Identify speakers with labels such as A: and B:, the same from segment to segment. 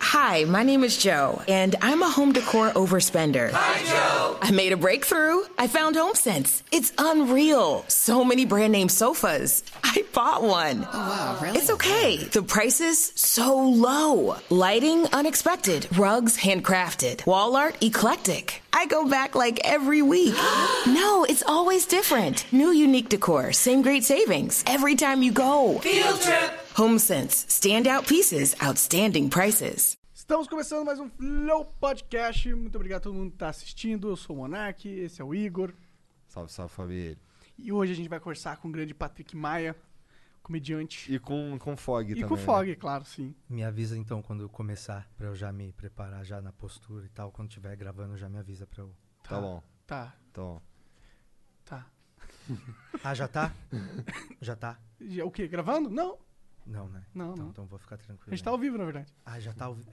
A: Hi, my name is Joe, and I'm a home decor overspender. Hi, Joe! I made a breakthrough. I found HomeSense. It's unreal. So many brand name sofas. I bought one.
B: Oh, Wow, really?
A: It's okay. The prices so low. Lighting unexpected. Rugs handcrafted. Wall art eclectic. I go back like every week. no, it's always different. New unique decor. Same great savings every time you go.
C: Field trip.
A: HomeSense. Standout pieces. Outstanding prices.
D: Estamos começando mais um Flow Podcast. Muito obrigado a todo mundo que está assistindo. Eu sou o Monark, esse é o Igor.
E: Salve, salve família.
D: E hoje a gente vai conversar com o grande Patrick Maia, comediante.
E: E com, com Fog
D: E,
E: também.
D: com o
E: né?
D: Fog, claro, sim.
F: Me avisa então quando eu começar, pra eu já me preparar já na postura e tal. Quando estiver gravando, já me avisa pra eu.
E: Tá bom,
D: Tá,
E: tá bom.
D: tá.
F: Ah, já tá? já tá?
D: Já- O quê? Gravando? Não.
F: Não, né?
D: Não,
F: então,
D: não.
F: então vou ficar tranquilo.
D: A gente
F: né?
D: tá ao vivo, na verdade.
F: Ah, já tá ao vivo.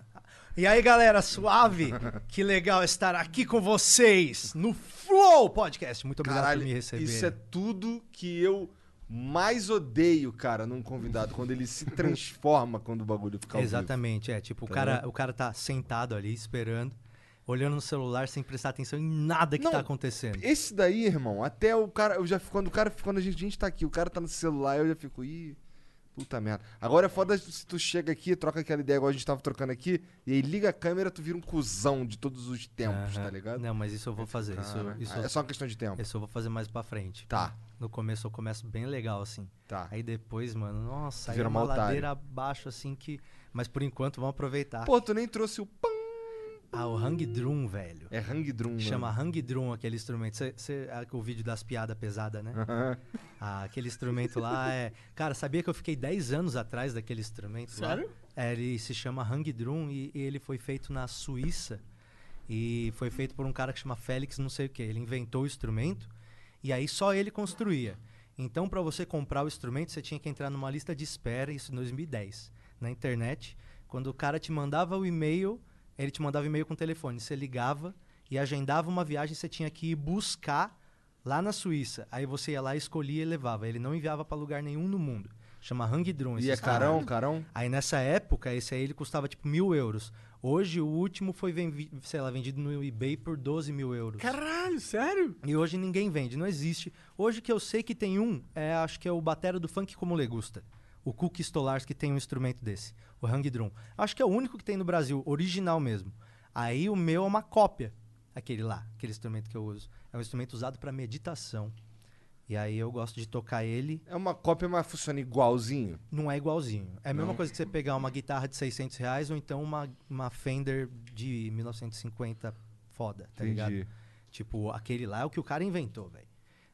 G: E aí, galera, suave? Que legal estar aqui com vocês no Flow Podcast.
F: Muito obrigado
E: Caralho,
F: por me receber. né?
E: isso é tudo que eu mais odeio, cara, num convidado. quando ele se transforma quando o bagulho fica ao vivo.
F: Exatamente, é. Tipo, o
E: Tá
F: cara,
E: vendo?
F: o cara tá sentado ali, esperando, olhando no celular sem prestar atenção em nada que
E: Não,
F: tá acontecendo.
E: Esse daí, irmão, até o cara, eu já fico- quando o cara, quando a gente, a gente tá aqui, o cara tá no celular, eu já fico, ih, puta merda. Agora é foda se tu chega aqui, troca aquela ideia igual a gente tava trocando aqui, e aí liga a câmera, tu vira um cuzão de todos os tempos, tá
F: Aham.
E: ligado?
F: Não, mas isso eu vou fazer. Isso,
E: Cara,
F: isso,
E: é só uma questão de tempo.
F: isso eu vou fazer mais pra frente.
E: Tá.
F: No começo eu começo bem legal, assim.
E: Tá.
F: Aí depois, mano, nossa, aí é
E: Vira
F: uma
E: uma otária.
F: ladeira abaixo, assim que. Mas por enquanto vamos aproveitar.
E: Pô, tu nem trouxe o pão.
F: Ah, o Hang Drum, velho.
E: É hang drum, né?
F: Chama Hang Drum aquele instrumento. Cê, cê- ah, o vídeo das piadas pesadas, né?
E: Aham.
F: Ah, aquele instrumento lá é. Cara, sabia que eu fiquei 10 anos atrás daquele instrumento? lá?
D: Sério?
F: É, ele se chama Hang Drum e, e ele foi feito na Suíça. E foi feito por um cara que chama Félix, não sei o quê. Ele inventou o instrumento e aí só ele construía. Então, para você comprar o instrumento, você tinha que entrar numa lista de espera, isso em 2010, na internet. Quando o cara te mandava o e-mail, ele te mandava e-mail com o telefone. Você ligava e agendava uma viagem, você tinha que ir buscar lá na Suíça. Aí você ia lá, escolhia e levava. Ele não enviava para lugar nenhum no mundo. Chama Hang Drum. esse
E: E é
F: instrumento.
E: carão, carão?
F: Aí nessa época, esse aí ele custava tipo mil euros. Hoje o último foi venvi- sei lá, vendido no eBay por 12 mil euros.
D: Caralho, sério?
F: E hoje ninguém vende, não existe. Hoje que eu sei que tem um, é, acho que é o batera do funk como legusta. O Cook Stolars que tem um instrumento desse, o hang drum. Acho que é o único que tem no Brasil, original mesmo. Aí o meu é uma cópia, aquele lá, aquele instrumento que eu uso. É um instrumento usado para meditação. E aí eu gosto de tocar ele
E: É uma cópia, mas funciona igualzinho.
F: não é igualzinho. É a mesma coisa que você pegar uma guitarra de 600 reais ou então uma, uma Fender de 1950 foda, tá ligado? Tipo, aquele lá é o que o cara inventou, velho.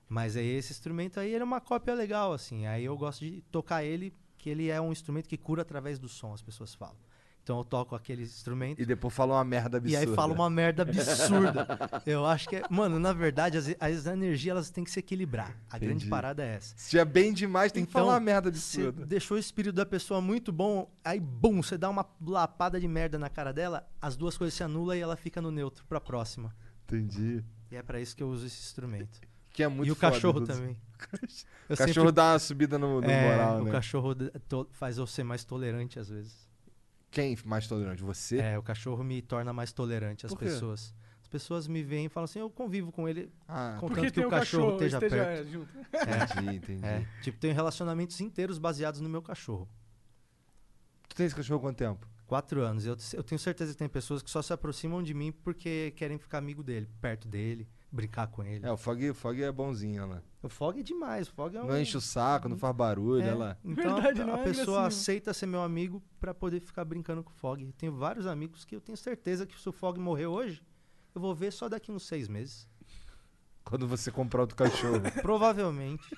F: Mas aí esse instrumento aí ele é uma cópia legal, assim. Aí eu gosto de tocar ele, que ele é um instrumento que cura através do som, as pessoas falam. Então eu toco aquele instrumento
E: E depois fala uma merda
F: e
E: absurda.
F: aí fala uma merda absurda. Eu acho que é. Mano, na verdade, as, as energias elas têm que se equilibrar. A grande
E: Entendi.
F: parada é essa.
E: Se é bem demais, tem que
F: Então,
E: falar uma merda
F: Você
E: absurda.
F: deixou o espírito da pessoa muito bom, aí bum, você dá uma lapada de merda na cara dela, as duas coisas se anulam e ela fica no neutro pra próxima.
E: Entendi.
F: E é pra isso que eu uso esse instrumento.
E: Que é muito
F: e o
E: foda,
F: cachorro
E: inclusive.
F: também.
E: O
F: Eu
E: cachorro
F: sempre-
E: dá uma subida no, no
F: É,
E: moral,
F: o
E: né?
F: cachorro d- to- faz eu ser mais tolerante às vezes.
E: Quem mais tolerante? Você?
F: É, o cachorro me torna mais tolerante às
E: Por quê?
F: pessoas. As pessoas me veem e falam assim, eu convivo com ele,
E: Ah,
F: contanto
D: Porque
F: que
D: tem um
F: o cachorro, esteja, perto.
D: junto.
E: entendi, entendi.
F: É, tipo, tenho relacionamentos inteiros baseados no meu cachorro.
E: Tu tem esse cachorro há quanto tempo?
F: Quatro anos. Eu, eu tenho certeza que tem pessoas que só se aproximam de mim porque querem ficar amigo dele, perto dele, brincar com ele.
E: É, o Fog, o Fog é bonzinho, olha lá.
F: O Fog é demais, o Fog é um.
E: Não enche o saco, não faz barulho,
F: é.
E: olha lá.
F: Então a-
D: Verdade,
F: a,
D: não é
F: pessoa
D: engraçado.
F: aceita ser meu amigo pra poder ficar brincando com o Fog. Eu tenho vários amigos que eu tenho certeza que se o Fog morrer hoje, eu vou ver só daqui uns seis meses.
E: Quando você comprar outro cachorro.
F: Provavelmente.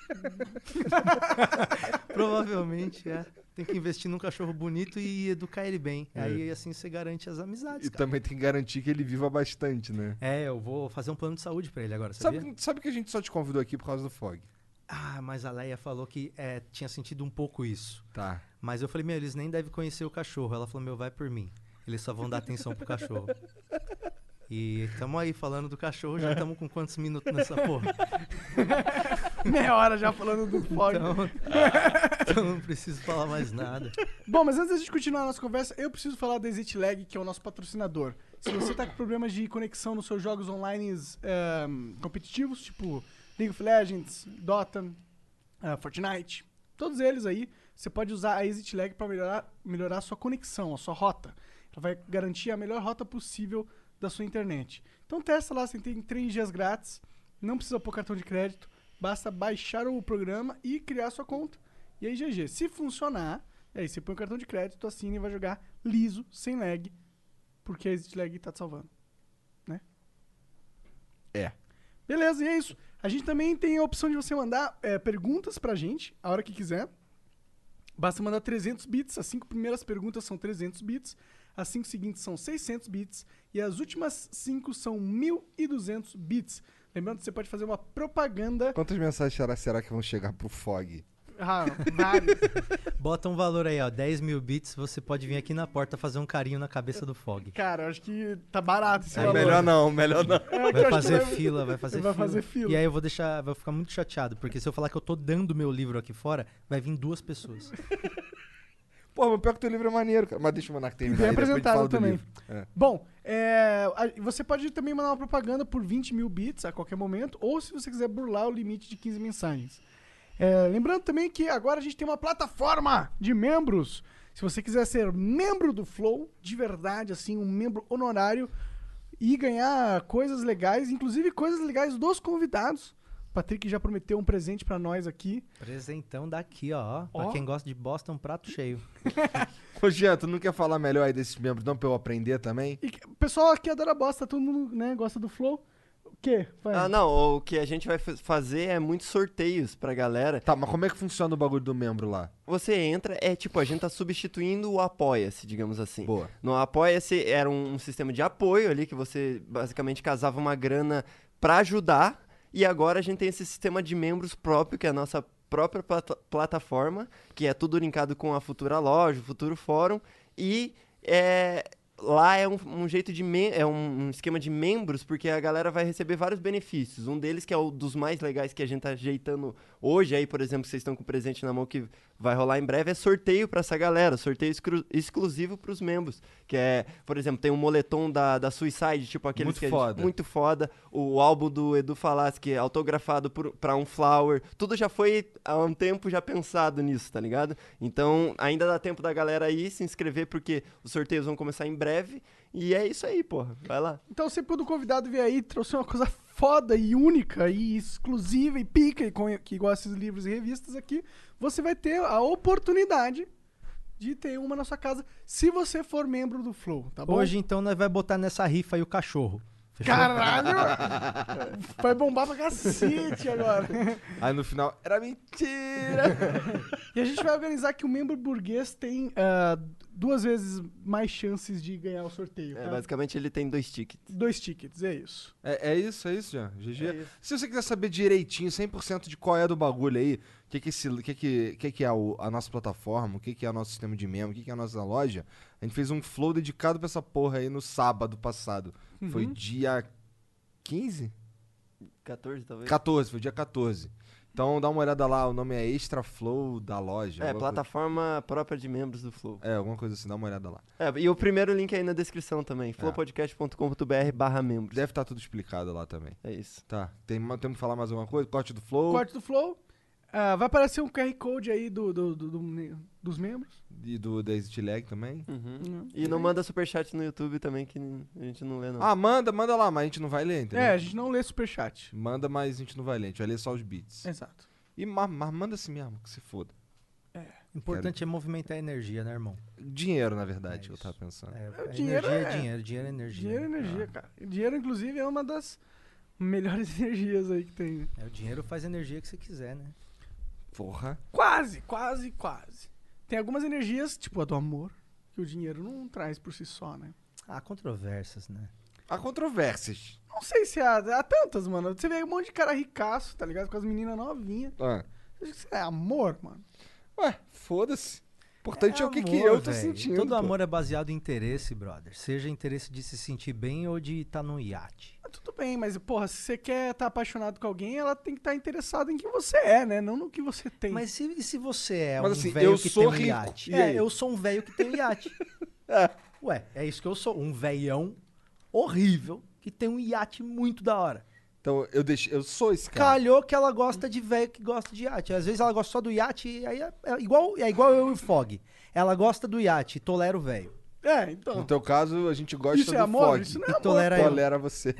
F: Provavelmente, é. Tem que investir num cachorro bonito e educar ele bem.
E: É. Então-
F: Aí assim você garante as amizades.
E: e
F: cara.
E: também tem que garantir que ele viva bastante, né?
F: É, eu vou fazer um plano de saúde pra ele agora, sabia?
E: Sabe, sabe que a gente só te convidou aqui por causa do Fog?
F: Ah, mas a Leia falou que é, tinha sentido um pouco isso.
E: Tá.
F: Mas eu falei, meu, eles nem devem conhecer o cachorro. Ela falou, meu, vai por mim. Eles só vão dar atenção pro cachorro. E tamo aí falando do cachorro, já estamos com quantos minutos nessa porra?
D: Meia hora já falando do Fog.
F: Então, Então não preciso falar mais nada.
D: Bom, mas antes da gente continuar a nossa conversa, eu preciso falar da Exit Lag, que é o nosso patrocinador. Se você tá com problemas de conexão nos seus jogos online ehm, competitivos, tipo League of Legends, Dota, ah, Fortnite, todos eles aí, você pode usar a Exit Lag para melhorar, melhorar a sua conexão, a sua rota. Ela vai garantir a melhor rota possível da sua internet. Então testa lá, você tem 3 dias grátis, não precisa pôr cartão de crédito, basta baixar o programa e criar sua conta. E aí, GG, se funcionar, aí você põe o cartão de crédito, assina e vai jogar liso, sem lag, porque a Exit Lag tá te salvando. Né?
E: É.
D: Beleza, e é isso. A gente também tem a opção de você mandar eh, perguntas pra gente, a hora que quiser. Basta mandar 300 bits, as cinco primeiras perguntas são 300 bits, as cinco seguintes são 600 bits e as últimas cinco são 1200 bits. Lembrando que você pode fazer uma propaganda.
E: Quantas mensagens será, será que vão chegar pro Fog?
D: Ah, vários.
F: Bota um valor aí, ó. 10 mil bits, você pode vir aqui na porta fazer um carinho na cabeça do Fog.
D: Cara, eu acho que tá barato esse
E: É
D: valor.
E: melhor não, melhor não.
D: É, que eu acho
F: Vai
D: que
F: fazer fila, vai fazer
D: vai
F: fila.
D: fazer fila.
F: E aí eu vou deixar, vou ficar muito chateado, porque se eu falar que eu tô dando meu livro aqui fora, vai vir duas pessoas.
E: Pô, mas pior que teu livro é maneiro, cara. Mas deixa o Monark terminar.
D: Bem
E: aí, depois a gente
D: apresentado
E: fala do
D: também.
E: livro. É.
D: Bom, é, a- você pode também mandar uma propaganda por 20 mil bits a qualquer momento, ou se você quiser burlar o limite de 15 mensagens. É, lembrando também que agora a gente tem uma plataforma de membros. Se você quiser ser membro do Flow, de verdade, assim, um membro honorário e ganhar coisas legais, inclusive coisas legais dos convidados. O Patrick já prometeu um presente pra nós aqui.
F: Presentão daqui, ó. Pra
D: Ó.
F: quem gosta de bosta, é um prato cheio.
E: É. Ô, Jean, tu não quer falar melhor aí desses membros, não, pra eu aprender também?
D: E que- o pessoal aqui adora bosta, todo mundo né, gosta do Flow. O quê? Vai.
B: Ah, não, o que a gente vai fa- fazer é muitos sorteios pra galera.
E: Tá, mas como é que funciona o bagulho do membro lá?
B: Você entra, é tipo, a gente tá substituindo o Apoia-se, digamos assim.
E: Boa.
B: No Apoia-se era um, um sistema de apoio ali que você basicamente casava uma grana pra ajudar. E agora a gente tem esse sistema de membros próprio, que é a nossa própria plata- plataforma, que é tudo linkado com a futura loja, o futuro fórum. E é, lá é um, um jeito de me- é um, um esquema de membros, porque a galera vai receber vários benefícios. Um deles, que é o dos mais legais que a gente tá ajeitando hoje, aí, por exemplo, que vocês estão com o presente na mão que vai rolar em breve, é sorteio pra essa galera, sorteio excru- exclusivo pros membros. Que é, por exemplo, tem um moletom da, da Suicide, tipo aqueles
E: Muito
B: que a
E: foda.
B: muito foda. O álbum do Edu Falaschi, é autografado por, pra um Flower. Tudo já foi há um tempo já pensado nisso, tá ligado? Então, ainda dá tempo da galera aí se inscrever, porque os sorteios vão começar em breve. E é isso aí, porra. Vai lá.
D: Então, sempre quando o convidado vier aí, trouxe uma coisa foda e única e exclusiva e pica, e com- que igual esses livros e revistas aqui, você vai ter a oportunidade de ter uma na sua casa, se você for membro do Flow, tá bom?
F: Hoje, então, nós vai botar nessa rifa aí o cachorro. Fechou?
D: Caralho! Vai bombar pra cacete agora.
E: Aí no final, era mentira!
D: E a gente vai organizar que o membro burguês tem ah, duas vezes mais chances de ganhar o sorteio.
B: É,
D: tá?
B: basicamente, ele tem dois tickets.
D: Dois tickets, é isso.
E: é, é isso, é isso, Jean. GG. Se você quiser saber direitinho, 100% de qual é do bagulho aí, o que, que, esse- o que, que, o que que é o- a nossa plataforma, o que, que é o nosso sistema de membro, o que, que é a nossa loja, a gente fez um flow dedicado pra essa porra aí no sábado passado. Foi dia 15?
B: 14, talvez.
E: 14, foi dia 14. Então dá uma olhada lá, o nome é Extra Flow da loja.
B: É,
E: alguma coisa-
B: plataforma própria de membros do Flow.
E: É, alguma coisa assim, dá uma olhada lá.
B: É, e o primeiro link aí na descrição também,
E: É.
B: flowpodcast.com.br barra membros.
E: Deve estar tudo explicado lá também.
B: É isso.
E: Tá, tem, ma- temos que falar mais alguma coisa? Corte do Flow
D: corte do Flow. Ah, vai aparecer um QR Code aí do, do- do- do- dos membros.
E: e do da Exit Lag também.
B: Uhum. E não manda superchat no YouTube também, que a gente não lê, não.
E: Ah, manda, manda lá, mas a gente não vai ler, entendeu?
D: É, a gente não lê superchat.
E: Manda, mas a gente não vai ler, a gente vai ler só os beats.
D: Exato.
E: E ma- mas manda assim mesmo, que se foda.
F: O importante é movimentar a energia, né, irmão?
E: Dinheiro, na verdade, eu tava pensando.
F: É, é
D: dinheiro
F: energia
D: é-
F: é dinheiro, dinheiro é energia.
D: Dinheiro é energia, cara. E Dinheiro, inclusive, é uma das melhores energias aí que tem.
F: É, o dinheiro faz a energia que você quiser, né?
E: Porra.
D: Quase, quase, quase. Tem algumas energias, tipo a do amor, que o dinheiro não traz por si só, né?
F: Ah, controvérsias, né?
E: Há controvérsias.
D: Não sei se há, há tantas, mano. Você vê um monte de cara ricaço, tá ligado? Com as meninas novinhas.
E: Ah.
D: Isso é amor, mano.
E: Ué, foda-se. O importante é, o que, que
F: amor,
E: eu tô
F: velho.
E: sentindo.
F: Todo
E: pô.
F: amor é baseado em interesse, brother. Seja interesse de se sentir bem ou de estar num iate.
D: Tá tudo bem, mas, porra, se você quer estar apaixonado com alguém, ela tem que estar interessada em quem você é, né? Não no que você tem.
F: Mas se, e se você é
E: Mas
F: um
E: assim,
F: velho
E: eu
F: que
E: sou
F: tem um
E: rico,
F: iate?
E: e
F: é,
E: aí?
F: eu sou um velho que tem um iate. Ué, é isso que eu sou. Um velhão horrível que tem um iate muito da hora.
E: Então, eu, deixo, eu sou esse cara.
F: Calhou que ela gosta de velho que gosta de iate. Às vezes ela gosta só do iate e aí é, é igual, é igual eu e o Fog. Ela gosta do iate e tolera o velho.
D: É, então.
E: No teu caso, a gente gosta
D: isso é
E: do
D: amor?
E: fog.
D: Isso não é
F: E
D: amor.
F: tolera eu.
E: Tolera você.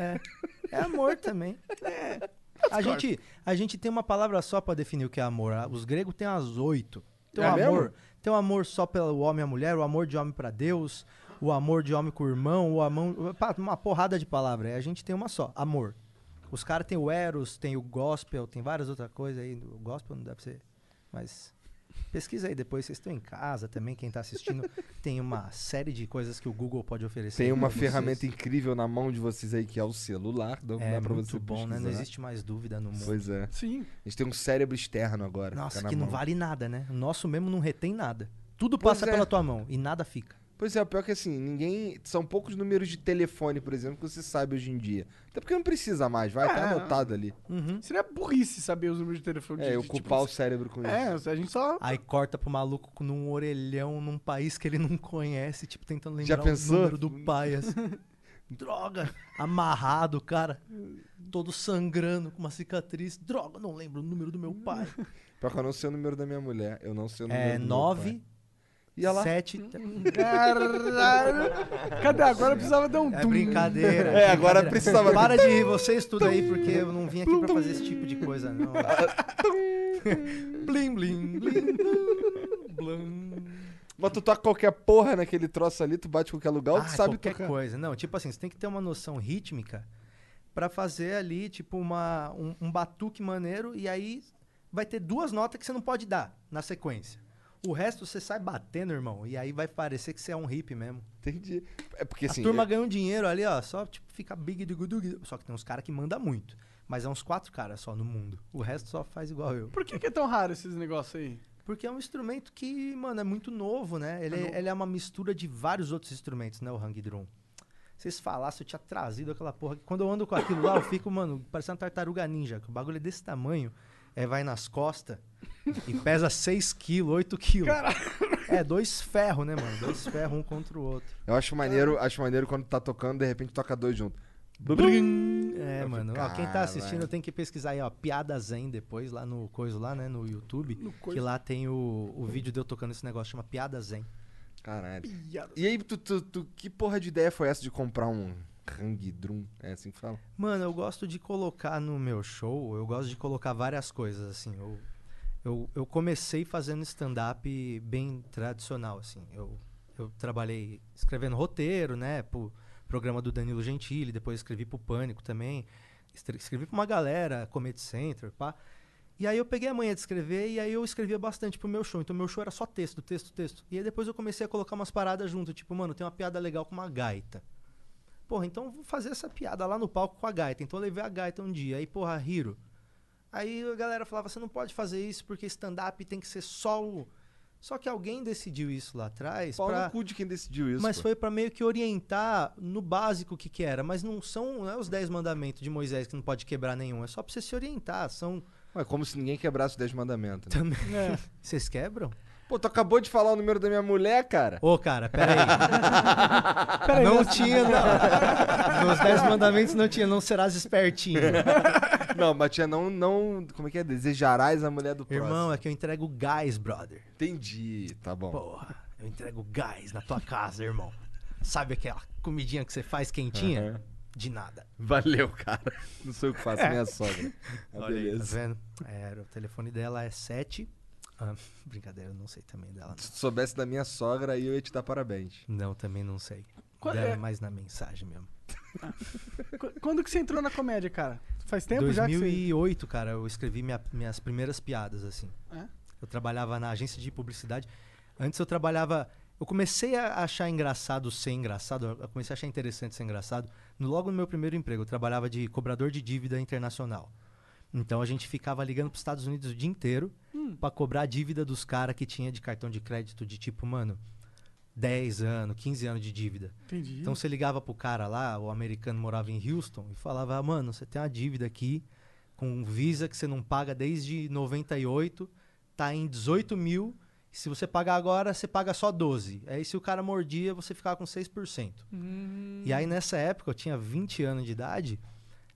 F: É amor também. É. A, gente, a gente tem uma palavra só pra definir o que é amor. Ah, Os gregos têm as oito. Tem o
E: É
F: amor,
E: mesmo?
F: tem o amor só pelo homem e a mulher, o amor de homem pra Deus, o amor de homem com o irmão, o amor, pá, uma porrada de palavras. A gente tem uma só, amor. Os caras têm o eros, tem o gospel, tem várias outras coisas aí. O gospel não deve ser, mas pesquisa aí depois. Vocês estão em casa também, quem tá assistindo tem uma série de coisas que o Google pode oferecer.
E: Tem uma
F: pra vocês.
E: ferramenta incrível na mão de vocês aí, que é o celular. Dá,
F: É
E: dá pra
F: muito
E: você
F: bom, né? Não
E: pesquisar.
F: existe mais dúvida no mundo.
E: Pois é.
D: Sim.
E: A gente tem um cérebro externo agora.
F: Nossa,
E: fica na
F: que não
E: mão.
F: vale nada, né? O nosso mesmo não retém nada. Tudo
E: Pois
F: passa
E: é.
F: pela tua mão e nada fica.
E: Pois é, o pior que assim, ninguém. São poucos números de telefone, por exemplo, que você sabe hoje em dia. Até porque não precisa mais, vai, tá
D: É, não.
E: anotado ali.
D: Seria é burrice saber os números de telefone. de-
E: É, eu
D: de,
E: culpar o
D: tipo,
E: cérebro com isso.
D: É, a gente só...
F: Aí corta pro maluco com- num orelhão, num país que ele não conhece, tipo, tentando
E: Já
F: lembrar
E: pensou?
F: o número do pai, assim. Droga! Amarrado, cara. Todo sangrando, com uma cicatriz. Droga, não lembro o número do meu pai.
E: Pior que eu não sei o número da minha mulher, eu não sei o número
F: É,
E: do meu pai.
F: nove,
E: E ela.
F: sete...
D: Caralho. Cadê? Agora precisava dar um...
F: É
D: tum.
F: brincadeira.
E: É, agora
F: brincadeira.
E: precisava-
F: Para de rir, você estuda aí, porque eu não vim aqui pra fazer esse tipo de coisa, não. blim, blim, blim, blim.
E: Mas tu toca qualquer porra naquele troço ali, tu bate em qualquer lugar, ou
F: Ah,
E: tu sabe
F: qualquer
E: tocar.
F: coisa. Não, tipo assim, você tem que ter uma noção rítmica pra fazer ali, tipo, uma, um, um batuque maneiro, e aí vai ter duas notas que você não pode dar na sequência. O resto você sai batendo, irmão, e aí vai parecer que você é um hippie mesmo.
E: Entendi. É porque assim.
F: a turma ganha um dinheiro ali, ó, só tipo, fica big do gudu. Só que tem uns caras que manda muito. Mas é uns quatro caras só no mundo. O resto só faz igual eu.
D: Por que, que é tão raro esses negócios aí?
F: Porque é um instrumento que, mano, é muito novo, né? Ele,
D: É
F: é,
D: novo.
F: ele é uma mistura de vários outros instrumentos, né? O hang drum. Se Vocês falassem, eu tinha trazido aquela porra. que Quando eu ando com aquilo lá, eu fico, mano, parecendo uma tartaruga ninja. Que o bagulho é desse tamanho, é, vai nas costas e pesa 6 quilos, 8 quilos. É, dois ferros, né, mano? Dois ferros um contra o outro.
E: Eu acho maneiro, acho maneiro quando tá tocando, de repente toca dois junto.
F: É, mano. Ó, quem tá
E: Caralho.
F: assistindo tem que pesquisar aí, ó, Piada Zen depois, lá no coisa lá, né, no YouTube.
D: coisa.
F: que lá tem o, o vídeo de eu tocando esse negócio, chama Piada Zen.
E: Caralho.
D: Piada.
E: E aí, tu, tu, tu- que porra de ideia foi essa de comprar um hang drum? É assim que fala?
F: Mano, eu gosto de colocar no meu show, eu gosto de colocar várias coisas, assim. Eu, eu, eu comecei fazendo stand-up bem tradicional, assim. Eu, eu trabalhei escrevendo roteiro, né, pro programa do Danilo Gentili, depois escrevi pro Pânico também, estre- escrevi pra uma galera, Comedy Center, pá. E aí eu peguei a manha de escrever e aí eu escrevia bastante pro meu show. Então meu show era só texto, texto, texto. E aí depois eu comecei a colocar umas paradas junto, tipo, mano, tem uma piada legal com uma gaita. Porra, então eu vou fazer essa piada lá no palco com a gaita. Então eu levei a gaita um dia. Aí, porra, Hiro. Aí a galera falava, você não pode fazer isso porque stand-up tem que ser só o... Só que alguém decidiu isso lá atrás
E: Pau
F: pra...
E: no cu de quem decidiu isso.
F: Mas
E: pô.
F: foi pra meio que orientar no básico o que, que era. Mas não são não é os 10 mandamentos de Moisés que não pode quebrar nenhum. É só pra você se orientar. São.
E: Ué, como se ninguém quebrasse os 10 mandamentos. Né?
D: É.
F: Vocês quebram?
E: Pô, tu acabou de falar o número da minha mulher, cara.
F: Ô, cara, peraí.
D: Peraí,
F: não
D: mas-
F: tinha, não. Nos 10 mandamentos não tinha, não serás espertinho.
E: É. Não, Batia, não, não. Como é que é? Desejarás a mulher do próximo.
F: Irmão, é que eu entrego gás, brother.
E: é- Entendi, tá bom.
F: Porra, eu entrego gás na tua casa, irmão. Sabe aquela comidinha que você faz quentinha? De nada.
E: Valeu, cara. Não sei o que faço, minha sogra. Ah, beleza.
F: Tá vendo? É, o telefone dela é 7. Ah, brincadeira, eu não sei também dela.
E: Se tu soubesse da minha sogra, aí eu ia te dar parabéns.
F: Não, não também não sei.
D: Qual
F: dela
D: é?
F: é mais na mensagem mesmo.
D: Qu- Quando que você entrou na comédia, cara? Faz tempo já que você...
F: 2008, cara, eu escrevi minha- minhas primeiras piadas, assim.
D: É?
F: Eu trabalhava na agência de publicidade. Antes eu trabalhava. Eu comecei a achar engraçado ser engraçado, eu comecei a achar interessante ser engraçado no- logo no meu primeiro emprego. Eu trabalhava de cobrador de dívida internacional. Então a gente ficava ligando para os Estados Unidos
D: Hum.
F: o dia inteiro pra cobrar a dívida dos caras que tinha de cartão de crédito, de tipo, mano, 10 anos, 15 anos de dívida.
D: Entendi.
F: Então você ligava pro cara lá, o americano morava em Houston, e falava: "Ah, mano, você tem uma dívida aqui com Visa que você não paga desde 98, tá em 18 mil. Se você pagar agora, você paga só 12. Aí se o cara mordia, você ficava com 6%. E aí nessa época, eu tinha 20 anos de idade,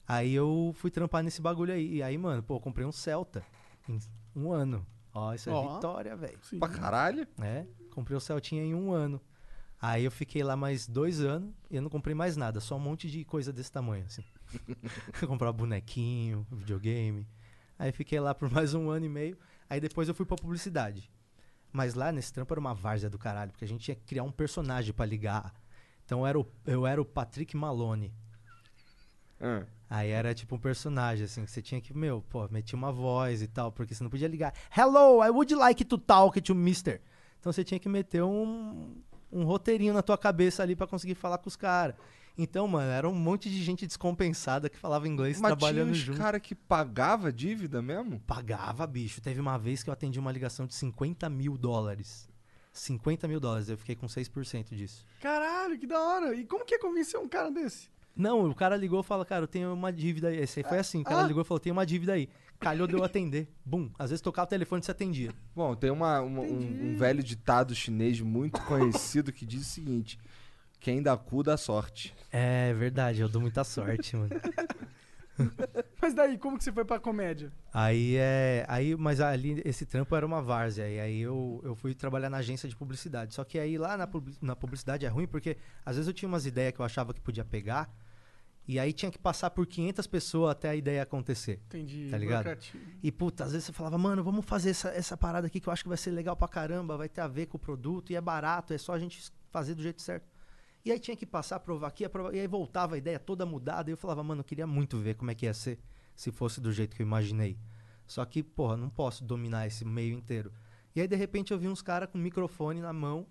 F: aí eu fui trampar nesse bagulho aí. E aí, mano, pô, eu comprei um Celta em um ano. Ó, isso é
D: Ó.
F: vitória, velho.
D: Sim.
E: Pra caralho.
F: É, comprei o Celtinha em um ano. Aí eu fiquei lá mais dois anos e eu não comprei mais nada, só um monte de coisa desse tamanho, assim. eu comprava bonequinho, um videogame. Aí fiquei lá por mais um ano e meio. Aí depois eu fui pra publicidade. Mas lá nesse trampo era uma várzea do caralho, porque a gente ia criar um personagem pra ligar. Então eu era o, eu era o Patrick Malone.
E: Ah.
F: Aí era tipo um personagem, assim, que você tinha que, meu, pô, metia uma voz e tal, porque você não podia ligar. Hello, I would like to talk to Mr. Então você tinha que meter um, um roteirinho na tua cabeça ali pra conseguir falar com os caras. Então, mano, era um monte de gente descompensada que falava inglês
E: Mas tinha
F: trabalhando
E: uns
F: junto.
E: cara que pagava dívida mesmo?
F: Pagava, bicho. Teve uma vez que eu atendi uma ligação de 50 mil dólares. 50 mil dólares, eu fiquei com 6% disso.
D: Caralho, que da hora. E como que é convencer um cara desse?
F: Não, o cara ligou e falou, cara, eu tenho uma dívida aí. Esse aí foi assim, o cara
D: ah.
F: ligou e falou, tenho uma dívida aí. Calhou de eu atender. Bum. Às vezes tocava o telefone e você atendia.
E: Bom, tem uma, uma- um, um velho ditado chinês muito conhecido que diz o seguinte: quem dá cu dá sorte.
F: É verdade, eu dou muita sorte, mano.
D: Mas daí, como que você foi pra comédia?
F: Aí é. Aí, mas ali esse trampo era uma várzea. E aí eu, eu fui trabalhar na agência de publicidade. Só que aí lá na, publi- na publicidade é ruim, porque às vezes eu tinha umas ideias que eu achava que podia pegar. E aí tinha que passar por 500 pessoas até a ideia acontecer.
D: Entendi.
F: Tá ligado?
D: burocratia.
F: E, puta, às vezes você falava, mano, vamos fazer essa, essa parada aqui que eu acho que vai ser legal pra caramba, vai ter a ver com o produto, e é barato, é só a gente fazer do jeito certo. E aí tinha que passar, provar aqui, aprovar, e aí voltava a ideia toda mudada, e eu falava, mano, eu queria muito ver como é que ia ser se fosse do jeito que eu imaginei. Só que, porra, não posso dominar esse meio inteiro. E aí, de repente, eu vi uns caras com um microfone na mão,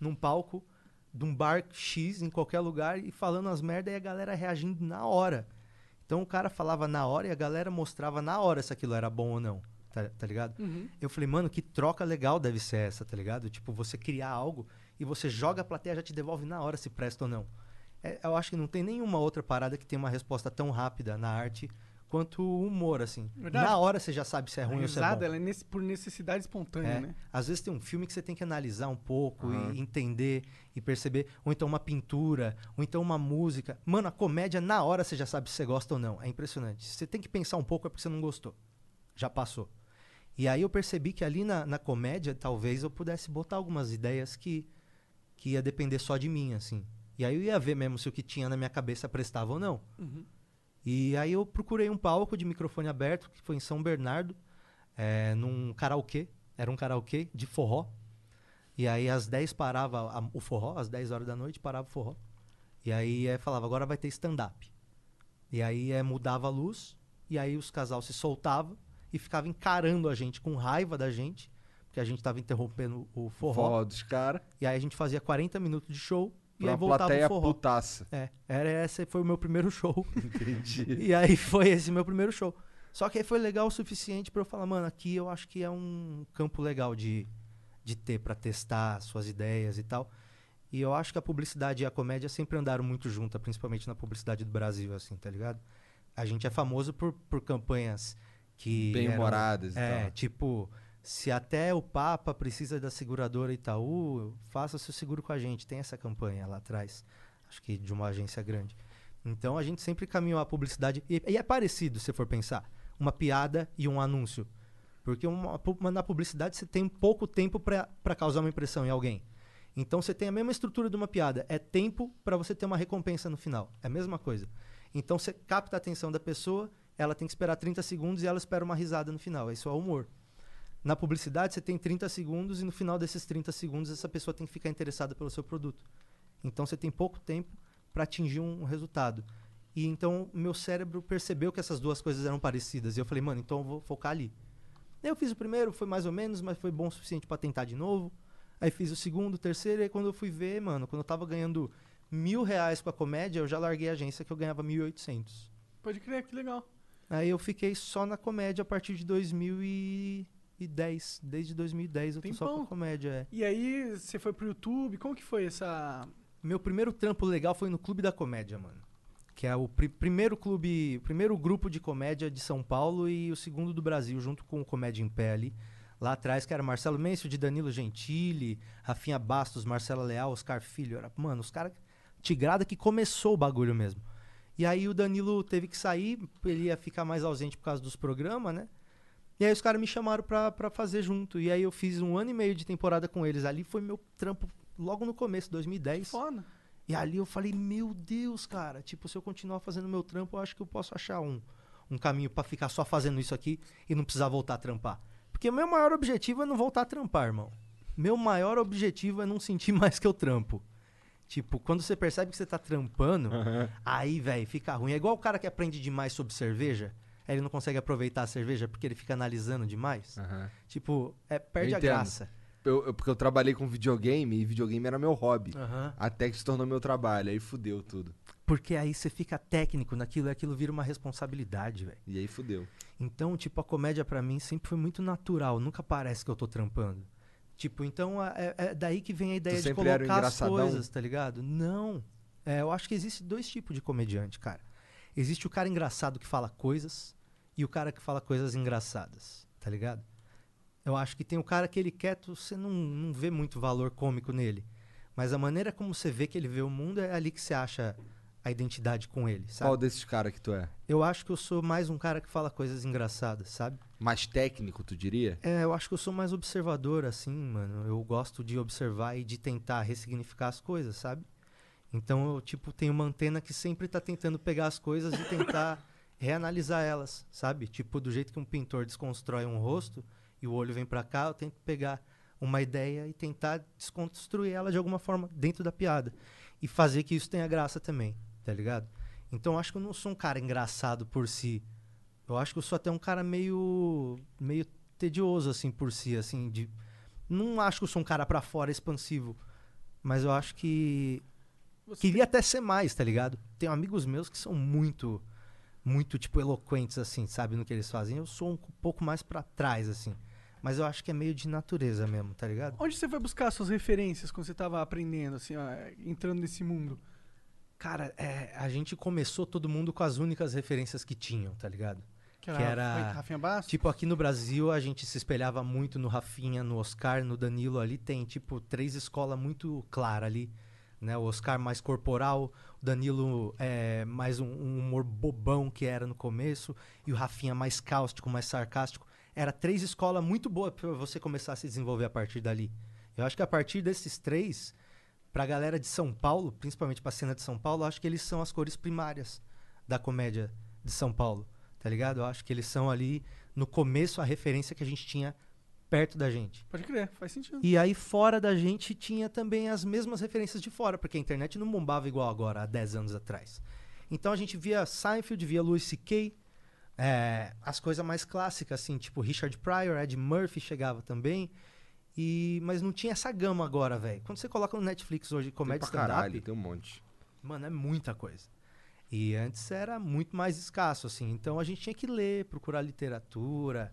F: num palco, de um bar X, em qualquer lugar, e falando as merdas, e a galera reagindo na hora. Então o cara falava na hora e a galera mostrava na hora se aquilo era bom ou não. Tá, tá ligado?
D: Uhum.
F: Eu falei, mano, que troca legal deve ser essa, tá ligado? Tipo, você criar algo e você joga a plateia já te devolve na hora se presta ou não. É, eu acho que não tem nenhuma outra parada que tem uma resposta tão rápida na arte quanto o humor, assim.
D: Verdade.
F: Na hora você já sabe se é
D: A
F: ruim ou se é bom.
D: risada, ela é nesse- por necessidade espontânea,
F: É.
D: né?
F: Às vezes tem um filme que você tem que analisar um pouco e entender e perceber, ou então uma pintura, ou então uma música. Mano, a comédia na hora você já sabe se você gosta ou não. É impressionante. Se Você tem que pensar um pouco é porque você não gostou. Já passou. E aí eu percebi que ali na, na comédia talvez eu pudesse botar algumas ideias que que ia depender só de mim, assim. E aí eu ia ver mesmo se o que tinha na minha cabeça prestava ou não. E aí eu procurei um palco de microfone aberto, que foi em São Bernardo, eh, num karaokê. Era um karaokê de forró. E aí às 10 parava a- o forró, às 10 horas da noite parava o forró. E aí eh, falava, agora vai ter stand-up. E aí eh, mudava a luz, e aí os casal se soltavam e ficava encarando a gente com raiva da gente, porque a gente estava interrompendo o forró.
E: Forró dos caras.
F: E aí a gente fazia 40 minutos de show e
E: Pra
F: aí
E: uma
F: voltava
E: plateia
F: o forró.
E: putaça.
F: É, era esse foi o meu primeiro show.
E: Entendi.
F: e aí foi esse meu primeiro show. Só que aí foi legal o suficiente pra eu falar, mano, aqui eu acho que é um campo legal de, de ter pra testar suas ideias e tal. E eu acho que a publicidade e a comédia sempre andaram muito juntas, principalmente na publicidade do Brasil, assim, tá ligado? A gente é famoso por, por campanhas que.
E: Bem
F: eram-
E: humoradas então. e
F: é,
E: tal.
F: tipo, se até o Papa precisa da seguradora Itaú, faça seu seguro com a gente. Tem essa campanha lá atrás, acho que de uma agência grande. Então a gente sempre caminhou a publicidade. E, e é parecido, se for pensar, uma piada e um anúncio. Porque uma pu- uma- na publicidade você tem pouco tempo para causar uma impressão em alguém. Então você tem a mesma estrutura de uma piada. É tempo para você ter uma recompensa no final. É a mesma coisa. Então você capta a atenção da pessoa, ela tem que esperar 30 segundos e ela espera uma risada no final. Isso é humor. Na publicidade você tem 30 segundos e no final desses 30 segundos essa pessoa tem que ficar interessada pelo seu produto. Então você tem pouco tempo para atingir um resultado. E então meu cérebro percebeu que essas duas coisas eram parecidas. E eu falei, mano, então eu vou focar ali. Eu fiz o primeiro, foi mais ou menos, mas foi bom o suficiente para tentar de novo. Aí fiz o segundo, o terceiro, e aí quando eu fui ver, mano, quando eu tava ganhando mil reais com a comédia, eu já larguei a agência que eu ganhava 1.800.
D: Pode crer, que legal.
F: Aí eu fiquei só na comédia a partir de 2010. 2010. Desde 2010 eu tô só com
D: Tempão.
F: comédia. é.
D: E aí, você foi pro YouTube? Como que foi essa.
F: Meu primeiro trampo legal foi no Clube da Comédia, mano. Que é o pri- primeiro clube, primeiro grupo de comédia de São Paulo e o segundo do Brasil, junto com o Comédia em Pé ali. Lá atrás, que era Marcelo Mencio, de Danilo Gentili, Rafinha Bastos, Marcela Leal, Oscar Filho. Era, mano, os caras. Tigrada que começou o bagulho mesmo. E aí o Danilo teve que sair, ele ia ficar mais ausente por causa dos programas, né? E aí os caras me chamaram pra, pra fazer junto. E aí eu fiz um ano e meio de temporada com eles. Ali foi meu trampo logo no começo, 2010.
D: Foda.
F: E ali eu falei, meu Deus, cara, tipo, se eu continuar fazendo meu trampo, eu acho que eu posso achar um, um caminho pra ficar só fazendo isso aqui e não precisar voltar a trampar. Porque meu maior objetivo é não voltar a trampar, irmão. Meu maior objetivo é não sentir mais que eu trampo. Tipo, quando você percebe que você tá trampando, aí, velho, fica ruim. É igual o cara que aprende demais sobre cerveja, aí ele não consegue aproveitar a cerveja porque ele fica analisando demais.
E: Aham.
F: Tipo, é, perde a
E: Ah. entendo.
F: graça.
E: Eu- eu- porque eu trabalhei com videogame e videogame era meu hobby.
F: Aham.
E: Até que se tornou meu trabalho, aí fudeu tudo.
F: Porque aí você fica técnico naquilo e aquilo vira uma responsabilidade, velho.
E: E aí fudeu.
F: Então, tipo, a comédia pra mim sempre foi muito natural, nunca parece que eu tô trampando. Tipo, então a- é, é daí que vem a ideia de
E: sempre era o
F: colocar as
E: engraçadão?
F: coisas, tá ligado? Não. É, eu acho que existe dois tipos de comediante, cara. Existe o cara engraçado que fala coisas e o cara que fala coisas engraçadas, tá ligado? Eu acho que tem o cara que ele quieto, você não, não vê muito valor cômico nele. Mas a maneira como você vê que ele vê o mundo é ali que você acha a identidade com ele, sabe?
E: Qual desses caras que tu é?
F: Eu acho que eu sou mais um cara que fala coisas engraçadas, sabe?
E: Mais técnico, tu diria?
F: É, eu acho que eu sou mais observador, assim, mano. Eu gosto de observar e de tentar ressignificar as coisas, sabe? Então eu, tipo, tenho uma antena que sempre tá tentando pegar as coisas e tentar reanalisar elas, sabe? Tipo, do jeito que um pintor desconstrói um rosto e o olho vem pra cá, eu tento pegar uma ideia e tentar desconstruir ela de alguma forma dentro da piada. E fazer que isso tenha graça também, tá ligado? Então eu acho que eu não sou um cara engraçado por si. Eu acho que eu sou até um cara meio. meio tedioso, assim, por si, assim, de. Não acho que eu sou um cara pra fora expansivo. Mas eu acho que.
D: Você
F: Queria até ser mais, tá ligado? Tenho amigos meus que são muito. Muito, tipo, eloquentes, assim, sabe, no que eles fazem. Eu sou um pouco mais pra trás, assim. Mas eu acho que é meio de natureza mesmo, tá ligado?
D: Onde você foi buscar suas referências quando você tava aprendendo, assim, ó, entrando nesse mundo?
F: Cara, é, a gente começou todo mundo com as únicas referências que tinham, tá ligado? Que era-
D: Rafinha Bastos?
F: Tipo, aqui no Brasil a gente se espelhava muito no Rafinha, no Oscar, no Danilo. Ali tem, tipo, três escolas muito claras ali. Né? O Oscar mais corporal, o Danilo é, mais um, um humor bobão que era no começo, e o Rafinha mais cáustico, mais sarcástico. Era três escolas muito boas pra você começar a se desenvolver a partir dali. Eu acho que a partir desses três, pra galera de São Paulo, principalmente pra cena de São Paulo, eu acho que eles são as cores primárias da comédia de São Paulo, tá ligado? Eu acho que eles são ali no começo a referência que a gente tinha perto da gente.
D: Pode crer, faz sentido.
F: E aí fora da gente tinha também as mesmas referências de fora, porque a internet não bombava igual agora, há 10 anos atrás. Então a gente via Seinfeld, via Louis C.K., é, as coisas mais clássicas, assim, tipo Richard Pryor, Ed Murphy chegava também. E, mas não tinha essa gama agora, velho. Quando você coloca no Netflix hoje comédia
E: tem pra caralho,
F: stand-up,
E: tem um monte.
F: Mano, é muita coisa. E antes era muito mais escasso, assim. Então a gente tinha que ler, procurar literatura.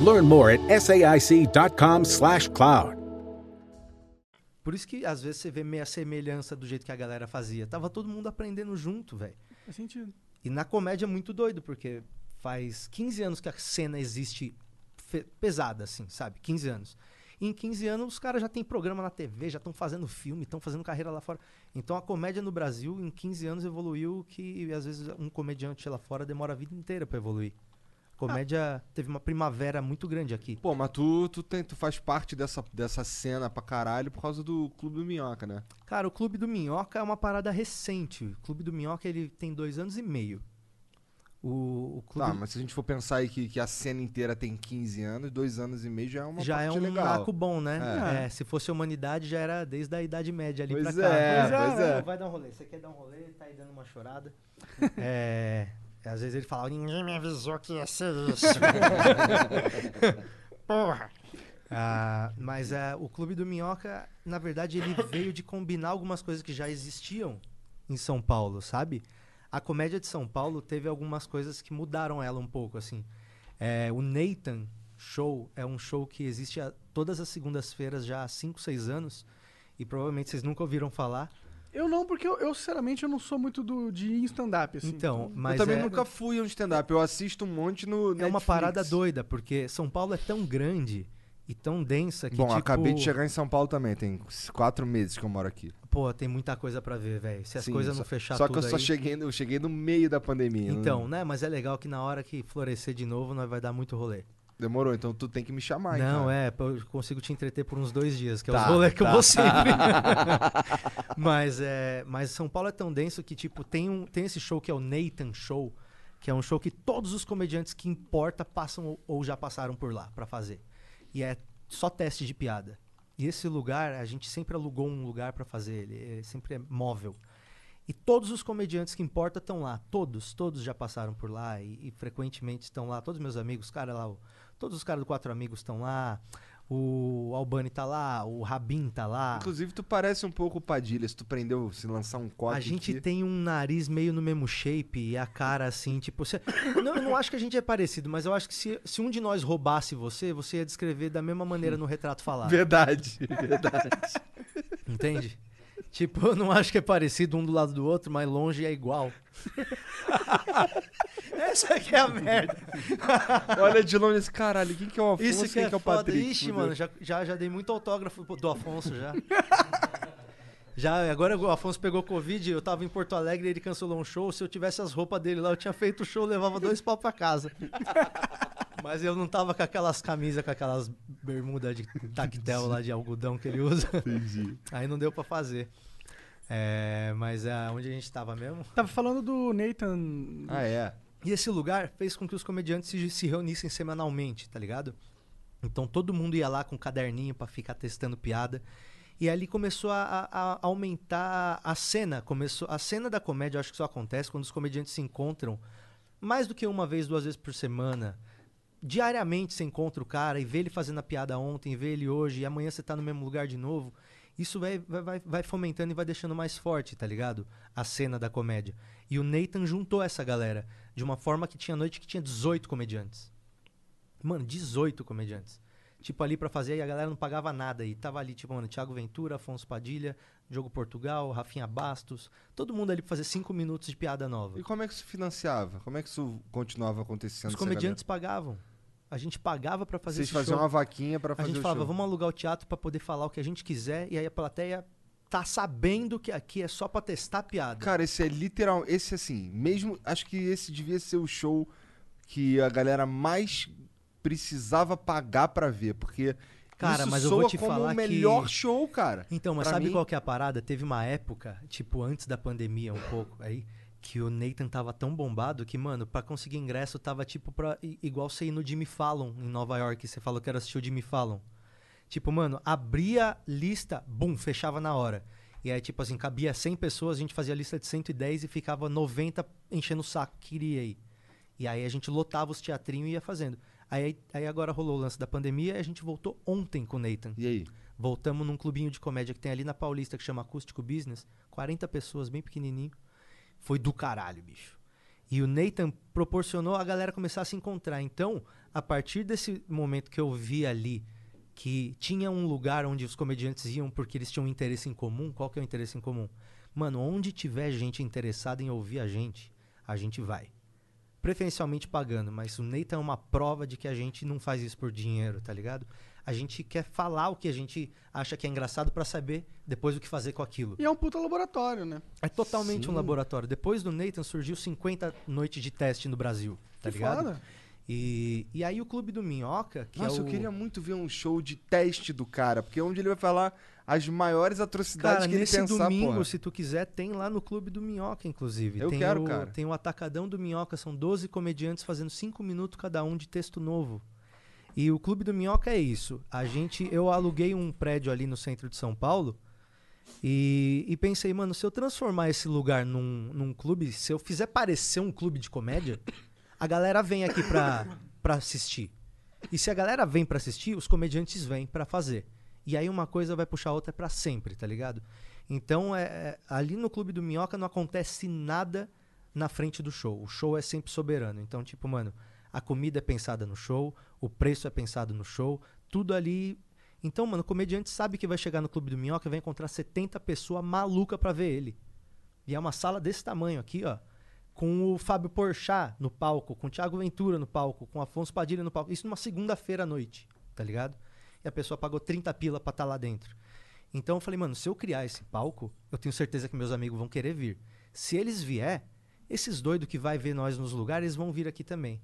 H: Learn more at saic.com/slash cloud.
F: Por isso que às vezes você vê meio a semelhança do jeito que a galera fazia. Tava todo mundo aprendendo junto, velho.
D: Faz sentido.
F: E na comédia é muito doido, porque faz 15 anos que a cena existe fe- pesada, assim, sabe? 15 anos. E em 15 anos os caras já têm programa na TV, já estão fazendo filme, estão fazendo carreira lá fora. Então a comédia no Brasil em 15 anos evoluiu que às vezes um comediante lá fora demora a vida inteira para evoluir. Comédia teve uma primavera muito grande aqui.
E: Pô, mas tu, tu, tem, tu faz parte dessa, dessa cena pra caralho por causa do Clube do Minhoca, né?
F: Cara, o Clube do Minhoca é uma parada recente. O Clube do Minhoca ele tem dois anos e meio. O, o Clube
E: Tá, mas se a gente for pensar aí que, que a cena inteira tem 15 anos, dois anos e meio já é uma
F: já é
E: parte
F: um
E: legal.
F: marco bom, né? É, se fosse a humanidade, já era desde a Idade Média ali
E: Pois
F: pra cá.
E: é, Pois é, pois é.
F: Não, Vai dar um rolê. Você quer dar um rolê? Tá aí dando uma chorada. É, Às vezes ele fala, ninguém me avisou que ia ser isso. Porra. Ah, mas ah, o Clube do Minhoca, na verdade, ele veio de combinar algumas coisas que já existiam em São Paulo, sabe? A comédia de São Paulo teve algumas coisas que mudaram ela um pouco, assim. É, o Nathan Show é um show que existe a- todas as segundas-feiras já há 5, 6 anos. E provavelmente vocês nunca ouviram falar.
D: Eu não, porque eu, eu, sinceramente, eu não sou muito do, de ir em stand-up, assim.
F: Então,
E: Eu
F: mas
E: também
F: é,
E: nunca fui a um stand-up, eu assisto um monte no
F: é uma
E: Netflix.
F: parada doida, porque São Paulo é tão grande e tão densa que,
E: Bom,
F: tipo...
E: acabei de chegar em São Paulo também, tem quatro meses que eu moro aqui.
F: Pô, tem muita coisa pra ver, velho. Se as
E: Sim,
F: coisas não
E: só-
F: fechar
E: Só que
F: tudo
E: eu só
F: aí...
E: cheguei, eu cheguei no meio da pandemia. não-
F: Então, né? Mas é legal que na hora que florescer de novo, nós vai dar muito rolê.
E: Demorou, então tu tem que me chamar, hein,
F: Não,
E: cara.
F: é, pô, eu consigo te entreter por uns dois dias, que é
E: Tá,
F: os rolê que eu
E: tá.
F: vou sempre. mas, é, mas São Paulo é tão denso que, tipo, tem, um, tem esse show que é o Nathan Show, que é um show que todos os comediantes que importa passam ou, ou já passaram por lá pra fazer. E é só teste de piada. E esse lugar, a gente sempre alugou um lugar pra fazer ele, é- sempre é móvel. E todos os comediantes que importa estão lá. Todos, todos já passaram por lá e, e frequentemente estão lá. Todos meus amigos, cara lá, o- todos os caras do Quatro Amigos estão lá. O Albani tá lá, o Rabin tá lá.
E: Inclusive, tu parece um pouco o Padilha, se tu prendeu, se lançar um corte
F: A gente
E: aqui.
F: tem um nariz meio no mesmo shape e a cara assim, tipo. Você... Não, eu não acho que a gente é parecido, mas eu acho que se, se um de nós roubasse você, você ia descrever da mesma maneira no retrato falado.
E: Verdade, verdade.
F: Entende? Tipo, eu não acho que é parecido um do lado do outro, mas longe é igual. Essa que é a merda.
E: Olha de longe esse caralho, quem que é o Afonso,
F: Isso que
E: quem
F: é,
E: que é o
F: foda.
E: Patrick?
F: Ixi,
E: Fudeu.
F: mano, já, já, já dei muito autógrafo pro- do Afonso já. já, agora o Afonso pegou Covid, eu tava em Porto Alegre ele cancelou um show. Se eu tivesse as roupas dele lá, eu tinha feito o show, levava dois pau pra casa. Mas eu não tava com aquelas camisas, com aquelas bermudas de tactel lá de algodão que ele usa. Entendi. Aí não deu pra fazer. É, mas ah, onde a gente tava mesmo?
D: Tava falando do Nathan...
E: Ah, é.
F: E esse lugar fez com que os comediantes se, se reunissem semanalmente, tá ligado? Então todo mundo ia lá com um caderninho pra ficar testando piada. E ali começou a, a- a aumentar a cena. Começou a cena da comédia, eu acho que só acontece quando os comediantes se encontram mais do que uma vez, duas vezes por semana. Diariamente você encontra o cara e vê ele fazendo a piada ontem, vê ele hoje, e amanhã você tá no mesmo lugar de novo. Isso vai, vai- vai, vai fomentando e vai deixando mais forte, tá ligado? A cena da comédia. E o Nathan juntou essa galera de uma forma que tinha noite que tinha 18 comediantes. Mano, 18 comediantes. Tipo, ali pra fazer, e a galera não pagava nada. E tava ali, tipo, mano, Thiago Ventura, Afonso Padilha, Diogo Portugal, Rafinha Bastos. Todo mundo ali pra fazer 5 minutos de piada nova.
E: E como é que isso financiava? Como é que isso continuava acontecendo?
F: Os
E: essa
F: comediantes pagavam. A gente pagava pra
E: galera?
F: fazer
E: Vocês
F: esse
E: faziam
F: show.
E: uma vaquinha pra
F: A
E: fazer
F: gente
E: o
F: falava,
E: show.
F: vamos alugar o teatro pra poder falar o que a gente quiser. E aí a plateia tá sabendo que aqui é só pra testar piada.
E: Cara, esse é literal, esse assim, mesmo, acho que esse devia ser o show que a galera mais precisava pagar pra ver, porque
F: Cara,
E: isso
F: mas eu
E: soa
F: vou te
E: como
F: falar
E: o
F: que-
E: melhor show, cara.
F: Então, mas
E: Pra
F: sabe
E: mim-
F: qual que é a parada? Teve uma época, tipo, antes da pandemia um pouco aí, que o Nathan tava tão bombado que, mano, pra conseguir ingresso tava tipo pra, i- igual você ir no Jimmy Fallon em Nova York. Você falou que era assistir o Jimmy Fallon. Tipo, mano, abria lista, bum, fechava na hora. E aí, tipo assim, cabia 100 pessoas, a gente fazia a lista de 110 e ficava 90 enchendo o saco que queria ir. E aí a gente lotava os teatrinhos e ia fazendo. Aí, aí agora rolou o lance da pandemia e a gente voltou ontem com o Nathan.
E: E aí?
F: Voltamos num clubinho de comédia que tem ali na Paulista, que chama Acústico Business. 40 pessoas, bem pequenininho. Foi do caralho, bicho. E o Nathan proporcionou a galera começar a se encontrar. Então, a partir desse momento que eu vi ali que tinha um lugar onde os comediantes iam porque eles tinham um interesse em comum, qual que é o interesse em comum? Mano, onde tiver gente interessada em ouvir a gente, a gente vai. Preferencialmente pagando, mas o Nathan é uma prova de que a gente não faz isso por dinheiro, tá ligado? A A gente quer falar o que a gente acha que é engraçado pra saber depois o que fazer com aquilo.
D: E é um puta laboratório, né?
F: É totalmente um
E: Sim.
F: laboratório. Depois do Nathan surgiu 50 noites de teste no Brasil, tá
D: Que
F: ligado?
D: foda.
F: E, e aí o Clube do Minhoca, que
E: Nossa,
F: é o...
E: eu queria muito ver um show de teste do cara, porque é onde ele vai falar as maiores atrocidades
F: Cara,
E: que ele
F: nesse
E: pensar,
F: domingo,
E: porra.
F: se tu quiser, tem lá no Clube do Minhoca, inclusive.
E: Eu
F: tem
E: quero,
F: o,
E: cara.
F: Tem o Atacadão do Minhoca, são 12 comediantes fazendo 5 minutos cada um de texto novo. E o Clube do Minhoca é isso. A gente, eu aluguei um prédio ali no centro de São Paulo e, e pensei, mano, se eu transformar esse lugar num, num clube, se eu fizer parecer um clube de comédia, a galera vem aqui pra, pra assistir. E se a galera vem pra assistir, os comediantes vêm pra fazer. E aí uma coisa vai puxar a outra pra sempre, tá ligado? Então, é, é, ali no Clube do Minhoca não acontece nada na frente do show. O show é sempre soberano. Então, tipo, mano, a comida é pensada no show, o preço é pensado no show, tudo ali. Então, mano, o comediante sabe que vai chegar no Clube do Minhoca e vai encontrar 70 pessoas malucas pra ver ele. E é uma sala desse tamanho aqui, ó. Com o Fábio Porchat no palco, com o Thiago Ventura no palco, com o Afonso Padilha no palco. Isso numa segunda-feira à noite, tá ligado? E a pessoa pagou 30 pila pra estar lá dentro. Então eu falei, mano, se eu criar esse palco, eu tenho certeza que meus amigos vão querer vir. Se eles vier, esses doidos que vai ver nós nos lugares vão vir aqui também.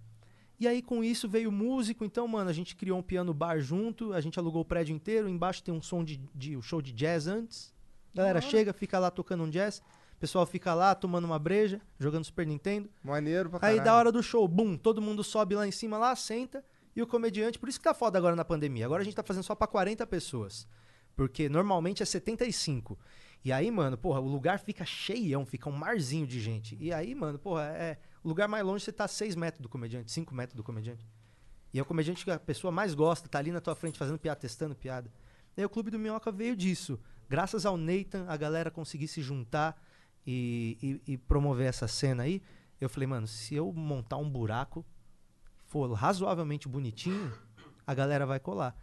F: E aí com isso veio músico, então, mano, a gente criou um piano bar junto, a gente alugou o prédio inteiro, embaixo tem um som de, de um show de jazz antes. A galera chega, fica lá tocando um jazz, o pessoal fica lá tomando uma breja, jogando Super Nintendo.
E: Maneiro pra
F: Aí
E: caralho.
F: da hora do show, bum, todo mundo sobe lá em cima, lá senta, e o comediante, por isso que tá foda agora na pandemia. Agora a gente tá fazendo só pra 40 pessoas. Porque normalmente é 75. E aí, mano, porra, o lugar fica cheião, fica um marzinho de gente. E aí, mano, porra, é. O lugar mais longe você tá 6 metros do comediante, 5 metros do comediante. E é o comediante que a pessoa mais gosta, tá ali na tua frente fazendo piada, testando piada. E aí o Clube do Minhoca veio disso. Graças ao Nathan, a galera conseguir se juntar e, e- e promover essa cena aí. Eu falei, mano, se eu montar um buraco, for razoavelmente bonitinho, a galera vai colar.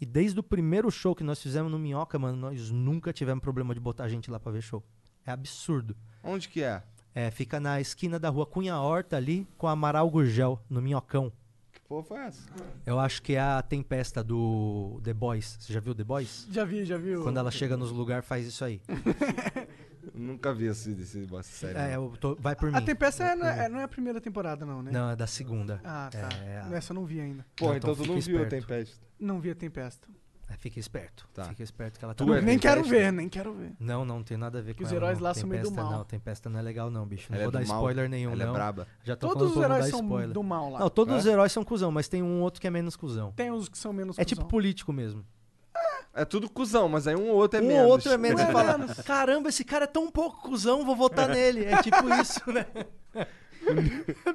F: E desde o primeiro show que nós fizemos no Minhoca, mano, nós nunca tivemos problema de botar gente lá pra ver show. É absurdo.
E: Onde que é?
F: É, fica na esquina da rua Cunha Horta ali com a Amaral Gurgel, no Minhocão.
E: Que porra foi essa?
F: Eu acho que é a Tempesta do The Boys. Você já viu The Boys?
D: Já vi, já vi. o-
F: Quando ela chega nos lugares, faz isso aí.
E: Nunca vi esse, esse bosta sério.
F: É, eu tô- vai por
D: A
F: mim.
D: Tempesta é- não é, não é a primeira temporada, não, né?
F: Não, é da segunda.
D: Ah, tá.
F: É, a-
D: Essa eu não vi ainda.
E: Porra,
F: então
E: então, tu
F: fica
E: não viu a
F: esperto.
E: Tempest.
D: Não vi a Tempesta.
F: É, Fica esperto.
E: Tá.
F: Fica esperto que ela tá.
E: Tu
F: no
E: é
D: nem quero
E: Tempesta?
D: ver, nem quero ver.
F: Não, não tem nada a ver com
D: os
F: ela,
D: heróis
F: não.
D: lá são meio do
F: Tempesta,
D: mal.
F: Não, Tempesta não é legal não, bicho. Não
E: Ela é
F: vou dar
E: do mal?
F: spoiler nenhum
E: Ela é
F: não.
E: braba?
F: Já tô
D: Todos
F: falando
D: os
F: pra não
D: heróis
F: dar
D: são
F: spoiler.
D: do mal lá.
F: Não, todos
E: É?
F: os heróis são cuzão, mas tem um outro que é menos cuzão.
D: Tem uns que são menos
F: É tipo
D: cuzão.
F: político mesmo.
E: É tudo cuzão, mas aí um ou outro é
F: um
E: menos.
F: ou outro é menos
D: É
F: que fala,
D: menos.
F: caramba, esse cara é tão pouco cuzão, vou votar nele. É tipo isso, né?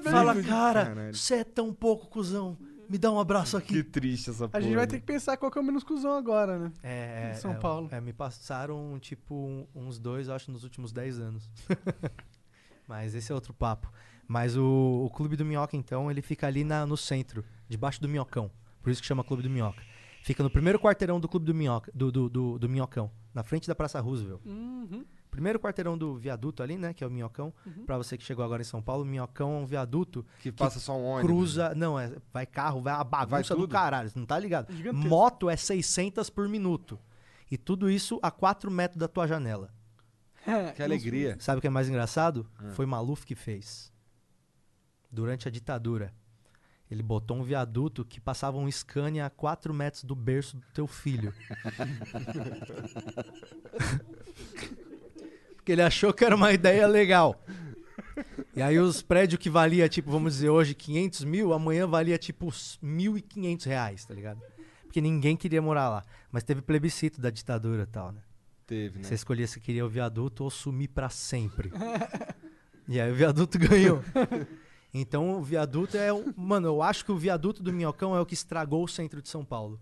F: fala, cara,
E: Caralho.
F: você é tão pouco cuzão, me dá um abraço
E: Que
F: aqui.
E: triste essa porra.
D: A gente vai
E: né?
D: ter que pensar qual que é o menos cuzão agora, né?
F: É,
D: Em
F: é,
D: São
F: é,
D: Paulo.
F: é, me passaram, tipo, um- uns dois, acho, nos últimos dez anos. Mas esse é outro papo. Mas o, o Clube do Minhoca, então, ele fica ali na- no centro, debaixo do Minhocão. Por isso que chama Clube do Minhoca. Fica no primeiro quarteirão do Clube do Minhoca, do, do, do, do Minhocão, na frente da Praça Roosevelt.
D: Uhum.
F: Primeiro quarteirão do viaduto ali, né, que é o Minhocão. Pra você que chegou agora em São Paulo, o Minhocão é um viaduto
E: Que passa só um ônibus.
F: cruza. Não, é, vai carro, vai a bagunça do
E: tudo?
F: caralho, você não tá ligado?
D: Gigantesco.
F: Moto é 600 por minuto. E tudo isso a 4 metros da tua janela.
E: Que alegria.
F: Sabe o que é mais engraçado? Foi Maluf que fez. Durante a ditadura. Ele botou um viaduto que passava um Scania a 4 metros do berço do teu filho. Porque ele achou que era uma ideia legal. E aí os prédios que valia, tipo, vamos dizer hoje, 500 mil, amanhã valia, tipo, uns 1.500 reais, tá ligado? Porque ninguém queria morar lá. Mas teve plebiscito da ditadura e tal, né?
E: Teve, né?
F: Você escolhia se queria o viaduto ou sumir pra sempre. e aí o viaduto ganhou. Então o viaduto é. um- Mano, eu acho que o viaduto do Minhocão é o que estragou o centro de São Paulo.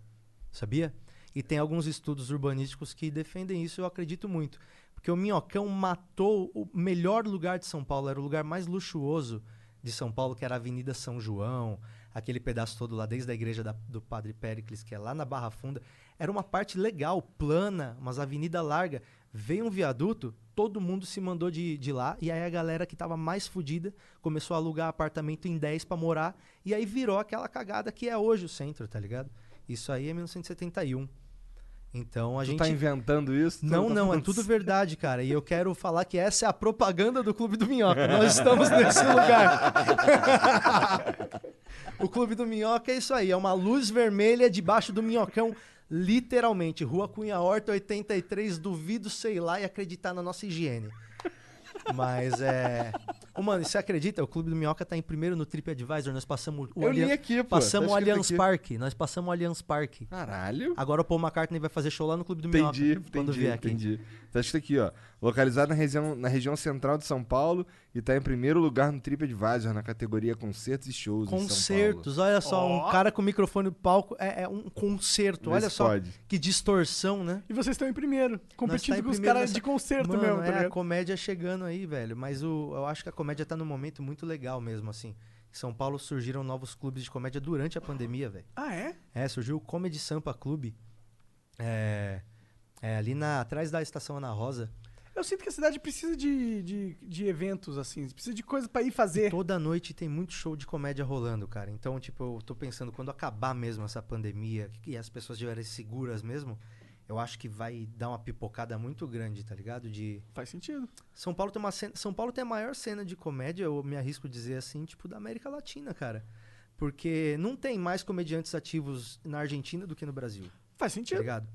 F: Sabia? E tem alguns estudos urbanísticos que defendem isso, eu acredito muito. Porque o Minhocão matou o melhor lugar de São Paulo, era o lugar mais luxuoso de São Paulo, que era a Avenida São João, aquele pedaço todo lá, desde a igreja da- do Padre Péricles, que é lá na Barra Funda. Era uma parte legal, plana, umas avenidas largas. Veio um viaduto, todo mundo se mandou de, de lá, e aí a galera que tava mais fudida começou a alugar apartamento em 10 pra morar, e aí virou aquela cagada que é hoje o centro, tá ligado? Isso aí é 1971. Então a
E: Tu
F: gente.
E: tá inventando isso? Tu
F: Não,
E: tá
F: não, é
E: falando
F: tudo
E: sério?
F: verdade, cara. E eu quero falar que essa é a propaganda do Clube do Minhoca. Nós estamos nesse lugar. o Clube do Minhoca é isso aí, é uma luz vermelha debaixo do minhocão, literalmente. Rua Cunha Horta 83, duvido, sei lá, e acreditar na nossa higiene. Mas é. Ô, mano, e você acredita? O Clube do Minhoca tá em primeiro no TripAdvisor. Nós passamos o
E: Eu li
F: Allian-
E: aqui, pô. Tá
F: Passamos o
E: escrito
F: Allianz
E: aqui.
F: Parque. Nós passamos o Allianz Parque.
E: Caralho.
F: Agora o Paul McCartney vai fazer show lá no Clube do Minhoca.
E: Entendi,
F: quando
E: entendi,
F: vier aqui.
E: entendi. Tá escrito aqui, ó. Localizado na região, na região central de São Paulo e tá em primeiro lugar no TripAdvisor, na categoria concertos e shows em São Paulo.
F: Concertos, olha só, um cara com microfone no palco é, é um concerto,
E: Vê
F: olha
E: se
F: só
E: pode.
F: que distorção, né?
D: E vocês estão em primeiro,
F: Nós
D: competindo
F: tá em
D: com os
F: primeiro
D: caras
F: nessa-
D: de concerto
F: Mano,
D: mesmo, tá
F: é, a
D: ligado?
F: comédia chegando aí, velho, mas o, eu acho que a comédia tá num momento muito legal mesmo, assim. Em São Paulo surgiram novos clubes de comédia durante a pandemia, velho.
D: Ah, é?
F: É, surgiu o Comedy Sampa Clube, é, é, ali na, atrás da Estação Ana Rosa.
D: Eu sinto que a cidade precisa de, de, de eventos, assim. Precisa de coisa pra ir fazer.
F: Toda noite tem muito show de comédia rolando, cara. Então, tipo, eu tô pensando, quando acabar mesmo essa pandemia e as pessoas estiverem seguras mesmo, eu acho que vai dar uma pipocada muito grande, tá ligado? De.
D: Faz sentido.
F: São Paulo tem uma cena. São Paulo tem a maior cena de comédia, eu me arrisco dizer assim, tipo, da América Latina, cara. Porque não tem mais comediantes ativos na Argentina do que no Brasil
D: Faz
F: tá
D: sentido.
F: ligado?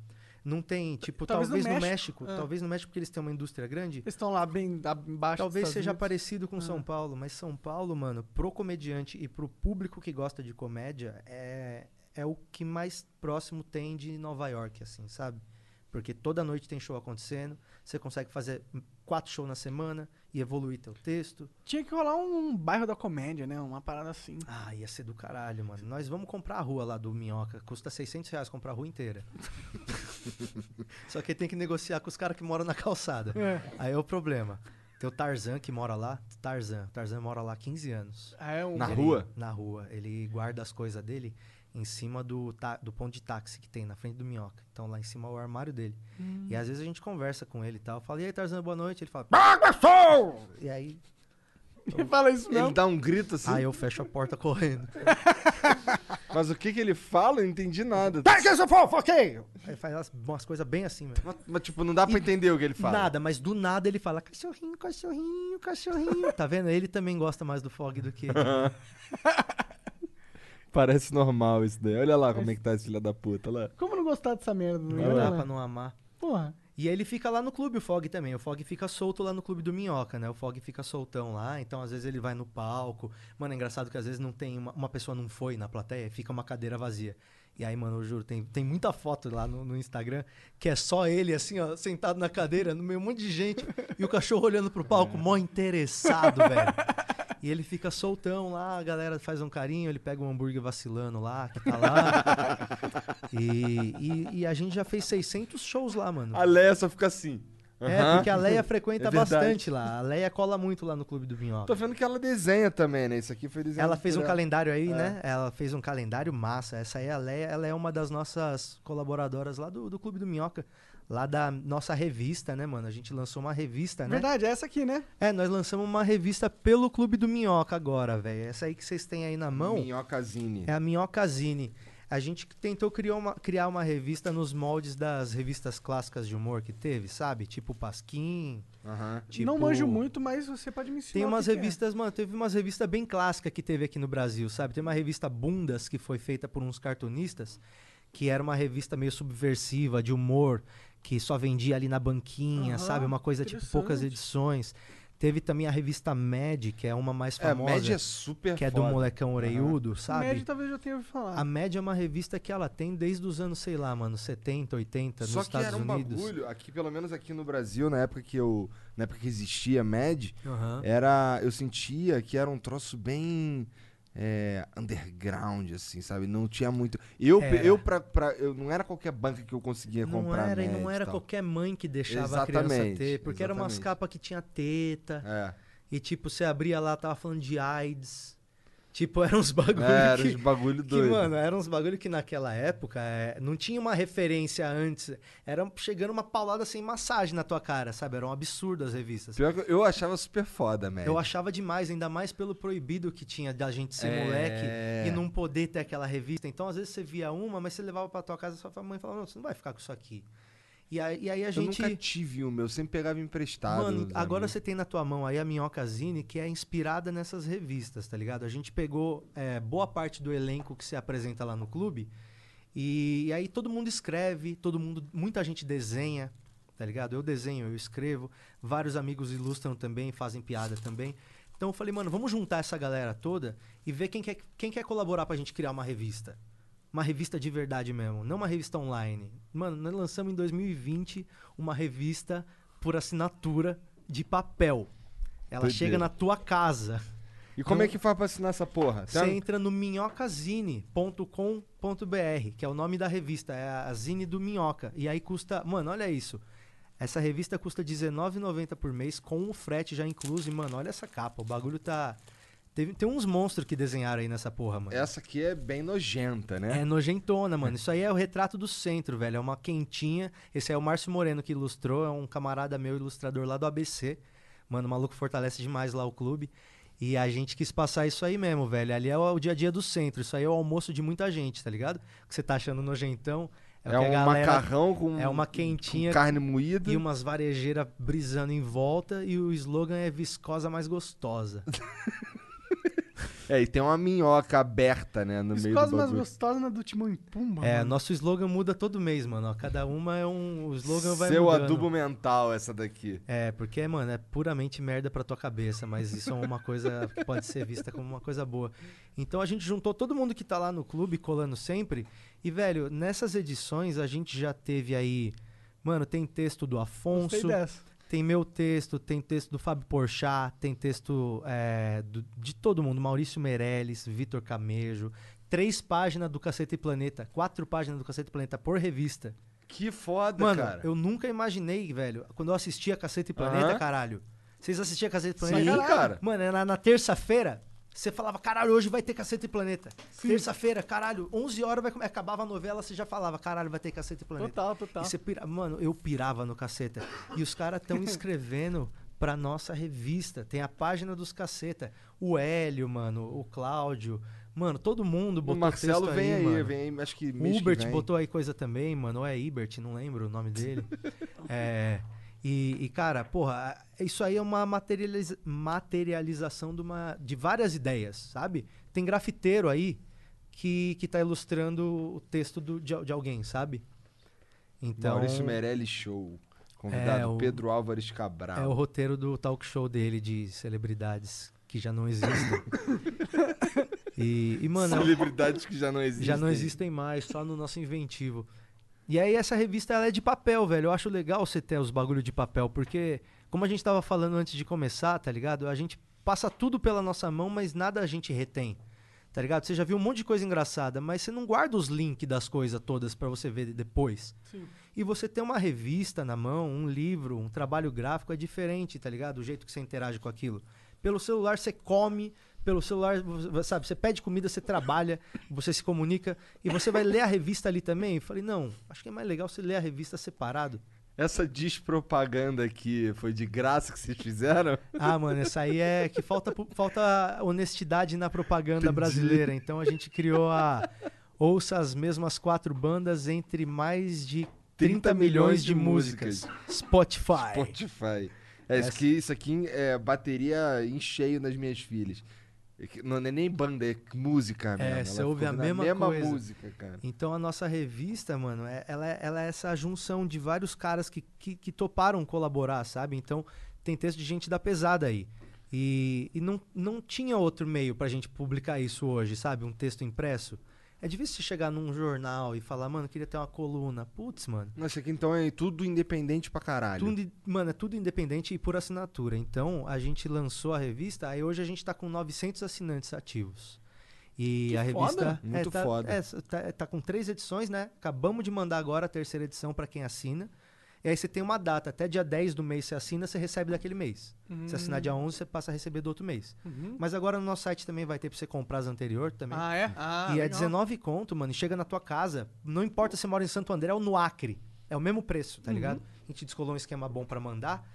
F: Não tem, tipo,
D: Talvez
F: talvez,
D: no
F: no
D: México.
F: México,
D: Ah.
F: talvez no México porque eles têm uma indústria grande,
D: Eles estão lá bem abaixo
F: talvez
D: dos Estados Unidos.
F: seja
D: Ah.
F: parecido com São Paulo, mas São Paulo, mano, pro comediante e pro público que gosta de comédia é é o que mais próximo tem de Nova York, assim, sabe? Porque toda noite tem show acontecendo, você consegue fazer quatro shows na semana e evoluir teu texto.
D: Tinha que rolar um, bairro da comédia, né? Uma parada assim.
F: Ah, ia ser do caralho, mano. Nós vamos comprar a rua lá do Minhoca. Custa 600 reais comprar a rua inteira. Só que tem que negociar com os caras que moram na calçada. Aí é o problema. Tem o Tarzan que mora lá. Tarzan. Tarzan mora lá há 15 anos.
D: Ah, é um...
E: Na
F: Ele-
E: rua?
F: Na rua. Ele guarda as coisas dele em cima do, ta- do ponto de táxi que tem na frente do Minhoca. Então lá em cima é o armário dele. E às vezes a gente conversa com ele e tal. Fala, e aí, Tarzan, boa noite. Ele fala, "Ah, garçom! E aí
D: Fala isso
E: Ele
D: mesmo.
E: dá um grito assim.
F: aí eu fecho a porta correndo.
E: Mas o que que ele fala? Eu não entendi nada.
F: Aí faz umas- umas coisas bem assim, velho.
E: Mas, mas, tipo, não dá pra entender o que ele fala.
F: Nada, mas do nada ele fala cachorrinho, cachorrinho, cachorrinho. tá vendo? Ele também gosta mais do Fog do que.
E: Parece normal isso daí. Olha lá como é que tá esse filho da puta lá.
D: Como não gostar dessa merda? Não
F: Não dá
D: é?
F: pra não amar.
D: Porra.
F: E aí ele fica lá no clube, o Fog também. O Fog fica solto lá no clube do Minhoca, né? O Fog fica soltão lá, então às vezes ele vai no palco. Mano, é engraçado que às vezes não tem. Uma, uma pessoa não foi na plateia e fica uma cadeira vazia. E aí, mano, eu juro, tem, tem muita foto lá no, no Instagram que é só ele, assim, ó, sentado na cadeira, no meio de um monte de gente, e o cachorro olhando pro palco, mó interessado, velho. E ele fica soltão lá, a galera faz um carinho, ele pega um hambúrguer vacilando lá, que tá lá. E, e- e a gente já fez 600 shows lá, mano.
E: A Leia só fica assim.
F: É,
E: Aham.
F: porque a Leia frequenta
E: É verdade.
F: bastante lá. A Leia cola muito lá no Clube do
E: Tô
F: Minhoca.
E: vendo que ela desenha também, né? Isso aqui foi desenho.
F: Ela fez um
E: por
F: calendário
E: É.
F: aí, né? Ela fez um calendário massa. Essa aí é a Leia, ela é uma das nossas colaboradoras lá do, do Clube do Minhoca. Lá da nossa revista, né, mano? A gente lançou uma revista, né?
D: Verdade, é essa aqui, né?
F: É, nós lançamos uma revista pelo Clube do Minhoca agora, velho. Essa aí que vocês têm aí na mão.
E: Minhocazine.
F: É a Minhocazine. A gente tentou criar uma, criar uma revista nos moldes das revistas clássicas de humor que teve, sabe? Tipo Pasquim.
E: Aham.
F: Tipo...
D: Não manjo muito, mas você pode me ensinar.
F: Tem
D: o
F: umas
D: que que é.
F: revistas, mano, teve umas revistas bem clássicas que teve aqui no Brasil, sabe? Tem uma revista Bundas que foi feita por uns cartunistas, que era uma revista meio subversiva, de humor, que só vendia ali na banquinha,
D: Aham,
F: sabe? Uma coisa tipo poucas
D: interessante.
F: edições. Teve também a revista Mad, que é uma mais
E: É, a
F: famosa,
E: média é super
F: que é do
E: foda.
F: molecão oreiudo, sabe?
D: Médio talvez eu tenha ouvido falar.
F: A média é uma revista que ela tem desde os anos, sei lá, mano, 70, 80,
E: Só
F: tá nos
E: que
F: Estados
E: era um
F: Unidos.
E: bagulho, aqui, pelo menos aqui no Brasil, na época que eu. Na época que existia Mad,
F: Aham.
E: era. Eu sentia que era um troço bem. é, underground, assim, sape Não tinha muito. Eu,
F: Era.
E: eu, pra, pra- eu não era qualquer banca que eu conseguia
F: É. Não
E: comprar.
F: era, e
E: Mad
F: não
E: e
F: era
E: tal.
F: qualquer mãe que deixava a criança
E: Exatamente,
F: ter, porque eram umas
E: exatamente.
F: capas que tinha teta,
E: É.
F: e tipo, você abria lá, tava falando de AIDS. Tipo, eram uns bagulho
E: É, era
F: que-
E: uns bagulho
F: que,
E: doido.
F: mano, eram uns bagulho que naquela época é, não tinha uma referência antes. Era chegando uma paulada sem massagem na tua cara, sabe? Era um absurdo as revistas.
E: Pior que eu achava super foda, man.
F: Eu achava demais, ainda mais pelo proibido que tinha da gente ser
E: É.
F: moleque e não poder ter aquela revista. Então, às vezes você via uma, mas você levava pra tua casa e sua mãe falava: Não, você não vai ficar com isso aqui. E aí, e aí a
E: Eu
F: gente.
E: nunca tive um meu, sempre pegava emprestado.
F: Mano,
E: dos
F: agora
E: amigos.
F: você tem na tua mão aí a Minhocazine, que é inspirada nessas revistas, tá ligado? A gente pegou é, boa parte do elenco que se apresenta lá no clube, e, e aí todo mundo escreve, todo mundo, muita gente desenha, tá ligado? Eu desenho, eu escrevo, vários amigos ilustram também, fazem piada também. Então eu falei, mano, vamos juntar essa galera toda e ver quem quer, quem quer colaborar pra gente criar uma revista. Uma revista de verdade mesmo, não uma revista online. Mano, nós lançamos em 2020 uma revista por assinatura de papel. Ela
E: Doideira.
F: chega na tua casa.
E: E como é que faz pra assinar essa porra? Tem
F: Você
E: uma-
F: entra no minhocazine.com.br, que é o nome da revista, é a Zine do Minhoca. E aí custa, mano, olha isso. Essa revista custa R$19,90 por mês, com o frete já incluso. E, mano, olha essa capa. O bagulho tá. Teve, tem uns monstros que desenharam aí nessa porra, mano.
E: Essa aqui é bem nojenta, né?
F: É nojentona, mano. Isso aí é o retrato do centro, velho. É uma quentinha. Esse aí é o Márcio Moreno que ilustrou, é um camarada meu, ilustrador lá do ABC. Mano, o maluco fortalece demais lá o clube. E a gente quis passar isso aí mesmo, velho. Ali é o o dia a dia do centro. Isso aí é o almoço de muita gente, tá ligado? O que você tá achando nojentão. o
E: É,
F: que a
E: um
F: galera-
E: macarrão com,
F: é uma
E: com
F: quentinha
E: carne moída.
F: e um umas varejeiras brisando em volta. E o slogan é viscosa mais gostosa.
E: É, e tem uma minhoca aberta, né, no meio do
D: Escolas mais
E: bagulho.
D: gostosas na do Timão e Pumba.
F: É,
D: mano.
F: nosso slogan muda todo mês, mano. ó. Cada uma é um. O slogan vai
E: Seu
F: mudando.
E: adubo mental essa daqui.
F: É, porque, mano, é puramente merda pra tua cabeça, mas isso é uma coisa que pode ser vista como uma coisa boa. Então a gente juntou todo mundo que tá lá no clube, colando sempre. E, velho, nessas edições a gente já teve aí. Mano, tem texto do
D: Gostei
F: Afonso,
D: dessa.
F: tem meu texto, tem texto do Fábio Porchat, tem texto é, do- de todo mundo. Maurício Meirelles, Vitor Camejo. Três páginas do Caceta e Planeta, quatro páginas do Caceta e Planeta por revista.
E: Que foda,
F: Mano,
E: cara.
F: eu nunca imaginei, velho. Quando eu assistia Caceta e Planeta,
E: Aham.
F: caralho. Vocês assistiam Caceta e
E: Sim,
F: Planeta?
E: cara.
F: Mano, era na terça-feira. Você falava, caralho, hoje vai ter Caceta e Planeta. Terça-feira, caralho, 11 horas vai come- acabava a novela, você já falava, caralho, vai ter Caceta e Planeta.
D: Total, total.
F: E você pira- Mano, eu pirava no Caceta. E os caras estão escrevendo pra nossa revista. Tem a página dos Caceta. O Hélio, mano, o Cláudio. Mano, todo mundo
E: o
F: botou
E: Marcelo
F: texto
E: vem aí,
F: mano.
E: vem aí, acho que
F: O
E: mês que
F: Hubert
E: vem.
F: botou aí coisa também, mano. Ou é Ibert, não lembro o nome dele. É, E, e, cara, porra, isso aí é uma materializa- materialização de, uma- de várias ideias, sabe? Tem grafiteiro aí que, que tá ilustrando o texto do- de, al- de alguém, sabe? Então,
E: Maurício Meirelles Show. Convidado
F: É, o-
E: Pedro Álvares Cabral.
F: é o roteiro do talk show dele de celebridades que já não existem. e, e, mano, é um-
E: Celebridades que já não existem.
F: Já não existem mais, só no nosso inventivo. E aí essa revista ela é de papel, velho. Eu acho legal você ter os bagulho de papel, porque como a gente tava falando antes de começar, tá ligado? A gente passa tudo pela nossa mão, mas nada a gente retém. Tá ligado? Você já viu um monte de coisa engraçada, mas você não guarda os links das coisas todas pra você ver depois. E você ter uma revista na mão, um livro, um trabalho gráfico é diferente, tá ligado? O jeito que você interage com aquilo. Pelo celular você come, pelo celular, vo- sabe, você pede comida, você trabalha, você se comunica e você vai ler a revista ali também. Eu falei, não, acho que é mais legal você ler a revista separado.
E: Essa despropaganda aqui foi de graça que vocês fizeram?
F: Ah, mano, essa aí é que falta, pu- falta honestidade na propaganda
E: Entendi.
F: brasileira. Então a gente criou a Ouça as mesmas quatro bandas entre mais de 30, milhões de músicas. Spotify.
E: Spotify. É, isso,
F: Essa-
E: aqui, isso aqui é bateria em cheio nas minhas filhas. É que Não é nem banda, é música mesmo.
F: você
E: Ela
F: ouve
E: ficou
F: a
E: ouvindo
F: mesma coisa.
E: música, cara.
F: Então a nossa revista, mano, é- ela, é- ela é essa junção de vários caras que, que, que toparam colaborar, sabe? Então tem texto de gente da pesada aí. E, e não, não tinha outro meio pra gente publicar isso hoje, sabe? Um texto impresso. É difícil você chegar num jornal e falar, mano, queria ter uma coluna. Putz, mano.
E: Nossa, aqui então é tudo independente pra caralho.
F: Tudo, mano, é tudo independente e por assinatura. Então, a gente lançou a revista, aí hoje a gente tá com 900 assinantes ativos. E a
E: foda.
F: revista é,
E: Muito
F: tá,
E: foda.
F: é, tá, tá com três edições, né? Acabamos de mandar agora a terceira edição pra quem assina. E aí você tem uma data, até dia 10 do mês você assina, você recebe daquele mês. Se
E: Hum.
F: assinar dia 11, você passa a receber do outro mês. Mas agora no nosso site também vai ter pra você comprar as anterior também.
D: Uhum. Ah, é? Ah,
F: e é
D: legal.
F: 19 conto, mano, e chega na tua casa. Não importa se mora em Santo André ou no Acre. É o mesmo preço,
D: Uhum.
F: tá ligado? A gente descolou um esquema bom pra mandar.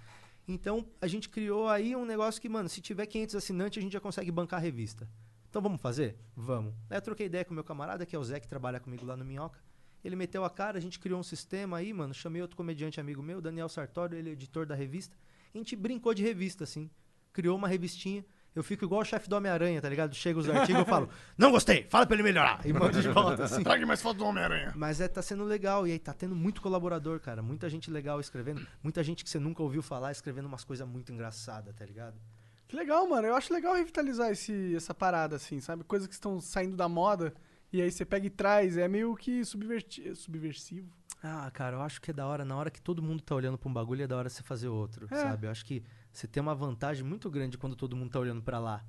F: Então, a gente criou aí um negócio que, mano, se tiver 500 assinantes, a gente já consegue bancar a revista. Então, vamos fazer? Vamos. Aí eu troquei ideia com o meu camarada, que é o Zé, que trabalha comigo lá no Minhoca. Ele meteu a cara, a gente criou um sistema aí, mano. Chamei outro comediante amigo meu, Daniel Sartório, ele é editor da revista. A gente brincou de revista, assim. Criou uma revistinha. Eu fico igual o chefe do Homem-Aranha, tá ligado? Chega os artigos, eu falo, não gostei, fala pra ele melhorar. E mando de volta, assim.
G: Traga mais foto do Homem-Aranha.
F: Mas é, tá sendo legal, e aí tá tendo muito colaborador, cara. Muita gente legal escrevendo, muita gente que você nunca ouviu falar escrevendo umas coisas muito engraçadas, tá ligado?
D: Que legal, mano. Eu acho legal revitalizar esse, essa parada, assim, sabe? Coisas que estão saindo da moda e aí você pega e traz. É meio que subverti... subversivo.
F: Ah, cara, eu acho que é da hora, na hora que todo mundo tá olhando pra um bagulho, é da hora você fazer outro,
D: É.
F: sabe? Eu acho que você tem uma vantagem muito grande quando todo mundo tá olhando pra lá.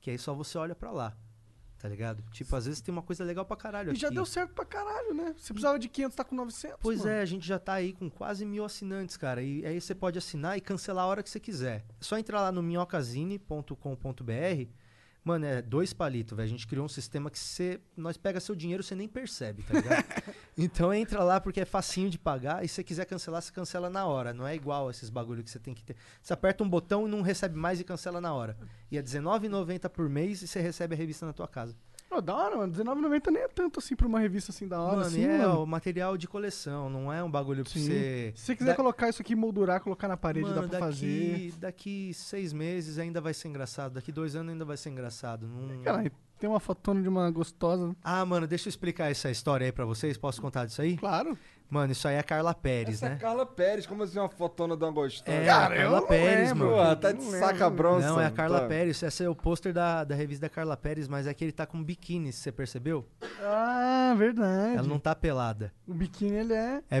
F: Que aí só você olha pra lá, tá ligado? Tipo, às vezes tem uma coisa legal pra caralho
D: E já
F: aqui.
D: deu certo pra caralho, né? Você precisava de 500, tá com 900.
F: Pois
D: mano.
F: é, a gente já tá aí com quase mil assinantes, cara. E aí você pode assinar e cancelar a hora que você quiser. É só entrar lá no minhocazine.com.br. Mano, é dois palitos, velho. A gente criou um sistema que você. Nós pega seu dinheiro, você nem percebe, tá ligado? então entra lá porque é facinho de pagar. E se você quiser cancelar, você cancela na hora. Não é igual esses bagulho que você tem que ter. Você aperta um botão e não recebe mais e cancela na hora. E é R$19,90 por mês e você recebe a revista na tua casa.
D: Ô, da hora, mano. R$19,90 nem é tanto assim pra uma revista assim da hora,
F: Mano,
D: assim,
F: e é
D: mano.
F: o material de coleção, não é um bagulho pra
D: Sim.
F: você.
D: Se você quiser
F: Da-
D: colocar isso aqui, moldurar, colocar na parede, dá pra fazer.
F: daqui, daqui seis meses ainda vai ser engraçado. Daqui dois anos ainda vai ser engraçado. Não-
D: Caralho, tem uma fotona de uma gostosa.
F: Ah, mano, deixa eu explicar essa história aí pra vocês. Posso contar disso aí?
D: Claro.
F: Mano, isso aí é a Carla Pérez,
E: Essa
F: né?
E: Carla Pérez, como assim uma fotona de uma gostosa?
F: É,
E: Cara,
F: a Carla Pérez,
E: lembro,
F: mano.
E: ela tá de saca bronze.
F: Não, é a Carla
E: tá?
F: Pérez. Esse é o pôster da, da revista da Carla Pérez, mas é que ele tá com biquíni, você percebeu?
D: Ah, verdade.
F: Ela não tá pelada.
D: O biquíni, ele é...
F: É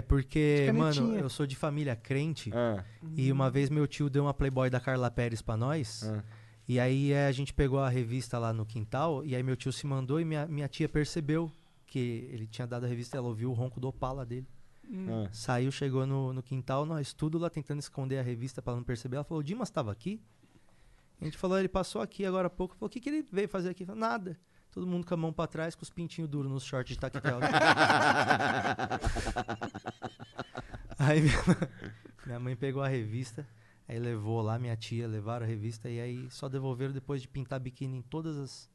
D: De
F: porque,
D: canetinha.
F: mano, eu sou de família crente.
E: Ah,
F: E uma vez meu tio deu uma Playboy da Carla Pérez pra nós.
E: Ah.
F: E aí eh, a gente pegou a revista lá no quintal. E aí meu tio se mandou e minha, minha tia percebeu que ele tinha dado a revista. Ela ouviu o ronco do Opala dele.
E: ah.
F: Saiu, chegou no, no quintal, nós tudo lá tentando esconder a revista pra ela não perceber. Ela falou: o Dimas tava aqui? A gente falou: ele passou aqui agora há pouco. Falou: o que, que ele veio fazer aqui? Falou, Nada. Todo mundo com a mão pra trás, com os pintinhos duros nos shorts de tactel. aí minha, mãe- minha mãe pegou a revista, aí levou lá, minha tia levaram a revista, e aí só devolveram depois de pintar biquíni em todas as.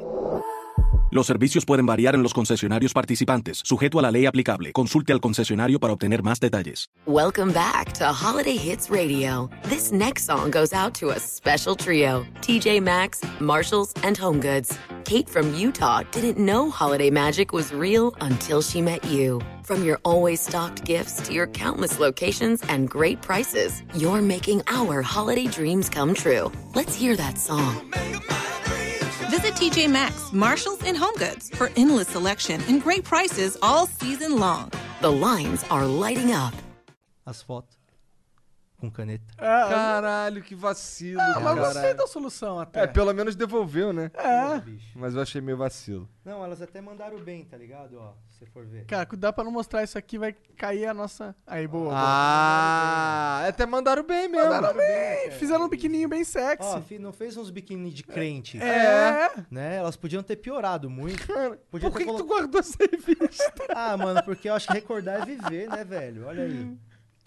I: Los servicios pueden variar en los concesionarios participantes, sujeto a la ley aplicable. Consulte al concesionario para obtener más detalles.
J: Welcome back to Holiday Hits Radio. This next song goes out to a special trio TJ Maxx, Marshalls, and HomeGoods. Kate from Utah didn't know holiday magic was real until she met you. From your always stocked gifts to your countless locations and great prices, you're making our holiday dreams come true. Let's hear that song.
K: Visit TJ Maxx, Marshalls, and HomeGoods for endless selection and great prices all season long.
J: The lines are lighting up.
F: As fotos. Com caneta.
E: Caralho, que vacilo,
D: Ah, Mas
E: cara.
D: gostei da solução até.
E: É, pelo menos devolveu, né? É. Mas eu achei meio vacilo.
F: Não, elas até mandaram bem, tá ligado? Ó, se você for ver.
D: Cara, cuidado pra não mostrar isso aqui, vai cair a nossa... Aí, boa.
F: Ah.
E: Ah, até mandaram bem mesmo.
D: Mandaram bem, fizeram um biquininho bem sexy.
F: Ó, fi- não fez uns biquíni de crente,
D: é.
F: né? Elas podiam ter piorado muito. Podia
E: Por
F: ter
E: que, que
F: colo-
E: tu guardou essa revista?
F: Ah, mano, porque eu acho que recordar é viver, né, velho? Olha aí.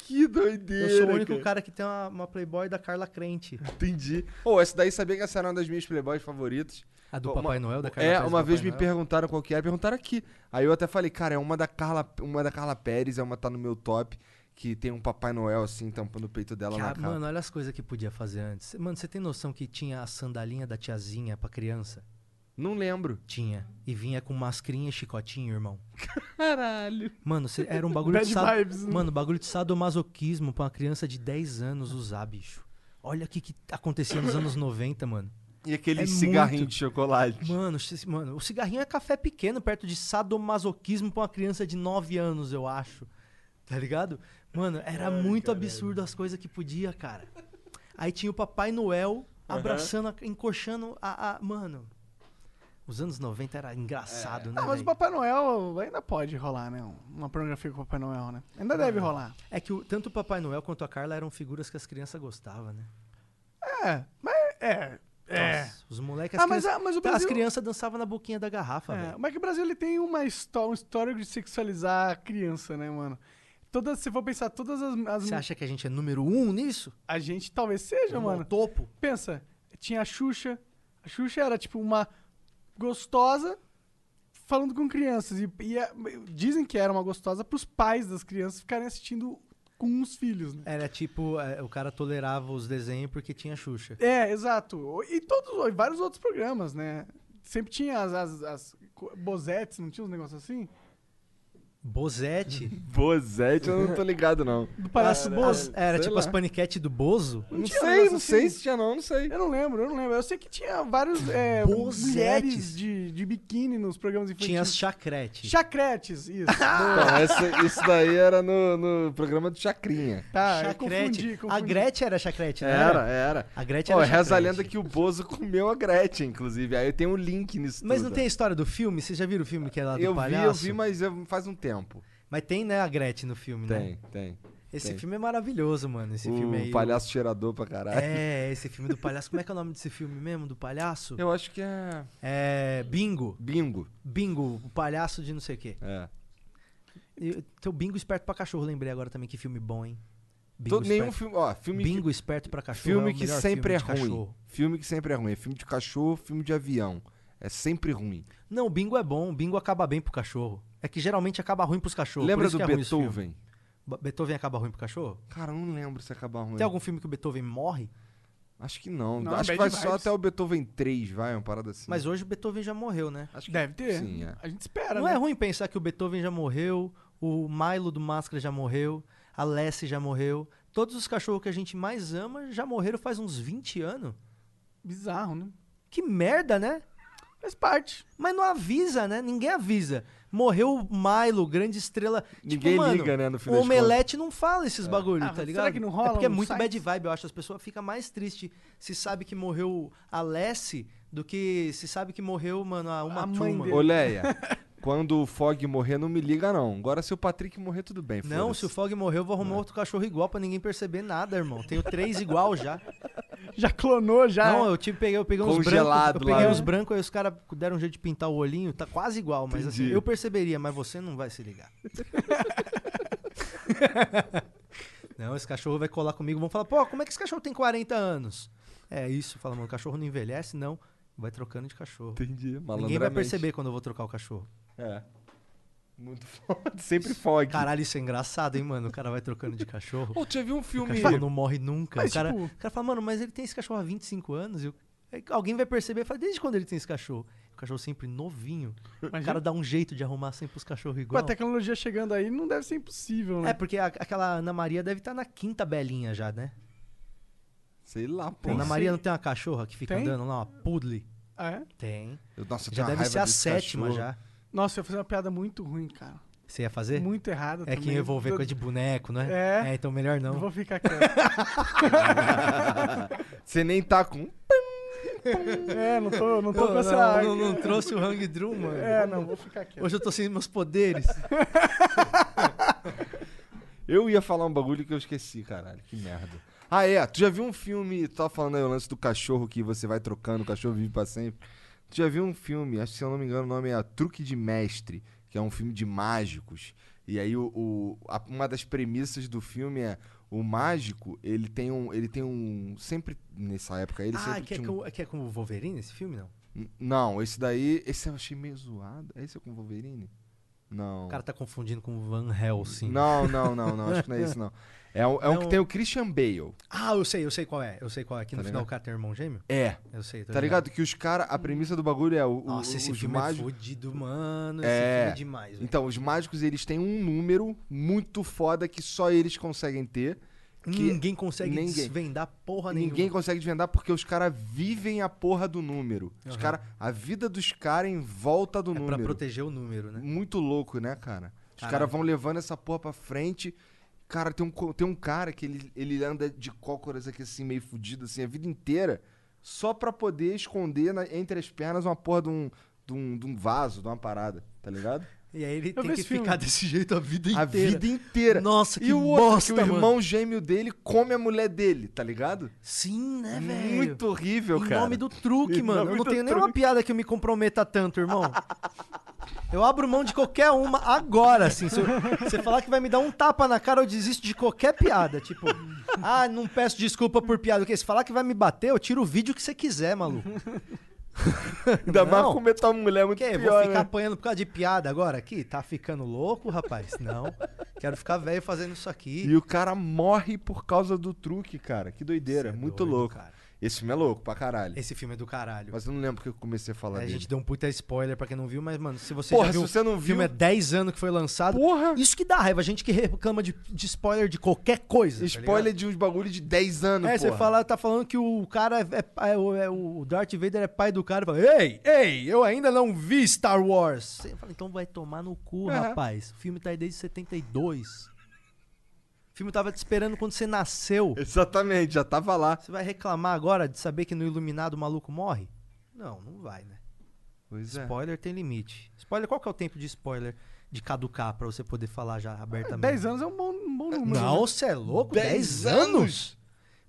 E: que doideira.
F: Eu sou o único
E: cara.
F: cara que tem uma, uma Playboy da Carla Crente.
E: Entendi. Ô, essa daí sabia que essa era uma das minhas Playboys favoritas.
F: A do
E: Uma-
F: Papai Noel, da Carla
E: É,
F: Pérez do
E: uma vez
F: Papai
E: me
F: Noel.
E: perguntaram qual que era, perguntaram aqui. Aí eu até falei, cara, é uma da Carla, uma da Carla Pérez, é uma tá no meu top, que tem um Papai Noel assim tampando o peito dela na
F: Cara,
E: cara.
F: mano, olha as coisas que podia fazer antes. Mano, você tem noção que tinha a sandalinha da tiazinha pra criança?
E: Não lembro.
F: Tinha. E vinha com mascrinha e chicotinho, irmão. Caralho. Mano, cê- era um bagulho
D: Bad
F: de sa-
D: vibes, né?
F: Mano, bagulho de sadomasoquismo pra uma criança de 10 anos usar, bicho. Olha o que, que acontecia nos anos 90, mano.
E: E aquele
F: É
E: cigarrinho
F: muito.
E: de chocolate.
F: Mano, ci- mano, o cigarrinho é café pequeno, perto de sadomasoquismo pra uma criança de 9 anos, eu acho. Tá ligado? Mano, era muito absurdo as coisas que podia, cara. Aí tinha o Papai Noel abraçando, a- encoxando a, a- Mano. Os anos 90 era engraçado, né?
D: Ah, mas
F: velho?
D: o Papai Noel ainda pode rolar, né? Uma pornografia com o Papai Noel, né? Ainda deve rolar.
F: É que o- tanto o Papai Noel quanto a Carla eram figuras que as crianças gostavam, né?
D: É, mas é. É.
F: Nossa, os moleques.
D: Ah, mas a- mas o
F: As
D: Brasil-
F: crianças dançavam na boquinha da garrafa,
D: É,
F: velho.
D: mas que o Brasil ele tem uma histó- um histórico de sexualizar a criança, né, mano? Todas, se for pensar, todas as. as-
F: Você acha que a gente é número um nisso?
D: A gente talvez seja,
F: Rumo ao
D: mano.
F: topo?
D: Pensa, tinha a Xuxa. A Xuxa era tipo uma gostosa falando com crianças. E, e a- dizem que era uma gostosa pros pais das crianças ficarem assistindo com os filhos, né?
F: Era tipo, é, o cara tolerava os desenhos porque tinha Xuxa.
D: É, exato. E todos, e vários outros programas, né? Sempre tinha as, as, as co- bozetes, não tinha uns negócios assim?
F: Bozete.
E: Bozete, É, eu não tô ligado, não.
D: Do Palhaço
F: As-
D: Bozo.
F: as- era
E: sei
F: tipo
E: lá.
F: as paniquete do Bozo.
E: Não
D: tinha um
E: sei,
D: negócio
E: não
D: assim?
E: sei se tinha, não, não sei.
D: Eu não lembro, eu não lembro. Eu sei que tinha vários é,
F: Bozetes.
D: mulheres de, de biquíni nos programas infantis.
F: Tinha
E: tipo-
F: as chacrete.
D: Chacretes, isso.
F: Ah!
E: Não, essa- isso daí era no, no programa do Chacrinha.
D: tá, eu
F: Chacrete.
D: confundi,
F: A
D: confundi.
F: Gretchen era chacrete, né?
E: Era, era.
F: A Gretchen
E: Ó,
F: era
E: reza a
F: chacrete.
E: lenda que o Bozo comeu a Gretchen, inclusive. Aí tem um link nisso
F: Mas
E: tudo.
F: não tem a história do filme? Vocês já viram o filme que é lá do
E: Eu vi,
F: palhaço?
E: eu vi, mas eu- faz um tempo.
F: Mas tem, né, a Gretchen no filme, né?
E: Tem, tem.
F: Esse
E: tem.
F: filme é maravilhoso, mano. Esse
E: o
F: filme aí.
E: Um palhaço cheirador pra caralho.
F: É, esse filme do palhaço. Como é que é o nome desse filme mesmo? Do palhaço?
E: Eu acho que é
F: É. Bingo.
E: bingo.
F: Bingo, o palhaço de não sei o quê.
E: É.
F: E, teu bingo esperto pra cachorro, lembrei agora também que filme bom, hein? Bingo
E: Todo, nenhum
F: Esperto-
E: filme, ó, filme que-
F: Bingo esperto pra cachorro. é
E: Filme
F: o
E: que
F: melhor
E: sempre
F: filme
E: é
F: de
E: ruim.
F: cachorro.
E: Filme que sempre é ruim. É filme de cachorro, filme de avião. É sempre ruim.
F: Não, o bingo é bom. O bingo acaba bem pro cachorro. É que geralmente acaba ruim pros cachorros. por
E: Lembra do
F: isso que é ruim esse filme.
E: Beethoven?
F: Ba- Beethoven acaba ruim pro cachorro?
E: Cara, eu não lembro se acaba ruim.
F: Tem algum filme que o Beethoven morre?
E: Acho que não.
D: Não,
E: Acho que vai
D: Bad
E: só
D: Vibes.
E: até o Beethoven 3, vai, uma parada assim.
F: Mas hoje o Beethoven já morreu, né?
E: Acho que-
D: Deve ter.
E: Sim, é.
D: A gente espera,
F: Não
D: né?
F: é ruim pensar que o Beethoven já morreu, o Milo do Máscara já morreu, a Lessie já morreu. Todos os cachorros que a gente mais ama já morreram faz uns 20 anos.
D: Bizarro, né?
F: Que merda, né?
D: Faz parte.
F: Mas não avisa, né? Ninguém avisa. Morreu o Milo, grande estrela.
E: Ninguém
F: tipo, mano,
E: liga, né, no fim
F: O
E: das É.
F: Omelete não fala esses bagulho,
D: Ah,
F: tá
D: será
F: ligado?
D: que não rola
F: É porque é
D: nos
F: muito bad
D: sites?
F: vibe, eu acho. As pessoas ficam mais tristes se sabe que morreu a Lessie do que se sabe que morreu, mano, a uma
D: A mãe
F: Truman.
D: dele.
E: Oleia, quando o Fog morrer, não me liga, não. Agora, se o Patrick morrer, tudo bem.
F: Não,
E: foda-se. É.
F: se o Fog morrer, eu vou arrumar outro cachorro igual pra ninguém perceber nada, irmão. Tenho três igual já.
D: Já clonou, já.
F: Não, eu tive, peguei, eu peguei uns
E: Tá. Congelado
F: brancos. Eu peguei
E: lá,
F: uns
E: né?
F: brancos, aí os caras deram um jeito de pintar o olhinho, tá quase igual, mas assim,
E: Entendi.
F: eu perceberia, mas você não vai se ligar. não, esse cachorro vai colar comigo, vão falar, pô, como é que esse cachorro tem 40 anos? É isso, fala, mano, o cachorro não envelhece, não. Vai trocando de cachorro.
E: Entendi.
F: Ninguém vai
E: malandramente.
F: perceber quando eu vou trocar o cachorro.
E: É. Muito foda. Sempre Fog.
F: Caralho, isso é engraçado, hein, mano? O cara vai trocando de cachorro.
E: Pô, já viu um
F: O
E: filme.
F: cachorro não morre nunca.
D: Mas,
F: o, cara,
D: tipo-
F: o cara fala, mano, mas ele tem esse cachorro há 25 anos. E o- aí alguém vai perceber e fala, desde quando ele tem esse cachorro? O cachorro sempre novinho. O cara dá um jeito de arrumar sempre os cachorros
D: Com a
F: igual.
D: tecnologia chegando aí, não deve ser impossível, né?
F: É, porque a- aquela Ana Maria deve estar na quinta belinha já, né?
E: Sei lá, pô.
F: A Ana Maria não tem uma cachorra que fica
D: Tem?
F: andando lá, uma pudle?
D: Ah, é?
F: Tem.
E: Eu- Nossa, eu
F: Já
E: tenho uma
F: deve ser
E: raiva
F: a
E: desse
F: sétima
E: cachorro.
F: já.
D: Nossa, eu ia fazer uma piada muito ruim, cara.
F: Você ia fazer?
D: Muito errada
F: é
D: também.
F: que envolver
D: Eu-
F: coisa de boneco, né?
D: É.
F: então melhor não.
D: Vou ficar quieto.
E: Você nem tá com.
D: é, não tô, não tô
F: Eu-
D: com
F: não,
D: essa...
F: não- não trouxe o Hang Drum, mano.
D: É, não, vou ficar quieto.
F: Hoje eu tô sem meus poderes.
E: Eu ia falar um bagulho que eu esqueci, caralho. Que merda. Ah, é. Tu já viu um filme. Tu tava falando aí o lance do cachorro que você vai trocando, o cachorro vive pra sempre. Tu já viu um filme, acho que se eu não me engano, o nome é Truque de Mestre, que é um filme de mágicos. E aí o, o- a- uma das premissas do filme é o mágico, ele tem um. Ele tem um. Sempre. Nessa época, ele
F: ah,
E: sempre
F: que é,
E: tinha um-
F: com, que é com o Wolverine esse filme, não?
E: N- Não, esse daí. Esse eu achei meio zoado. É Esse é com o Wolverine? Não.
F: O cara tá confundindo com o Van Helsing.
E: Não, não, não, não. Acho que não é esse, não. É um, é um
F: Não.
E: que tem o Christian Bale.
F: Ah, eu sei, eu sei qual é. Eu sei qual é. Que no
E: Tá
F: final
E: ligado?
F: o cara tem um irmão gêmeo.
E: É.
F: Eu sei, tô
E: Tá ligado? Que os caras. A premissa do bagulho é o. o-
F: Nossa, esse
E: os
F: filme é
E: mágicos.
F: fodido, mano. Esse
E: É.
F: filme é demais. velho.
E: Então, os mágicos, eles têm um número muito foda que só eles conseguem ter.
F: Ninguém consegue desvendar porra Hum, nenhuma.
E: Ninguém consegue desvendar porque os caras vivem a porra do número. Os
F: Aham. É
E: cara, a vida dos caras em volta do número.
F: Pra proteger o número, né?
E: Muito louco, né, cara? Os
F: Caralho.
E: caras vão levando essa porra pra frente. Cara, tem um, co- tem um cara que ele, ele anda de cócoras aqui assim, meio fudido assim, a vida inteira, só pra poder esconder na- entre as pernas uma porra de um, de um, de um vaso, de uma parada, tá ligado?
F: E aí ele
E: vi
F: tem que
E: esse filme.
F: ficar desse jeito a vida inteira.
E: A vida inteira.
F: Nossa, que
E: e o outro,
F: bosta,
E: que o
F: mano.
E: irmão gêmeo dele come a mulher dele, tá ligado?
F: Sim, né, velho?
E: Muito horrível,
F: Em
E: cara.
F: nome do truque,
E: Em
F: mano. Eu
E: nome
F: não
E: do
F: tenho nenhuma
E: truque.
F: piada que eu me comprometa tanto, irmão. Eu abro mão de qualquer uma agora, assim. Se eu- você falar que vai me dar um tapa na cara, eu desisto de qualquer piada. Tipo, ah, não peço desculpa por piada. O quê? Se falar que vai me bater, eu tiro o vídeo que você quiser, maluco.
E: Ainda mais
F: Não. é
E: comer tua mulher muito
F: Eu vou
E: pior,
F: ficar
E: né?
F: apanhando por causa de piada agora aqui? Tá ficando louco, rapaz? Não. Quero ficar velho fazendo isso aqui.
E: E o cara morre por causa do truque, cara. Que doideira.
F: é
E: muito louco. Esse filme é louco pra caralho.
F: Esse filme é do caralho.
E: Mas eu não lembro porque eu comecei a falar
F: a
E: dele.
F: gente deu um puta spoiler pra quem não viu, mas, mano, se você
E: Porra,
F: já
E: se
F: viu,
E: você não
F: o filme é
E: viu-
F: 10 anos que foi lançado.
E: Porra!
F: Isso que dá raiva, a gente que reclama de, de spoiler de qualquer coisa. tá
E: Spoiler
F: ligado?
E: de uns bagulho de 10 anos,
F: É,
E: porra.
F: você fala, tá falando que o cara é, é- é o- é o Darth Vader é pai do cara, fala, ei, ei, eu ainda não vi Star Wars. Você fala, então vai tomar no cu,
G: É.
F: rapaz. O filme tá aí desde 72. O filme tava te esperando quando você nasceu.
E: Exatamente, já tava lá.
F: Você vai reclamar agora de saber que no Iluminado o maluco morre? Não, não vai, né?
E: Pois é.
F: Spoiler tem limite. Spoiler, qual que é o tempo de spoiler de caducar pra você poder falar já abertamente?
D: 10 anos é um bom, um bom número.
F: Não,
D: né?
F: você é louco?
D: Dez
F: 10 anos?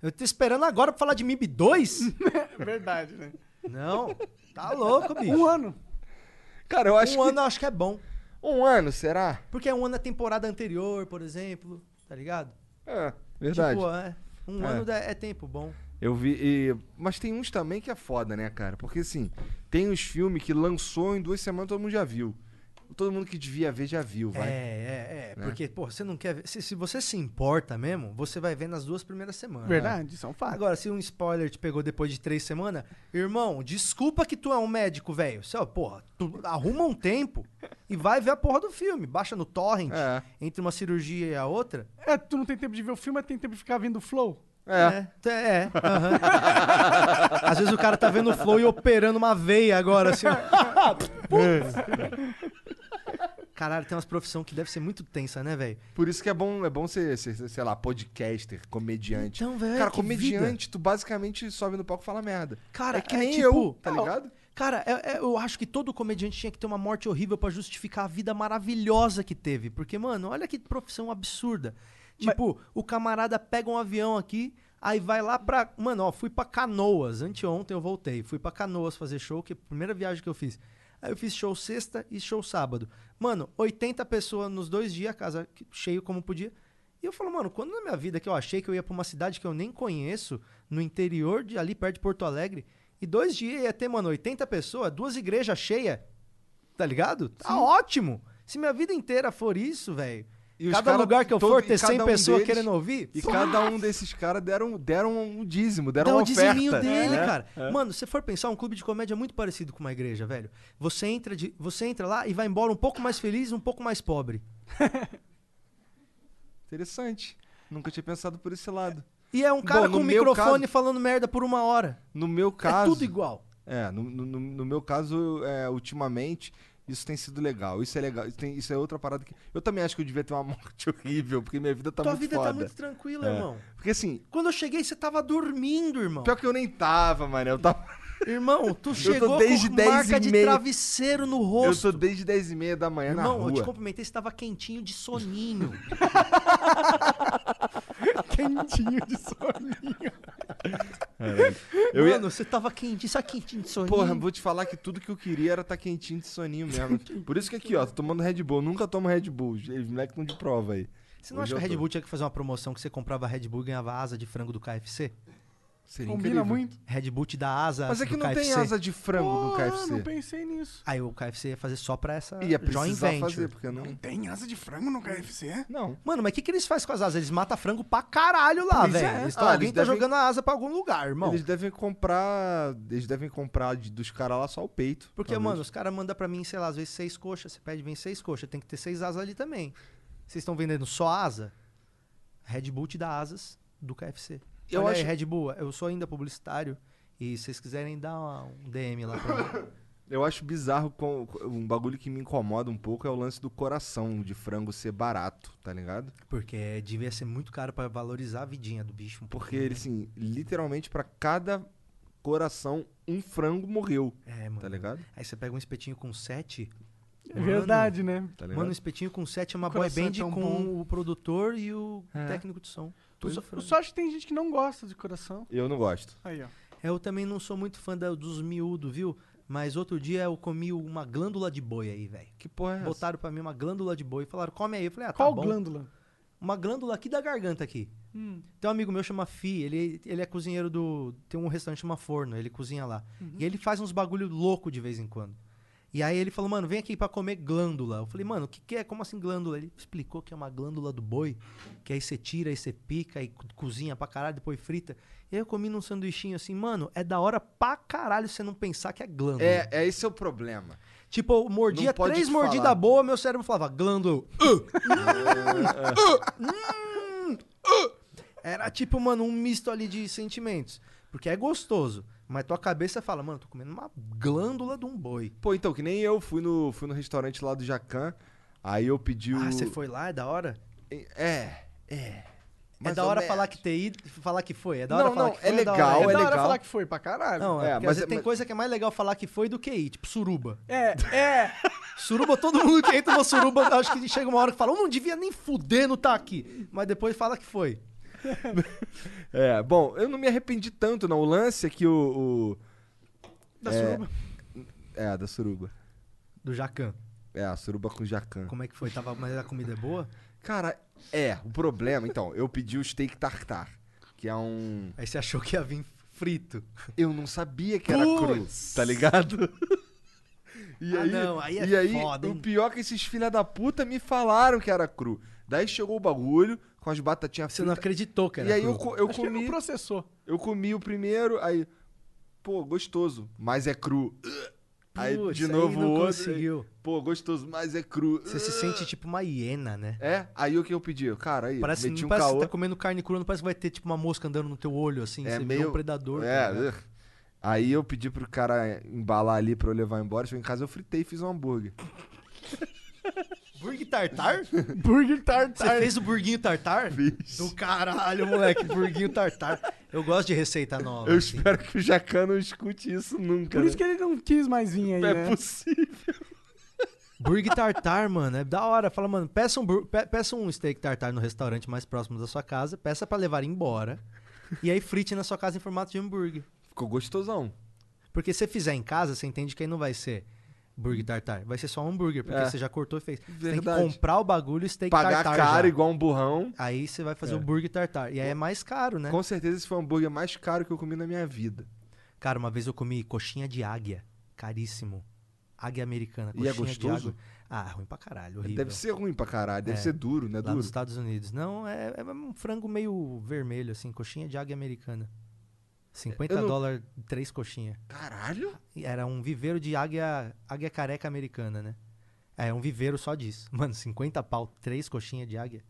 F: Eu tô esperando agora pra falar de MIB 2?
D: Verdade, né?
F: Não, tá louco, bicho.
D: Um ano.
E: Cara, eu acho
F: um
E: que...
F: ano eu acho que é bom.
E: Um ano, será?
F: Porque é um ano da temporada anterior, por exemplo, tá ligado?
E: É, verdade.
F: Tipo, é, um
E: É.
F: ano dá- é tempo bom.
E: Eu vi. e- Mas tem uns também que é foda, né, cara? Porque assim, tem uns filmes que lançou em duas semanas todo mundo já viu. Todo mundo que devia ver já viu, vai.
F: É, é, é.
E: Né?
F: Porque, pô, você não quer ver. Se, se você se importa mesmo, você vai ver nas duas primeiras semanas.
D: Verdade, isso é um fato.
F: Agora, se um spoiler te pegou depois de três semanas, irmão, desculpa que tu é um médico, velho. Você, ó, porra, tu arruma um tempo e vai ver a porra do filme. Baixa no torrent,
E: É.
F: entre uma cirurgia e a outra.
D: É, tu não tem tempo de ver o filme, mas tem tempo de ficar vendo o flow.
E: É.
F: É, é, aham. Às vezes o cara tá vendo o flow e operando uma veia agora, assim, ó. Caralho, tem umas profissões que deve ser muito tensa, né, velho?
E: Por isso que é bom, é bom ser, ser, ser, sei lá, podcaster, comediante.
F: Então, velho,
E: Cara,
F: que
E: comediante, tu basicamente sobe no palco e fala merda.
F: Cara,
E: é que
F: é
E: nem
F: tipo-
E: eu, tá
F: Não.
E: ligado?
F: Cara, é- é- eu acho que todo comediante tinha que ter uma morte horrível pra justificar a vida maravilhosa que teve. Porque, mano, olha que profissão absurda. Tipo, o camarada pega um avião aqui, aí vai lá pra. Mano, ó, fui pra Canoas. Anteontem eu voltei. Fui pra Canoas fazer show, que é a primeira viagem que eu fiz. Aí eu fiz show sexta e show sábado. Mano, 80 pessoas nos dois dias, a casa cheio como podia. E eu falo, mano, quando na minha vida que eu achei que eu ia pra uma cidade que eu nem conheço, no interior de ali perto de Porto Alegre, e dois dias ia ter, mano, 80 pessoas, duas igrejas cheias, tá ligado? Tá ótimo! Se minha vida inteira for isso, velho,
E: E os
F: cada
E: cara-
F: lugar que eu
E: todo-
F: for
E: e
F: ter 100
E: cada um
F: pessoas
E: deles-
F: querendo ouvir,
E: E cada um desses caras deram, deram um dízimo, deram
F: dá
E: uma
F: o
E: oferta.
F: diziminho dele,
E: né?
F: cara.
E: É.
F: Mano, se for pensar, um clube de comédia é muito parecido com uma igreja, velho. Você entra, de, você entra lá e vai embora um pouco mais feliz, um pouco mais pobre.
E: Interessante. Nunca tinha pensado por esse lado.
F: E é um
E: Bom,
F: cara
E: no
F: com um
E: meu
F: microfone
E: caso-
F: falando merda por uma hora.
E: No meu
F: É
E: caso.
F: tudo igual.
E: É, no, no- no- no meu caso, é, ultimamente, isso tem sido legal. Isso é legal. Isso, tem- isso é outra parada que. Eu também acho que eu devia ter uma morte horrível, porque minha vida tá
F: Tua
E: muito
F: vida
E: foda.
F: tá muito tranquila,
E: É.
F: irmão.
E: Porque assim,
F: Quando eu cheguei, você tava dormindo, irmão.
E: pior que eu nem tava, mano. Eu tava.
F: Irmão, tu
E: eu
F: chegou
E: tô desde
F: com
E: 10
F: marca
E: e
F: de
E: meia.
F: travesseiro no
E: Eu
F: rosto.
E: tô desde 10 e meia da manhã na
F: Irmão,
E: rua.
F: eu te cumprimentei, você tava quentinho de soninho.
D: Quentinho de soninho.
E: É, Eu ia-
F: Mano, você tava quentinho, só quentinho de soninho.
E: Porra, vou te falar que tudo que eu queria era estar quentinho de soninho mesmo. Por isso que aqui, ó, tô tomando Red Bull. Eu nunca tomo Red Bull. Os moleques estão de prova aí.
F: Você não
E: Hoje
F: acha que a
E: eu
F: Red
E: tô.
F: Bull tinha que fazer uma promoção que você comprava Red Bull e ganhava asa de frango do KFC?
E: Seria
D: Combina
E: É incrível.
D: muito.
F: Red Bull te dá asa
E: Mas é
F: do
E: que não
F: KFC.
E: tem asa de frango no
D: Ah, não
E: KFC.
D: pensei nisso.
F: Aí o KFC ia fazer só pra essa
E: Ia
F: joint
E: precisar
F: venture.
E: fazer, porque não.
D: Tem asa de frango no KFC?
E: Não.
F: Mano, mas o que, que eles fazem com as asas? Eles matam frango pra caralho lá,
E: Pois
F: velho.
E: é.
F: Eles tão-
E: Ah,
F: alguém
E: eles
F: tá
E: devem-
F: jogando a asa pra algum lugar, irmão.
E: Eles devem comprar. Eles devem comprar de- dos caras lá só o peito.
F: Porque,
D: Tá
E: talvez.
F: mano, os caras mandam pra mim, sei lá, às vezes seis coxas. Você pede, vem seis coxas. Tem que ter seis asas ali também. Vocês estão vendendo só asa? Red Bull te dá asas do KFC.
E: Eu
F: Olha aí,
E: acho-
F: Red Bull, eu sou ainda publicitário. E se vocês quiserem dar uma- um DM lá pra mim.
E: Eu acho bizarro, com, um bagulho que me incomoda um pouco é o lance do coração de frango ser barato, tá ligado?
F: Porque devia ser muito caro pra valorizar a vidinha do bicho. Um
E: Porque,
F: pouquinho,
E: ele,
F: né?
E: assim, literalmente pra cada coração, um frango morreu,
F: É, mano.
E: tá ligado?
F: Aí você pega um espetinho com sete.
D: É verdade, né?
E: Tá ligado?
F: Mano, um espetinho com sete é uma
D: O
F: boy
D: coração é
F: band
D: tão
F: com
D: bom.
F: o produtor e o
E: É.
F: técnico de som.
D: Eu
F: Pois
D: só,
F: o
D: eu
F: frango.
D: só acho que tem gente que não gosta de coração.
E: Eu não gosto.
D: Aí, ó.
F: Eu também não sou muito fã da- dos miúdos, viu? Mas outro dia eu comi uma glândula de boi aí, velho.
E: Que porra é essa?
F: Botaram pra mim uma glândula de boi e falaram, come aí. Eu falei, ah, tá
D: Qual
F: bom.
D: glândula?
F: Uma glândula aqui da garganta aqui.
D: Hum.
F: Tem um amigo meu chama Fi, ele, ele é cozinheiro do. Tem um restaurante chama Forno, ele cozinha lá. E ele faz uns bagulho louco de vez em quando. E aí ele falou, mano, vem aqui pra comer glândula. Eu falei, mano, o que, que é? Como assim glândula? Ele explicou que é uma glândula do boi, que aí você tira, aí você pica, aí co- cozinha pra caralho, depois frita. E aí eu comi num sanduichinho assim, mano, é da hora pra caralho você não pensar que é glândula.
E: É, é esse é o problema.
F: Tipo, eu
E: Não
F: mordia
E: pode
F: três
E: te
F: mordidas
E: falar.
F: boas, meu cérebro falava, glândula. uh, hum, uh, hum, uh." Era tipo, mano, um misto ali de sentimentos. Porque é gostoso. Mas tua cabeça fala, mano, tô comendo uma glândula de um boi.
E: Pô, então, que nem eu fui no, fui no restaurante lá do Jacan, aí eu pedi o...
F: Ah, você foi lá? É da hora?
E: É, é.
F: é
E: Mais
F: da
E: ou
F: hora
E: menos.
F: falar que TI, falar que foi. É da hora
E: Não,
F: falar
E: não,
F: que foi.
E: é
F: da hora-
E: legal,
D: é
E: é
D: da hora
E: legal.
D: falar que foi pra caralho.
F: Não, é,
E: É,
F: porque
E: mas-
F: às vezes tem
E: mas-
F: coisa que é mais legal falar que foi do que ir, tipo suruba.
D: É, é.
F: Suruba, todo mundo que entra no suruba, acho que chega uma hora que fala, eu não devia nem fuder no tá aqui. Mas depois fala que foi.
E: É, bom, eu não me arrependi tanto, não. O lance é que o...
D: Da
E: É.
D: suruba.
E: o- É, da suruba.
F: Do Jacan.
E: É, a suruba com Jacan.
F: Como é que foi? Tava, mas a comida é boa?
E: Cara, é, o problema, então, eu pedi o steak tartar, que é um...
F: Aí você achou que ia vir frito.
E: Eu não sabia que era cru, tá ligado? E
F: Ah,
E: aí,
F: não, aí é
E: e aí
F: foda, hein?
E: o pior é que esses filha da puta me falaram que era cru. Daí chegou o bagulho com as batatinhas
F: Você não
E: fritas,
F: acreditou, cara.
E: E aí eu, co- eu
D: Acho que ele
E: comi,
D: não processou.
E: eu comi o primeiro, aí pô, gostoso, mas é cru. Aí de novo
F: não
E: o outro.
F: conseguiu.
E: Pô, gostoso, mas é cru.
F: Você se sente tipo uma hiena, né?
E: É? Aí o que eu pedi? Cara, aí
F: Parece,
E: meti
F: não
E: um
F: parece que
E: caô.
F: você tá comendo carne crua, não parece que vai ter tipo uma mosca andando no teu olho, assim.
E: É
F: você
E: meio
F: vê um predador. tá
E: É.
F: ligado?
E: ugh. Aí eu pedi pro cara embalar ali pra eu levar embora. Chegou em casa, eu fritei e fiz um hambúrguer. é.
F: Burger tartar?
D: Burger
F: tá
D: tartar.
F: Você fez o burguinho tartar? Do caralho, moleque, burguinho tartar. Eu gosto de receita nova.
E: eu
F: assim.
E: espero que o Jacan não escute isso nunca.
D: Por isso que
E: né?
D: ele não quis mais vir aí,
E: é
D: né?
E: possível.
F: Burger tartar, mano, é da hora. Fala, mano, peça um, bur- pe- peça um steak tartar no restaurante mais próximo da sua casa, peça pra levar embora. E aí frite na sua casa em formato de hambúrguer.
E: Ficou gostosão.
F: Porque se você fizer em casa, você entende que aí não vai ser burger tartar, vai ser só um hambúrguer, porque
E: É.
F: você já cortou e fez. Você tem que
E: Verdade.
F: comprar o bagulho steak
E: Pagar
F: tartar.
E: caro
F: tá já.
E: igual um burrão.
F: Aí você vai fazer o burger tartar. E aí é mais caro, né?
E: Com certeza esse foi o hambúrguer mais caro que eu comi na minha vida.
F: Cara, uma vez eu comi coxinha de águia. Caríssimo. Águia americana.
E: E
F: Coxinha
E: é gostoso?
F: de águia. Ah, ruim pra caralho. Horrível.
E: Deve ser ruim pra caralho, deve
F: É.
E: ser duro, né?
F: Lá
E: Duro.
F: nos Estados Unidos. Não, é, é um frango meio vermelho, assim. Coxinha de águia americana. 50
E: É, Eu não-
F: dólares, três coxinhas.
E: Caralho?
F: E Era um viveiro de águia, águia careca americana, né? É, um viveiro só disso. Mano, 50 pau, três coxinhas de águia.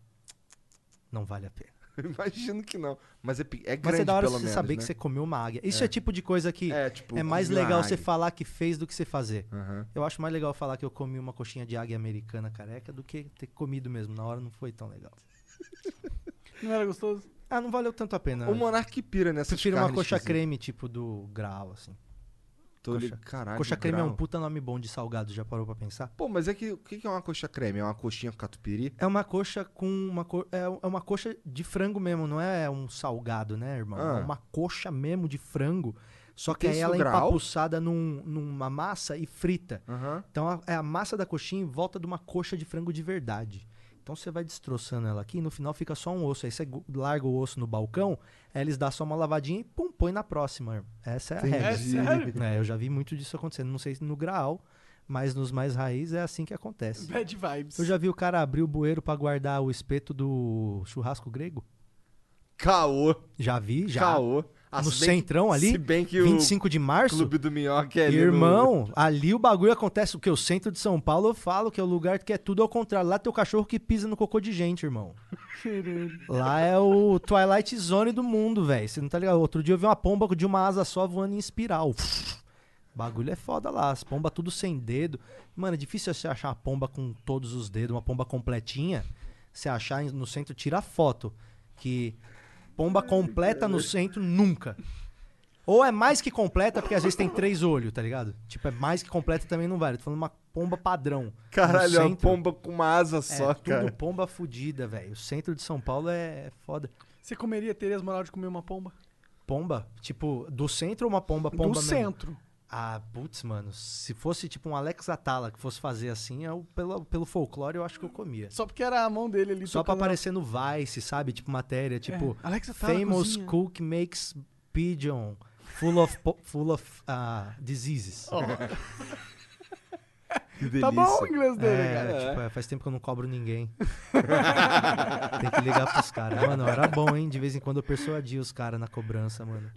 F: Não vale a pena.
E: Imagino que não. Mas é, pe- é grande,
F: Mas é da hora
E: pelo
F: você
E: menos,
F: saber
E: né?
F: que você comeu uma águia. Isso é, tipo de coisa que é,
E: É, tipo,
F: mais
E: comi uma
F: legal você
E: águia.
F: falar que fez do que você fazer.
E: Aham.
F: Eu acho mais legal falar que eu comi uma coxinha de águia americana careca do que ter comido mesmo. Na hora não foi tão legal.
D: Não era gostoso?
F: Ah, não valeu tanto a pena.
E: O Monark que pira nessa
F: Prefiro uma coxa creme, tipo do grau, assim. coxa-
E: Caralho,
F: coxa creme é um
E: Ah, grau.
F: puta nome bom de salgado, já parou pra pensar?
E: Pô, mas é que o que que é uma coxa creme? É uma coxinha com catupiry?
F: É uma coxa com uma co- é um- é uma coxa de frango mesmo, não é um salgado, né, irmão?
E: Ah.
F: É uma coxa mesmo de frango, só que
E: tem
F: aí
E: isso no
F: ela é
E: grau?
F: empapuçada num- numa massa e frita.
E: Aham.
F: Então a, é a massa da coxinha em volta de uma coxa de frango de verdade. Então você vai destroçando ela aqui e no final fica só um osso. Aí você gu- larga o osso no balcão, aí eles dão só uma lavadinha e pum, põe na próxima. irmão. Essa é a regra.
D: É sério?
F: É, eu já vi muito disso acontecendo. Não sei se no graal, mas nos mais raiz é assim que acontece.
D: Bad vibes.
F: Eu já vi o cara abrir o bueiro pra guardar o espeto do churrasco grego?
E: Caô.
F: Já vi, já.
E: Caô. Ah,
F: no
E: se bem que-
F: centrão ali.
E: se bem que o
F: 25 de março.
E: Clube do Minhoca é ali no-
F: Irmão, ali o bagulho acontece. O que? O centro de São Paulo eu falo que é o lugar que é tudo ao contrário. Lá tem o cachorro que pisa no cocô de gente, irmão. Lá é o Twilight Zone do mundo, velho. Você não tá ligado? Outro dia eu vi uma pomba de uma asa só voando em espiral. Bagulho é foda lá, as pombas tudo sem dedo. Mano, é difícil você achar uma pomba com todos os dedos, uma pomba completinha. Você achar em- no centro, tira foto. Que pomba completa no centro, nunca. Ou é mais que completa, porque às vezes tem três olhos, tá ligado? Tipo, é mais que completa também não vale. Tô falando uma pomba padrão. No
E: Caralho, é uma
F: centro,
E: pomba com uma asa só,
F: é
E: cara.
F: tudo pomba fudida, velho. O centro de São Paulo é foda.
D: Você comeria, teria as moral de comer uma pomba?
F: Pomba? Tipo, do centro ou uma pomba pomba
D: Do
F: mesmo?
D: centro.
F: Ah, putz, mano. Se fosse tipo um Alex Atala que fosse fazer assim, eu, pelo, pelo folclore eu acho que eu comia.
D: Só porque era a mão dele ali.
F: Só pra
D: tocando na-
F: aparecer no Vice, sabe? Tipo matéria, tipo...
D: É, Alex Atala
F: Famous
D: cozinha.
F: cook makes pigeon full of, po- full of ah, diseases.
E: Que delícia.
D: Tá bom o inglês dele,
F: É,
D: cara.
F: tipo, é, faz tempo que eu não cobro ninguém. Tem que ligar pros caras. Ah, Mano, era bom, hein? De vez em quando eu persuadia os caras na cobrança, mano.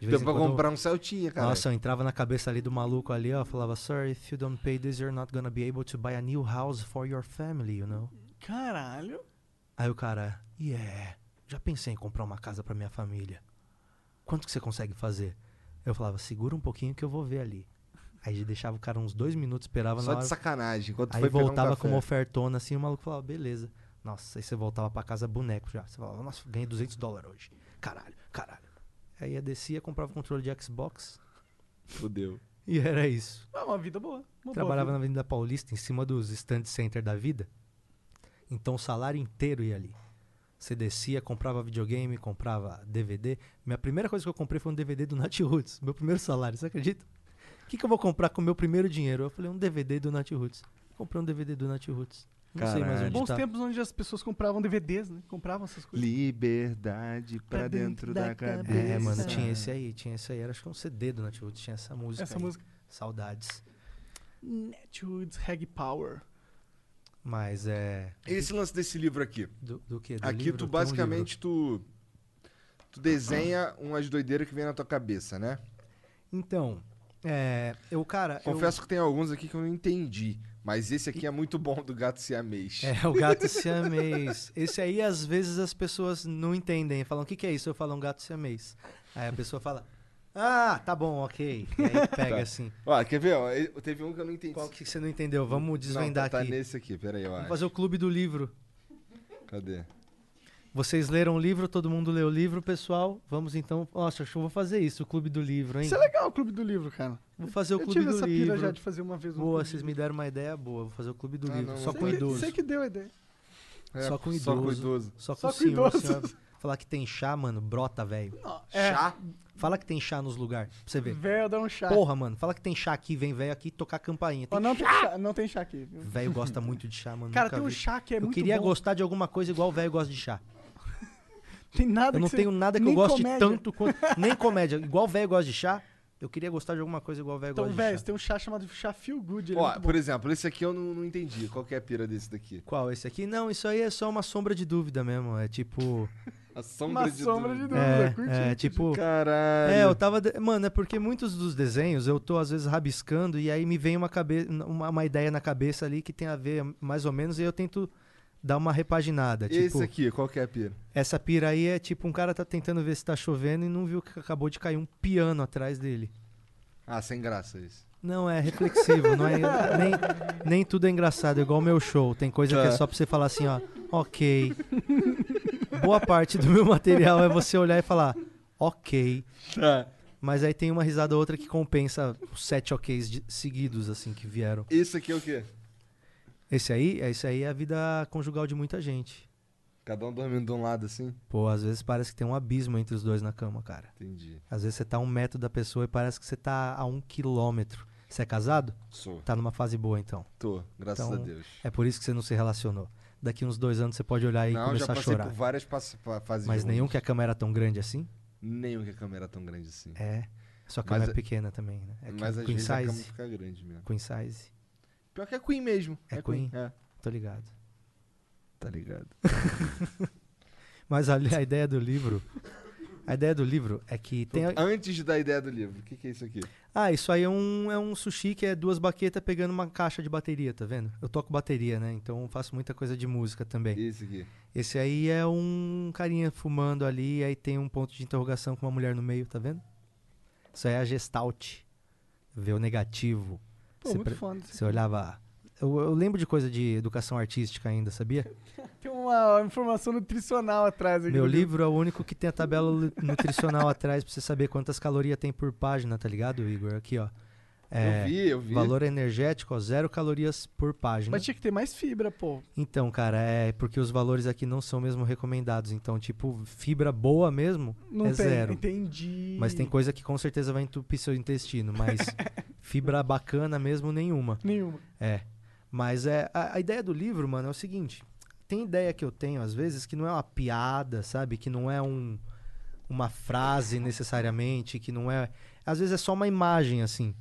F: De vez
E: Deu
F: em
E: pra
F: quando eu-
E: comprar um Celtinha, cara.
F: Nossa, eu entrava na cabeça ali do maluco ali, ó, falava, Sir, if you don't pay this, you're not gonna be able to buy a new house for your family, you know?
D: Caralho.
F: Aí o cara, yeah, já pensei em comprar uma casa pra minha família. Quanto que você consegue fazer? Eu falava, segura um pouquinho que eu vou ver ali. Aí já deixava o cara uns dois minutos, esperava
E: Só
F: na
E: de
F: hora.
E: sacanagem. Enquanto
F: Aí
E: foi pegar um
F: voltava
E: café.
F: com uma ofertona assim, o maluco falava, beleza. Nossa, aí você voltava pra casa boneco já. Você falava, nossa, ganhei 200 dólares hoje. Caralho, caralho. Aí eu descia, comprava o controle de Xbox
E: Fudeu.
F: e era isso.
D: É uma vida boa. Uma
F: Trabalhava na
D: boa vida.
F: Avenida Paulista, em cima dos stand center da vida. Então o salário inteiro ia ali. Você descia, comprava videogame, comprava DVD. Minha primeira coisa que eu comprei foi um DVD do Nat Roots. Meu primeiro salário, você acredita? O que, que eu vou comprar com o meu primeiro dinheiro? Eu falei, um DVD do Nat Roots. Comprei um DVD do Nat Roots. Não sei mais
E: Caralho.
F: onde
D: Bons
F: tá.
D: tempos onde as pessoas compravam DVDs, né? Compravam essas coisas.
E: Liberdade pra, dentro, da, cabeça.
F: É,
D: né?
F: mano, tinha esse aí, tinha esse aí. Era acho que um CD do Nat Roots, tinha essa música
D: Essa
F: aí.
D: música.
F: Saudades.
D: Netwoods Reg Power.
F: Mas é...
E: Esse lance desse livro aqui.
F: Do, do quê? Do
E: Aqui
F: livro? Tem
E: tu
F: um livro.
E: basicamente tu tu desenha umas doideiras que vem na tua cabeça, né?
F: Então, é, eu, cara. eu-
E: Confesso que tem alguns aqui que eu não entendi, mas esse aqui é muito bom do gato siamês.
F: É, o gato siamês. Esse aí, às vezes, as pessoas não entendem. Falam, o que, que é isso? Eu falo, um gato siamês. Aí a pessoa fala, ah, tá bom, ok. E aí
D: Tá.
F: pega assim.
E: Ó, quer ver? Ó, eu- teve um que eu não entendi.
F: Qual que você não entendeu? Vamos desvendar
E: não, tá, tá
F: aqui.
E: nesse aqui, peraí, eu
F: Vamos
E: acho.
F: fazer o clube do livro.
E: Cadê?
F: Vocês leram o livro, todo mundo leu o livro, pessoal. Vamos então. Nossa, acho que eu vou fazer isso, o clube do livro, hein?
D: Isso é legal, o Clube do Livro, cara.
F: Vou fazer o
D: Eu
F: clube
D: tive
F: do
D: essa
F: livro.
D: pira já de fazer uma vez um
F: Boa,
D: Clube
F: vocês
D: do
F: me deram uma ideia boa. Vou fazer o clube do
E: Ah,
F: livro.
E: não,
F: só
E: eu
F: com
E: sei-
F: idoso.
D: Sei que deu a ideia.
E: É,
F: Só com idoso.
E: Só com idoso.
F: Só com
D: Só
F: o
D: com
F: senhor.
D: idoso.
F: senhor. Falar que tem chá, mano, brota, velho. É,
E: Chá?
F: Fala que tem chá nos lugares, pra você ver.
D: É, Velho, dá um chá.
F: Porra, mano, fala que tem chá aqui, vem velho aqui tocar campainha.
D: Ó,
F: Tem...
D: não, tem chá, não tem chá aqui. viu?
F: Velho gosta muito de chá, mano.
D: Cara,
F: nunca
D: tem um
F: vi.
D: chá que é
F: Eu
D: muito
F: queria
D: bom.
F: gostar de alguma coisa igual o velho gosta de chá.
D: Tem nada
F: Eu não
D: que você-
F: tenho nada que eu
D: nem
F: goste
D: comédia.
F: tanto quanto. Nem comédia. Igual o velho gosta de chá, eu queria gostar de alguma coisa igual o velho
D: Então,
F: gosta
D: velho,
F: de
D: você
F: chá.
D: tem um chá chamado chá Feel Good. Ele é
E: Ó,
D: muito bom.
E: por exemplo, esse aqui eu não, não entendi. Qual que é a pira desse daqui?
F: Qual? Esse aqui? Não, isso aí é só uma sombra de dúvida mesmo. É tipo.
E: A sombra
D: Uma
E: de
D: sombra de
E: dúvida.
D: dúvida. curti.
F: É, é tipo.
E: Caralho.
F: É, eu tava. de- Mano, é porque muitos dos desenhos eu tô às vezes rabiscando e aí me vem uma, cabe... uma, uma ideia na cabeça ali que tem a ver mais ou menos e eu tento dar uma repaginada.
E: Esse
F: tipo,
E: aqui, qual que é a pira?
F: essa pira aí é tipo um cara tá tentando ver se tá chovendo e não viu que acabou de cair um piano atrás dele.
E: Ah, sem graça esse.
F: Não, é reflexivo, não é nem, nem tudo é engraçado, igual o meu show. Tem coisa que é
E: Tá.
F: só pra você falar assim, ó, ok. Boa parte do meu material é você olhar e falar, ok.
E: Tá.
F: Mas aí tem uma risada ou outra que compensa os sete oks de- seguidos, assim, que vieram.
E: Esse aqui é o quê?
F: Esse aí, esse aí é a vida conjugal de muita gente.
E: Cada um dormindo de um lado assim?
F: Pô, às vezes parece que tem um abismo entre os dois na cama, cara.
E: Entendi.
F: Às vezes você tá a um metro da pessoa e parece que você tá a um quilômetro. Você é casado?
E: Sou.
F: Tá numa fase boa, então.
E: Tô, graças
F: Então,
E: a Deus.
F: É por isso que você não se relacionou. Daqui uns dois anos você pode olhar e
E: Não, já
F: começar a
E: passei
F: chorar.
E: por várias pas- fa- fases.
F: Mas
E: ruins.
F: nenhum que a cama era tão grande assim?
E: Nenhum que a câmera é tão grande assim.
F: É. Sua cama
E: Mas
F: é
E: a-
F: pequena também, né? É que-
E: Mas às
F: queen
E: vezes a cama
F: size.
E: fica grande mesmo.
F: Queen size.
E: Pior que é Queen mesmo.
F: É Queen.
E: É.
F: Tô ligado.
E: Tá ligado.
F: Mas a, a ideia do livro A ideia do livro é que tem.
E: Antes da ideia do livro, o que, que é isso aqui?
F: Ah, isso aí é um, é um sushi que é duas baquetas pegando uma caixa de bateria, tá vendo? Eu toco bateria, né? Então eu faço muita coisa de música também.
E: Esse aqui.
F: Esse aí é um carinha fumando ali, aí tem um ponto de interrogação com uma mulher no meio, tá vendo? Isso aí é a gestalt. Ver o negativo.
D: Pô, muito foda isso
F: Você olhava. Eu, eu lembro de coisa de educação artística ainda, sabia?
D: Tem uma informação nutricional atrás aqui.
F: Meu
D: do
F: livro é o único que tem a tabela lu- nutricional atrás pra você saber quantas calorias tem por página, tá ligado, Igor? Aqui, ó. É,
E: eu vi, eu vi.
F: Valor energético, ó, zero calorias por página.
D: Mas tinha que ter mais fibra, pô.
F: Então, cara, é porque os valores aqui não são mesmo recomendados. Então, tipo, fibra boa mesmo
D: Não
F: é
D: tem.
F: zero.
D: Entendi.
F: Mas tem coisa que com certeza vai entupir seu intestino, mas fibra bacana mesmo nenhuma.
D: Nenhuma.
F: É. Mas é, a, a ideia do livro, mano, é o seguinte. Tem ideia que eu tenho, às vezes, que não é uma piada, sabe? Que não é um, uma frase necessariamente, que não é. Às vezes é só uma imagem, assim.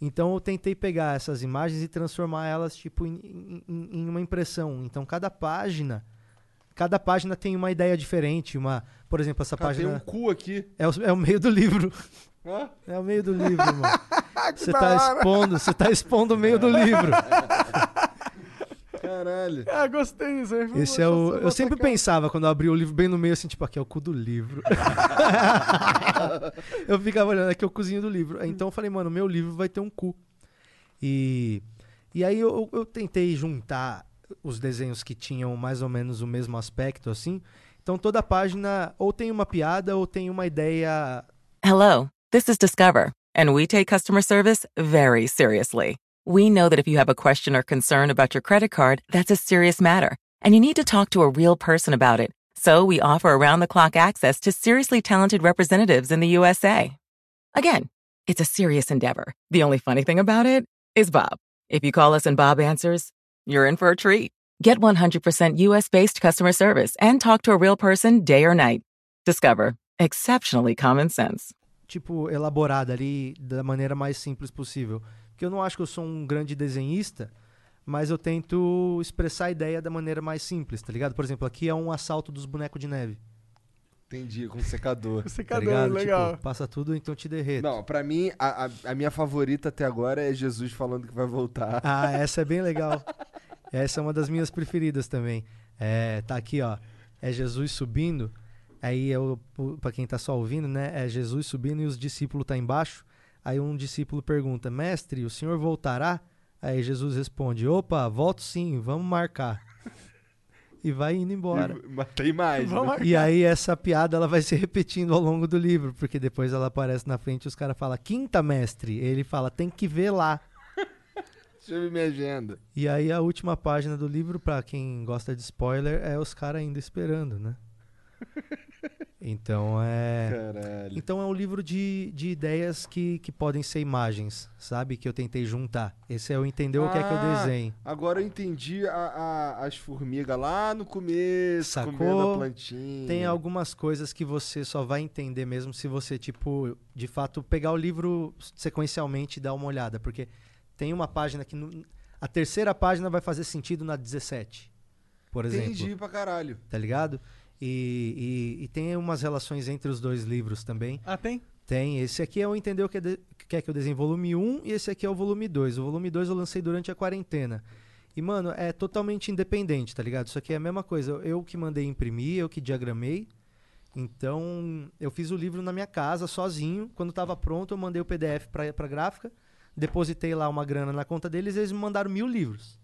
F: Então eu tentei pegar essas imagens e transformar elas, tipo, em, em- em- em uma impressão. Então cada página. Cada página tem uma ideia diferente. Uma, por exemplo, essa
E: Ah, tem
F: página.
E: um cu aqui.
F: É o, é o meio do livro.
E: Hã?
F: É o meio do livro, mano. Você
E: da
F: tá
E: hora. É.
F: expondo, você tá expondo o meio do livro.
E: Caralho.
D: Ah, gostei disso. aí.
F: Esse é o.
D: Essa
F: Eu sempre
D: sacada.
F: pensava quando eu abri o livro bem no meio, assim, tipo, aqui é o cu do livro. eu ficava olhando, aqui é o cuzinho do livro. Aí, Então eu falei, mano, meu livro vai ter um cu. E, e aí eu, eu tentei juntar os desenhos que tinham mais ou menos o mesmo aspecto, assim. Então toda página ou tem uma piada ou tem uma ideia
C: Hello, this is Discover, and we take customer service very seriously. We know that if you have a question or concern about your credit card, that's a serious matter, and you need to talk to a real person about it. So we offer around the clock access to seriously talented representatives in the USA. Again, it's a serious endeavor. The only funny thing about it is Bob. If you call us and Bob answers, you're in for a treat. Get 100% US based customer service and talk to a real person day or night. Discover exceptionally common sense.
F: tipo, elaborada ali da maneira mais simples possível. Porque eu não acho que eu sou um grande desenhista, mas eu tento expressar a ideia da maneira mais simples, tá ligado? Por exemplo, aqui é um assalto dos bonecos de neve.
E: Entendi, com um secador.
D: Você
F: Tá
D: cadê?
F: ligado?
D: legal.
F: Tipo, passa tudo, então te derreto.
E: Não, pra mim, a, a, a minha favorita até agora é Jesus falando que vai voltar.
F: Ah, essa é bem legal. Essa é uma das minhas preferidas também. É, tá aqui, ó. É Jesus subindo. Aí eu, para quem tá só ouvindo, né? É Jesus subindo e os discípulos tá embaixo. Aí um discípulo pergunta: "Mestre, o senhor voltará?" Aí Jesus responde: "Opa, volto sim, vamos marcar." E vai indo embora.
E: E- Mas tem mais. né?
F: E aí essa piada ela vai se repetindo ao longo do livro, porque depois ela aparece na frente e os caras falam: "Quinta, mestre". Ele fala: "Tem que ver lá".
E: Deixa eu ver minha agenda.
F: E aí a última página do livro, pra quem gosta de spoiler, é os caras ainda esperando, né? Então é.
E: Caralho.
F: Então é um livro de, de ideias que, que podem ser imagens, sabe? Que eu tentei juntar. Esse é o entender o que é que eu
E: Ah,
F: desenho.
E: Agora eu entendi a- a- as formigas lá no começo,
F: Sacou?
E: comendo a plantinha.
F: Tem algumas coisas que você só vai entender mesmo se você, tipo, de fato, pegar o livro sequencialmente e dar uma olhada. Porque tem uma página que. não- A terceira página vai fazer sentido na 17, por exemplo.
E: Entendi pra caralho.
F: tá ligado? E, e- e tem umas relações entre os dois livros também.
D: Ah, tem?
F: Tem, esse aqui é o Entender o que, é de, que é que eu desenho, volume 1, e esse aqui é o volume 2. O volume 2 eu lancei durante a quarentena. E, mano, é totalmente independente, tá ligado? Isso aqui é a mesma coisa. Eu- Eu que mandei imprimir, eu que diagramei. Então, eu fiz o livro na minha casa, sozinho. Quando tava pronto, eu mandei o PDF pra, pra gráfica, depositei lá uma grana na conta deles, e eles me mandaram mil livros.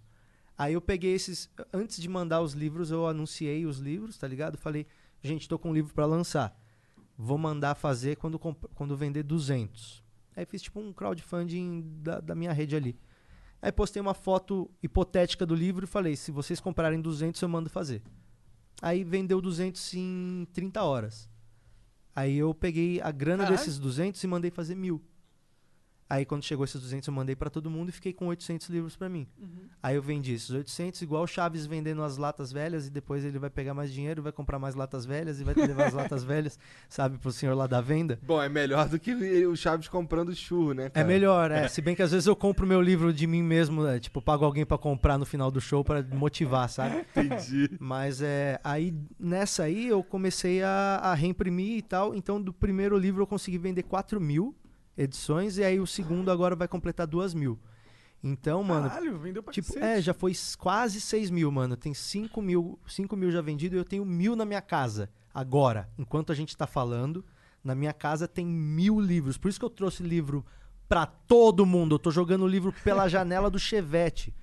F: Aí eu peguei esses. Antes de mandar os livros, eu anunciei os livros, tá ligado? Falei, gente, tô com um livro pra lançar. Vou mandar fazer quando, comp- quando vender 200. Aí fiz tipo um crowdfunding da, da minha rede ali. Aí postei uma foto hipotética do livro e falei: se vocês comprarem 200, eu mando fazer. Aí vendeu 200 em 30 horas. Aí eu peguei a grana
D: Caralho.
F: desses 200 e mandei fazer mil. Aí quando chegou esses 200 eu mandei pra todo mundo e fiquei com 800 livros pra mim. Aí eu vendi esses 800, igual o Chaves vendendo as latas velhas e depois ele vai pegar mais dinheiro, vai comprar mais latas velhas e vai levar as latas velhas, sabe, pro senhor lá da venda.
E: Bom, é melhor do que o Chaves comprando churro, né?
F: É
E: cara?
F: melhor, é. Se bem que às vezes eu compro meu livro de mim mesmo, né? tipo, pago alguém pra comprar no final do show pra motivar, sabe?
E: Entendi.
F: Mas é, aí nessa aí eu comecei a, a reimprimir e tal. Então do primeiro livro eu consegui vender 4 mil edições e aí o segundo agora vai completar 2 mil. Então, mano,
D: Caralho, vendeu pra
F: tipo,
D: cacete.
F: é, já foi s- quase 6 mil, mano. Tem 5 mil, 5 mil já vendido e eu tenho mil na minha casa. Agora, enquanto a gente tá falando, na minha casa tem mil livros. Por isso que eu trouxe livro pra todo mundo. Eu tô jogando livro pela janela do Chevette.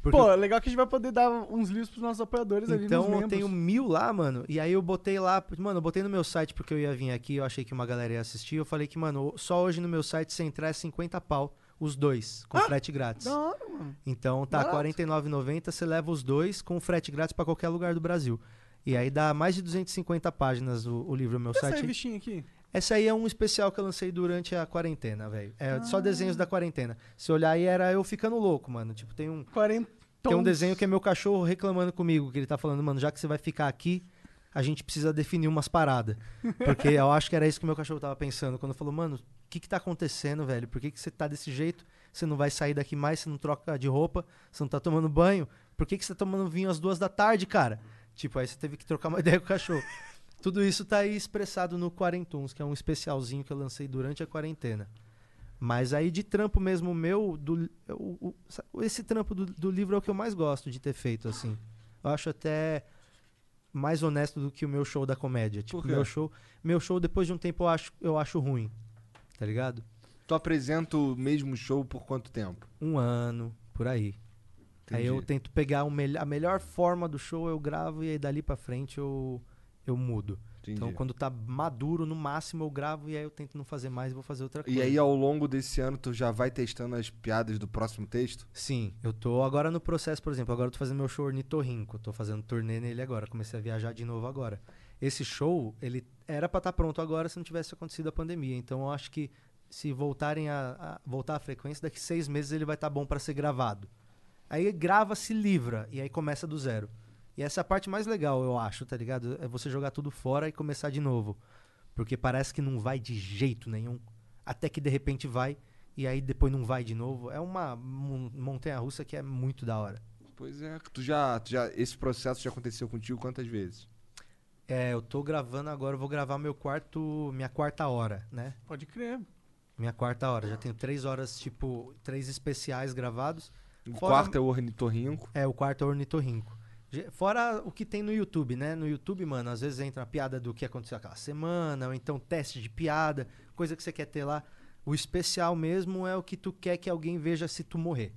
F: Porque
D: Pô, legal que a gente vai poder dar uns livros pros nossos apoiadores ali nos
F: então eu
D: é, membros.
F: tenho mil lá, mano. E aí eu botei lá, mano, eu botei no meu site porque eu ia vir aqui, eu achei que uma galera ia assistir. Eu falei que, mano, só hoje no meu site se entrar é 50 pau, os dois, com frete grátis.
D: Ah, Da hora, mano.
F: Então tá
D: Barato.
F: R$ 49,90, você leva os dois com frete grátis pra qualquer lugar do Brasil. E aí dá mais de 250 páginas o, o livro no meu
D: Essa
F: site.
D: revistinha aqui.
F: Essa aí é um especial que eu lancei durante a quarentena, velho. É
D: Ah.
F: só desenhos da quarentena. Se olhar aí era eu ficando louco, mano. Tipo, tem um
D: 40
F: tem um desenho que é meu cachorro reclamando comigo, que ele tá falando, mano, já que você vai ficar aqui, a gente precisa definir umas paradas. Porque eu acho que era isso que meu cachorro tava pensando. Quando falou, mano, o que que tá acontecendo, velho? Por que que você tá desse jeito? Você não vai sair daqui mais, você não troca de roupa, você não tá tomando banho? Por que que você tá tomando vinho às duas da tarde, cara? Tipo, aí você teve que trocar uma ideia com o cachorro. Tudo isso tá aí expressado no Quarentuns, que é um especialzinho que eu lancei durante a quarentena. Mas aí de trampo mesmo meu, do, o- o- sa- esse trampo do, do livro é o que eu mais gosto de ter feito, assim. Eu acho até mais honesto do que o meu show da comédia. Tipo,
E: quê?
F: meu show, meu show depois de um tempo eu acho, eu acho ruim. Tá ligado?
E: Tu apresenta o mesmo show por quanto tempo?
F: Um ano, por aí. Aí eu
E: Entendi.
F: tento pegar o mel- a melhor forma do show, eu gravo e aí dali pra frente eu, eu mudo.
E: Entendi.
F: Então quando tá maduro, no máximo eu gravo e aí eu tento não fazer mais e vou fazer outra coisa.
E: E aí, ao longo desse ano, tu já vai testando as piadas do próximo texto?
F: Sim, eu tô agora no processo, por exemplo, agora eu tô fazendo meu show Ornitorrinco, tô fazendo turnê nele agora, comecei a viajar de novo agora. Esse show, ele era pra estar pronto agora se não tivesse acontecido a pandemia, então eu acho que se voltarem a, a- voltar a frequência, daqui seis meses ele vai estar bom pra ser gravado. Aí grava, se livra, e aí começa do zero. E essa é a parte mais legal, eu acho, tá ligado? É você jogar tudo fora e começar de novo. Porque parece que não vai de jeito nenhum. Até que de repente vai, e aí depois não vai de novo. É uma montanha russa que é muito da hora.
E: Pois é. Tu já, tu já, esse processo já aconteceu contigo quantas vezes?
F: É, eu tô gravando agora, eu vou gravar meu quarto. Minha quarta hora, né?
D: Pode crer.
F: Minha quarta hora. Já tenho três horas, tipo, três especiais gravados.
E: O
F: Fora-
E: quarto é o ornitorrinco.
F: É, o quarto é o ornitorrinco. Ge- Fora o que tem no YouTube, né? No YouTube, mano, às vezes entra uma piada do que aconteceu aquela semana, ou então teste de piada, coisa que você quer ter lá. O especial mesmo é o que tu quer que alguém veja se tu morrer.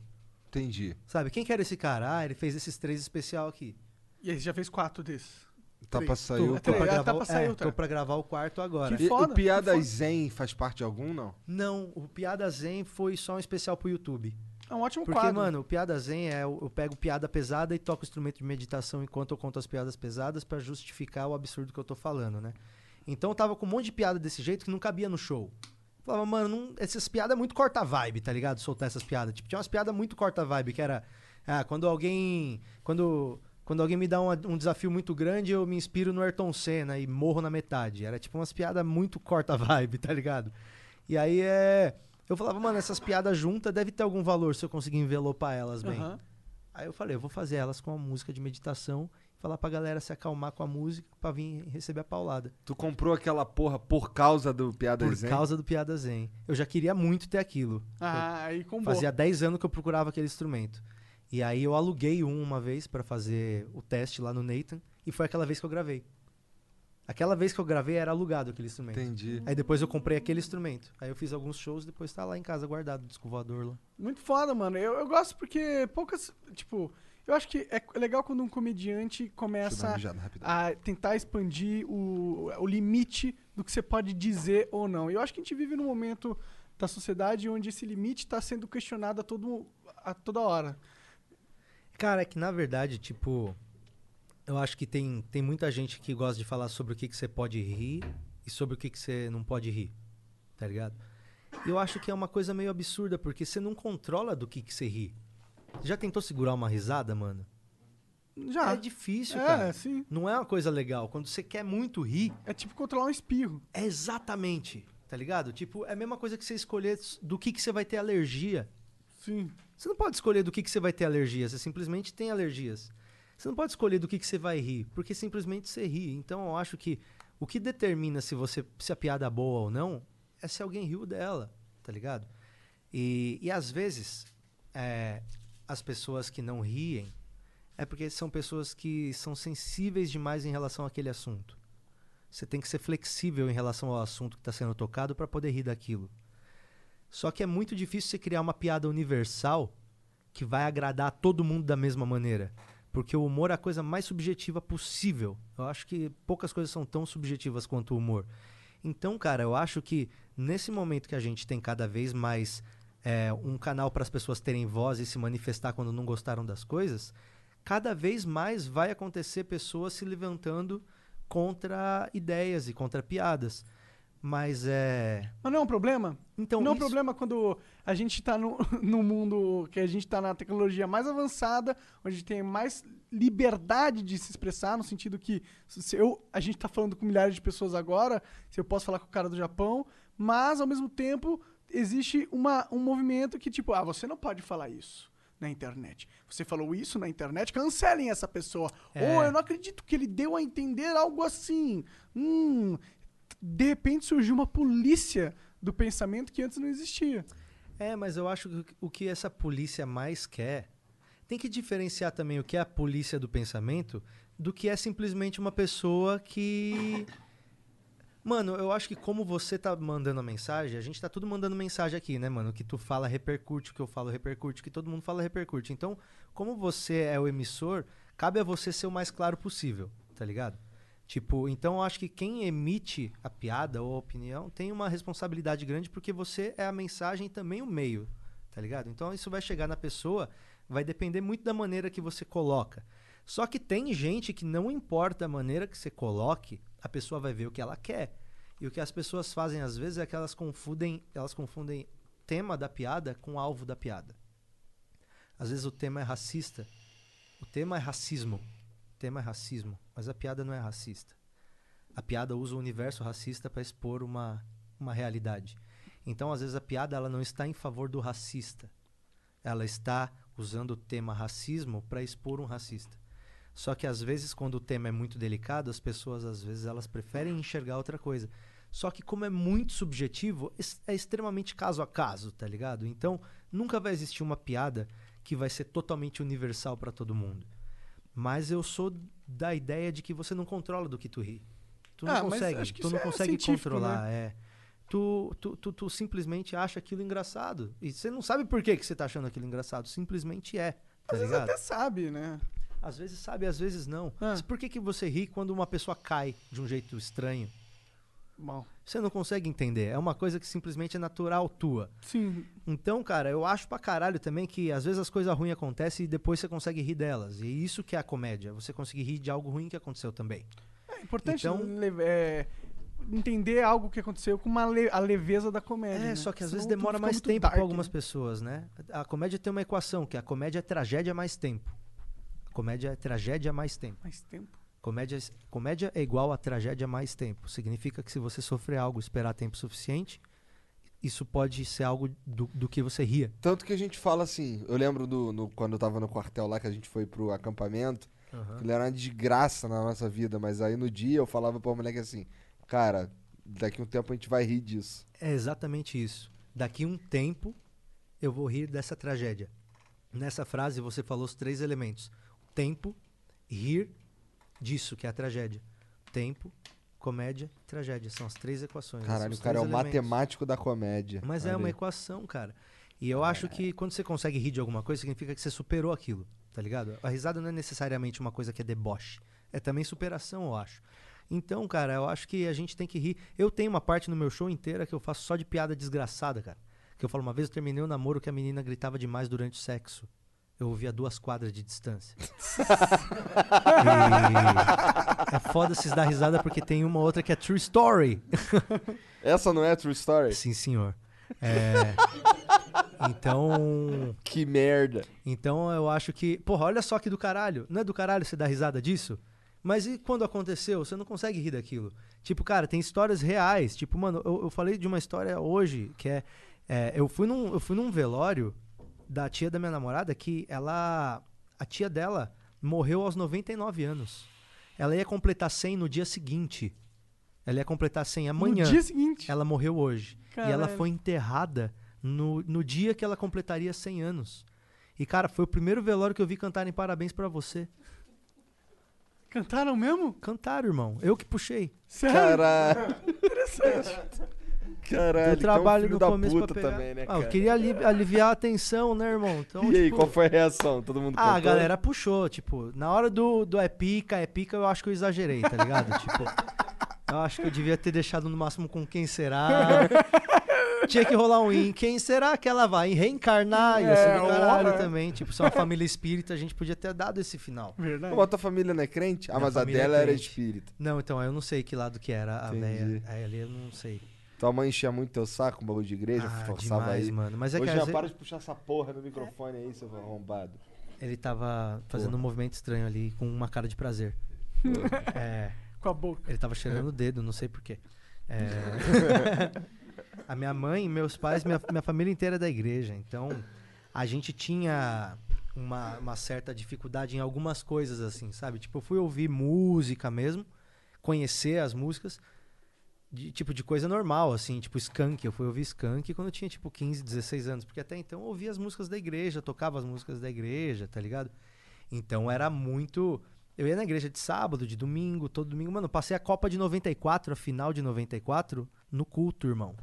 E: Entendi.
F: Sabe, quem que era esse cara? Ah, ele fez esses três especial aqui.
D: E aí, você já fez quatro desses.
E: Tá
D: Três.
E: pra sair o
D: Tô- Ah,
E: quarto.
D: tá
F: gravar,
D: pra
F: o-
D: sair
F: é,
D: o tra-
F: tô pra gravar o quarto agora.
D: Que
E: E-
D: foda,
E: o Piada
D: que foda.
E: Zen faz parte de algum, não?
F: Não, o Piada Zen foi só um especial pro YouTube.
D: É um ótimo
F: Porque,
D: quadro.
F: mano, o Piada Zen é eu, eu pego piada pesada e toco instrumento de meditação enquanto eu conto as piadas pesadas pra justificar o absurdo que eu tô falando, né? Então eu tava com um monte de piada desse jeito que não cabia no show. Falava, mano, não- essas piadas é muito corta-vibe, tá ligado? Soltar essas piadas. Tipo, tinha umas piadas muito corta-vibe, que era. Ah, quando alguém. Quando. Quando alguém me dá uma- um desafio muito grande, eu me inspiro no Ayrton Senna e morro na metade. Era tipo umas piadas muito corta-vibe, tá ligado? E aí é. Eu falava, mano, essas piadas juntas deve ter algum valor se eu conseguir envelopar elas bem.
D: Aham.
F: Aí eu falei, eu vou fazer elas com a música de meditação, falar pra galera se acalmar com a música pra vir receber a paulada.
E: Tu comprou aquela porra por causa do Piada
F: Por
E: Zen?
F: causa do Piada Zen. Eu já queria muito ter aquilo.
D: Ah, aí com
F: Fazia 10 anos que eu procurava aquele instrumento. E aí eu aluguei um uma vez pra fazer o teste lá no Nathan, e foi aquela vez que eu gravei. Aquela vez que eu gravei era alugado aquele instrumento.
E: Entendi.
F: Aí depois eu comprei aquele instrumento. Aí eu fiz alguns shows, depois tá lá em casa guardado, o disco voador lá.
D: Muito foda, mano. Eu, eu gosto porque poucas. Tipo, eu acho que é legal quando um comediante
E: Deixa eu dar uma
D: começa
E: mijada rápida.
F: Ah.
D: a tentar expandir o, o limite do que você pode dizer ou não. E Eu acho que a gente vive num momento da sociedade onde esse limite está sendo questionado a, todo, a toda hora.
F: Cara, é que na verdade, tipo, eu acho que tem, tem muita gente que gosta de falar sobre o que, que você pode rir e sobre o que, que você não pode rir, tá ligado? Eu acho que é uma coisa meio absurda, porque você não controla do que, que você ri. Já tentou segurar uma risada, mano?
D: Já.
F: É difícil,
D: É,
F: cara.
D: sim.
F: Não é uma coisa legal. Quando você quer muito rir.
D: É tipo controlar um espirro.
F: É exatamente. Tá ligado? Tipo, é a mesma coisa que você escolher do que, que você vai ter alergia.
D: Sim.
F: Você não pode escolher do que, que você vai ter alergia. Você simplesmente tem alergias. Você não pode escolher do que, que você vai rir, porque simplesmente você ri. Então eu acho que o que determina se você se a piada é boa ou não é se alguém riu dela, tá ligado? E, e às vezes é, as pessoas que não riem é porque são pessoas que são sensíveis demais em relação àquele assunto. Você tem que ser flexível em relação ao assunto que está sendo tocado para poder rir daquilo. Só que é muito difícil você criar uma piada universal que vai agradar a todo mundo da mesma maneira. Porque o humor é a coisa mais subjetiva possível. Eu acho que poucas coisas são tão subjetivas quanto o humor. Então, cara, eu acho que nesse momento que a gente tem cada vez mais é, um canal para as pessoas terem voz e se manifestar quando não gostaram das coisas, cada vez mais vai acontecer pessoas se levantando contra ideias e contra piadas. Mas é.
D: Mas não é um problema?
F: Então,
D: não é um
F: isso-
D: problema quando a gente tá no, no mundo que a gente tá na tecnologia mais avançada, onde a gente tem mais liberdade de se expressar, no sentido que se se eu, a gente tá falando com milhares de pessoas agora, se eu posso falar com o cara do Japão, mas ao mesmo tempo existe uma, um movimento que tipo, ah, você não pode falar isso na internet. Você falou isso na internet, cancelem essa pessoa.
F: É.
D: Ou eu não acredito que ele deu a entender algo assim. Hum, de repente surgiu uma polícia do pensamento que antes não existia.
F: É, mas eu acho que o que essa polícia mais quer. Tem que diferenciar também o que é a polícia do pensamento do que é simplesmente uma pessoa que. Mano, eu acho que como você tá mandando a mensagem, a gente tá tudo mandando mensagem aqui, né, mano? O que tu fala repercute, o que eu falo repercute, o que todo mundo fala repercute. Então, como você é o emissor, cabe a você ser o mais claro possível, tá ligado? Tipo, então eu acho que quem emite a piada ou a opinião tem uma responsabilidade grande porque você é a mensagem e também o meio, tá ligado? Então isso vai chegar na pessoa, vai depender muito da maneira que você coloca. Só que tem gente que não importa a maneira que você coloque, a pessoa vai ver o que ela quer. E o que as pessoas fazem às vezes é que elas confundem, elas confundem tema da piada com alvo da piada. Às vezes o tema é racista. O tema é racismo. O tema é racismo, mas a piada não é racista. A piada usa o universo racista para expor uma, uma realidade. Então, às vezes, a piada ela não está em favor do racista. Ela está usando o tema racismo para expor um racista. Só que, às vezes, quando o tema é muito delicado, as pessoas, às vezes, elas preferem enxergar outra coisa. Só que, como é muito subjetivo, es- é extremamente caso a caso, tá ligado? Então, nunca vai existir uma piada que vai ser totalmente universal para todo mundo. Mas eu sou da ideia de que você não controla do que tu ri. Tu não
D: Ah, mas acho que
F: consegue, tu
D: isso
F: não
D: é
F: consegue
D: científico,
F: controlar, é. Tu, tu, tu, tu simplesmente acha aquilo engraçado. E você não sabe por que, que você tá achando aquilo engraçado. Simplesmente é, tá
D: Às vezes
F: ligado?
D: até É. sabe, né?
F: Às vezes sabe, às vezes não. Mas Por que, que você ri quando uma pessoa cai de um jeito estranho?
D: Bom.
F: Você não consegue entender. É uma coisa que simplesmente é natural tua.
D: Sim.
F: Então, cara, eu acho pra caralho também que às vezes as coisas ruins acontecem e depois você consegue rir delas. E isso que é a comédia. Você conseguir rir de algo ruim que aconteceu também.
D: É importante
F: Então-
D: le- é, entender algo que aconteceu com uma le- a leveza da comédia.
F: É,
D: né?
F: só que às
D: Senão
F: vezes
D: tudo
F: demora
D: fica
F: mais
D: muito
F: tempo
D: dark,
F: para algumas
D: né?
F: pessoas, né? A comédia tem uma equação, que a comédia é tragédia mais tempo. A comédia é tragédia mais tempo.
D: Mais tempo.
F: Comédia, comédia é igual a tragédia mais tempo. Significa que se você sofrer algo e esperar tempo suficiente, isso pode ser algo do, do que você ria.
E: Tanto que a gente fala assim, eu lembro do, no- quando eu tava no quartel lá, que a gente foi pro acampamento, aquilo era uma desgraça na nossa vida, mas aí no dia eu falava pra moleque assim, cara, daqui um tempo a gente vai rir disso.
F: É exatamente isso. Daqui um tempo eu vou rir dessa tragédia. Nessa frase você falou os três elementos: tempo, rir disso que é a tragédia. Tempo, comédia, tragédia. São as três equações.
E: Caralho,
F: são os
E: o cara é o
F: três elementos.
E: matemático da comédia.
F: Mas é
E: Olha
F: uma
E: aí.
F: equação, cara. E eu acho que quando você consegue rir de alguma coisa, significa que você superou aquilo, tá ligado? A risada não é necessariamente uma coisa que é deboche. É também superação, eu acho. Então, cara, eu acho que a gente tem que rir. Eu tenho uma parte no meu show inteira que eu faço só de piada desgraçada, cara. Que eu falo, uma vez eu terminei um namoro que a menina gritava demais durante o sexo. Eu ouvi a duas quadras de distância. E é foda se dar risada porque tem uma outra que é true story.
E: Essa não é a true story?
F: Sim, senhor. É, então.
B: Que merda.
F: Então eu acho que. Porra, olha só que do caralho. Não é do caralho você dar risada disso? Mas e quando aconteceu? Você não consegue rir daquilo. Tipo, cara, tem histórias reais. Tipo, mano, eu, eu falei de uma história hoje que é. é, eu, fui num, eu fui num velório da tia da minha namorada que ela. A tia dela morreu aos 99 anos. Ela ia completar 100 no dia seguinte. Ela ia completar 100 amanhã.
D: dia seguinte?
F: Ela morreu hoje. E ela
D: Caralho.
F: foi enterrada no, no dia que ela completaria 100 anos. E, cara, foi o primeiro velório que eu vi cantarem parabéns pra você.
D: Cantaram mesmo?
F: Cantaram, irmão. Eu que puxei.
D: Sério?
E: Interessante. Caralho,
F: eu
E: então
F: trabalho
E: filho
F: do
E: da
F: começo
E: puta
F: pra pegar.
E: também, né,
F: Ah,
E: cara?
F: eu queria ali- aliviar a tensão, né, irmão? Então,
E: E aí,
F: tipo,
E: qual foi a reação? Todo mundo
F: Ah, a
E: cantou?
F: galera puxou, tipo, na hora do, do é pica, é pica, eu acho que eu exagerei, tá ligado? tipo, eu acho que eu devia ter deixado no máximo com quem será. Tinha que rolar um in, quem será que ela vai reencarnar? Ia ser
E: É,
F: do caralho
E: ó.
F: também. Tipo, se é uma família espírita, a gente podia ter dado esse final.
E: Hum.
D: Verdade.
E: Pô, a tua família não é crente? Ah,
F: Minha
E: mas a
F: família é
E: dela era
F: crente.
E: espírita.
F: Não, então, eu não sei que lado que era a
E: Entendi.
F: velha. Aí ali eu não sei.
E: Tua mãe enchia muito teu saco, um bagulho de igreja,
F: Ah,
E: forçava
F: demais,
E: aí.
F: mano. Mas é que
E: Hoje
F: às
E: já
F: ve-
E: para de puxar essa porra no microfone aí, seu arrombado.
F: Ele tava fazendo um movimento estranho ali, com uma cara de prazer. É,
D: Com a boca.
F: ele tava cheirando o dedo, não sei porquê. É... a minha mãe, meus pais, minha, minha família inteira é da igreja. Então, a gente tinha uma, uma certa dificuldade em algumas coisas, assim, sabe? Tipo, eu fui ouvir música mesmo, conhecer as músicas, de, tipo, de coisa normal, assim, tipo skunk. Eu fui ouvir skunk quando eu tinha, tipo, 15, 16 anos, porque até então eu ouvia as músicas da igreja, tocava as músicas da igreja, tá ligado? Então era muito. Eu ia na igreja de sábado, de domingo, todo domingo. Mano, eu passei a Copa de 94, a final de 94, no culto, irmão.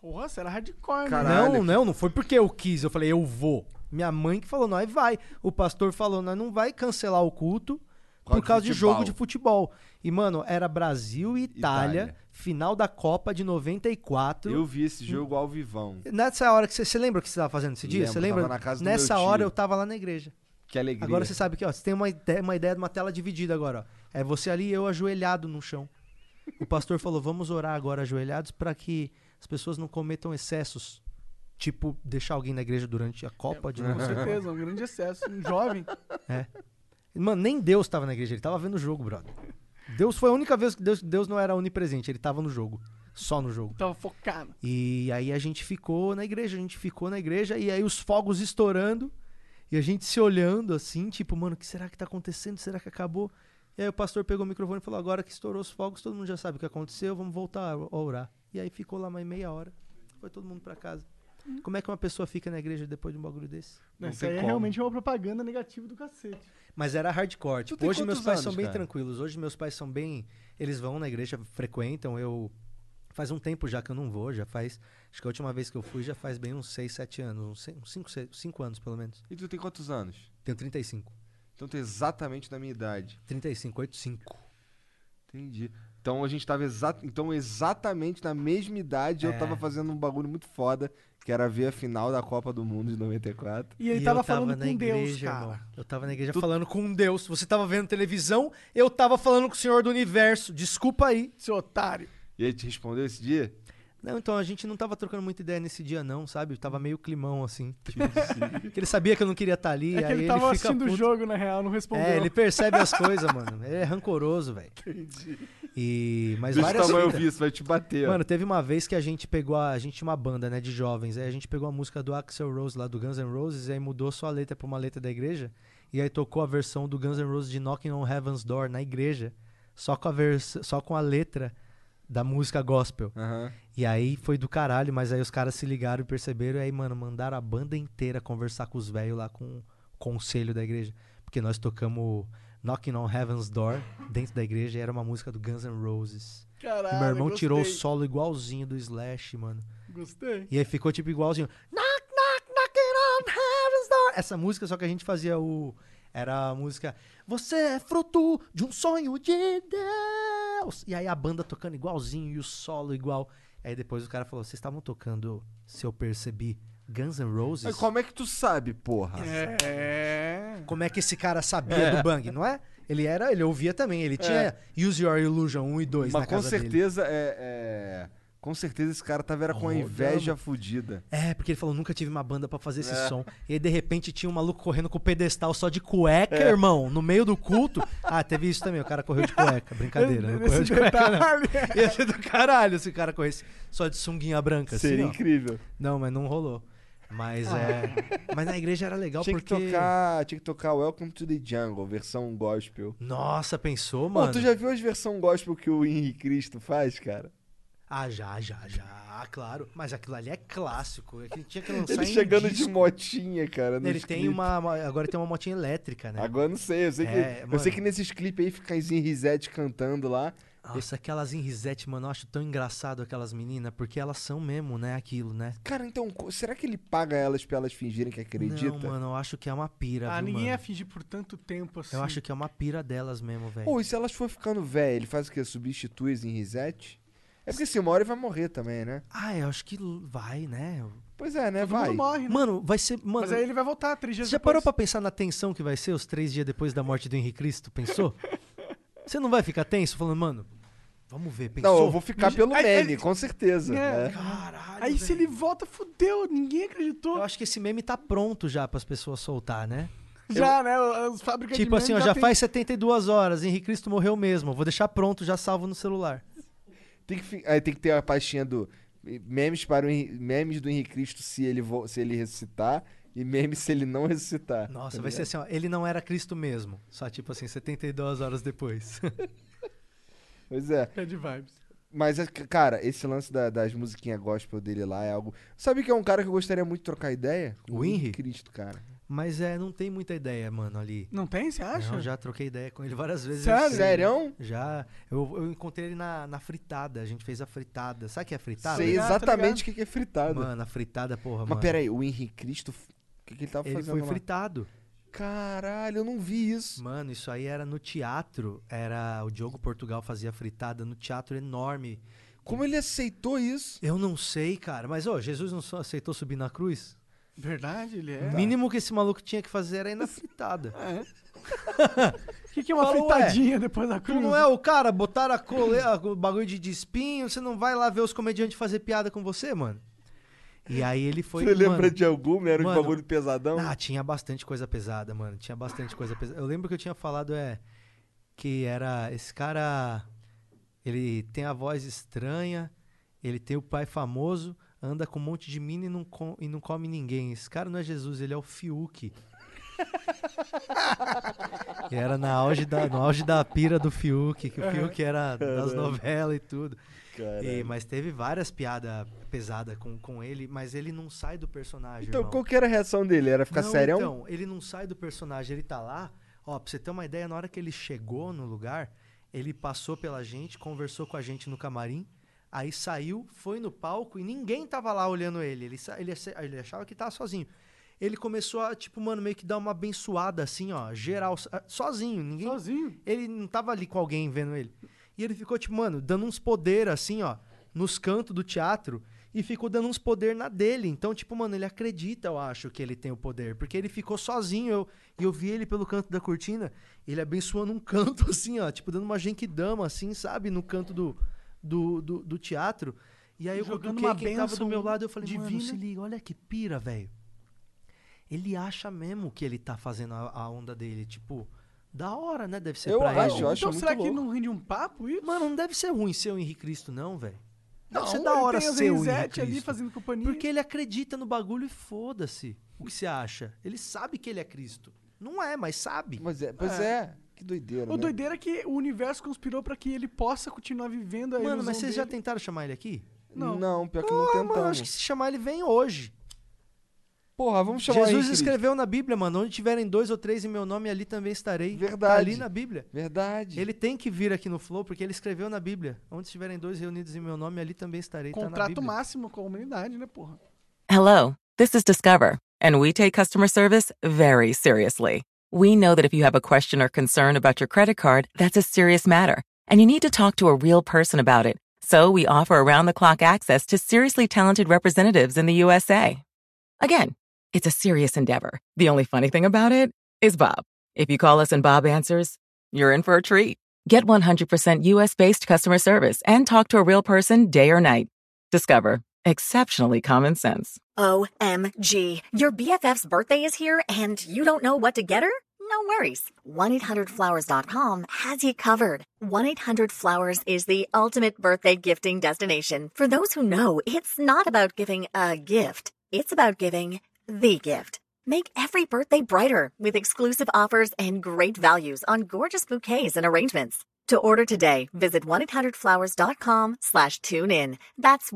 D: Porra, você era hardcore, né?
E: Caralho,
F: não,
E: que-
F: não, não foi porque eu quis. Eu falei, eu vou. Minha mãe que falou, nós vai. O pastor falou, nós não vai cancelar o culto
E: Por causa
F: por causa
E: de
F: de
E: futebol.
F: jogo de futebol. E, mano, era Brasil e Itália,
E: Itália.
F: final da Copa de 94.
E: Eu vi esse jogo ao vivão.
F: Nessa hora que você, você lembra o que você tava fazendo esse dia?
E: Lembro,
F: Você lembra?
E: tava na casa do meu
F: Nessa
E: tio.
F: hora eu tava lá na igreja.
E: Que alegria.
F: Agora você sabe que, ó, você tem uma ideia, uma ideia de uma tela dividida agora, ó. É você ali e eu ajoelhado no chão. O pastor falou: "Vamos orar agora ajoelhados para que as pessoas não cometam excessos, tipo deixar alguém na igreja durante a Copa de
D: Com
F: novo.
D: certeza, um grande excesso. Um jovem.
F: É. Mano, nem Deus tava na igreja, ele tava vendo o jogo, brother. Deus foi a única vez que Deus, Deus não era onipresente, ele tava no jogo, só no jogo.
D: Tava focado.
F: E aí a gente ficou na igreja, a gente ficou na igreja, e aí os fogos estourando, e a gente se olhando assim, tipo, mano, o que será que tá acontecendo? Será que acabou? E aí o pastor pegou o microfone e falou: agora que estourou os fogos, todo mundo já sabe o que aconteceu, vamos voltar a orar. E aí ficou lá mais meia hora, foi todo mundo pra casa. Como é que uma pessoa fica na igreja depois de um bagulho desse?
E: Não
D: Isso
E: tem
D: aí é
E: como.
D: realmente uma propaganda negativa do cacete.
F: Mas era hardcore.
E: Tu
F: Tipo,
E: tem
F: hoje meus
E: quantos
F: pais
E: anos,
F: são bem
E: cara?
F: tranquilos. Hoje meus pais são bem. Eles vão na igreja, frequentam. Eu. Faz um tempo já que eu não vou, já faz. Acho que a última vez que eu fui já faz bem uns 6, 7 anos. Uns 5, 5 anos, pelo menos.
E: E tu tem quantos anos?
F: Tenho 35.
E: Então tu é exatamente da minha idade.
F: 35, 8, 5.
E: Entendi. Então a gente tava exa... então, exatamente na mesma idade,
F: É.
E: eu tava fazendo um bagulho muito foda, que era ver a final da Copa do Mundo de 94.
D: E ele
F: eu
D: tava, falando
F: na
D: com Deus,
F: igreja,
D: cara.
F: irmão. Eu tava na igreja falando com Deus. Você tava vendo televisão, eu tava falando com o Senhor do Universo. Desculpa aí.
D: Seu otário.
E: E ele te respondeu esse dia?
F: Não, então a gente não tava trocando muita ideia nesse dia, não, sabe? Tava meio climão, assim. Tipo, que ele sabia que eu não queria estar ali.
D: É que
F: aí
D: ele tava
F: fica
D: assistindo o
F: puto.
D: jogo, na real, não respondeu.
F: É, ele percebe as coisas, mano. Ele é rancoroso, velho. Entendi. E, mas
E: Deixa
F: várias
E: tua mãe
F: fitas.
E: ouvir isso, vai te bater. ó.
F: Mano, teve uma vez que a gente pegou a, a gente tinha uma banda, né, de jovens. Aí a gente pegou a música do Axel Rose lá do Guns N' Roses e aí mudou só a letra pra uma letra da igreja. E aí tocou a versão do Guns N' Roses de Knocking on Heaven's Door na igreja, só com a vers só com a letra da música gospel.
E: Aham.
F: E aí foi do caralho, mas aí os caras se ligaram e perceberam, e aí, mano, mandaram a banda inteira conversar com os velhos lá com o conselho da igreja. Porque nós tocamos Knocking on Heaven's Door dentro da igreja e era uma música do Guns N' Roses.
D: Caralho,
F: e meu irmão
D: gostei,
F: tirou o solo igualzinho do Slash, mano.
D: Gostei.
F: E aí ficou tipo igualzinho. Knock, knock, knocking on heaven's door. Essa música, só que a gente fazia o. Era a música. Você é fruto de um sonho de Deus. E aí a banda tocando igualzinho e o solo igual. Aí depois o cara falou: Vocês estavam tocando, se eu percebi, Guns N' Roses?
E: Mas como é que tu sabe, porra?
D: É.
F: Como é que esse cara sabia do Bang, não é? Ele era, ele ouvia também, ele tinha Use Your Illusion 1 e 2 na
E: É. Mas com
F: casa dele.
E: certeza é, é, Com certeza esse cara tava era com a inveja fudida.
F: É, porque ele falou, nunca tive uma banda pra
E: É.
F: fazer esse som. E aí, de repente, tinha um maluco correndo com o pedestal só de cueca,
E: É.
F: irmão, no meio do culto. Ah, teve isso também, o cara correu de cueca. Brincadeira, não correu de cueca, não. Ia ser do caralho se o cara corresse só de sunguinha branca,
E: Seria
F: assim, ó.
E: incrível.
F: Não, mas não rolou. Mas é... Mas na igreja era legal
E: tinha
F: porque...
E: Que tocar, tinha que tocar Welcome to the Jungle, versão gospel.
F: Nossa, pensou,
E: Pô,
F: mano?
E: tu já viu as versões gospel que o Henri Cristo faz, cara?
F: Ah, já, já, já, claro. Mas aquilo ali é clássico. é que tinha que lançar
E: Ele
F: em
E: chegando
F: disco.
E: de motinha, cara. nos
F: Ele tem
E: clipes.
F: uma... uma- Agora tem uma motinha elétrica, né?
E: Agora eu não sei, eu sei,
F: É,
E: que, eu
F: mano.
E: sei que nesses clipes aí fica a Zin Rizete cantando lá.
F: Nossa, aquelas em risete, mano, eu acho tão engraçado aquelas meninas, porque elas são mesmo, né, aquilo, né?
E: Cara, então, co- será que ele paga elas pra elas fingirem que acredita?
F: Não, mano, eu acho que é uma pira,
D: Ah,
F: viu,
D: ninguém
F: mano?
D: ia fingir por tanto tempo assim.
F: Eu acho que é uma pira delas mesmo, velho.
E: Pô, e se elas for ficando velhas, ele faz o quê? Substitui as Zin Rizete? É porque assim, uma hora ele vai morrer também, né?
F: Ah, eu acho que l- vai, né?
E: Pois é, né?
D: Todo mundo
E: Vai.
D: morre, né?
F: Mano, vai ser, mano...
D: Mas aí ele vai voltar três dias
F: Você já
D: depois.
F: parou pra pensar na tensão que vai ser os três dias depois da morte do Henrique Cristo? Pensou? Você não vai ficar tenso falando, mano, vamos ver, pensou?
E: Não, eu vou ficar pelo
D: Aí-
E: meme,
D: aí-
E: com certeza.
D: É.
E: né?
F: Caralho,
D: Aí se ele volta, fudeu, ninguém acreditou.
F: Eu acho que esse meme tá pronto já pras pessoas soltar, né?
D: Já, né? Os fábricas de
F: Tipo assim, ó,
D: meme
F: já
D: tem-
F: faz 72 horas, Henrique Cristo morreu mesmo, vou deixar pronto, já salvo no celular.
E: Tem que, fi- aí tem que ter a pastinha do memes para o Henri- memes do Henrique Cristo se ele vo- se ele ressuscitar e memes se ele não ressuscitar.
F: Nossa,
E: tá
F: vai ser
E: ligado?
F: assim, ó, ele não era Cristo mesmo, só tipo assim, 72 horas depois.
E: Pois é.
D: É de vibes.
E: Mas é que, cara, esse lance da- das musiquinhas gospel dele lá é algo. Sabe que é um cara que eu gostaria muito de trocar ideia?
F: O
E: Henrique
F: Henri?
E: Cristo, cara.
F: Mas é, não tem muita ideia, mano, ali.
D: Não tem, você acha?
F: Eu já troquei ideia com ele várias vezes. eu
E: Sério?
F: sei.
E: Sério?
F: Já. Eu, eu encontrei ele na, na fritada, a gente fez a fritada. Sabe o que é fritada?
E: Sei
D: ligado, tá
E: exatamente
D: ligado.
E: o que que é fritada.
F: Mano, a fritada, porra,
E: Mas
F: mano.
E: peraí, o Henrique Cristo. O que, que ele tava
F: Ele
E: fazendo
F: foi
E: lá?
F: fritado.
E: Caralho, eu não vi isso.
F: Mano, isso aí era no teatro. Era o Diogo Portugal fazia fritada no teatro enorme.
E: Como ele aceitou isso?
F: Eu não sei, cara. Mas ô, Jesus não só aceitou subir na cruz?
D: Verdade, ele é.
F: O mínimo que esse maluco tinha que fazer era ir na fritada.
D: O que, que é uma
F: Falou,
D: fritadinha depois da cruz?
F: Tu não é o cara, botaram a cole... a- o bagulho de, de espinho, você não vai lá ver os comediantes fazer piada com você, mano? E aí ele foi.
E: Você lembra
F: mano,
E: de alguma? Era um
F: mano,
E: bagulho pesadão?
F: Ah, tinha bastante coisa pesada, mano. Tinha bastante coisa pesada. Eu lembro que eu tinha falado, é. Que era. Esse cara. Ele tem a voz estranha, ele tem o pai famoso, anda com um monte de mina e não, com- e não come ninguém. Esse cara não é Jesus, ele é o Fiuk. E era na auge da, no auge da pira do Fiuk, que o Fiuk era das novelas e tudo. E, mas teve várias piadas pesadas com, com ele, mas ele não sai do personagem.
E: Então,
F: irmão.
E: qual que era a reação dele? Era ficar
F: Não,
E: sério?
F: Então, ele não sai do personagem, ele tá lá. Ó, pra você ter uma ideia, na hora que ele chegou no lugar, ele passou pela gente, conversou com a gente no camarim, aí saiu, foi no palco e ninguém tava lá olhando ele. Ele, sa- ele, ace- ele achava que tava sozinho. Ele começou a, tipo, mano, meio que dar uma abençoada assim, ó, geral, so- sozinho. Ninguém,
D: Sozinho.
F: ele não tava ali com alguém vendo ele. E ele ficou, tipo, mano, dando uns poder assim, ó, nos cantos do teatro. E ficou dando uns poder na dele. Então, tipo, mano, ele acredita, eu acho, que ele tem o poder. Porque ele ficou sozinho. Eu, e eu vi ele pelo canto da cortina, ele abençoando um canto, assim, ó. Tipo, dando uma genkidama, assim, sabe? No canto do, do, do, do teatro. E aí eu
D: Jogando
F: cutuquei
D: uma
F: quem tava do
D: bênção
F: meu lado. Eu falei, mano,
D: divina.
F: se liga, olha que pira, velho. Ele acha mesmo que ele tá fazendo a, a onda dele. Tipo, da hora, né? Deve ser
E: Eu
F: pra
E: acho,
F: ele.
E: eu acho
D: então
E: muito
D: será que
E: louco.
D: não rende um papo isso? é
F: Mano, não deve ser ruim ser o Henrique Cristo, não, velho. Deve
D: Não,
F: ser da
D: ele
F: hora
D: tem o
F: ser o
D: Zezete
F: Henrique
D: ali
F: Cristo.
D: fazendo companhia.
F: Porque ele acredita no bagulho e foda-se. O que você acha? Ele sabe que ele é Cristo. Não é, mas sabe.
E: Mas é, pois é. Que doideira,
D: O
E: né?
D: doideira é que o universo conspirou pra que ele possa continuar vivendo a
F: mano,
D: ilusão
F: mas vocês já
D: dele.
F: tentaram chamar ele aqui?
E: Não.
D: Não.
E: pior que
F: Porra,
E: não
F: mano,
E: tentamos.
F: acho que se chamar ele vem hoje.
E: Porra, vamos chamar
F: Jesus
E: aí,
F: escreveu tá na Bíblia, mano. Onde tiverem dois ou três em meu nome, ali também estarei.
E: Verdade.
F: Tá ali na Bíblia.
E: Verdade.
F: Ele tem que vir aqui no Flow, porque ele escreveu na Bíblia. Onde estiverem dois reunidos em meu nome, ali também estarei. Tá na
D: Contrato
F: Bíblia.
D: máximo com a humanidade, né, porra?
C: Hello, this is Discover, and we take customer service very seriously. We know that if you have a question or concern about your credit card, that's a serious matter, and you need to talk to a real person about it. So we offer around the clock access to seriously talented representatives in the USA. Again, it's a serious endeavor. The only funny thing about it is Bob. If you call us and Bob answers, you're in for a treat. Get 100% US based customer service and talk to a real person day or night. Discover exceptionally common sense.
L: OMG. Your BFF's birthday is here and you don't know what to get her? No worries. 1 800flowers.com has you covered. 1 800flowers is the ultimate birthday gifting destination. For those who know, it's not about giving a gift, it's about giving the gift. Make every birthday brighter with exclusive offers and great values on gorgeous bouquets and arrangements. To order today, visit 1-800-Flowers.com slash tune in. That's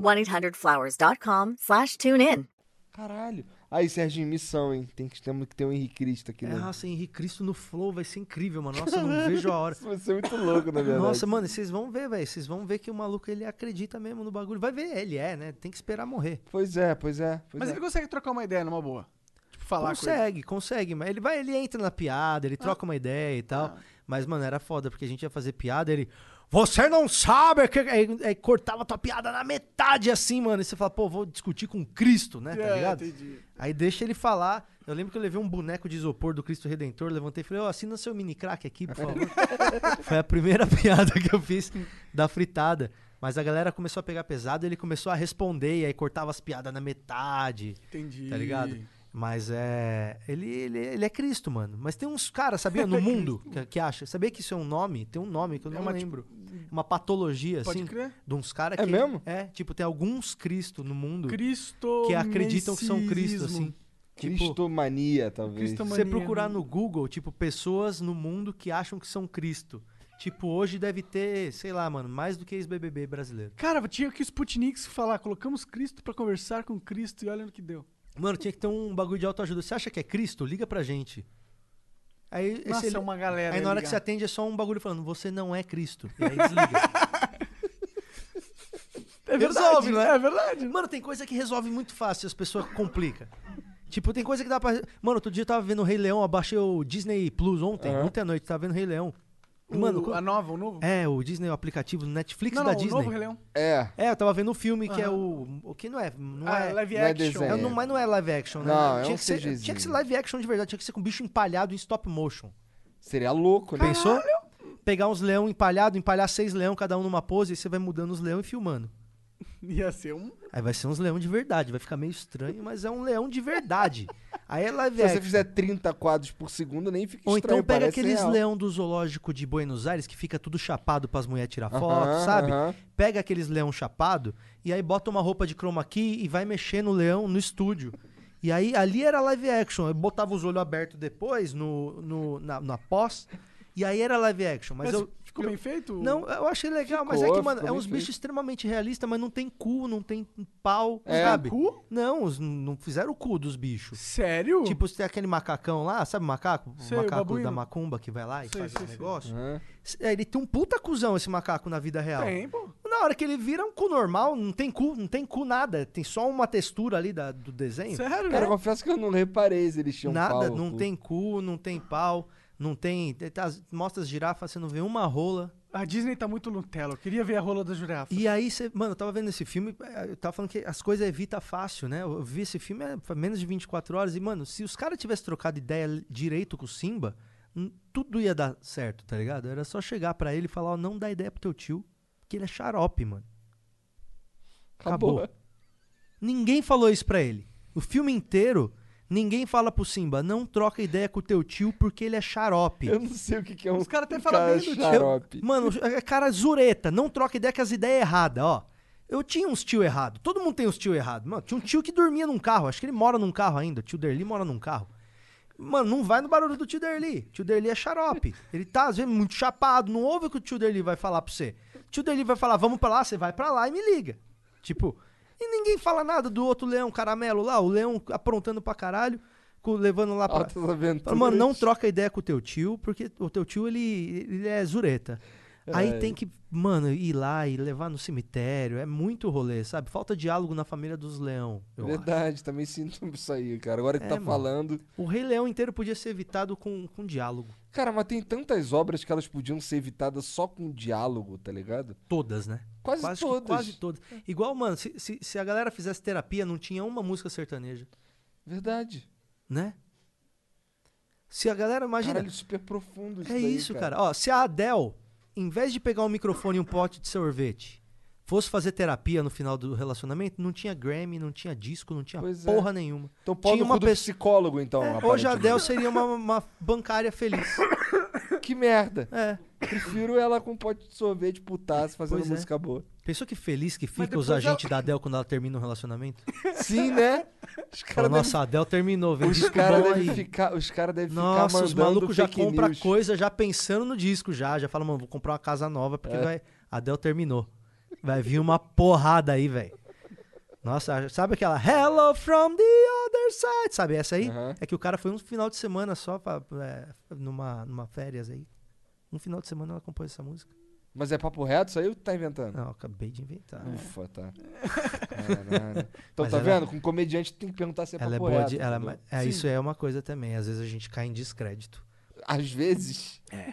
L: 1-800-Flowers.com slash tune in.
E: Caralho. Aí, Serginho, missão, hein? Tem que, temos que ter um Henrique Cristo aqui,
F: É,
E: né?
F: nossa, Henrique Cristo no Flow vai ser incrível, mano. Nossa, eu não vejo a hora.
E: Isso vai ser muito louco, na verdade.
F: Nossa, mano, vocês vão ver, velho. Vocês vão ver que o maluco ele acredita mesmo no bagulho. Vai ver, ele é, né? Tem que esperar morrer.
E: Pois é, pois é. Pois
D: Mas
E: é.
D: ele consegue trocar uma ideia numa boa. Tipo, falar com ele. Ah.
F: consegue, consegue, mas ele vai, ele entra na piada, ele troca uma ideia e tal. Mas, mano, era foda, porque a gente ia fazer piada, ele. Você não sabe! é Que... Aí, aí cortava tua piada na metade assim, mano. E você fala, pô, vou discutir com Cristo, né? Tá
D: É,
F: ligado?
D: entendi.
F: Aí deixa ele falar. Eu lembro que eu levei um boneco de isopor do Cristo Redentor, levantei e falei, ó, assina seu mini crack aqui, por favor. Foi a primeira piada que eu fiz da fritada. Mas a galera começou a pegar pesado, ele começou a responder, e aí cortava as piadas na metade.
D: Entendi.
F: Tá ligado? Mas é. Ele, ele, ele é Cristo, mano. Mas tem uns caras, sabia, no mundo que, que acha. Sabia que isso é um nome? Tem um nome que eu não
D: uma, tipo,
F: lembro. Uma patologia,
D: Pode
F: assim.
D: crer.
F: De uns caras
E: É
F: que.
E: mesmo?
F: É, tipo, tem alguns Cristo no mundo
D: Cristo.
F: que acreditam que são Cristo,
D: messiismo.
F: assim. Tipo,
E: Cristomania, talvez.
D: Cristo
F: você
D: mania,
F: procurar
D: né?
F: no Google, tipo, pessoas no mundo que acham que são Cristo. Tipo, hoje deve ter, sei lá, mano, mais do que ex-BBB brasileiro.
D: Cara, tinha que o Sputniks falar, colocamos Cristo pra conversar com Cristo e olha no que deu.
F: Mano, tinha que ter um bagulho de autoajuda. Você acha que é Cristo? Liga pra gente. Aí, esse
D: Nossa,
F: ele-
D: é uma galera.
F: Aí na hora
D: ia
F: que você
D: ligar.
F: atende é só um bagulho falando, você não é Cristo. E aí desliga.
D: É verdade,
F: resolve, né?
D: É verdade.
F: Mano, tem coisa que resolve muito fácil, as pessoas complicam. Tipo, tem coisa que dá pra. Mano, outro dia eu tava vendo o Rei Leão, abaixei o Disney Plus ontem, ontem à noite, tava vendo o Rei Leão. Mano,
D: Mano,
F: co-
D: a nova, o novo?
F: é, o Disney, o aplicativo do Netflix
D: Tipo- não,
F: da
D: não, o
F: Disney.
D: novo Rei Leão.
E: É.
F: É, eu tava vendo o filme que é o. O que não é? Não
D: Ah,
F: é.
D: live
E: não é
D: action.
E: desenho.
F: é, não- mas não é live action, né?
E: Não, é
F: tinha,
E: um
F: que ser,
E: CGzinho.
F: tinha que ser live action de verdade, tinha que ser com bicho empalhado em stop motion.
E: Seria louco, né?
F: Pensou? Pegar uns leão empalhado, empalhar seis leão, cada um numa pose, e você vai mudando os leão e filmando.
D: Ia ser um.
F: Aí vai ser uns leão de verdade, vai ficar meio estranho, mas é um leão de verdade. Aí é live
E: Se você
F: action.
E: fizer 30 quadros por segundo, nem fica
F: Ou
E: estranho.
F: então pega
E: parece
F: aqueles
E: real.
F: leão do zoológico de Buenos Aires que fica tudo chapado pras mulheres tirar
E: Aham,
F: foto, sabe?
E: aham.
F: Pega aqueles leão chapado e aí bota uma roupa de chroma key e vai mexer no leão no estúdio. E aí ali era live action, eu botava os olhos abertos depois no, no- na, na pós. E aí era live action, mas,
D: Mas
F: eu
D: ficou bem feito?
F: Não, eu achei legal, mas é
E: Ficou,
F: que, mano, é
E: ficou
F: uns
E: bem
F: bichos extremamente realistas, mas não tem cu, não tem pau,
E: É.
F: sabe?
D: Cu?
F: Não, os- não fizeram o cu dos bichos.
D: Sério?
F: Tipo, tem aquele macacão lá, sabe o macaco?
D: Sei, o
F: o macaco
D: babuíno.
F: da macumba que vai lá e
D: Sei,
F: faz
D: sei,
F: o
D: sei.
F: negócio.
E: Aham.
F: É, Ele tem um puta cuzão, esse macaco, na vida real.
D: Tem, pô.
F: Na hora que ele vira um cu normal, não tem cu, não tem cu nada. Tem só uma textura ali da- do desenho.
D: Sério?
E: Cara, eu
D: né?
E: confesso que eu não reparei se eles tinham
F: Nada,
E: um pau,
F: não
E: pô.
F: tem cu, não tem pau, não tem... tem- tá- mostra as girafas, você não vê uma rola.
D: A Disney tá muito Nutella. Eu queria ver a rola da girafa.
F: E aí, você, mano, eu tava vendo esse filme, eh, eu tava falando que as coisas evita fácil, né? Eu vi esse filme há menos de 24 horas e, mano, se os caras tivessem trocado ideia l- direito com o Simba, n- tudo ia dar certo, tá ligado? Era só chegar pra ele e falar, ó, não dá ideia pro teu tio, que ele é xarope, mano. Acabou. Ninguém falou isso pra ele. O filme inteiro, ninguém fala pro Simba, não troca ideia com o teu tio porque ele é xarope.
E: Eu não sei o que, que é um.
D: Os caras até falam
E: cara
D: bem do tio.
E: xarope.
F: Mano, é cara zureta, não troca ideia com as ideias erradas, ó. Eu tinha uns tio errado, todo mundo tem uns tio errado. Mano, tinha um tio que dormia num carro, acho que ele mora num carro ainda, o tio Derli mora num carro. Mano, não vai no barulho do tio Derli. Tio Derli é xarope. Ele tá, às vezes, muito chapado, não ouve o que o tio Derli vai falar pra você. Tio Derli vai falar, vamos pra lá, você vai pra lá e me liga. Tipo, e ninguém fala nada do outro leão caramelo lá, o leão aprontando pra caralho, com- levando lá pra...
E: Altas aventuras.
F: Fala, Mano, não troca ideia com o teu tio, porque o teu tio, ele, ele é zureta. Aí
E: Ai.
F: tem que, mano, ir lá e levar no cemitério. É muito rolê, sabe? Falta diálogo na família dos leão, eu acho.
E: Verdade, também sinto isso aí, cara. Agora que
F: É,
E: tá
F: mano.
E: falando.
F: O Rei Leão inteiro podia ser evitado com, com diálogo.
E: Cara, mas tem tantas obras que elas podiam ser evitadas só com diálogo, tá ligado?
F: Todas, né?
E: Quase
F: que
E: todas.
F: Quase todas. Igual, mano, se, se, se a galera fizesse terapia, não tinha uma música sertaneja,
E: Verdade.
F: né? Se a galera, imagina...
E: Caralho, super profundo isso
F: É
E: daí,
F: isso, cara. Ó, se a Adele, em vez de pegar um microfone e um pote de sorvete, fosse fazer terapia no final do relacionamento, não tinha Grammy, não tinha disco, não tinha
E: Pois é.
F: porra nenhuma.
E: Então, pau
F: tinha
E: no cu do psicólogo, então.
F: É,
E: aparentemente.
F: hoje a Adele seria uma, uma bancária feliz.
E: Que merda.
F: É.
E: Prefiro ela com um pote de sorvete putaço fazendo
F: Pois é.
E: música boa.
F: Pensou que feliz que fica
E: depois
F: os
E: ela-
F: agentes da Adele quando ela termina um relacionamento?
E: Sim, né? Os
F: Fala,
E: caras
F: Nossa, a Adele terminou, vem
E: devem os
F: disco
E: cara
F: bom
E: deve
F: aí.
E: ficar, os cara deve ficar
F: Nossa,
E: mandando
F: os malucos já
E: fake
F: compram
E: news.
F: coisa já pensando no disco já. Já falam, mano, vou comprar uma casa nova porque
E: É.
F: vai... a Adele terminou. Vai vir uma porrada aí, velho. Nossa, sabe aquela Hello from the other side? Sabe essa aí? É que o cara foi um final de semana só pra, é, numa, numa férias aí. Um final de semana ela compôs essa música.
E: Mas é papo reto isso aí ou tu tá inventando?
F: Não, acabei de inventar.
E: Ufa, tá. Caralho. Então
F: É. Mas
E: tá
F: ela-
E: vendo? Com comediante tem que perguntar se é
F: Ela é
E: papo
F: boa
E: reto.
F: de. Ela é, ma-
E: entendeu?
F: é,
E: Sim.
F: isso é uma coisa também. Às vezes a gente cai em descrédito.
E: Às vezes?
F: É.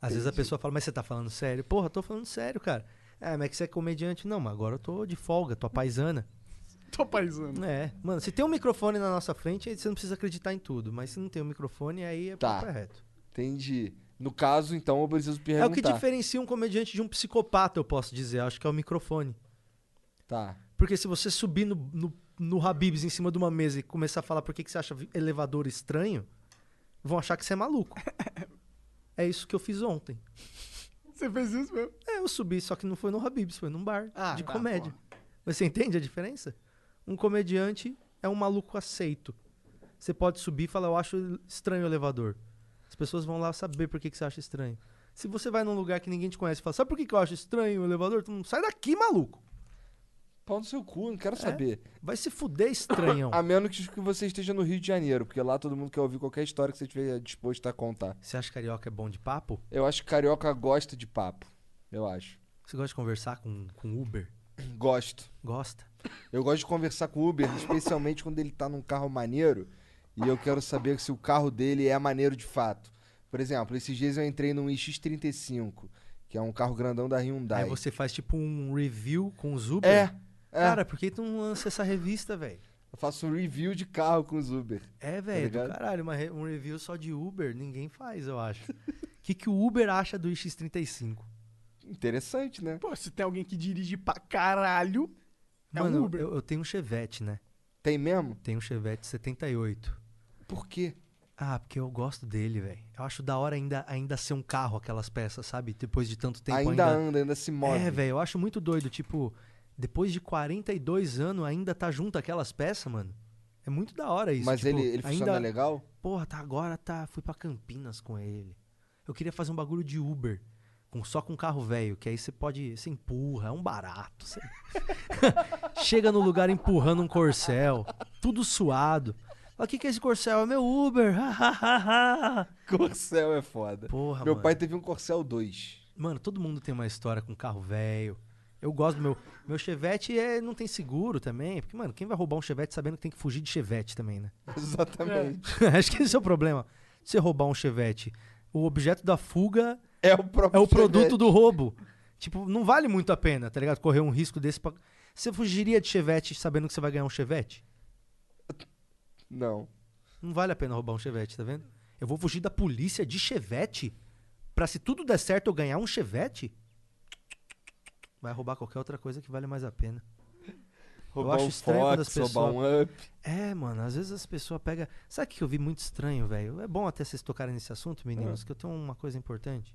F: Às vezes a pessoa fala, mas você tá falando sério? Porra, tô falando sério, cara. É, mas que você é comediante. Não, mas agora eu tô de folga, tô paisana.
D: Tô paisando.
F: É. Mano, se tem um microfone na nossa frente, aí você não precisa acreditar em tudo. Mas se não tem um microfone, aí é
E: Tá.
F: papo reto.
E: Entendi. No caso, então, eu preciso perguntar.
F: É o que diferencia um comediante de um psicopata, eu posso dizer. Acho que é o microfone.
E: Tá.
F: Porque se você subir no, no, no Habibs em cima de uma mesa e começar a falar por que, que você acha vi- elevador estranho, vão achar que você é maluco. é isso que eu fiz ontem.
D: Você fez isso mesmo?
F: É, eu subi, só que não foi no Habibs, foi num bar
D: Ah,
F: de
D: tá,
F: comédia. Você entende a diferença? Um comediante é um maluco aceito. Você pode subir e falar, eu acho estranho o elevador. As pessoas vão lá saber por que, que você acha estranho. Se você vai num lugar que ninguém te conhece e fala, sabe por que, que eu acho estranho o elevador? Tu não sai daqui, maluco.
E: Pau no seu cu, não quero
F: É?
E: saber.
F: Vai se fuder, estranhão.
E: A menos que que você esteja no Rio de Janeiro, porque lá todo mundo quer ouvir qualquer história que você estiver disposto a contar.
F: Você acha que carioca é bom de papo?
E: Eu acho que carioca gosta de papo. Eu acho.
F: Você gosta de conversar com, com Uber?
E: Gosto.
F: Gosta?
E: Eu gosto de conversar com o Uber, especialmente quando ele tá num carro maneiro e eu quero saber se o carro dele é maneiro de fato. Por exemplo, esses dias eu entrei num iX35, que é um carro grandão da Hyundai.
F: Aí você faz tipo um review com os Uber?
E: É, é.
F: Cara, por que tu não lança essa revista, velho?
E: Eu faço um review de carro com os Uber.
F: É, velho, do
E: Tá ligado?
F: caralho, uma re- um review só de Uber, ninguém faz, eu acho. O que, que o Uber acha do X35?
E: Interessante, né?
D: Pô, se tem alguém que dirige pra caralho, é
F: Mano,
D: um Uber.
F: Eu, eu tenho um Chevette, né?
E: Tem mesmo?
F: Tenho um Chevette 78.
E: Por quê?
F: Ah, porque eu gosto dele, velho. Eu acho da hora ainda, ainda ser um carro, aquelas peças, sabe? Depois de tanto tempo
E: ainda anda, ainda se move.
F: É, velho, eu acho muito doido. Tipo, depois de 42 anos, ainda tá junto aquelas peças, mano. É muito da hora isso.
E: Mas
F: tipo,
E: ele, ele funciona
F: ainda-
E: legal?
F: Porra, tá agora, tá. Fui pra Campinas com ele. Eu queria fazer um bagulho de Uber. Com, só com carro velho, que aí você pode. Você empurra, é um barato. você- Chega no lugar empurrando um corcel, tudo suado. Fala, o que, que é esse corcel? É meu Uber.
E: Corcel é foda.
F: Porra,
E: Meu
F: Ah, mano.
E: pai teve um Corcel 2.
F: Mano, todo mundo tem uma história com carro velho. Eu gosto do meu. Meu Chevette é, não tem seguro também. Porque, mano, quem vai roubar um Chevette sabendo que tem que fugir de Chevette também, né?
E: Exatamente.
F: Acho que esse é o problema. Se você roubar um Chevette, o objeto da fuga
E: É o próprio
F: é o produto
E: Chevette.
F: do roubo. Tipo, não vale muito a pena, tá ligado? Correr um risco desse pra... Você fugiria de Chevette sabendo que você vai ganhar um Chevette?
E: Não.
F: Não vale a pena roubar um Chevette, tá vendo? Eu vou fugir da polícia de Chevette pra se tudo der certo eu ganhar um Chevette? Vai roubar qualquer outra coisa que vale mais a pena.
E: Roubar
F: acho
E: um
F: estranho quando as
E: Fox, roubar um Up.
F: É, mano, às vezes as pessoas pegam. Sabe o que eu vi muito estranho, velho? É bom até vocês tocarem nesse assunto, meninos, que eu tenho uma coisa importante.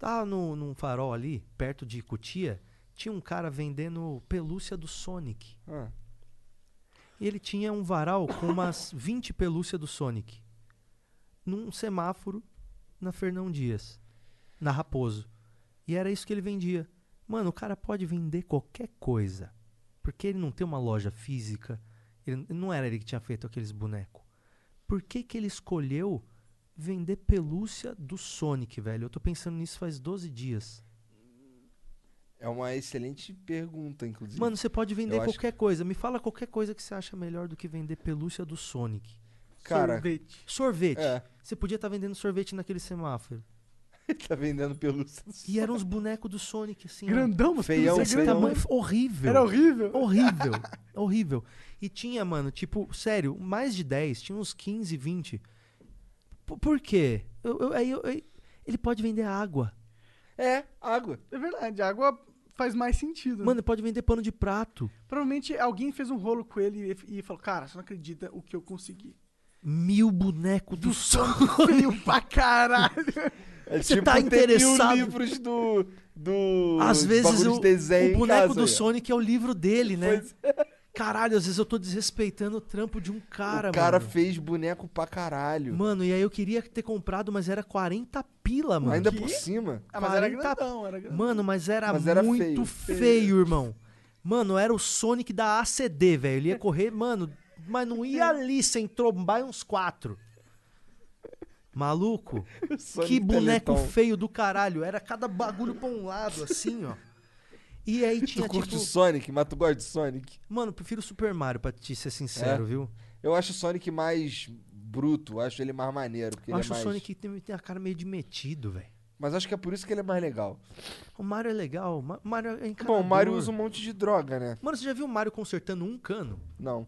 F: Tava no, num farol ali, perto de Cutia, tinha um cara vendendo pelúcia do Sonic.
E: Ah.
F: E ele tinha um varal com umas 20 pelúcias do Sonic. Num semáforo na Fernão Dias, na Raposo. E era isso que ele vendia. Mano, o cara pode vender qualquer coisa. Porque ele não tem uma loja física. Ele, não era ele que tinha feito aqueles bonecos. Por que, que ele escolheu vender pelúcia do Sonic, velho? Eu tô pensando nisso faz 12 dias.
E: É uma excelente pergunta, inclusive.
F: Mano, você pode vender
E: Eu acho
F: qualquer coisa. Me fala qualquer coisa que você acha melhor do que vender pelúcia do Sonic.
E: Cara,
D: Sorvete.
F: Sorvete.
E: É.
F: Você podia estar vendendo sorvete naquele semáforo.
E: tá vendendo pelúcia.
F: E eram uns bonecos do Sonic, assim. ó.
D: Grandão, mas
E: Feião,
D: tudo isso é
F: Esse
E: feião.
D: grandão.
F: tamanho horrível.
D: Era horrível?
F: Horrível. horrível. E tinha, mano, tipo, sério, mais de 10, tinha uns 15, 20. P- por quê? Eu- eu- aí eu- aí- ele pode vender água.
E: É, água.
D: É verdade, água faz mais sentido. né?
F: Mano, pode vender pano de prato.
D: Provavelmente alguém fez um rolo com ele e, e falou, cara, você não acredita o que eu consegui.
F: Mil boneco do,
D: Frio pra caralho.
F: Você tá interessado?
E: Tipo, Tem mil livros do. do
F: Às
E: de
F: vezes
E: bagulho
F: o,
E: de desenho
F: o
E: em
F: boneco
E: casa, é.
F: do
E: né?
F: Sonic é o livro dele, né? Caralho, às vezes eu tô desrespeitando o trampo de um cara,
E: o cara
F: mano.
E: fez boneco pra caralho.
F: Mano, e aí eu queria ter comprado, mas era 40 pila, mano.
E: Ainda por cima.
D: Ah, mas era
F: 40
D: grandão, era grandão.
F: Mano, mas era,
E: Mas era
F: muito
E: feio.
F: feio. irmão. Mano, era o Sonic da ACD, velho. Ele ia correr, mano, mas não ia ali sem trombar uns quatro. Maluco,
E: Sonic
F: que boneco
E: Teleton.
F: feio do caralho. Era cada bagulho pra um lado, assim, ó. E aí
E: Tu
F: tinha
E: curte
F: tipo...
E: o Sonic, mas tu gosta de Sonic?
F: Mano, prefiro o Super Mario, pra te ser sincero,
E: É.
F: viu?
E: Eu acho o Sonic mais bruto, acho ele mais maneiro. Porque
F: Eu
E: ele
F: acho
E: é mais...
F: o Sonic tem, tem a cara meio de metido, velho.
E: Mas acho que é por isso que ele é mais legal.
F: O Mario é legal, o Ma- Mario é encanador.
E: Bom, o Mario usa um monte de droga, né?
F: Mano, você já viu o Mario consertando um cano?
E: Não.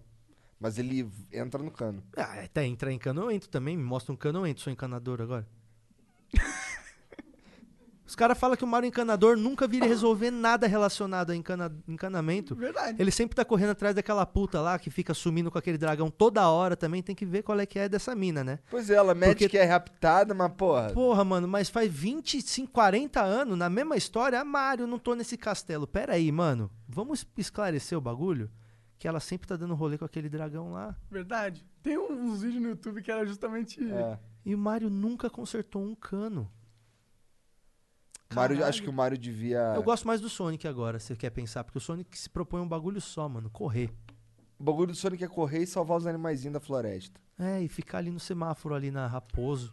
E: Mas ele v- entra no cano.
F: Ah, até entrar em cano eu entro também, me mostra um cano eu entro, sou encanador agora. Os caras falam que o Mario encanador nunca vira resolver nada relacionado a encana- encanamento.
D: Verdade.
F: Ele sempre tá correndo atrás daquela puta lá que fica sumindo com aquele dragão toda hora também, tem que ver qual é que é dessa mina, né?
E: Pois é, ela mete
F: Porque-
E: que é raptada, mas porra.
F: Porra, mano, mas faz 25, 40 anos, na mesma história, ah, Mario, não tô nesse castelo. Pera aí, mano, vamos esclarecer o bagulho? Que ela sempre tá dando rolê com aquele dragão lá.
D: Verdade. Tem um, uns vídeos no YouTube que era justamente...
E: É.
F: E o Mario nunca consertou um cano.
E: Mario,
F: Caralho.
E: acho que o Mario devia.
D: É.
F: Eu gosto mais do Sonic agora, se você quer pensar, porque o Sonic se propõe um bagulho só, mano, correr.
E: O bagulho do Sonic é correr e salvar os animaizinhos da floresta.
F: É, e ficar ali no semáforo, ali na Raposo.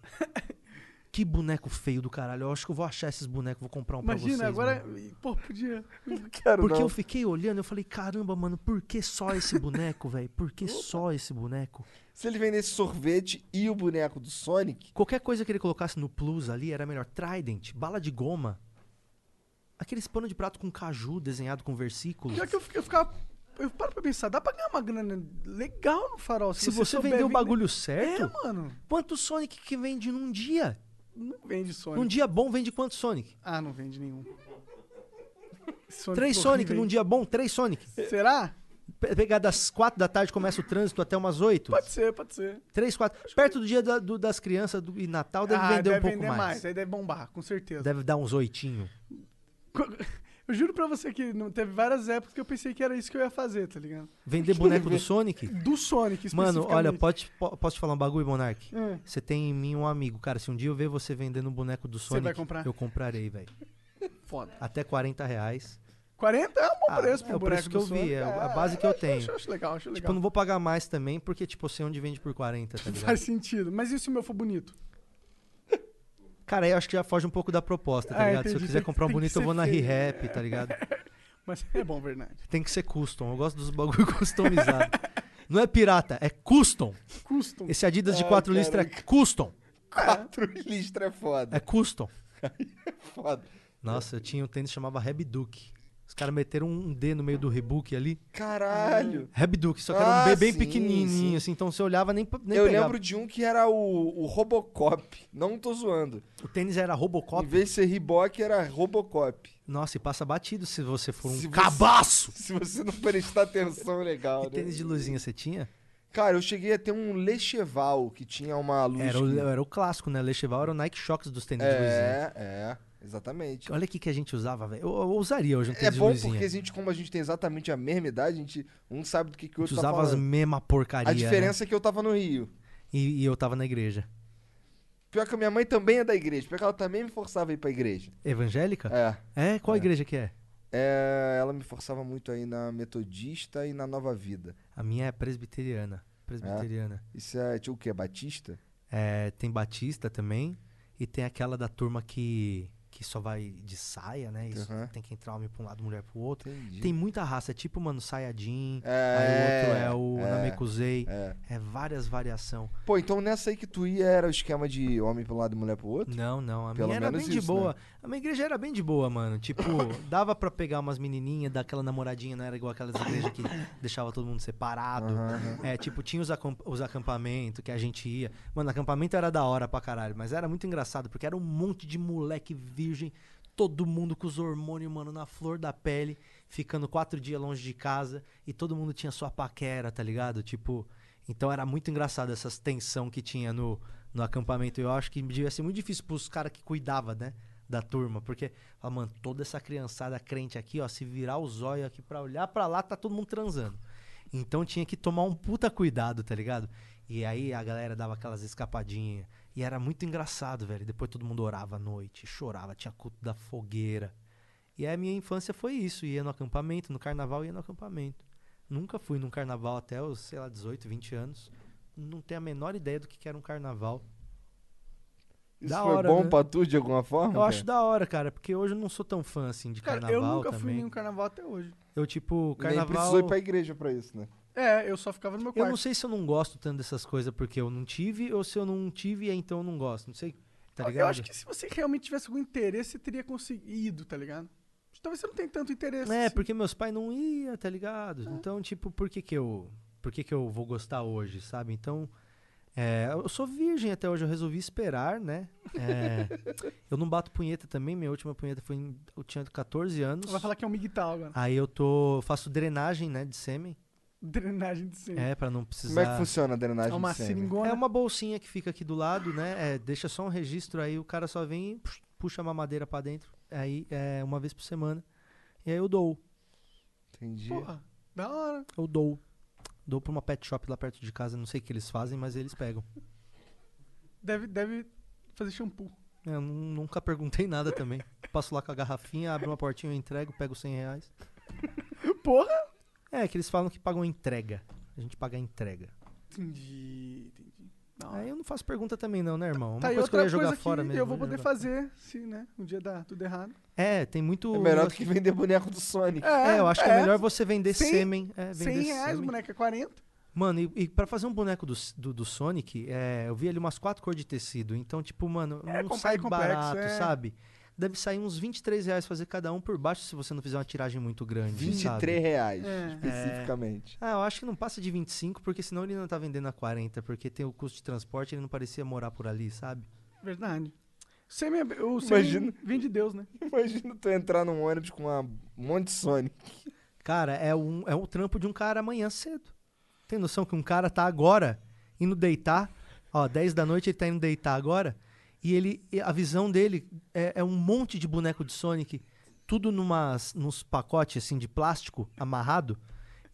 F: que boneco feio do caralho. Eu acho que eu vou achar esses bonecos, vou comprar um pra vocês.
D: Imagina, agora... é
F: mano.
D: Pô, podia...
E: Quero
F: Porque
E: não.
F: eu fiquei olhando, eu falei, caramba, mano, por que só esse boneco, velho? Por que só esse boneco?
E: Se ele vendesse sorvete e o boneco do Sonic,
F: Qualquer coisa que ele colocasse no plus ali era melhor. Trident, bala de goma. Aqueles pano de prato com caju desenhado com versículos.
D: Pior que eu, fiquei- eu ficava... Eu paro pra pensar, dá pra ganhar uma grana legal no farol. Se,
F: Se você
D: souber
F: vender o
D: vender.
F: bagulho certo,
D: É, mano.
F: quanto Sonic que vende num dia?
D: Não vende Sonic.
F: Num dia bom vende quanto Sonic?
D: Ah, não vende nenhum. Sonic
F: Três
D: horrível,
F: Sonic
D: hein?
F: num dia bom? Três Sonic.
D: Será?
F: Pe- Pegar das quatro da tarde começa o trânsito até umas oito?
D: Pode ser, pode ser.
F: Três, quatro. Perto do dia da- do- das crianças do, e Natal deve
D: Ah,
F: vender
D: deve
F: um pouco
D: vender
F: mais.
D: Aí deve bombar, com certeza.
F: Deve dar uns oitinho.
D: Co- Eu juro pra você que não teve várias épocas que eu pensei que era isso que eu ia fazer, tá ligado?
F: Vender boneco do Sonic?
D: Do Sonic,
F: Mano, olha,
D: especificamente.
F: pode, po- posso te falar um bagulho, Monark?
D: Hum.
F: Você tem em mim um amigo. Cara, se um dia eu ver você vendendo um boneco do Sonic,
D: vai comprar?
F: eu comprarei, velho.
D: Foda.
F: Até 40 reais.
D: 40 é um bom
F: Ah,
D: preço
F: é
D: pro
F: o
D: boneco
F: preço que eu
D: do
F: vi,
D: Sonic.
F: é
D: Ah,
F: a base que eu
D: acho-
F: tenho.
D: Acho, acho legal, acho
F: Tipo, eu
D: legal.
F: não vou pagar mais também, porque, tipo, eu sei onde vende por 40, tá ligado?
D: Faz sentido. Mas e se o meu for bonito?
F: Cara, aí eu acho que já foge um pouco da proposta, tá
D: Ah,
F: ligado? Se eu
D: entendi.
F: quiser
D: Tem que-
F: comprar um
D: tem que
F: bonito, eu
D: ser
F: vou na
D: feio.
F: Rehap, tá ligado?
D: Mas é bom, verdade.
F: Tem que ser custom. Eu gosto dos bagulho customizado. Não é pirata, é custom.
D: Custom.
F: Esse Adidas de
E: Ai,
F: 4 listras é
E: caraca.
F: custom.
E: quatro listras é foda. é
F: É custom.
E: foda.
F: Nossa, eu tinha um tênis que chamava Reebok. Os caras meteram um D no meio do Rebook ali.
E: Caralho.
F: Reebok, só que era um
E: Ah,
F: B bem
E: sim,
F: pequenininho,
E: sim.
F: assim. Então você olhava nem, pa- nem
E: eu
F: pegava.
E: lembro de um que era o, o Robocop. Não tô zoando.
F: O tênis era Robocop.
E: Em vez de ser Reebok, era Robocop.
F: Nossa, e passa batido se você for um
E: Se você-
F: cabaço.
E: Se você não prestar atenção, é legal,
F: E
E: né?
F: tênis de luzinha você tinha?
E: Cara, eu cheguei a ter um Lecheval, que tinha uma luz...
F: Era o,
E: que-
F: era o clássico, né? Lecheval era o Nike Shox dos tênis de luzinha.
E: É, é. Exatamente.
F: Olha o que que a gente usava, velho. Eu, eu usaria hoje um tênis
E: É
F: de
E: bom
F: luzinha.
E: porque a gente, como a gente tem exatamente a mesma idade, a gente um sabe do que, que o
F: A gente
E: outro tá
F: usava as
E: falando.
F: mesma porcaria.
E: A
F: né?
E: diferença é que eu tava no Rio.
F: E, e eu tava na igreja.
E: Pior que a minha mãe também é da igreja. Pior que ela também me forçava a ir pra igreja.
F: Evangélica?
E: É.
F: É? Qual igreja que é?
E: É, ela me forçava muito aí na Metodista e na Nova Vida.
F: A minha é presbiteriana. Presbiteriana.
E: Isso é, tinha o quê? Batista?
F: É, tem Batista também. E tem aquela da turma que, que só vai de saia, né? Isso,
E: Aham.
F: Tem que entrar homem pra um lado, mulher pro outro.
E: Entendi.
F: Tem muita raça. É tipo, mano, Sayajin. aí
E: É,
F: o outro é o
E: é,
F: Namekusei.
E: é.
F: É. várias variação.
E: Pô, então nessa aí que tu ia era o esquema de homem pra um lado e mulher pro outro?
F: Não, não. A
E: Pelo
F: minha era bem
E: menos
F: de
E: isso, né?
F: boa. A minha igreja era bem de boa, mano. Tipo, dava pra pegar umas menininhas, dar aquela namoradinha, não era igual aquelas igrejas que deixava todo mundo separado. É, tipo, tinha os, acom- os acampamentos que a gente ia. Mano, acampamento era da hora pra caralho, mas era muito engraçado, porque era um monte de moleque virgem, todo mundo com os hormônios, mano, na flor da pele, ficando quatro dias longe de casa e todo mundo tinha sua paquera, tá ligado? Tipo, então era muito engraçado essas tensão que tinha no, no acampamento. Eu acho que devia ser muito difícil pros caras que cuidava, né? Da turma, porque, ó, mano, toda essa criançada crente aqui, ó, se virar os olhos aqui pra olhar pra lá, tá todo mundo transando. Então tinha que tomar um puta cuidado, tá ligado? E aí a galera dava aquelas escapadinhas. E era muito engraçado, velho. Depois todo mundo orava à noite, chorava, tinha culto da fogueira. E aí a minha infância foi isso. Ia no acampamento, no carnaval ia no acampamento. Nunca fui num carnaval até os, sei lá, 18, 20 anos. Não tenho a menor ideia do que que era um carnaval.
E: Isso
F: Da
E: foi
F: hora,
E: bom
F: né?
E: pra tu de alguma forma?
F: Eu
E: cara?
F: acho da hora, cara, porque hoje eu não sou tão fã assim de
D: Cara, eu
F: carnaval
D: nunca fui em
F: também.
D: nenhum carnaval até hoje.
F: Eu tipo,
E: Nem
F: carnaval
E: precisou ir pra igreja pra isso, né?
D: É, eu só ficava no meu
F: Eu
D: quarto.
F: não sei se eu não gosto tanto dessas coisas porque eu não tive ou se eu não tive e então eu não gosto. Não sei, tá
D: Eu-
F: ligado?
D: Eu acho que se você realmente tivesse algum interesse, você teria conseguido, tá ligado? Talvez você não tenha tanto interesse.
F: É,
D: assim.
F: porque meus pais não iam, tá ligado? Então, tipo, por que que eu, por que que eu vou gostar hoje, sabe? Então, é, eu sou virgem até hoje, eu resolvi esperar, né? É, eu não bato punheta também, minha última punheta foi em, eu tinha 14 anos.
D: Vai falar que é um migtal agora.
F: Aí eu tô, faço drenagem, né, de sêmen,
D: Drenagem de sangue.
F: é, pra não
E: Como
F: precisar...
E: é que funciona a drenagem
D: É uma
E: de sêmen?
D: seringona.
F: É uma bolsinha que fica aqui do lado, né? É, deixa só um registro, aí o cara só vem e pux, puxa a mamadeira pra dentro, aí é uma vez por semana. E aí eu dou,
E: Entendi.
D: Porra, da hora.
F: eu dou. Dou pra uma pet shop lá perto de casa, não sei o que eles fazem, mas eles pegam.
D: Deve, deve fazer shampoo.
F: Eu nun- nunca perguntei nada também. Passo lá com a garrafinha, abro uma portinha, eu entrego, pego 100 reais.
D: Porra!
F: É, que eles falam que pagam entrega. A gente paga a entrega.
D: Entendi, entendi. Da hora.
F: Aí eu não faço pergunta também não, né, irmão? Uma
D: Ah. Tá, e
F: coisa que eu ia
D: outra
F: jogar
D: coisa
F: fora
D: que
F: mesmo.
D: eu vou
F: eu ia
D: poder
F: jogar.
D: fazer se, né, um dia dá tudo errado.
F: É, tem muito...
E: É melhor do
F: negócio-
E: que vender boneco do Sonic.
F: É, eu acho que é melhor você vender
D: Cem-
F: sêmen. É,
D: 100
F: vender
D: reais,
F: sêmen.
D: o boneco é 40.
F: Mano, e, e pra fazer um boneco do, do, do Sonic, é, eu vi ali umas quatro cores de tecido. Então, tipo, mano,
D: É,
F: não
D: comprar
F: sai
D: é complexo,
F: barato,
D: é.
F: sabe? Deve sair uns 23 reais fazer cada um por baixo se você não fizer uma tiragem muito grande.
E: 23
F: sabe?
E: reais,
D: É.
E: especificamente.
F: Ah, eu acho que não passa de 25, porque senão ele não tá vendendo a 40, porque tem o custo de transporte, ele não parecia morar por ali, sabe?
D: Verdade. Sêmen, é- o sêmen
E: Imagina.
D: vem de Deus, né?
E: Imagina tu entrar num ônibus com uma- um monte de Sonic.
F: Cara, é um, é um trampo de um cara amanhã cedo. Tem noção que um cara tá agora indo deitar, ó, 10 da noite ele tá indo deitar agora, e ele e a visão dele é, é um monte de boneco de Sonic, tudo numas, nos pacotes assim de plástico amarrado,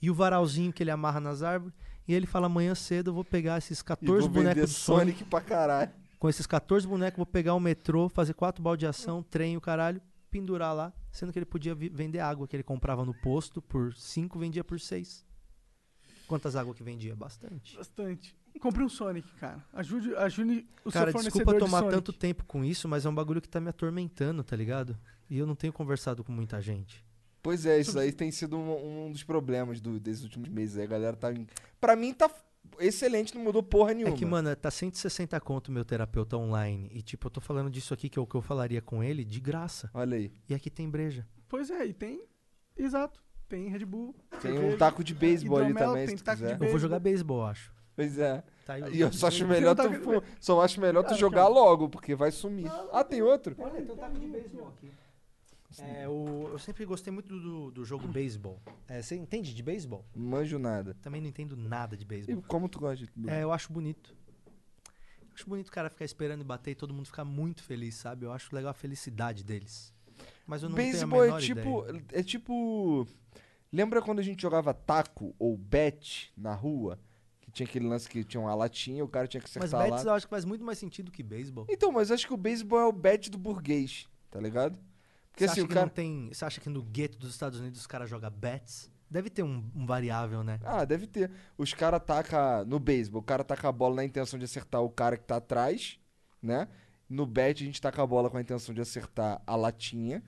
F: e o varalzinho que ele amarra nas árvores, e ele fala amanhã cedo eu vou pegar esses
E: E
F: 14
E: vou
F: bonecos
E: vender
F: de Sonic,
E: Sonic pra caralho.
F: com esses 14 bonecos vou pegar o metrô, fazer quatro baldeação, trem, o caralho, pendurar lá, sendo que ele podia vi- vender água que ele comprava no posto por 5, vendia por 6. Quantas águas que vendia? Bastante.
D: Bastante. Compre um Sonic, cara. Ajude, ajude o
F: Cara,
D: seu fornecedor
F: desculpa
D: de
F: tomar
D: Sonic.
F: tanto tempo com isso, mas é um bagulho que tá me atormentando, tá ligado? E eu não tenho conversado com muita gente.
E: Pois é, isso aí tem sido um, um dos problemas do- desses últimos meses. aí. A galera tá. em- Pra mim tá f- excelente, não mudou porra nenhuma.
F: É que, mano, tá 160 conto meu terapeuta online. E, tipo, eu tô falando disso aqui que é o que eu falaria com ele de graça.
E: Olha aí.
F: E aqui tem breja.
D: Pois é, e tem... Exato. Tem Red Bull.
E: Tem um
D: cerveja.
E: taco de beisebol ali
D: Hidromel,
E: também,
D: tem
E: se tu
D: taco de
E: quiser.
D: beisebol.
F: Eu vou jogar beisebol, eu acho.
E: Pois é.
F: Tá aí o-
E: E eu só acho
D: Tem
E: melhor
D: um
E: tu,
D: taco de beisebol.
E: só acho melhor tu
D: Cara,
E: jogar logo, porque vai sumir. Ah, tem outro?
F: Olha, tem um taco de beisebol aqui. É, o- eu sempre gostei muito do- do, do jogo beisebol. É, você entende de beisebol?
E: Não manjo nada.
F: Também não entendo nada de
E: E
F: beisebol.
E: como tu gosta de
F: É, eu acho bonito. Acho bonito o cara ficar esperando e bater e todo mundo ficar muito feliz, sabe? Eu acho legal a felicidade deles. Mas eu não tenho a
E: Beisebol
F: menor
E: é tipo,
F: ideia.
E: é tipo. Lembra quando a gente jogava taco ou bet na rua? Que tinha aquele lance que tinha uma latinha, o cara tinha que
F: Mas
E: acertar
F: bets
E: lá.
F: eu acho que faz muito mais sentido que beisebol.
E: Então, mas acho que o beisebol é o bet do burguês, tá ligado? Porque
F: Você
E: assim,
F: acha
E: o
F: que
E: cara.
F: não tem... Você acha que no gueto dos Estados Unidos os caras jogam bets? Deve ter um, um variável, né?
E: Ah, deve ter. Os caras atacam. No beisebol, o cara taca a bola na intenção de acertar o cara que tá atrás, né? No bet, a gente taca a bola com a intenção de acertar a latinha,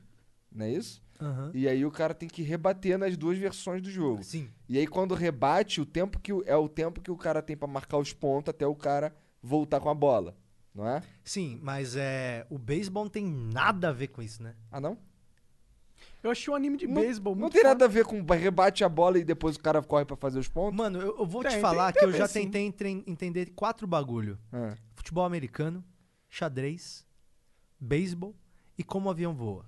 E: não é isso?
F: Aham.
E: E aí o cara tem que rebater nas duas versões do jogo.
F: Sim.
E: E aí quando rebate, o tempo que o- é o tempo que o cara tem pra marcar os pontos até o cara voltar com a bola, não é?
F: Sim, mas é, o beisebol não tem nada a ver com isso, né?
E: Ah, não?
D: Eu achei um anime de
E: Não-
D: beisebol
E: Não
D: muito
E: tem
D: foda.
E: nada a ver com rebate a bola e depois o cara corre pra fazer os pontos?
F: Mano, eu, eu vou
D: Tem,
F: te
D: tem-
F: falar
D: tem
F: que
D: a
F: eu
D: ver,
F: já
D: sim.
F: tentei entre- entender quatro bagulho.
E: Ah,
F: Futebol americano, xadrez, beisebol e como o avião voa.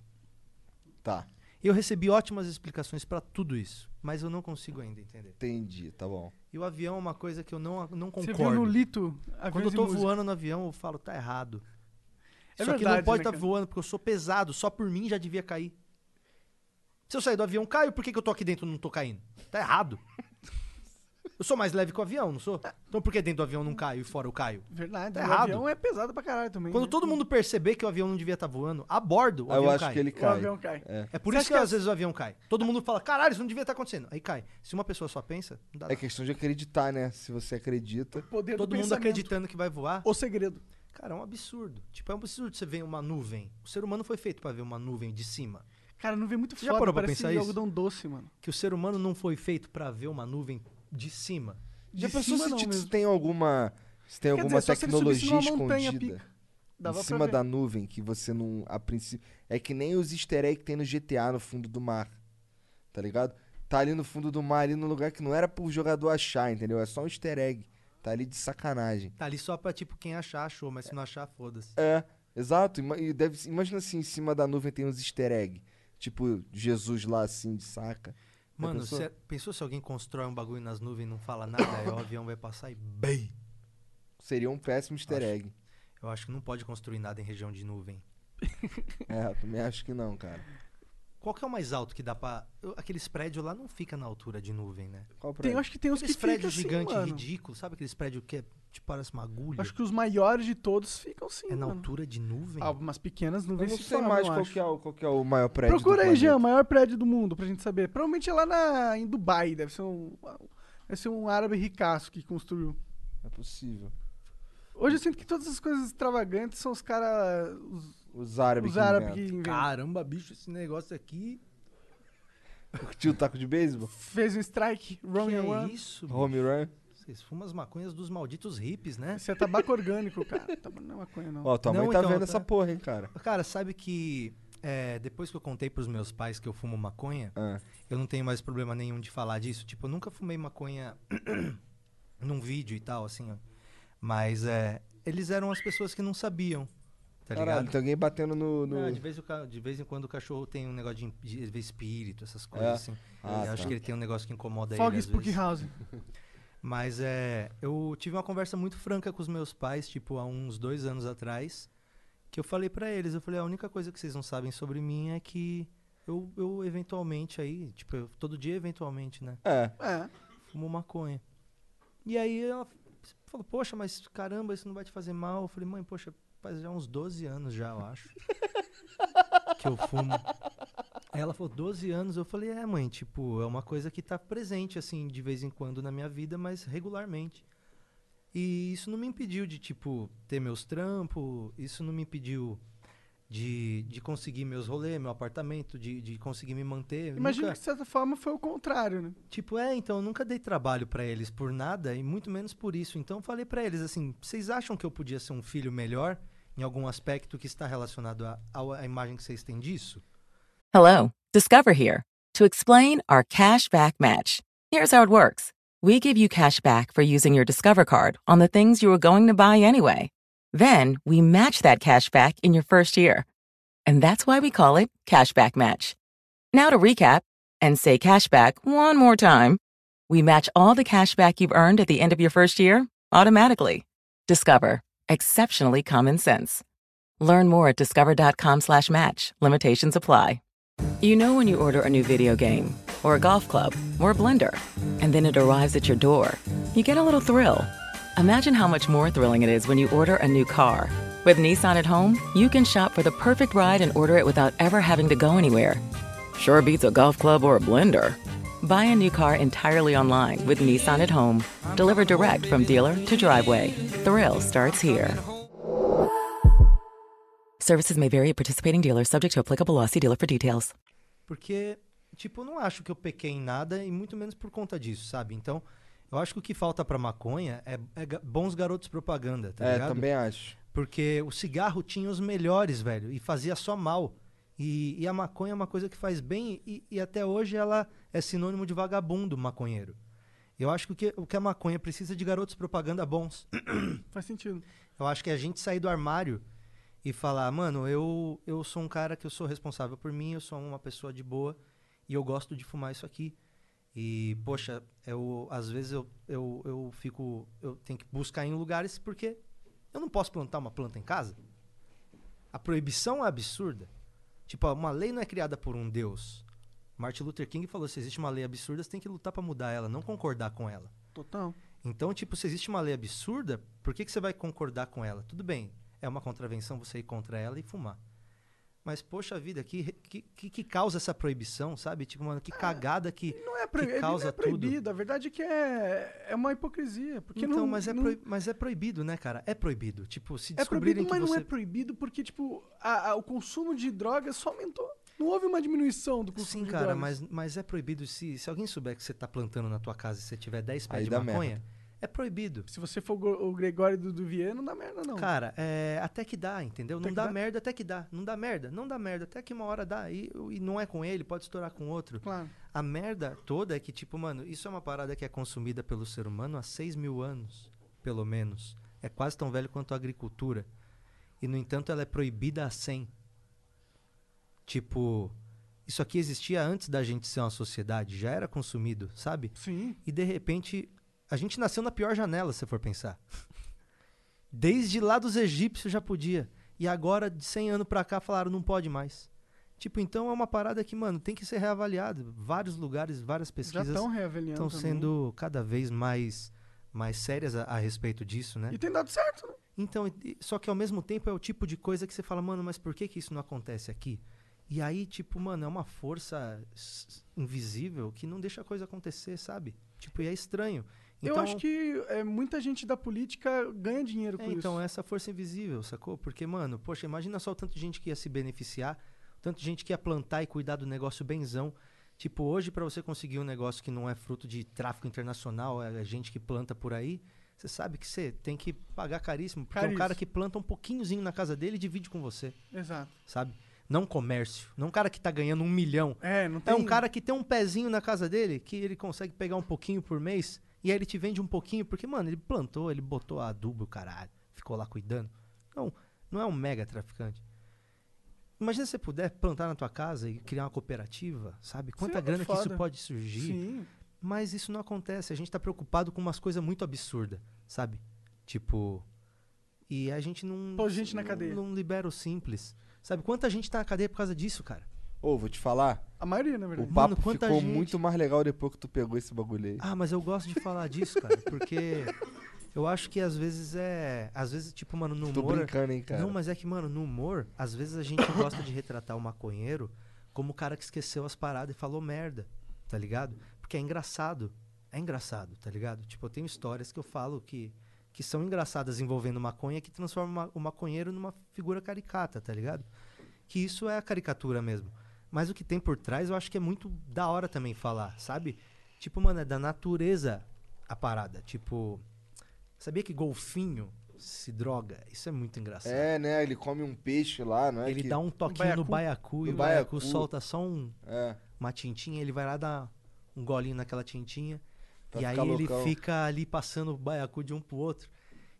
E: Tá.
F: Eu recebi ótimas explicações para tudo isso, mas eu não consigo ainda entender.
E: Entendi, tá bom.
F: E o avião é uma coisa que eu não, não
D: Você
F: concordo.
D: viu no Lito, aviões
F: Quando eu tô
D: e música.
F: voando no avião, eu falo, tá errado.
D: É
F: Isso aqui
D: verdade,
F: não pode
D: né,
F: estar
D: cara?
F: voando, porque eu sou pesado, só por mim já devia cair. Se eu sair do avião, caio, por que, que eu tô aqui dentro e não tô caindo? Tá errado. Eu sou mais leve que o avião, não sou? Então por que dentro do avião não caio e fora eu caio?
D: Verdade,
F: Tá
D: o
F: errado.
D: avião é pesado pra caralho também.
F: Quando
D: né?
F: todo mundo perceber que o avião não devia estar voando, a bordo, o
E: eu
F: avião
E: acho
F: cai.
E: que ele
D: O
E: cai.
D: avião cai.
E: É.
F: É por
D: Você
F: isso
D: acha
F: que,
D: que
F: às
D: as-
F: vezes o avião cai. Todo mundo fala, caralho, isso não devia estar acontecendo. Aí cai. Se uma pessoa só pensa, não dá
E: É
F: nada.
E: questão de acreditar, né? Se você acredita.
D: Poder do
F: Todo mundo
D: pensamento.
F: acreditando que vai voar.
D: O segredo.
F: Cara, é um absurdo. Tipo, é um absurdo você ver uma nuvem. O ser humano foi feito pra ver uma nuvem de cima.
D: Cara, não vê muito
F: Você já
D: foda,
F: parou pra
D: parece
F: pensar isso?
D: algodão doce, mano.
F: Que o ser humano não foi feito pra ver uma nuvem de cima.
E: Já
D: De
E: pensou
D: cima
E: se,
D: não
E: ti- se
D: mesmo.
E: tem alguma. Se tem
D: Quer
E: alguma
D: dizer, só se ele subisse
E: tecnologia
D: numa montanha,
E: escondida
D: pica.
E: em
D: Dava pra
E: cima
D: ver.
E: da nuvem que você não. A princípio. É que nem os easter eggs que tem no GTA no fundo do mar. Tá ligado? Tá ali no fundo do mar, ali no lugar que não era pro jogador achar, entendeu? É só um easter egg. Tá ali de sacanagem.
F: Tá ali só pra, tipo, quem achar, achou, mas se não achar, foda-se.
E: É, exato. Ima- e deve- imagina assim, em cima da nuvem tem uns easter egg. Tipo, Jesus lá assim, de saca.
D: É,
E: Já
F: Mano,
E: pensou?
F: cê- pensou se alguém constrói um bagulho nas nuvens e não fala nada, aí o avião vai passar e bem.
E: Seria um péssimo easter egg.
F: Eu acho que não pode construir nada em região de nuvem.
E: É, eu também acho que não, cara.
F: Qual que é o mais alto que dá pra. Eu- Aqueles prédios lá não fica na altura de nuvem, né?
E: Qual
D: Tem, eu
E: o problema?
D: acho que tem uns que
F: Aqueles
D: ficam
F: prédios
D: assim,
F: gigantes
D: mano.
F: ridículos, sabe aqueles prédios que é, tipo, parece uma agulha?
D: Acho que os maiores de todos ficam sim,
F: é na
D: mano.
F: altura de nuvem?
D: Ah, umas pequenas não
E: Eu
D: vem
E: não
D: se
E: sei
D: formam,
E: mais
D: eu
E: qual
D: acho.
E: que, é o, qual que é o maior prédio
D: Procura
E: do
D: aí,
E: planeta.
D: Jean, maior prédio do mundo pra gente saber. Provavelmente é lá na, em Dubai, deve ser um. Deve ser um árabe ricaço que construiu.
E: É possível.
D: Hoje eu sinto que todas as coisas extravagantes são os caras.
E: Os árabes
D: Os
E: que
D: árabes que
E: inventam.
D: inventam.
F: Caramba, bicho, esse negócio aqui.
E: Curtiu o taco de beisebol?
D: Fez um strike,
F: que
D: wrong
F: é
D: and one.
F: isso, bicho?
E: Home run.
F: Vocês fumam as maconhas dos malditos hippies, né?
D: Isso é tabaco orgânico, cara. Tabaco não é maconha, não.
E: Ó, tua
F: Não,
E: mãe tá
F: então,
E: vendo
F: tá-
E: essa porra, hein, cara.
F: Cara, sabe que é, depois que eu contei pros meus pais que eu fumo maconha,
E: Ah,
F: eu não tenho mais problema nenhum de falar disso. Tipo, eu nunca fumei maconha num vídeo e tal, assim, ó. Mas é, eles eram as pessoas que não sabiam,
E: caralho,
F: tá
E: então,
F: ligado?
E: tem alguém batendo no... no-
F: Não, de, vez o ca- de vez em quando o cachorro tem um negócio de, imp- de ver espírito, essas coisas
E: É?
F: assim.
E: Ah,
F: eu acho
E: tá.
F: que ele tem um negócio que incomoda
D: Fog
F: ele. às
D: Spooky
F: vezes.
D: House.
F: Mas é, eu tive uma conversa muito franca com os meus pais, tipo, há uns dois anos atrás, que eu falei pra eles, eu falei, a única coisa que vocês não sabem sobre mim é que eu, eu eventualmente aí, tipo, eu- todo dia eventualmente, né,
E: É,
D: É.
F: fumo maconha. E aí ela falou, poxa, mas caramba, isso não vai te fazer mal? Eu falei, mãe, poxa, faz já uns 12 anos já, eu acho, que eu fumo. Aí ela falou, 12 anos? Eu falei, é, mãe, tipo, é uma coisa que tá presente, assim, de vez em quando na minha vida, mas regularmente. E isso não me impediu de, tipo, ter meus trampos, isso não me impediu de, de conseguir meus rolês, meu apartamento, de, de conseguir me manter. Eu
D: Imagino
F: nunca-
D: que de certa forma foi o contrário, né?
F: Tipo, é, então eu nunca dei trabalho pra eles por nada e muito menos por isso. Então eu falei pra eles assim: vocês acham que eu podia ser um filho melhor em algum aspecto que está relacionado à- ao- à imagem que vocês têm disso?
C: Hello, Discover here to explain our cash back match. Here's how it works we give you cash back for using your Discover card on the things you were going to buy anyway. Then we match that cash back in your first year. And that's why we call it cash back Match. Now to recap and say cash back one more time. We match all the cash back you've earned at the end of your first year automatically. Discover. Exceptionally common sense. Learn more at discover.com slash match. Limitations apply. You know when you order a new video game, or a golf club, or a blender, and then it arrives at your door, you get a little thrill. Imagine how much more thrilling it is when you order a new car. With Nissan at home, you can shop for the perfect ride and order it without ever having to go anywhere. Sure beats a golf club or a blender. Buy a new car entirely online with Nissan at home. Delivered direct from dealer to driveway. Thrill starts here. Services may vary at participating dealers, subject to applicable law. See dealer for details.
F: Porque, tipo, eu não acho que eu pequei em nada e muito menos por conta disso, sabe? Então, eu acho que o que falta pra maconha é, é ga- bons garotos propaganda, tá
E: é
F: ligado?
E: também acho.
F: Porque o cigarro tinha os melhores, velho, e fazia só mal. E, e a maconha é uma coisa que faz bem e, e até hoje ela é sinônimo de vagabundo maconheiro. Eu acho que o que, o que a maconha precisa é de garotos propaganda bons.
D: Faz sentido.
F: Eu acho que é a gente sair do armário e e falar, mano, eu, eu sou um cara que eu sou responsável por mim, eu sou uma pessoa de boa e eu gosto de fumar isso aqui. E, poxa, eu, às vezes eu, eu, eu fico. Eu tenho que buscar em lugares porque eu não posso plantar uma planta em casa. A proibição é absurda. Tipo, uma lei não é criada por um Deus. Martin Luther King falou: se existe uma lei absurda, você tem que lutar para mudar ela, não concordar com ela.
D: Total.
F: Então, tipo, se existe uma lei absurda, por que, que você vai concordar com ela? Tudo bem, é uma contravenção você ir contra ela e fumar. Mas, poxa vida, que, que, que- que causa essa proibição, sabe? Tipo, mano, que cagada que,
D: É, Não é,
F: que
D: proibido,
F: causa
D: não é
F: tudo.
D: proibido. A verdade é que é, é uma hipocrisia. Porque
F: então,
D: não,
F: mas, é
D: não-
F: proib- mas é proibido, né, cara? É proibido. Tipo, se
D: É proibido,
F: descobrirem
D: mas
F: que
D: não
F: você...
D: é proibido porque, tipo, a- a- o consumo de drogas só aumentou. Não houve uma diminuição do consumo
F: Sim,
D: de
F: cara,
D: drogas.
F: mas, mas é proibido se, se alguém souber que você tá plantando na tua casa e você tiver 10 pés
E: Aí
F: de
E: dá
F: maconha,
E: merda.
F: é proibido.
D: Se você for go- o Gregório do, do Vier, não dá merda, não.
F: Cara, é, até que dá, entendeu?
D: Então. Até que
F: não dá,
D: dá?
F: merda, até que dá. Não dá merda, não dá merda, até que uma hora dá. E, e não é com ele, pode estourar com outro.
D: Claro.
F: A merda toda é que, tipo, mano, isso é uma parada que é consumida pelo ser humano há 6 mil anos, pelo menos. É quase tão velho quanto a agricultura. E, no entanto, ela é proibida a 100. Tipo, isso aqui existia antes da gente ser uma sociedade, já era consumido, sabe?
D: Sim.
F: E, de repente, a gente nasceu na pior janela, se for pensar. Desde lá dos egípcios já podia. E agora, de 100 anos pra cá, falaram não pode mais. Tipo, então é uma parada que, mano, tem que ser reavaliado. Vários lugares, várias
D: Já
F: pesquisas
D: estão reavaliando.
F: estão
D: também.
F: sendo cada vez mais, mais sérias a, a respeito disso, né?
D: E tem dado certo, né?
F: Então, e- e- só que ao mesmo tempo é o tipo de coisa que você fala, mano, mas por que que isso não acontece aqui? E aí, tipo, mano, é uma força s- invisível que não deixa a coisa acontecer, sabe? Tipo, e é estranho. Então,
D: Eu acho que é, muita gente da política ganha dinheiro com
F: é, então,
D: Tipo isso.
F: essa força invisível, sacou? Porque, mano, poxa, imagina só o tanto de gente que ia se beneficiar, o tanto de gente que ia plantar e cuidar do negócio benzão. Tipo, hoje, pra você conseguir um negócio que não é fruto de tráfico internacional, é gente que planta por aí, você sabe que você tem que pagar caríssimo, porque é um cara
D: Caríssimo.
F: que planta um pouquinhozinho na casa dele e divide com você,
D: Exato.
F: sabe? Não comércio. Não um cara que tá ganhando um milhão.
D: É, não tem...
F: É um cara que tem um pezinho na casa dele, que ele consegue pegar um pouquinho por mês, e aí ele te vende um pouquinho, porque, mano, ele plantou, ele botou adubo, caralho, ficou lá cuidando. Não, não é um mega traficante. Imagina se você puder plantar na tua casa e criar uma cooperativa, sabe? Quanta
D: Seria
F: grana que isso
D: é foda.
F: pode surgir.
D: Sim.
F: Mas isso não acontece. A gente tá preocupado com umas coisas muito absurdas, sabe? Tipo. E a gente não.
D: Pô, gente na cadeia.
F: Não, não libera o simples. Sabe? Quanta gente tá na cadeia por causa disso, cara?
E: Ô, vou te falar,
D: A maioria, na
E: o
D: verdade.
E: papo
F: quanta
E: ficou
F: gente.
E: muito mais legal depois que tu pegou esse bagulho aí.
F: Ah, mas eu gosto de falar disso, cara, porque eu acho que às vezes é. Às vezes, tipo, mano, no
E: Tô
F: humor.
E: brincando, hein, cara.
F: Não, mas é que, mano, no humor, às vezes a gente gosta de retratar o maconheiro como o cara que esqueceu as paradas e falou merda, tá ligado? Porque é engraçado. É engraçado, tá ligado? Tipo, eu tenho histórias que eu falo que, que são engraçadas envolvendo maconha que transforma ma- o maconheiro numa figura caricata, tá ligado? Que isso é a caricatura mesmo. Mas o que tem por trás eu acho que é muito da hora também falar, sabe? Tipo, mano, é da natureza a parada. Tipo, sabia que golfinho se droga? Isso é muito engraçado.
E: É, né? Ele come um peixe lá, não é?
F: Ele
E: que-
F: dá um toquinho no
D: baiacu.
F: baiacu e
E: No
F: o baiacu
E: baiacu.
F: solta só um-
E: É.
F: uma tintinha, ele vai lá dar um golinho naquela tintinha.
E: Pra
F: e aí
E: ficar
F: ele
E: loucão.
F: fica ali passando o baiacu de um pro outro.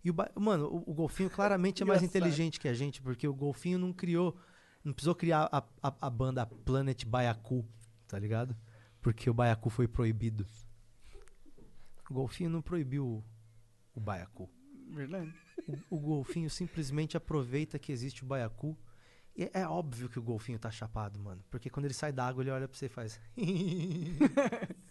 F: E o ba- mano, o, o golfinho claramente é mais
D: Engraçado.
F: inteligente que a gente, porque o golfinho não criou, não precisou criar a, a, a banda Planet Baiacu, tá ligado? Porque o baiacu foi proibido. O golfinho não proibiu o, o baiacu.
D: Verdade.
F: O, o golfinho simplesmente aproveita que existe o baiacu. E é óbvio que o golfinho tá chapado, mano. Porque quando ele sai da água, ele olha pra você e faz.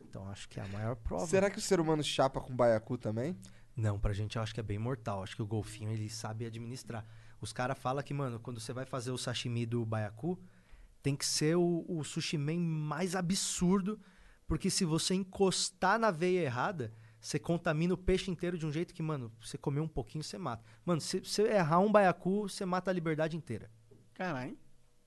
F: então acho que é a maior prova.
E: Será que o ser humano chapa com baiacu também?
F: Não, pra gente eu acho que é bem mortal. Acho que o golfinho ele sabe administrar. Os caras falam que, mano, quando você vai fazer o sashimi do baiacu, tem que ser o, o sushi man mais absurdo, porque se você encostar na veia errada, você contamina o peixe inteiro de um jeito que, mano, você comer um pouquinho, você mata. Mano, se você errar um baiacu, você mata a liberdade inteira.
D: Caralho.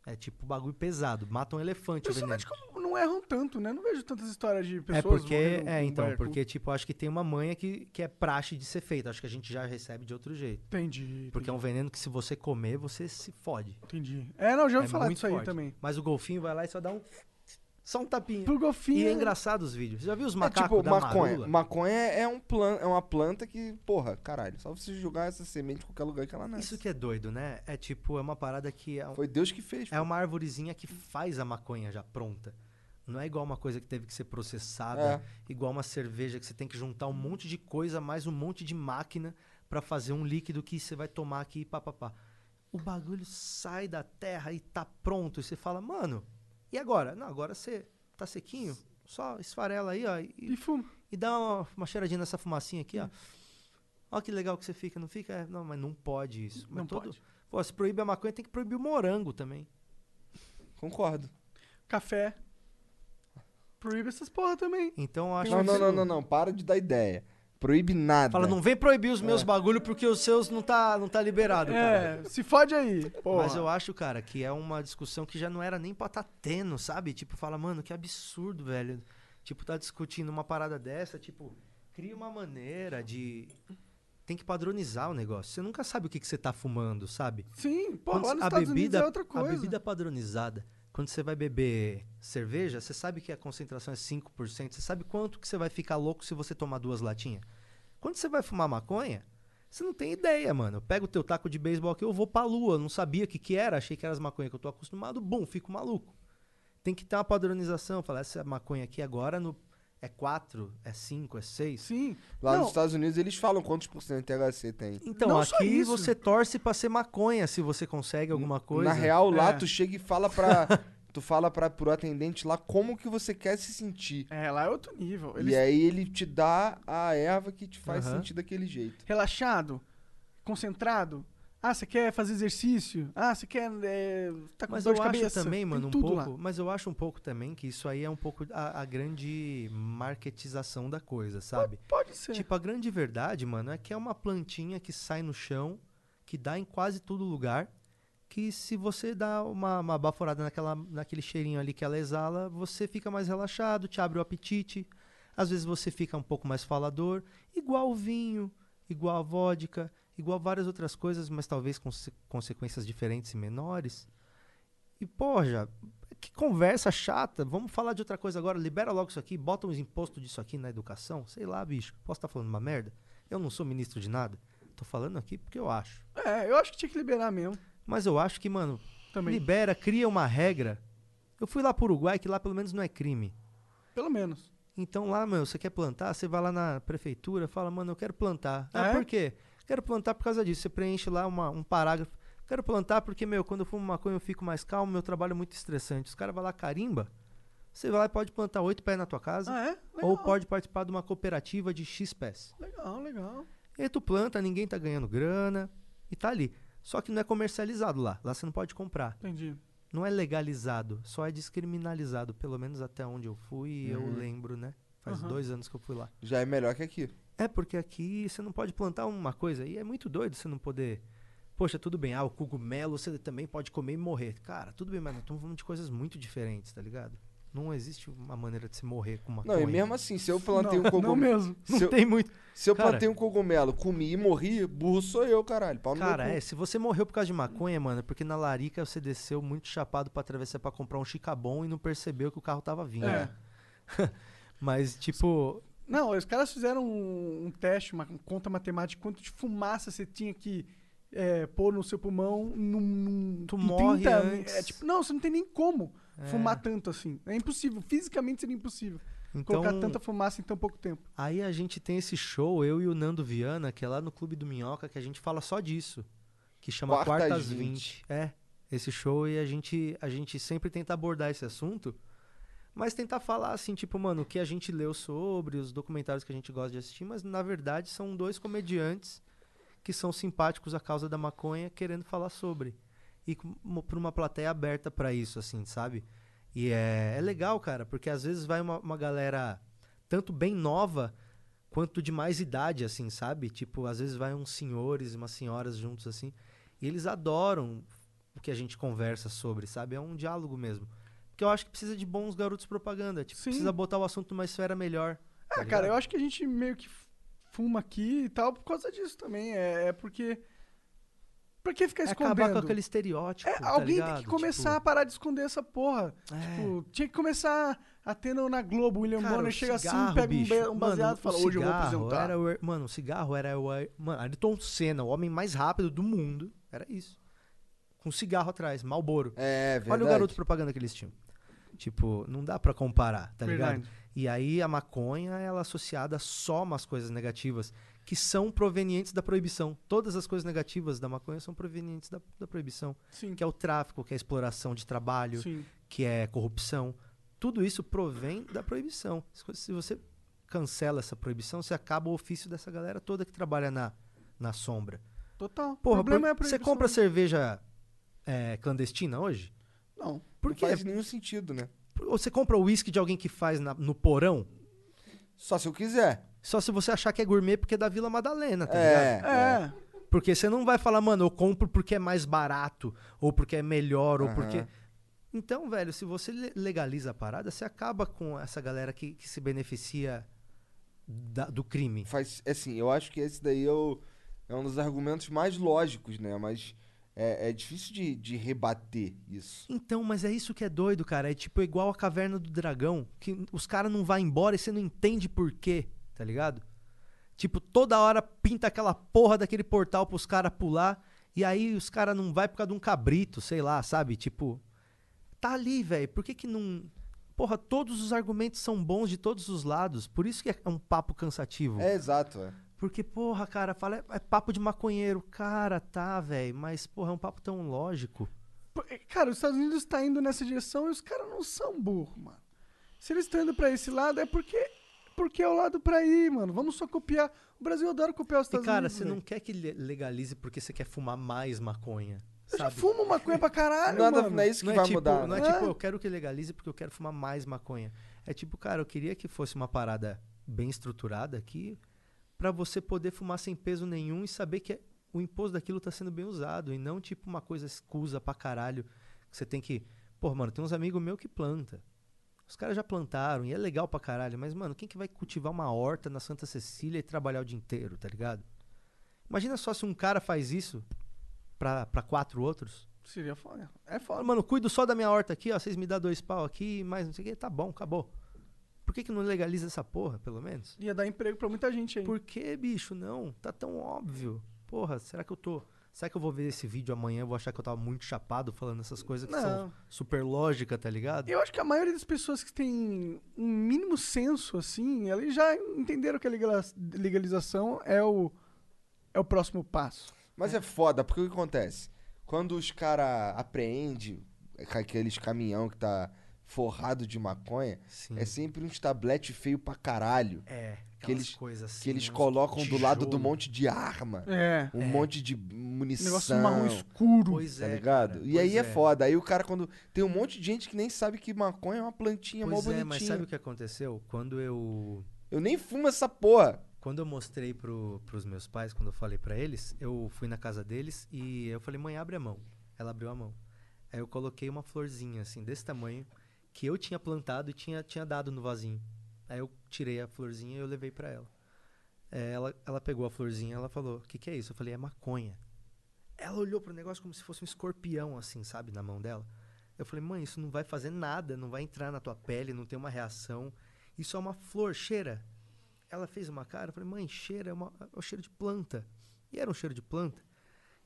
F: É tipo bagulho pesado. Mata um elefante, o veneno.
D: Impressionante como não erram tanto, né? Não vejo tantas histórias de
F: É
D: pessoas
F: porque,
D: morrendo
F: é,
D: com
F: então,
D: baiacu.
F: porque, tipo, acho que tem uma manha que, que é praxe de ser feita. Acho que a gente já recebe de outro jeito.
D: Entendi.
F: Porque é um veneno que se você comer, você se fode.
D: Entendi. É, não, já ouvi
F: é
D: falar
F: muito
D: disso aí
F: forte.
D: também.
F: Mas o golfinho vai lá e só dá um. Só um tapinha.
D: Pro né? golfinho.
F: E é engraçado os vídeos. Você já viu os macacos
E: é tipo,
F: da
E: maconha.
F: marula?
E: Maconha é, um plan, é uma planta que, porra, caralho, só você jogar essa semente em qualquer lugar que ela nasce.
F: Isso que é doido, né? É tipo, é uma parada que... É, um-
E: Foi Deus que fez.
D: Tipo,
F: é uma arvorezinha que faz a maconha já pronta. Não é igual uma coisa que teve que ser processada,
E: É.
F: igual uma cerveja que você tem que juntar um monte de coisa, mais um monte de máquina pra fazer um líquido que você vai tomar aqui e papapá. O bagulho sai da terra e tá pronto. E você fala, mano, e agora? Não, agora você tá sequinho, só esfarela aí, ó, e
D: E Hum. fuma.
F: e dá uma, uma cheiradinha nessa fumacinha aqui, ó. Ó que legal que você fica, não fica? É, não, mas não pode isso. Mas
D: Não
F: todo-
D: pode.
F: Pô, se proíbe a maconha, tem que proibir o morango também.
E: Concordo.
D: Café. Proíbe essas porra também.
F: Então eu acho
E: Não,
F: que
E: não,
F: isso-
E: não, não, não, para de dar ideia. Proíbe nada.
F: Fala, não vem proibir os
E: É.
F: meus bagulho porque os seus não tá, não tá liberado, cara.
D: É, se fode aí. Porra.
F: Mas eu acho, cara, que é uma discussão que já não era nem pra tá tendo, sabe? Tipo, fala, mano, que absurdo, velho. Tipo, tá discutindo uma parada dessa, tipo, cria uma maneira de. Tem que padronizar o negócio. Você nunca sabe o que, que você tá fumando, sabe?
D: Sim, porra,
F: Quando
D: lá
F: cê-
D: nos Estados Unidos é outra coisa.
F: A bebida padronizada. Quando você vai beber cerveja, você sabe que a concentração é 5%. Você sabe quanto que você vai ficar louco se você tomar duas latinhas. Quando você vai fumar maconha, você não tem ideia, mano. Pega o teu taco de beisebol aqui, eu vou pra lua. Eu Não sabia o que, que era, achei que era as maconhas que eu tô acostumado. Bum, fico maluco. Tem que ter uma padronização. Falar, essa maconha aqui agora no, é 4, é 5, é 6.
D: Sim.
E: Lá
D: não,
E: nos Estados Unidos eles falam quantos por cento de THC tem.
F: Então,
D: Não só
F: aqui
D: isso.
F: você torce pra ser maconha se você consegue alguma coisa.
E: Na real, lá
D: É.
E: tu chega e fala pra. tu fala pra, pro atendente lá como que você quer se sentir.
D: É, lá é outro nível. Eles
E: E aí ele te dá a erva que te faz
F: Aham.
E: sentir daquele jeito.
D: relaxado, concentrado. Ah, você quer fazer exercício? Ah, você quer. é, tá com
F: Mas
D: dor
F: eu
D: de
F: acho
D: cabeça?
F: também,
D: Tem
F: mano, um
D: tudo
F: pouco.
D: lá.
F: Mas eu acho um pouco também que isso aí é um pouco a, a grande marketização da coisa, sabe?
D: Pode ser.
F: Tipo, a grande verdade, mano, é que é uma plantinha que sai no chão, que dá em quase todo lugar, que se você dá uma, uma baforada naquela, naquele cheirinho ali que ela exala, você fica mais relaxado, te abre o apetite. Às vezes você fica um pouco mais falador, igual o vinho, igual a vodka, igual várias outras coisas, mas talvez com se- consequências diferentes e menores. E, porra, que conversa chata. Vamos falar de outra coisa agora. Libera logo isso aqui, bota uns impostos disso aqui na educação. Sei lá, bicho. Posso estar falando uma merda? Eu não sou ministro de nada. Tô falando aqui porque eu acho.
D: É, eu acho que tinha que liberar mesmo.
F: Mas eu acho que, mano,
D: Também.
F: libera, cria uma regra. Eu fui lá pro Uruguai, que lá pelo menos não é crime.
D: Pelo menos.
F: Então lá, meu, você quer plantar, você vai lá na prefeitura, fala, mano, eu quero plantar. Ah,
D: É?
F: por quê? Quero plantar por causa disso. Você preenche lá uma- um parágrafo. Quero plantar porque, meu, quando eu fumo maconha eu fico mais calmo, meu trabalho é muito estressante. Os caras vão lá, carimba, você vai lá e pode plantar oito pés na tua casa.
D: Ah, é? Legal.
F: ou pode participar de uma cooperativa de X pés.
D: Legal, legal.
F: E aí tu planta, ninguém tá ganhando grana e tá ali. Só que não é comercializado lá. Lá você não pode comprar
D: Entendi.
F: não é legalizado, só é descriminalizado, pelo menos até onde eu fui, e eu lembro, né? Faz
D: Uhum. Aham.
F: dois anos que eu fui lá.
E: Já é melhor que aqui.
F: É porque aqui você não pode plantar uma coisa e é muito doido você não poder. Poxa, tudo bem, ah, o cogumelo você também pode comer e morrer. Cara, tudo bem, mas nós estamos falando de coisas muito diferentes, tá ligado? Não existe uma maneira de se morrer com uma
E: Não, e mesmo assim, se eu plantei um
D: não, não
E: cogumelo.
D: mesmo.
E: Se eu,
F: Tem muito.
E: se eu
F: Cara.
E: plantei um cogumelo, comi e morri, burro sou eu, caralho. Pau no meu
F: Cara,
E: cu.
F: é, se você morreu por causa de maconha, mano, é porque na larica você desceu muito chapado pra atravessar pra comprar um chicabon e não percebeu que o carro tava vindo.
D: É.
F: Mas, tipo,
D: Não, os caras fizeram um, um teste, uma conta matemática, quanto de fumaça você tinha que é, pôr no seu pulmão num, num
F: Tu
D: em
F: morre
D: 30,
F: antes. É.
D: é, tipo, não, você não tem nem como fumar tanto assim. É impossível, fisicamente seria impossível
F: então,
D: colocar tanta fumaça em tão pouco tempo.
F: Aí a gente tem esse show, eu e o Nando Viana, que é lá no Clube do Minhoca, que a gente fala só disso. Que chama
E: Quartas
F: Quartas,
E: 20.
F: 20. É, esse show e a gente, a gente sempre tenta abordar esse assunto, mas tentar falar assim, tipo, mano, o que a gente leu sobre, os documentários que a gente gosta de assistir, mas na verdade são dois comediantes que são simpáticos à causa da maconha querendo falar sobre. E com- mo- pra uma plateia aberta pra isso, assim, sabe? E é, é legal, cara, porque às vezes vai uma, uma galera tanto bem nova quanto de mais idade, assim, sabe? Tipo, às vezes vai uns senhores e umas senhoras juntos, assim, e eles adoram o que a gente conversa sobre, sabe? É um diálogo mesmo. Porque eu acho que precisa de bons garotos propaganda, tipo,
D: Sim.
F: precisa botar o assunto numa esfera melhor. tá
D: Ah, cara, eu acho que a gente meio que fuma aqui e tal por causa disso também. É, é porque. é Pra que ficar
F: É acabar
D: escondendo?
F: com aquele estereótipo,
D: É,
F: tá
D: alguém tem
F: ligado?
D: que começar
F: Tipo-
D: a parar de esconder essa porra.
F: É.
D: Tipo, tinha que começar a ter no- na Globo. O William
F: Cara,
D: Bonner
F: o
D: chega assim,
F: cigarro,
D: pega um
F: bicho.
D: be- um baseado
F: Mano,
D: e fala:
F: o
D: Hoje eu vou
F: cigarro
D: apresentar.
F: Era o, er, mano, o cigarro era o. er, Mano, Ayrton Senna, o homem mais rápido do mundo. Era isso. Com cigarro atrás, Malboro.
E: É,
F: Olha
E: verdade.
F: o garoto propaganda que eles tinham. Tipo, não dá pra comparar, tá
D: Verdade.
F: ligado? E aí a maconha, ela é associada só a umas coisas negativas que são provenientes da proibição. Todas as coisas negativas da maconha são provenientes da, da proibição.
D: Sim.
F: Que é o tráfico, que é a exploração de trabalho,
D: Sim.
F: que é corrupção. Tudo isso provém da proibição. Se- Se você cancela essa proibição, você acaba o ofício dessa galera toda que trabalha na, na sombra.
D: Total.
F: Porra,
D: o problema
F: por-
D: é a
F: você
D: proibição.
F: compra cerveja é, clandestina hoje?
D: Não.
F: Por
E: não
F: quê?
E: faz nenhum sentido, né?
F: Ou você compra o uísque de alguém que faz na- no porão?
E: Só se eu quiser.
F: Só se você achar que é gourmet porque é da Vila Madalena, tá
E: É.
F: ligado?
D: É.
F: Porque você não vai falar, mano, eu compro porque é mais barato, ou porque é melhor, ou
E: Aham.
F: porque. Então, velho, se você le- legaliza a parada, você acaba com essa galera que, que se beneficia da- do crime.
E: faz assim, eu acho que esse daí é, o- é um dos argumentos mais lógicos, né? Mas é, é difícil de, de rebater isso.
F: Então, mas é isso que é doido, cara. É tipo igual a Caverna do Dragão, que os caras não vão embora e você não entende por quê, tá ligado? Tipo, toda hora pinta aquela porra daquele portal pros caras pular, e aí os caras não vai por causa de um cabrito, sei lá, sabe? Tipo, tá ali, velho. Por que que não... Porra, todos os argumentos são bons de todos os lados. Por isso que é um papo cansativo.
E: É exato, é.
F: Porque, porra, cara, fala, é, é papo de maconheiro. Cara, tá, velho. Mas, porra, é um papo tão lógico.
D: Pô, é, Cara, os Estados Unidos tá indo nessa direção e os caras não são burros, mano. Se eles estão indo pra esse lado é porque, porque é o lado pra ir, mano. Vamos só copiar. O Brasil adora copiar os
F: E,
D: Estados
F: cara,
D: Unidos.
F: você
D: velho.
F: não quer que le- legalize porque você quer fumar mais maconha.
D: Eu já
F: sabe?
D: fumo maconha pra caralho,
E: Nada-
D: mano.
E: não é isso que
F: Não é,
E: vai
F: tipo,
E: mudar.
F: não é
E: né?
F: tipo, eu quero que legalize porque eu quero fumar mais maconha. É tipo, cara, eu queria que fosse uma parada bem estruturada aqui pra você poder fumar sem peso nenhum e saber que é- o imposto daquilo tá sendo bem usado e não tipo uma coisa escusa pra caralho que você tem que... Pô, mano, tem uns amigos meus que planta. Os caras já plantaram e é legal pra caralho, mas, mano, quem que vai cultivar uma horta na Santa Cecília e trabalhar o dia inteiro, tá ligado? Imagina só se um cara faz isso pra, pra quatro outros.
D: Seria foda. É
F: Fala,
D: foda.
F: mano, cuido só da minha horta aqui, ó. Vocês me dão dois pau aqui, mais não sei o que, tá bom, acabou. Por que, que não legaliza essa porra, pelo menos?
D: Ia dar emprego pra muita gente aí.
F: Por que, bicho? Não, tá tão óbvio. Porra, será que eu tô. Será que eu vou ver esse vídeo amanhã e vou achar que eu tava muito chapado falando essas coisas que
D: Não.
F: são super lógica, tá ligado?
D: Eu acho que a maioria das pessoas que tem um mínimo senso, assim, elas já entenderam que a legala- legalização é o, é o próximo passo.
E: Mas é foda, porque o que acontece? Quando os caras apreendem aqueles caminhão que tá forrado de maconha,
F: Sim.
E: é sempre um tablete feio pra caralho.
F: É, aquelas
E: Que eles-
F: coisas assim.
E: que eles
F: uns
E: colocam do lado do
F: tijolo.
E: monte de arma,
D: É.
E: um monte de
D: Um
E: munição.
D: negócio marrom escuro.
F: Pois
E: Tá
F: é.
E: ligado?
F: cara,
E: e aí
F: pois
E: é. foda. Aí o cara, quando. Tem um monte de gente que nem sabe que maconha é uma plantinha mó
F: Pois é,
E: bonitinha.
F: mas sabe o que aconteceu? Quando eu.
E: Eu nem fumo essa porra.
F: Quando eu mostrei pro, pros meus pais, quando eu falei pra eles, eu fui na casa deles e eu falei, mãe, abre a mão. Ela abriu a mão. Aí eu coloquei uma florzinha, assim, desse tamanho, que eu tinha plantado e tinha, tinha dado no vasinho. Aí eu tirei a florzinha e eu levei pra ela. É, ela. Ela pegou a florzinha ela falou, o que, que é isso? Eu falei, é maconha. Ela olhou pro negócio como se fosse um escorpião, assim, sabe, na mão dela. Eu falei, mãe, isso não vai fazer nada, não vai entrar na tua pele, não tem uma reação. Isso é uma flor, cheira. Ela fez uma cara, eu falei, mãe, cheira, é, uma, é um cheiro de planta. E era um cheiro de planta.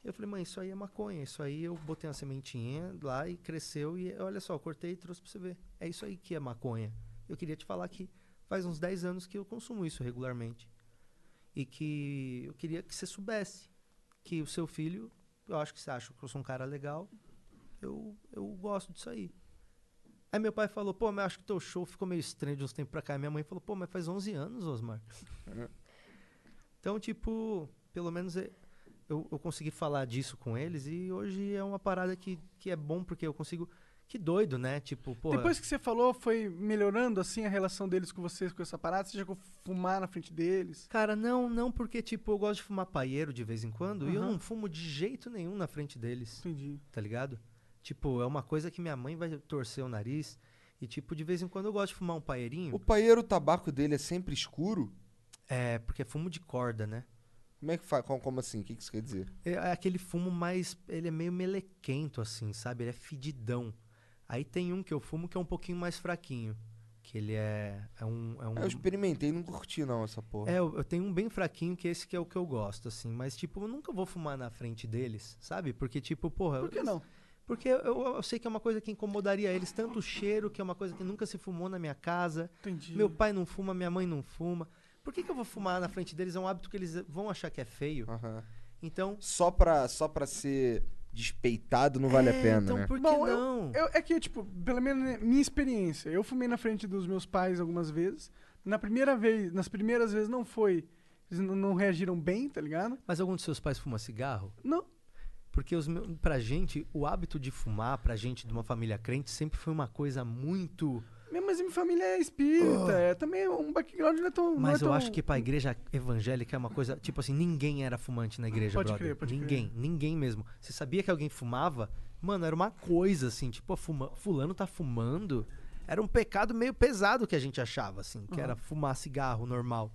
F: Eu falei, mãe, isso aí é maconha, isso aí eu botei uma sementinha lá e cresceu e olha só, eu cortei e trouxe pra você ver. É isso aí que é maconha. Eu queria te falar que faz uns 10 anos que eu consumo isso regularmente. E que eu queria que você soubesse que o seu filho, eu acho que você acha que eu sou um cara legal, eu, eu gosto disso aí. Aí meu pai falou, pô, mas acho que teu show ficou meio estranho de uns tempos pra cá. Minha mãe falou, pô, mas faz 11 anos, Osmar. então, tipo, pelo menos é- eu, eu consegui falar disso com eles e hoje é uma parada que, que é bom porque eu consigo... Que doido, né? Tipo, pô...
D: Depois que você falou, foi melhorando, assim, a relação deles com vocês, com essa parada? Você chegou a fumar na frente deles?
F: Cara, não, não, porque, tipo, eu gosto de fumar paieiro de vez em quando e eu
D: Aham.
F: não fumo de jeito nenhum na frente deles.
D: Entendi.
F: tá ligado? Tipo, é uma coisa que minha mãe vai torcer o nariz. E, tipo, de vez em quando eu gosto de fumar um paeirinho.
E: O paeiro, o tabaco dele é sempre escuro.
F: É, porque é fumo de corda, né?
E: Como é que faz? Como, como assim? O que que isso quer dizer?
F: É é aquele fumo mais. Ele é meio melequento, assim, sabe? Ele é fedidão. Aí tem um que eu fumo que é um pouquinho mais fraquinho. Que ele é. É um. É, um,
E: Ah, eu experimentei e não curti, não, essa porra.
F: é, eu eu tenho um bem fraquinho que esse que é o que eu gosto, assim. Mas, tipo, eu nunca vou fumar na frente deles, sabe? Porque, tipo, porra.
D: Por que não?
F: Porque eu, eu- eu sei que é uma coisa que incomodaria eles, tanto o cheiro, que é uma coisa que nunca se fumou na minha casa.
D: Entendi.
F: Meu pai não fuma, minha mãe não fuma. Por que, que eu vou fumar na frente deles? É um hábito que eles vão achar que é feio.
E: Aham.
F: Então.
E: Só, pra, só pra ser despeitado não vale a
F: É,
E: pena,
F: Então
E: né?
F: por que
D: Bom, eu-
F: não?
D: Eu- é que, tipo, pelo menos na minha experiência, eu fumei na frente dos meus pais algumas vezes. Na primeira vez, nas primeiras vezes não foi. Eles n- não reagiram bem, tá ligado?
F: Mas algum dos seus pais fuma cigarro?
D: Não.
F: Porque os meu, pra gente, o hábito de fumar, pra gente de uma família crente, sempre foi uma coisa muito.
D: Minha- Mas minha família é espírita, é também um background não é tão. não é
F: Mas eu
D: tão-
F: acho que pra igreja evangélica é uma coisa. Tipo assim, ninguém era fumante na igreja,
D: Pode
F: brother.
D: crer, pode crer.
F: ninguém, ninguém mesmo. Você sabia que alguém fumava? Mano, era uma coisa assim, tipo, ó, fuma, fulano tá fumando. Era um pecado meio pesado que a gente achava, assim, que era fumar cigarro normal.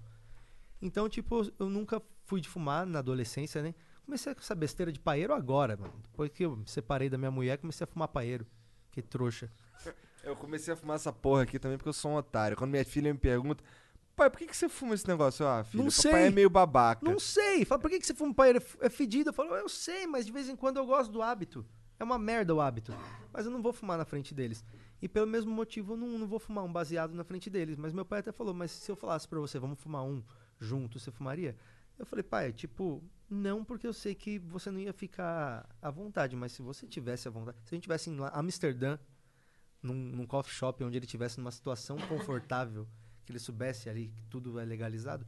F: Então, tipo, eu nunca fui de fumar na adolescência, né? Comecei com essa besteira de paeiro agora, mano. Depois que eu me separei da minha mulher, comecei a fumar paeiro. Que trouxa.
E: Eu comecei a fumar essa porra aqui também porque eu sou um otário. Quando minha filha me pergunta, pai, por que, que você fuma esse negócio? Eu, Ah, filha,
F: Não
E: papai
F: sei.
E: é meio babaca.
F: Não sei. Fala, por que, que você fuma paeiro? É f- É fedido. Eu falo, eu sei, mas de vez em quando eu gosto do hábito. É uma merda o hábito. Mas eu não vou fumar na frente deles. E pelo mesmo motivo, eu não, não vou fumar um baseado na frente deles. Mas meu pai até falou, mas se eu falasse pra você, vamos fumar um junto, você fumaria? Eu falei, pai, tipo, não, porque eu sei que você não ia ficar à vontade. Mas se você tivesse à vontade... Se a gente tivesse em lá- Amsterdã, num, num coffee shop onde ele tivesse numa situação confortável, que ele soubesse ali que tudo é legalizado,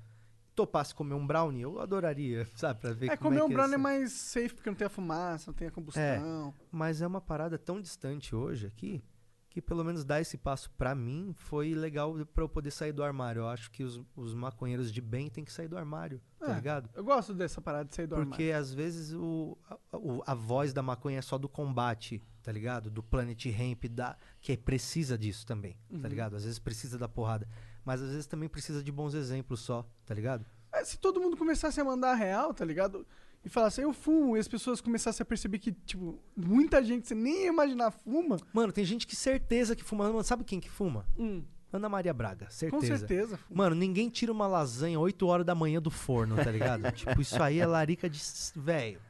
F: topasse comer um brownie, eu adoraria, sabe? Pra ver
D: É,
F: como
D: comer
F: é
D: um
F: que ia
D: brownie é
F: ser.
D: mais safe porque não tem a fumaça, não tem a combustão.
F: Mas é uma parada tão distante hoje aqui, que pelo menos dar esse passo pra mim foi legal pra eu poder sair do armário. Eu acho que os, os maconheiros de bem têm que sair do armário, tá
D: É.
F: ligado?
D: Eu gosto dessa parada de sair do
F: Porque
D: armário.
F: às vezes o, a, o- a voz da maconha é só do combate, tá ligado? Do Planet Ramp, da, que precisa disso também, tá ligado? Às vezes precisa da porrada. Mas às vezes também precisa de bons exemplos só, tá ligado?
D: É, se todo mundo começasse a mandar real, tá ligado? E falasse, eu fumo, e as pessoas começassem a perceber que, tipo, muita gente que você nem ia imaginar fuma.
F: Mano, tem gente que certeza que fuma. Mano, sabe quem que fuma?
D: Hum.
F: Ana Maria Braga, certeza.
D: Com certeza.
F: Mano, ninguém tira uma lasanha 8 horas da manhã do forno, tá ligado? tipo, isso aí é larica de s- velho.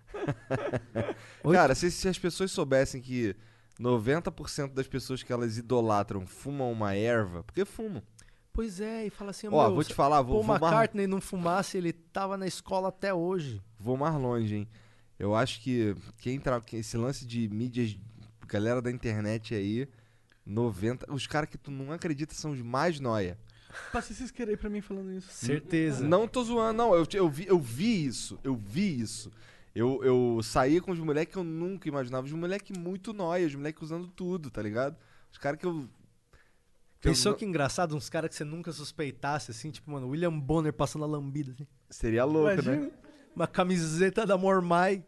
F: Oito-
E: Cara, se, se as pessoas soubessem que 90% das pessoas que elas idolatram fumam uma erva, porque fumam.
F: Pois é, e fala assim,
E: Ó,
F: meu,
E: vou te falar, vou, um."
F: Paul
E: vou, mar,
F: McCartney não fumasse, ele tava na escola até hoje.
E: vou mais longe, hein? Eu acho que quem tra... que esse lance de mídias, galera da internet aí, 90. Os caras que tu não acredita são os mais noia.
D: Passei vocês querem pra mim falando isso.
F: Certeza.
E: Não tô zoando, não. Eu, te- eu, vi, eu vi isso. Eu vi isso. Eu, eu saí com os moleques que eu nunca imaginava. Os moleques muito nóia, os moleques usando tudo, tá ligado? Os caras que eu. eu
F: Pensou
E: não-
F: que engraçado, uns caras que você nunca suspeitasse, assim, tipo, mano, William Bonner passando a lambida, assim,
E: Seria louco, né?
D: Imagina.
F: uma camiseta da Mormai.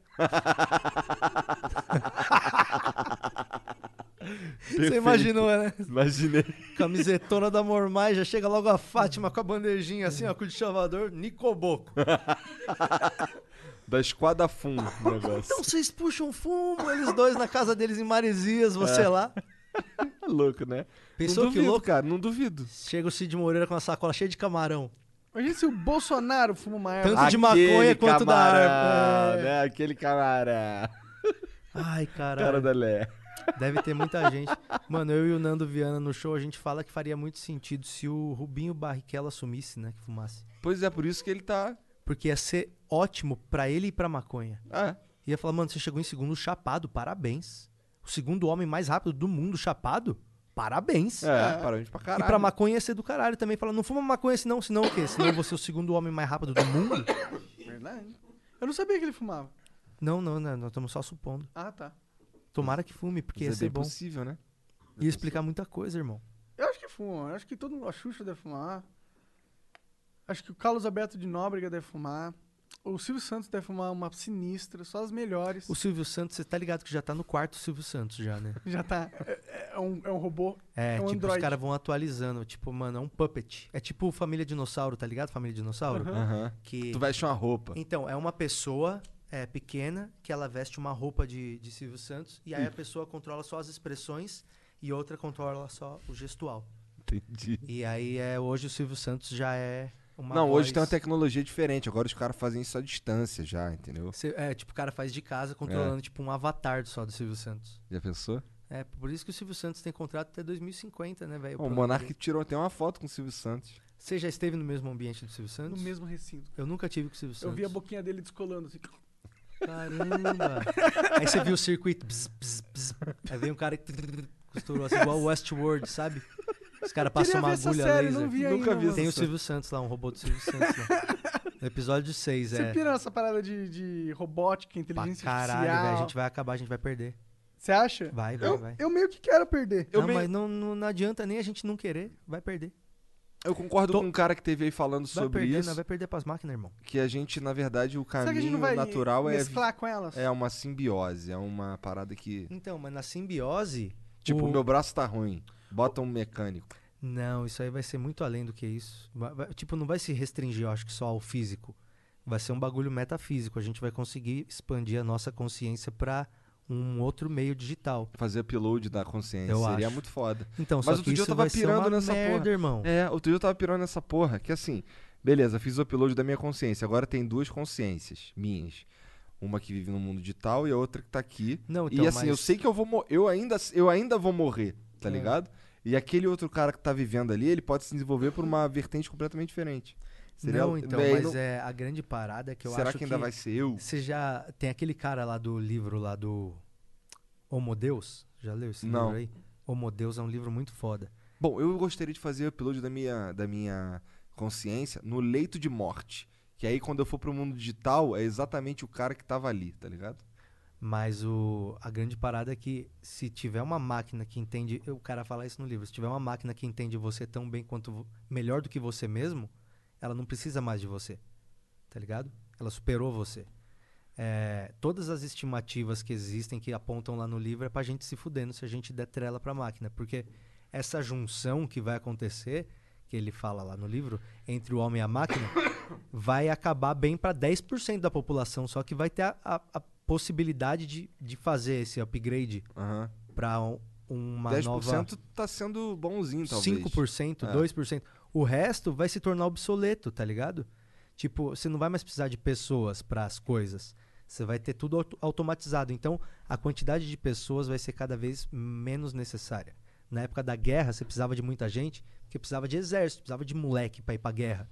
F: Você
E: Perfeito.
F: imaginou, né?
E: Imaginei.
F: Camisetona da Mormai, já chega logo a Fátima com a bandejinha assim, ó, com o chavador, Nicoboco.
E: Da esquadra fundo o negócio.
F: Então vocês puxam fumo, eles dois na casa deles em Maresias, você lá.
E: É louco, né?
F: Pensou
E: não
F: que
E: duvido,
F: louco?
E: cara. Não duvido.
F: Chega o Cid Moreira com uma sacola cheia de camarão.
D: Imagina se o Bolsonaro fuma uma erva.
F: Tanto de maconha quanto da
E: camarão,
F: arma. É.
E: né? Aquele camarada.
F: Ai,
E: Cara
F: caralho.
E: da Lé.
F: Deve ter muita gente. Mano, eu e o Nando Viana no show, a gente fala que faria muito sentido se o Rubinho Barrichello assumisse, né, que fumasse.
E: Pois é, por isso que ele tá.
F: Porque ia ser ótimo pra ele e pra maconha.
E: Ah,
F: Ia falar, mano, você chegou em segundo chapado, parabéns. O segundo homem mais rápido do mundo chapado, parabéns.
E: é. Parabéns pra caralho.
F: E pra maconha ia ser do caralho também. Falar, não fuma maconha senão, senão o quê? Senão eu vou ser o segundo homem mais rápido do mundo?
D: Verdade. Eu não sabia que ele fumava.
F: Não, não, não, nós estamos só supondo.
D: Ah, tá.
F: Tomara que fume, porque ia
E: Mas é
F: ser
E: bem
F: bom.
E: possível, né?
F: Ia explicar muita coisa, irmão.
D: Eu acho que fuma. Eu acho que todo mundo. A Xuxa deve fumar. Acho que o Carlos Alberto de Nóbrega deve fumar. O Silvio Santos deve fumar uma sinistra, só as melhores.
F: O Silvio Santos, você tá ligado que já tá no quarto Silvio Santos já, né?
D: Já tá. É, é um, é um robô,
F: É,
D: é, um
F: tipo,
D: android.
F: os caras vão atualizando. Tipo, mano, é um puppet. É tipo Família Dinossauro, tá ligado? Família Dinossauro.
E: Aham.
F: Que...
E: Tu veste uma roupa.
F: Então, é uma pessoa é, pequena que ela veste uma roupa de, de Silvio Santos e aí
E: Hum.
F: a pessoa controla só as expressões e outra controla só o gestual.
E: Entendi.
F: E aí é hoje o Silvio Santos já é uma
E: Não, hoje
F: voz-
E: tem uma tecnologia diferente. Agora os caras fazem isso à distância já, entendeu?
F: Cê- É, tipo, o cara faz de casa controlando
E: É.
F: tipo um avatar só do Silvio Santos.
E: Já pensou?
F: É, por isso que o Silvio Santos tem contrato até 2050, né, velho?
E: Ó, o Monark um tirou até uma foto com o Silvio Santos.
F: Você já esteve no mesmo ambiente do Silvio
D: No
F: Santos?
D: mesmo recinto.
F: Eu nunca tive com o Silvio Santos.
D: Eu vi a boquinha dele descolando, assim.
F: Caramba! Aí você viu o circuito. bzz, bzz, bzz. Aí veio um cara que costurou assim, igual o Westworld, sabe? Os caras passam
D: Queria
F: uma
D: ver essa
F: agulha
D: série,
F: laser.
D: não vi
E: Nunca
D: ainda,
E: vi
D: mano.
F: Tem o Silvio Santos lá, um robô do Silvio Santos lá. No episódio 6,
D: Você
F: é.
D: pira nessa parada de, de robótica,
F: Pra
D: inteligência
F: caralho, velho. A
D: artificial?
F: gente vai acabar, a gente vai perder.
D: Você acha?
F: Vai, vai,
D: eu,
F: vai.
D: eu meio que quero perder.
F: não, mas não, não, não adianta nem a gente não querer. Vai perder.
E: Eu concordo com um cara que teve aí falando
F: Vai
E: sobre
F: perder,
E: isso.
F: não vai perder pras máquinas, irmão.
E: Que a gente, na verdade, o
D: Será que a gente
E: caminho
D: não vai
E: natural é, vi-
D: mesclar com elas?
F: um
E: é uma simbiose. É uma parada que.
F: Então, mas na simbiose.
E: Tipo,
F: o-
E: meu braço tá ruim. Bota um mecânico.
F: Não, isso aí vai ser muito além do que isso. Vai- vai- tipo, não vai se restringir, eu acho que só ao físico. Vai ser um bagulho metafísico. A gente vai conseguir expandir a nossa consciência para um outro meio digital.
E: Fazer upload da consciência.
F: Eu
E: Seria
F: acho.
E: muito foda.
F: Então,
E: Mas
F: só
E: outro
F: que
E: dia eu
F: isso
E: tava
F: vai ser
E: pirando
F: uma
E: nessa
F: merda,
E: porra.
F: irmão.
E: É, outro dia eu tava pirando nessa porra, que assim, beleza, fiz o upload da minha consciência. Agora tem duas consciências minhas. Uma que vive no mundo digital e a outra que tá aqui.
F: Não, então,
E: e assim, eu
F: mas- É.
E: sei que eu vou mo- eu ainda eu ainda vou morrer, tá ligado? E aquele outro cara que tá vivendo ali, ele pode se desenvolver por uma vertente completamente diferente. Seria-
F: Não, então,
E: Bem,
F: mas
E: não-
F: é a grande parada é que eu
E: Será
F: acho
E: que ainda vai ser eu?
F: Você já tem aquele cara lá do livro lá do Homo Deus? Já leu esse
E: Não.
F: livro aí? Homo Deus é um livro muito foda.
E: Bom, eu gostaria de fazer o upload da minha, da minha consciência no leito de morte. Que aí, quando eu for pro mundo digital, é exatamente o cara que tava ali, tá ligado?
F: Mas o, a grande parada é que se tiver uma máquina que entende. O cara fala isso no livro. Se tiver uma máquina que entende você tão bem quanto. vo- melhor do que você mesmo, ela não precisa mais de você. Tá ligado? Ela superou você. É, todas as estimativas que existem, que apontam lá no livro, é pra gente se fudendo se a gente der trela pra máquina. Porque essa junção que vai acontecer, que ele fala lá no livro, entre o homem e a máquina, vai acabar bem pra 10% da população, só que vai ter a, a- a possibilidade de, de fazer esse upgrade
E: Aham.
F: pra um- uma
E: 10%
F: nova...
E: tá sendo bonzinho, talvez.
F: 5%,
E: É.
F: 2%. O resto vai se tornar obsoleto, tá ligado? Tipo, você não vai mais precisar de pessoas para as coisas. Você vai ter tudo auto- automatizado. Então, a quantidade de pessoas vai ser cada vez menos necessária. Na época da guerra, você precisava de muita gente, porque precisava de exército, precisava de moleque para ir pra guerra.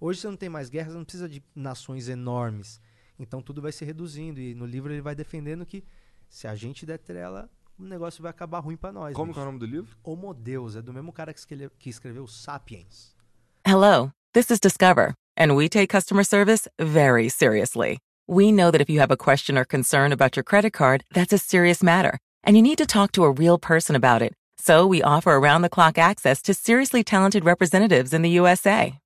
F: Hoje você não tem mais guerra, você não precisa de nações enormes. Então tudo vai se reduzindo. E no livro ele vai defendendo que se a gente der trela, o negócio vai acabar ruim para nós.
E: Como
F: bicho.
E: que é o nome do livro?
F: Homo Deus, é do mesmo cara que escreveu, que escreveu Sapiens.
C: Hello, this is Discover, and we take customer service very seriously. We know that if you have a question or concern about your credit card, that's a serious matter, and you need to talk to a real person about it. So we offer around the clock access to seriously talented representatives in the USA.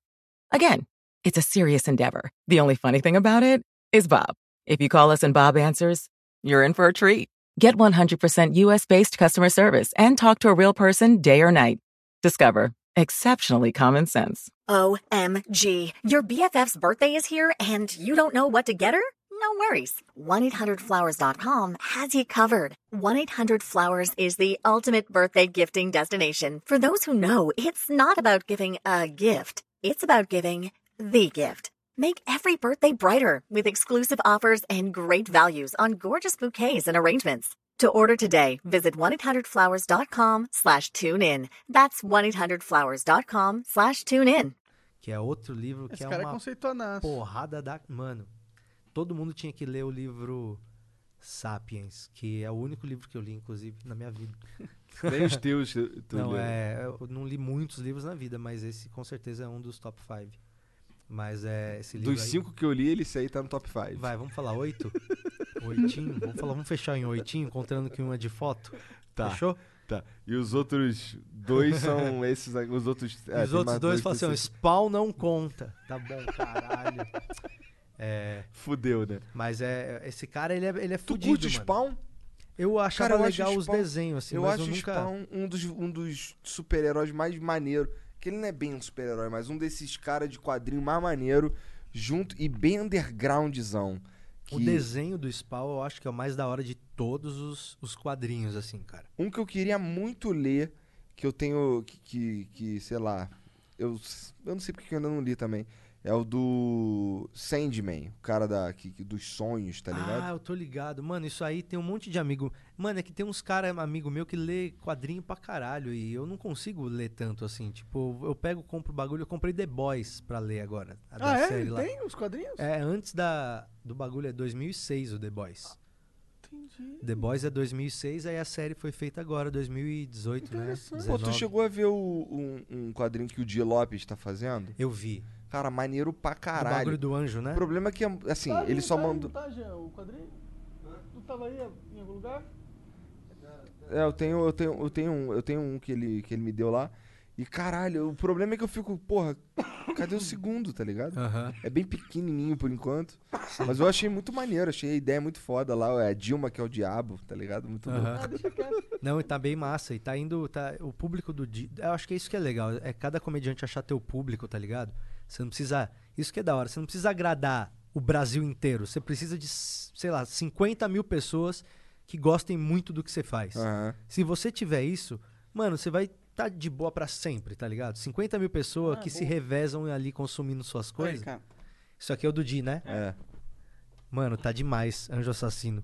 C: Again, it's a serious endeavor. The only funny thing about it is Bob. If you call us and Bob answers, you're in for a treat. Get 100% US based customer service and talk to a real person day or night. Discover exceptionally common sense.
L: OMG. Your BFF's birthday is here and you don't know what to get her? No worries. 1-800-Flowers.com has you covered. 1-800-Flowers is the ultimate birthday gifting destination. For those who know, it's not about giving a gift. It's about giving the gift. Make every birthday brighter with exclusive offers and great values on gorgeous bouquets and arrangements. To order today, visit 1-800-Flowers.com slash tune in. That's 1-800-Flowers.com slash tune in.
F: Que é outro livro que
D: Esse
F: é
D: cara é
F: uma
D: conceituanaço.
F: porrada da. Mano, todo mundo tinha que ler o livro Sapiens, que é o único livro que eu li, inclusive, na minha vida.
E: Nem os teus. tu- tu
F: não,
E: leu.
F: é, eu não li muitos livros na vida, mas esse com certeza é um dos top 5. Mas é esse livro.
E: Dos
F: aí-
E: cinco que eu li, ele esse aí tá no top 5.
F: Vai, vamos falar oito? Oitinho? Vamos, falar, vamos fechar em oitinho, contando que um é de foto?
E: Tá.
F: Fechou?
E: Tá. E os outros dois são esses aí, Os outros. ah,
F: E os outros dois falam assim, ó, spawn não conta. Tá bom, caralho. É,
E: Fudeu, né?
F: mas é, esse cara, ele é, ele é
E: Tu
F: fudido,
E: curte
F: mano.
E: spawn?
F: Eu achava
E: Cara, eu acho
F: legal os
E: Spawn-
F: desenhos, assim,
E: eu
F: mas
E: acho
F: eu
E: o
F: nunca.
E: Spawn um dos, um dos super-heróis mais maneiro. Que ele não é bem um super-herói, mas um desses caras de quadrinho mais maneiro, junto e bem undergroundzão.
F: O
E: que-
F: desenho do Spawn eu acho que é o mais da hora de todos os, os quadrinhos, assim, cara.
E: Um que eu queria muito ler, que eu tenho. que, que, que, sei lá. Eu, s- eu não sei porque que eu ainda não li também. É o do Sandman, o cara da, que, que- dos sonhos, tá ligado?
F: Ah, eu tô ligado. Mano, isso aí tem um monte de amigo. Mano, é que tem uns caras, amigo meu, que lê quadrinho pra caralho. E eu não consigo ler tanto assim. Tipo, eu pego, compro bagulho. Eu comprei The Boys pra ler agora. A da
D: Ah, é?
F: série lá.
D: Tem os quadrinhos?
F: É, antes da, do bagulho, é 2006 o The Boys.
D: Entendi.
F: The Boys é 2006, aí a série foi feita agora, 2018, né?
E: Pô, tu
F: 19.
E: chegou a ver o- um, um quadrinho que o Di Lopes tá fazendo?
F: Eu vi.
E: Cara, maneiro pra
F: O bagulho
E: caralho.
F: do anjo, né?
E: O problema é que, assim,
D: Tá
E: ele
D: ali,
E: só
D: tá ali,
E: mandou.
D: Tá, Jean, o quadrinho? Tu tava aí em algum lugar?
E: É, eu tenho, eu tenho, eu tenho um, eu tenho um que ele, que ele me deu lá. E caralho, o problema é que eu fico, porra, cadê o segundo, tá ligado?
F: Aham.
E: É bem pequenininho por enquanto. Mas eu achei muito maneiro, achei a ideia muito foda lá. É a Dilma que é o diabo, tá ligado? Muito
F: Aham.
E: louco.
F: Não, e tá bem massa. E tá indo. Tá, o público do. di- Eu acho que é isso que é legal. É cada comediante achar teu público, tá ligado? Você não precisa. Isso que é da hora. Você não precisa agradar o Brasil inteiro. Você precisa de, s- sei lá, 50 mil pessoas que gostem muito do que você faz.
E: Aham.
F: Se você tiver isso, mano, você vai tá de boa pra sempre, tá ligado? 50 mil pessoas que se revezam ali consumindo suas coisas.
D: cara.
F: isso aqui é o do Di, né?
E: É.
F: Mano, tá demais, Anjo Assassino.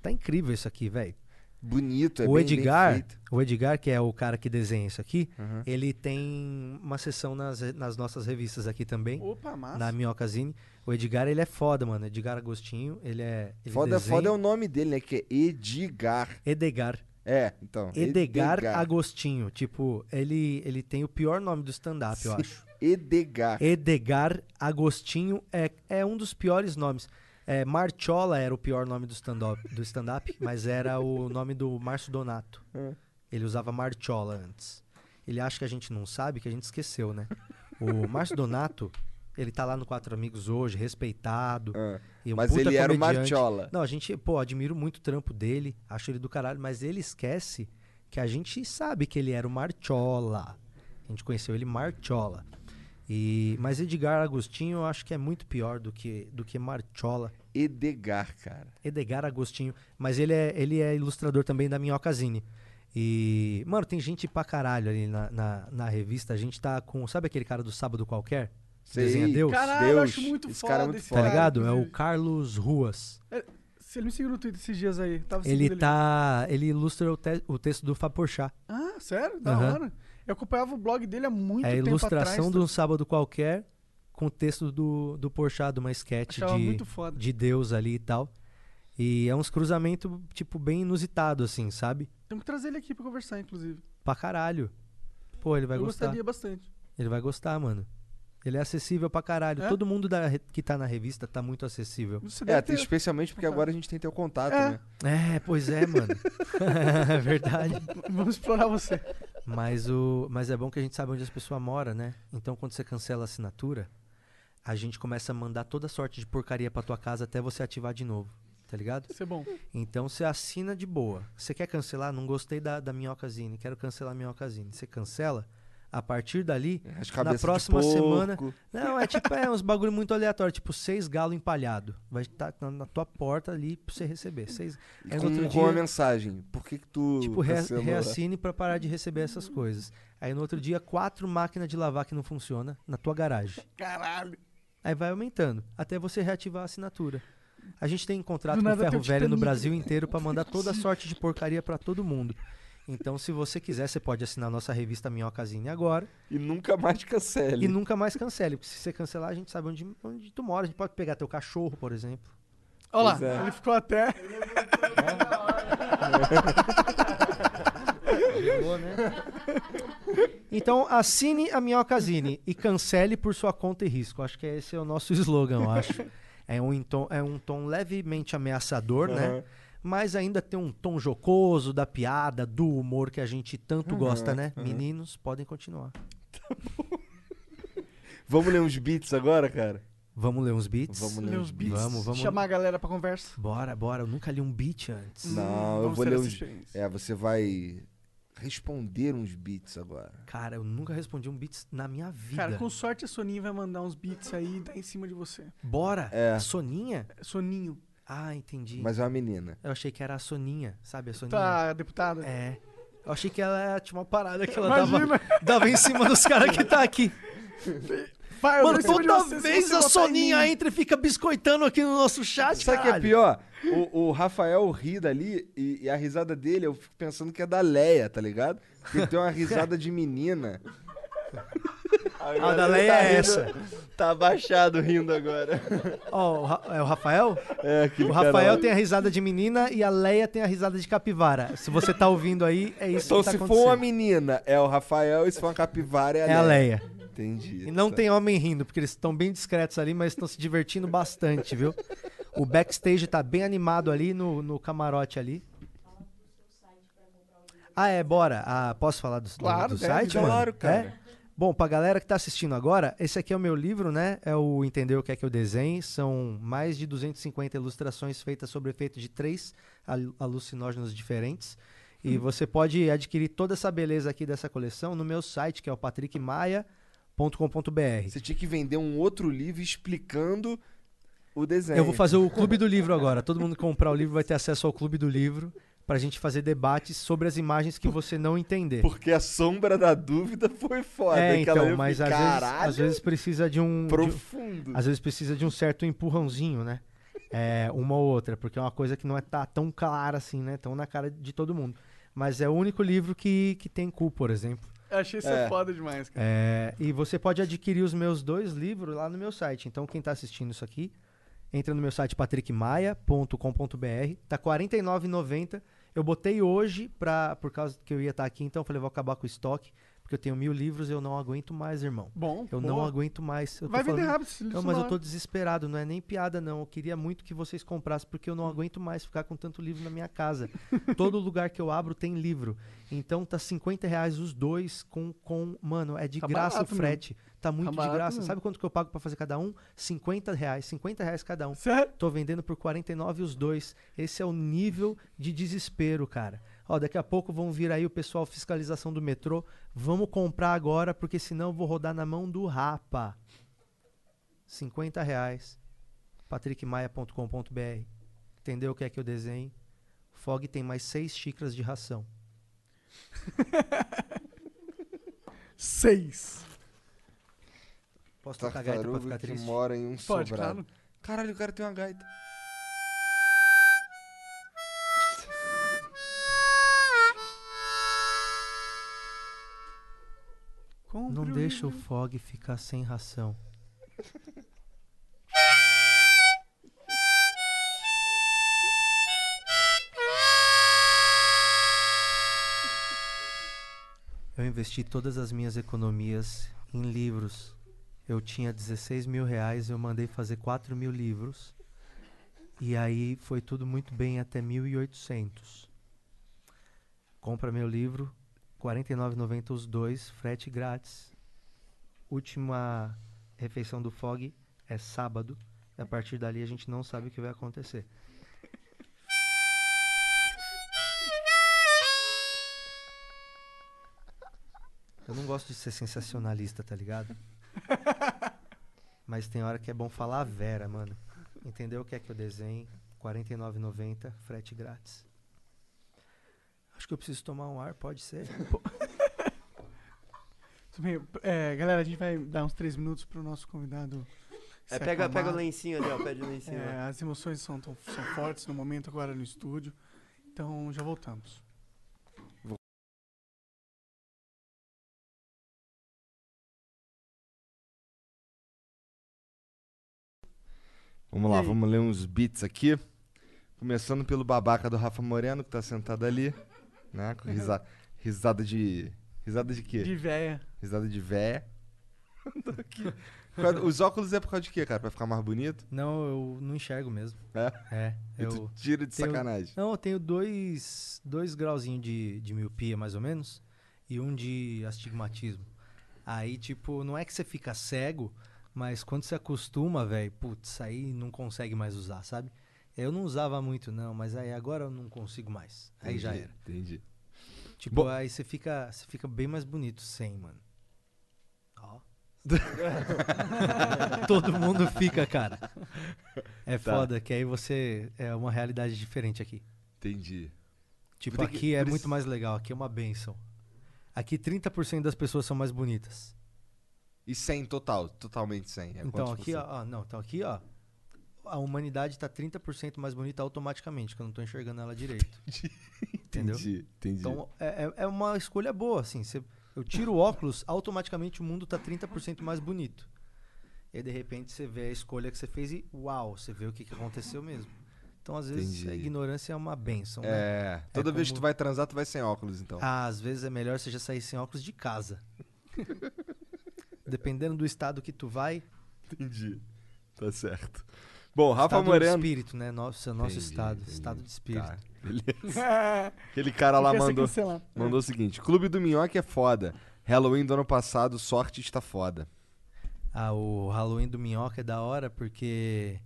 F: Tá incrível isso aqui, velho
E: Bonito, é
F: o
E: bem, bem
F: Edgar,
E: feito.
F: o Edgar, que é o cara que desenha isso aqui,
E: Uhum.
F: ele tem uma sessão nas, re- nas nossas revistas aqui também,
D: Opa, massa.
F: na Minhocazine. O Edgar, ele é foda, mano. Edgar Agostinho, ele é. Ele
E: Foda,
F: desenha.
E: foda é o nome dele, né? Que é Edgar.
F: Edgar.
E: É, então.
F: Edgar Agostinho. Tipo, ele, ele tem o pior nome do stand-up, eu
E: Sim,
F: acho.
E: Edgar.
F: Edgar Agostinho é, é um dos piores nomes. É, Marchola era o pior nome do stand-up, do stand-up, mas era o nome do Márcio Donato.
E: É.
F: Ele usava Marchola antes. Ele acha que a gente não sabe, que a gente esqueceu, né? O Márcio Donato, ele tá lá no Quatro Amigos hoje, respeitado.
E: Ah,
F: e um
E: mas
F: puta
E: ele era o
F: comediante.
E: Marchola.
F: Não, a gente, pô, admiro muito o trampo dele, acho ele do caralho, mas ele esquece que a gente sabe que ele era o Marchola. A gente conheceu ele Marchola. E, mas Edgar Agostinho eu acho que é muito pior do que, do que Marchola.
E: Edgar, cara.
F: Edgar Agostinho, mas ele é, ele é ilustrador também da Minhocazine. E, mano, tem gente pra caralho ali na, na, na revista. A gente tá com. Sabe aquele cara do Sábado Qualquer? Que
E: Sei.
F: Desenha Deus?
D: Caralho, eu
E: Deus,
D: acho muito
E: esse
D: foda.
E: cara é muito
D: esse
F: Tá
E: foda.
F: ligado? É o
D: inclusive.
F: Carlos Ruas.
D: Se ele me seguiu no Twitter esses dias aí. Tava seguindo
F: Ele tá. Ele ilustra o, te- o texto do Fábio Porchat.
D: Ah, sério? Da
F: Aham.
D: hora. Eu acompanhava o blog dele há muito
F: é a
D: tempo
F: ilustração
D: atrás. então
F: de um sábado qualquer com o texto do, do Porchat, de uma sketch
D: Achava
F: de,
D: muito foda.
F: de Deus ali e tal. E é uns cruzamento tipo, bem inusitado, assim, sabe?
D: Temos que trazer ele aqui pra conversar, inclusive.
F: Pra caralho. Pô, ele vai
D: eu
F: gostar.
D: gostaria bastante.
F: Ele vai gostar, mano. Ele é acessível pra caralho.
D: É? Hum.
F: Todo mundo da re- que tá na revista tá muito acessível.
D: Você
E: É,
D: deve
E: até
D: ter...
E: especialmente porque agora a gente tem teu contato,
D: É.
E: né?
F: É, pois é, mano. é verdade.
D: Vamos explorar você.
F: Mas, o, mas é bom que a gente sabe onde as pessoas moram, né? Então quando você cancela a assinatura, a gente começa a mandar toda sorte de porcaria pra tua casa até você ativar de novo. Tá ligado?
D: Isso é bom.
F: Então você assina de boa. Você quer cancelar? Não gostei da, da minhocazine. Quero cancelar a minhocazine. Você cancela. A partir dali,
E: É, As
F: na
E: cabeças de
F: próxima semana.
E: porco.
F: Não, é tipo é uns bagulho muito aleatório, tipo seis galo empalhado. Vai estar na, na tua porta ali pra você receber. Seis.
E: E
F: Aí no
E: com,
F: É,
E: um
F: outro
E: com uma
F: dia,
E: mensagem. Por que, que tu. tá
F: tipo, rea-
E: cancelou?
F: reassine pra parar de receber essas coisas. Aí no outro dia, quatro máquinas de lavar que não funciona na tua garagem.
D: Caralho.
F: Aí vai aumentando, até você reativar a assinatura. A gente tem um contrato
D: Do
F: com o
D: nada tá tem
F: Ferro
D: o
F: Velho no
D: Titanic.
F: Brasil inteiro pra mandar toda sorte de porcaria pra todo mundo. Então, se você quiser, você pode assinar nossa revista Minhocazine agora
E: E nunca mais cancele.
F: e nunca mais cancele, porque se você cancelar, a gente sabe onde, onde tu mora. A gente pode pegar teu cachorro, por exemplo.
D: Olha lá,
E: Pois é.
D: ele ficou até.
F: Então, assine a Minhocazine e cancele por sua conta e risco. Acho que esse é o nosso slogan, eu acho. É um, em tom, é um tom levemente ameaçador, né? Mas ainda tem um tom jocoso da piada, do humor que a gente tanto gosta, né? Meninos, podem continuar.
E: Vamos ler uns beats agora, cara?
F: Vamos ler uns beats?
E: Vamos
D: ler uns beats.
F: Vamos, vamos.
D: Chamar a galera pra conversa.
F: Bora, bora. Eu nunca li um beat antes.
D: Hum.
E: Não, eu
D: vamos
E: vou
D: ter
E: ler
D: essa
E: uns.
D: experiência.
E: É, você vai responder uns beats agora.
F: Cara, eu nunca respondi um beat na minha vida.
D: Cara, com sorte a Soninha vai mandar uns beats aí e dar em cima de você.
F: Bora.
E: É.
F: Soninha?
D: Soninho.
F: Ah, entendi.
E: Mas é uma menina.
F: Eu achei que era a Soninha, sabe? A Soninha.
D: Tá, deputada?
F: É. Eu achei que ela era- tinha uma parada que ela
D: Imagina.
F: dava, dava em cima dos caras que tá aqui.
D: Vai, eu vou
F: Mano,
D: em cima de
F: toda
D: você se
F: vez
D: você
F: a
D: botar em
F: Soninha
D: mim.
F: entra e fica biscoitando aqui no nosso chat,
E: Sabe o que é
F: caralho.
E: pior? O, o Rafael ri dali e, e a risada dele, eu fico pensando que é da Leia, tá ligado? Porque tem uma risada de menina.
F: A da Leia
D: Tá
F: é essa.
B: Tá abaixado rindo agora.
F: Ó, o Ra- é o Rafael?
E: É, aquele
F: O Rafael
E: cara lá.
F: tem a risada de menina e a Leia tem a risada de capivara. Se você tá ouvindo aí, é isso
E: Então,
F: que tá
E: se for
F: acontecendo.
E: uma menina, é o Rafael, e se for uma capivara, é a
F: É a
E: Leia.
F: Leia.
E: Entendi. tá.
F: E não tem homem rindo, porque eles estão bem discretos ali, mas estão se divertindo bastante, viu? O backstage tá bem animado ali no, no camarote ali. Ah, é, bora. Ah, posso falar do, do-
D: Claro,
F: do
D: deve,
F: site,
D: claro,
F: mano?
E: cara.
F: É? Bom, pra galera que tá assistindo agora, esse aqui é o meu livro, né? É o Entender o que é que eu desenho. São mais de 250 ilustrações feitas sobre o efeito de três al- alucinógenos diferentes.
E: Uhum.
F: E você pode adquirir toda essa beleza aqui dessa coleção no meu site, que é o patrickmaia.com.br.
E: Você tinha que vender um outro livro explicando o desenho.
F: Eu vou fazer o Clube do Livro agora. Todo mundo que comprar o livro vai ter acesso ao Clube do Livro pra gente fazer debates sobre as imagens que você não entender.
E: Porque a sombra da dúvida foi foda.
F: é,
E: Aquela
F: então,
E: eu
F: mas às
E: fiquei,
F: vezes,
E: caralho,
F: às vezes precisa de um, de um-
E: profundo.
F: às vezes precisa de um certo empurrãozinho, né? É, uma ou outra, porque é uma coisa que não é tá tão clara assim, né? Tão na cara de todo mundo. Mas é o único livro que, que tem cu, por exemplo.
D: Eu achei isso
E: É.
D: foda demais, cara.
F: É, e você pode adquirir os meus dois livros lá no meu site. Então, quem está assistindo isso aqui, entra no meu site patrickmaia.com.br. Tá R$ 49,90. Eu botei hoje, pra, por causa que eu ia estar aqui, então eu falei, vou acabar com o estoque, porque eu tenho mil livros eu não aguento mais, irmão.
D: Bom,
F: Eu
D: boa.
F: não aguento mais. Eu tô
D: Vai vender
F: falando-
D: rápido esse livro.
F: Não, mas
D: senão
F: eu tô desesperado, não é nem piada, não. Eu queria muito que vocês comprassem, porque eu
D: Hum.
F: não aguento mais ficar com tanto livro na minha casa. Todo lugar que eu abro tem livro. Então tá 50 reais os dois com. com mano, é de
D: Tá
F: graça
D: barato,
F: o frete. Tá muito de
D: barato
F: graça.
D: mesmo.
F: Sabe quanto que eu pago pra fazer cada um? 50 reais. 50 reais cada um.
D: Sério?
F: Tô vendendo por 49 os dois. Esse é o nível de desespero, cara. Ó, daqui a pouco vão vir aí o pessoal fiscalização do metrô. Vamos comprar agora, porque senão eu vou rodar na mão do rapa. 50 reais. patrickmaia.com.br. Entendeu o que é que eu desenho? Fog tem mais seis xícaras de ração.
D: Seis.
F: Posso tocar gaita pra
E: Tartaruga
F: ficar
E: que
F: triste?
E: mora em um
D: Pode,
E: sobrado.
D: claro.
E: Caralho, o cara tem uma gaita.
D: Compre
F: Não
D: o
F: deixa o
D: livro.
F: Fog ficar sem ração. Eu investi todas as minhas economias em livros. Eu tinha 16 mil reais, eu mandei fazer 4 mil livros. E aí foi tudo muito bem até 1.800. Compra meu livro, R$ 49,90 os dois, frete grátis. Última refeição do Fog é sábado. E a partir dali a gente não sabe o que vai acontecer. Eu não gosto de ser sensacionalista, tá ligado? Mas tem hora que é bom falar a Vera, mano. Entendeu o que é que eu desenho? R$ 49,90, frete grátis. Acho que eu preciso tomar um ar, pode ser?
D: Tudo bem, é, galera, a gente vai dar uns três minutos pro nosso convidado. se
B: É, pega, pega o
D: acalmar.
B: lencinho ali, ó. Pede o lencinho.
D: É,
B: lá.
D: as emoções são, tão- são fortes no momento agora no estúdio. Então já voltamos.
E: Vamos lá, vamos ler uns beats aqui. Começando pelo babaca do Rafa Moreno, que tá sentado ali. Né? Com risa- risada de. Risada de quê?
D: De véia.
E: Risada de véia. Tô aqui. Por causa- Os óculos é por causa de quê, cara? Pra ficar mais bonito?
F: Não, eu não enxergo mesmo.
E: É?
F: É,
E: E tu
F: eu.
E: tira de
F: tenho-
E: sacanagem.
F: Não, eu tenho dois, dois grauzinhos de, de miopia, mais ou menos, e um de astigmatismo. Aí, tipo, não é que você fica cego, Mas quando você acostuma, velho, putz, aí não consegue mais usar, sabe? Eu não usava muito, não, mas aí agora eu não consigo mais. Aí já
E: Entendi,
F: era.
E: Entendi.
F: Tipo,
E: Bom-
F: aí você fica, você fica bem mais bonito sem, mano. Ó. Todo mundo fica, cara. É
E: Tá.
F: foda, que aí você. É uma realidade diferente aqui.
E: Entendi.
F: Tipo,
E: Vou ter que-
F: aqui é
E: preci-
F: muito mais legal, aqui é uma benção. Aqui 30% das pessoas são mais bonitas.
E: E 100 total, totalmente 100. É
F: então
E: quantos
F: aqui,
E: por
F: ó,
E: cento?
F: ó, não, então aqui, ó, a humanidade tá 30% mais bonita automaticamente, que eu não tô enxergando ela direito. Entendeu?
E: Entendi, entendi.
F: Então é, é- é uma escolha boa, assim. Você, eu tiro o óculos, automaticamente o mundo tá 30% mais bonito. E aí, de repente você vê a escolha que você fez e uau, você vê o que, que aconteceu mesmo. Então, às vezes, a
E: Entendi.
F: ignorância é uma benção. né?
E: é, toda vez que
F: como-
E: tu vai transar, tu vai sem óculos, então.
F: ah, às vezes é melhor você já sair sem óculos de casa. Dependendo do estado que tu vai.
E: Entendi. Tá certo. Bom, Rafa
F: estado
E: Moreno.
F: de espírito, né? Nosso, nosso
E: Entendi,
F: estado,
E: entendi.
F: estado de espírito.
E: Tá, beleza. Aquele cara lá
D: Fica sem
E: mandou,
D: cancelar.
F: é.
E: mandou o seguinte: Clube do Minhoque é foda. Halloween do ano passado, sorte está foda.
F: Ah, o Halloween do Minhoca é da hora porque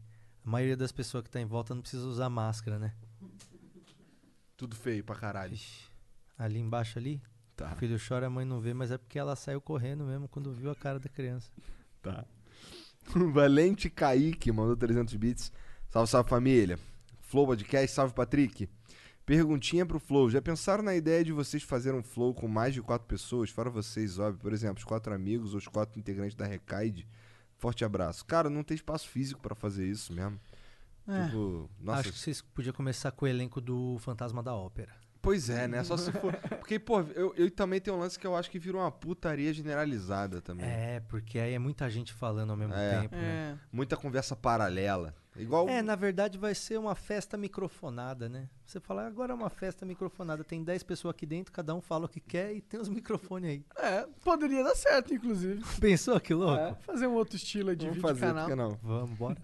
F: a maioria das pessoas que tá em volta não precisa usar máscara, né?
E: Tudo feio pra caralho.
F: Ali embaixo ali,
E: Tá.
F: o filho chora, a mãe não vê, mas é porque ela saiu correndo mesmo quando viu a cara da criança.
E: Tá. O Valente Kaique mandou 300 bits. Salve, salve família. Flow Podcast, salve Patrick. Perguntinha pro Flow. Já pensaram na ideia de vocês fazerem um Flow com mais de quatro pessoas? Fora vocês, óbvio. Por exemplo, os quatro amigos ou os quatro integrantes da Recaide. Forte abraço. Cara, não tem espaço físico pra fazer isso mesmo.
D: É.
E: Tipo, nossa,
F: Acho que vocês podiam começar com o elenco do Fantasma da Ópera.
E: Pois é, né? Só se for. Porque, pô, eu, eu também tenho um lance que eu acho que virou uma putaria generalizada também.
F: É, porque aí é muita gente falando ao mesmo
E: É.
F: tempo, né?
D: É.
E: Muita conversa paralela. Igual.
F: É, na verdade vai ser uma festa microfonada, né? Você fala, agora é uma festa microfonada, tem 10 pessoas aqui dentro, cada um fala o que quer e tem os microfones aí.
D: É, poderia dar certo, inclusive.
F: Pensou que louco?
D: É, fazer um outro estilo de
E: Vamos
D: vídeo
E: fazer,
D: canal.
E: porque não?
F: Vamos embora.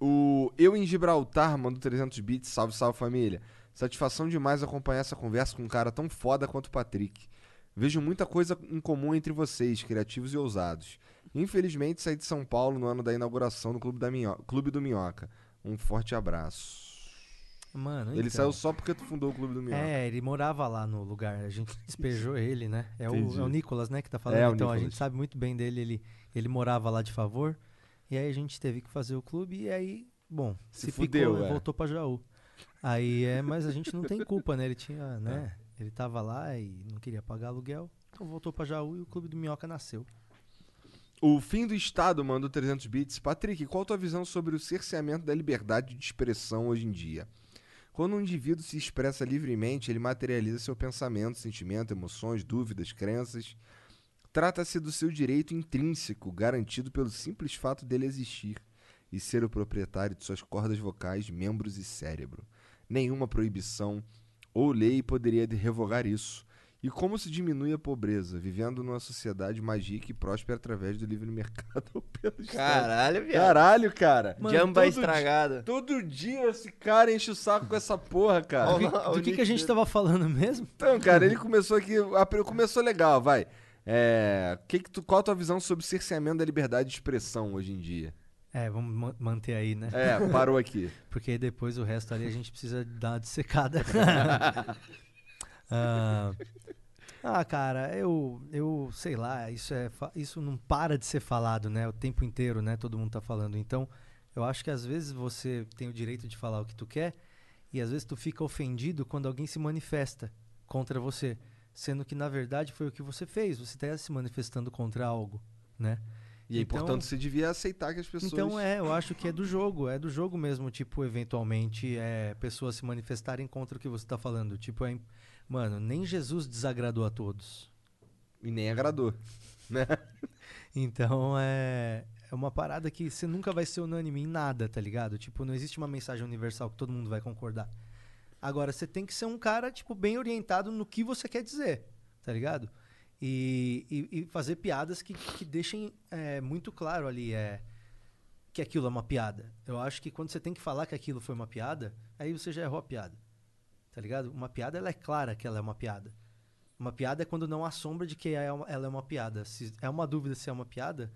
E: O Eu em Gibraltar mandou 300 bits. Salve, salve família. Satisfação demais acompanhar essa conversa com um cara tão foda quanto o Patrick. Vejo muita coisa em comum entre vocês, criativos e ousados. Infelizmente, saí de São Paulo no ano da inauguração do Clube, da Minho... Clube do Minhoca. Um forte abraço.
F: Mano,
E: Ele
F: então.
E: saiu só porque tu fundou o Clube do Minhoca.
F: É, ele morava lá no lugar, a gente despejou ele, né? É o,
E: Entendi.
F: é o Nicolas, né, que tá falando.
E: É, o
F: então a
E: Nicolas.
F: gente sabe muito bem dele, ele, ele morava lá de favor. E aí a gente teve que fazer o clube e aí, bom,
E: Se
F: se,
E: fudeu,
F: ficou,
E: é.
F: voltou pra Jaú. Aí é, mas a gente não tem culpa, né? Ele tinha, né?
E: É.
F: Ele tava lá e não queria pagar aluguel, então voltou pra Jaú e o clube do Minhoca nasceu.
E: O fim do Estado mandou 300 bits. Patrick, qual a tua visão sobre o cerceamento da liberdade de expressão hoje em dia? Quando um indivíduo se expressa livremente, ele materializa seu pensamento, sentimento, emoções, dúvidas, crenças. Trata-se do seu direito intrínseco, garantido pelo simples fato dele existir e ser o proprietário de suas cordas vocais, membros e cérebro. Nenhuma proibição ou lei poderia de- revogar isso. E como se diminui a pobreza, vivendo numa sociedade mais rica e próspera através do livre mercado ou pelo Estado?
B: Caralho, viado. um
E: Caralho, cara!
B: Jamba
E: todo
B: estragada.
E: Todo dia esse cara enche o saco com essa porra, cara.
B: Ó,
F: Do que-
B: o
F: do que, que a
B: nick
F: gente
B: dele.
F: tava falando mesmo?
E: Então, cara, ele começou aqui. a pre- Começou legal, vai. É, que que tu, qual a tua visão sobre o cerceamento da liberdade de expressão hoje em dia?
F: É, vamos man- manter aí, né?
E: É, parou aqui.
F: Porque aí depois o resto ali a gente precisa dar uma dissecada. ah, ah, cara, eu, eu sei lá, isso, é, fa- isso não para de ser falado, né? O tempo inteiro, né? Todo mundo tá falando. Então, eu acho que às vezes você tem o direito de falar o que tu quer e às vezes tu fica ofendido quando alguém se manifesta contra você. Sendo que, na verdade, foi o que você fez. Você está se manifestando contra algo, né?
E: E aí,
F: Então-
E: portanto, você devia aceitar que as pessoas.
F: então é, eu acho que é do jogo, é do jogo mesmo, tipo, eventualmente, é, pessoas se manifestarem contra o que você tá falando. Tipo, é, im- mano, nem Jesus desagradou a todos.
E: E nem agradou. Né?
F: Então é, é uma parada que você nunca vai ser unânime em nada, tá ligado? Tipo, não existe uma mensagem universal que todo mundo vai concordar. Agora, você tem que ser um cara, tipo, bem orientado no que você quer dizer, tá ligado? E, e- e fazer piadas que, que deixem é, muito claro ali é, que aquilo é uma piada. Eu acho que quando você tem que falar que aquilo foi uma piada, aí você já errou a piada, tá ligado? Uma piada, ela é clara que ela é uma piada. Uma piada é quando não há sombra de que é uma- ela é uma piada. Se é uma dúvida se é uma piada,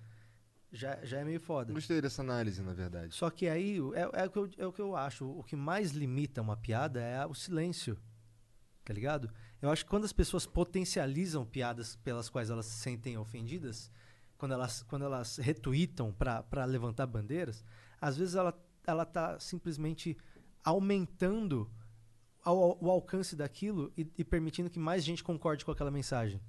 F: já, já é meio foda.
E: Gostei dessa análise, na verdade.
F: Só que aí o- é, é o que eu, é o que eu acho. O que mais limita uma piada é a- o silêncio. Tá ligado? Eu acho que quando as pessoas potencializam piadas pelas quais elas se sentem ofendidas, quando elas, quando elas retuitam para levantar bandeiras, às vezes ela, ela tá simplesmente aumentando ao- o alcance daquilo e, e permitindo que mais gente concorde com aquela mensagem.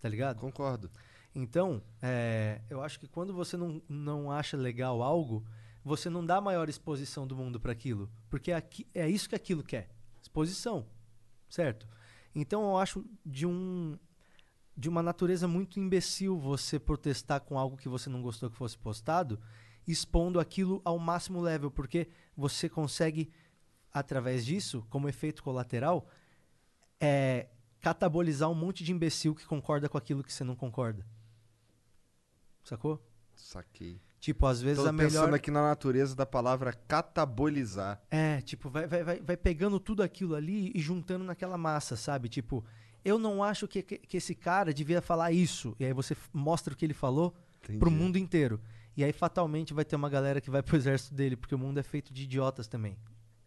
F: Tá ligado?
E: Concordo.
F: Então, é, eu acho que quando você não, não acha legal algo, você não dá maior exposição do mundo para aquilo. Porque aqui, é isso que aquilo quer. Exposição. Certo? Então eu acho de um de uma natureza muito imbecil você protestar com algo que você não gostou que fosse postado, expondo aquilo ao máximo level, porque você consegue através disso, como efeito colateral, é, catabolizar um monte de imbecil que concorda com aquilo que você não concorda. Sacou?
E: Saquei.
F: Tipo, às vezes
E: Tô
F: a
E: pensando
F: melhor.
E: aqui na natureza da palavra catabolizar.
F: É, tipo, vai, vai, vai, vai pegando tudo aquilo ali e juntando naquela massa, sabe? Tipo, eu não acho que, que, que esse cara devia falar isso. E aí você f- mostra o que ele falou pro mundo inteiro. E aí fatalmente vai ter uma galera que vai pro exército dele, porque o mundo é feito de idiotas também.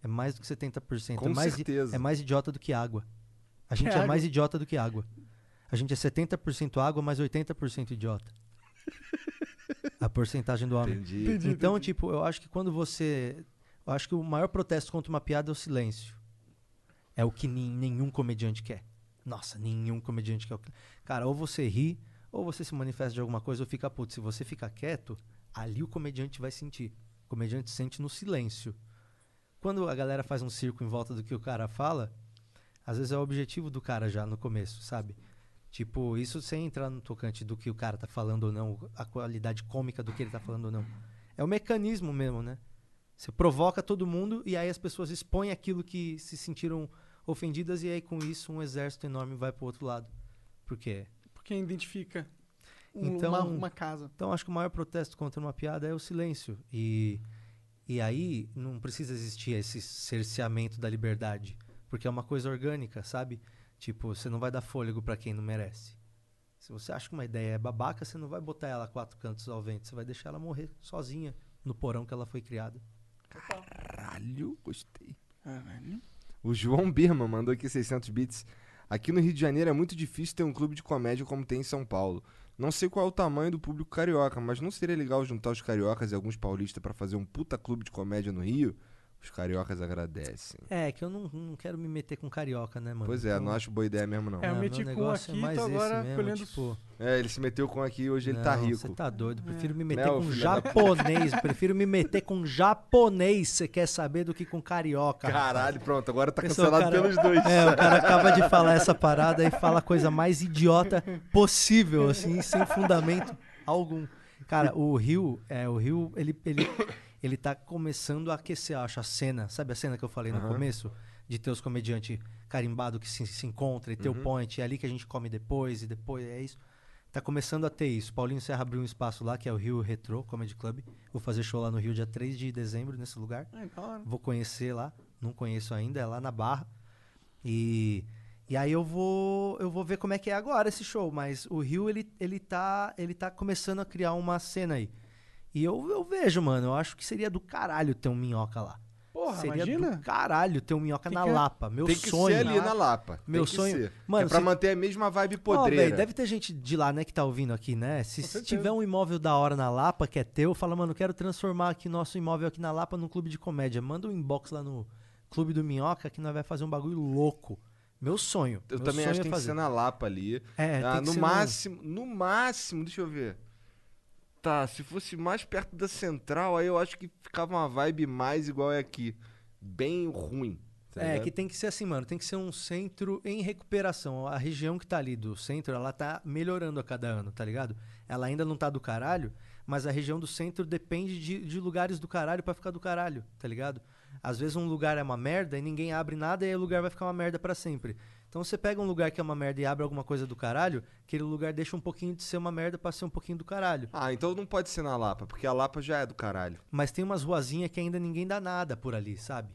F: É mais do que 70%.
E: Com
F: é mais, i-
E: certeza.
F: É mais idiota do que água. A gente é
D: Caralho.
F: mais idiota do que água. A gente é 70% água, mas 80% idiota. A porcentagem do homem.
E: Entendi.
F: Então, tipo, eu acho que quando você. Eu acho que o maior protesto contra uma piada é o silêncio. É o que nin- nenhum comediante quer. Nossa, nenhum comediante quer. o que- Cara, ou você ri, ou você se manifesta de alguma coisa, ou fica puto. Se você ficar quieto, ali o comediante vai sentir. O comediante sente no silêncio. Quando a galera faz um circo em volta do que o cara fala, às vezes é o objetivo do cara já no começo, sabe? Tipo, isso sem entrar no tocante do que o cara tá falando ou não, a qualidade cômica do que ele tá falando ou não. É o mecanismo mesmo, né? Você provoca todo mundo e aí as pessoas expõem aquilo que se sentiram ofendidas e aí com isso um exército enorme vai pro outro lado. Por quê?
D: Porque identifica um-
F: Então-
D: uma, uma casa.
F: Então acho que o maior protesto contra uma piada é o silêncio. E, e aí não precisa existir esse cerceamento da liberdade, porque é uma coisa orgânica, sabe? Tipo, você não vai dar fôlego pra quem não merece. Se você acha que uma ideia é babaca, você não vai botar ela a quatro cantos ao vento, você vai deixar ela morrer sozinha no porão que ela foi criada.
E: Caralho, gostei.
D: Caralho.
E: O João Birman mandou aqui 600 bits. Aqui no Rio de Janeiro é muito difícil ter um clube de comédia como tem em São Paulo. Não sei qual é o tamanho do público carioca, mas não seria legal juntar os cariocas e alguns paulistas pra fazer um puta clube de comédia no Rio? Os cariocas agradecem.
F: É, que eu não, não quero me meter com carioca, né, mano?
E: Pois é,
F: Então-
E: não acho boa ideia mesmo, não.
D: É, eu
F: Não,
D: meti
F: meu
D: com
F: negócio é
D: aqui,
F: mais
D: tô
F: esse
D: agora
F: mesmo,
D: colhendo
F: tipo-
E: É, ele se meteu com aqui e hoje ele tá
F: Não,
E: rico.
F: Você tá doido. Prefiro me meter
E: Né, ô
F: com
E: filha da
F: japonês. prefiro me meter com japonês. Você quer saber do que com carioca?
E: Caralho, pronto, agora tá
F: Pensou,
E: cancelado
F: cara?
E: pelos dois.
F: É, o cara acaba de falar essa parada e fala a coisa mais idiota possível, assim, sem fundamento algum. Cara, o Rio, é, o Rio, ele, ele, ele tá começando a aquecer, eu acho, a cena. Sabe a cena que eu falei no começo? De ter os comediantes carimbados que se, se encontram e ter o point, é ali que a gente come depois, e depois é isso. Tá começando a ter isso. Paulinho Serra abriu um espaço lá, que é o Rio Retro Comedy Club. Vou fazer show lá no Rio dia 3 de dezembro, nesse lugar.
D: Ai, da hora.
F: Vou conhecer lá, não conheço ainda, é lá na Barra. E, e aí eu vou eu vou ver como é que é agora esse show, mas o Rio ele, ele tá ele tá começando a criar uma cena aí. E eu, eu vejo, mano, eu acho que seria do caralho ter um minhoca lá.
D: Porra,
F: seria
D: imagina.
F: do caralho ter um minhoca
D: Tem
F: na
D: que-
F: Lapa, meu
E: Tem que
F: sonho. né?
E: ser ali na Lapa.
F: Meu
E: Tem que
F: sonho-
E: ser.
F: Mano,
E: é pra
F: se-
E: manter a mesma vibe
F: Ó,
E: podreira.
F: velho, deve ter gente de lá, né, que tá ouvindo aqui, né? Se se tiver um imóvel da hora na Lapa, que é teu, fala, mano, quero transformar aqui nosso imóvel aqui na Lapa num clube de comédia. Manda um inbox lá no Clube do Minhoca que nós vai fazer um bagulho louco. Meu sonho.
E: Eu
F: meu
E: também
F: sonho
E: acho
F: é
E: que tem que
F: fazer.
E: ser na Lapa ali.
F: É,
E: Ah,
F: tem que
E: no
F: ser
E: máximo, no máximo, deixa eu ver. Tá, se fosse mais perto da central, aí eu acho que ficava uma vibe mais igual é aqui. Bem ruim. tá
F: É,
E: ligado?
F: que tem que ser assim, mano. Tem que ser um centro em recuperação. A região que tá ali do centro, ela tá melhorando a cada ano, tá ligado? Ela ainda não tá do caralho, mas a região do centro depende de, de lugares do caralho pra ficar do caralho, tá ligado? Às vezes um lugar é uma merda e ninguém abre nada e aí o lugar vai ficar uma merda pra sempre. Então você pega um lugar que é uma merda e abre alguma coisa do caralho, aquele lugar deixa um pouquinho de ser uma merda pra ser um pouquinho do caralho.
E: Ah, então não pode ser na Lapa, porque a Lapa já é do caralho.
F: Mas tem umas ruazinhas que ainda ninguém dá nada por ali, sabe?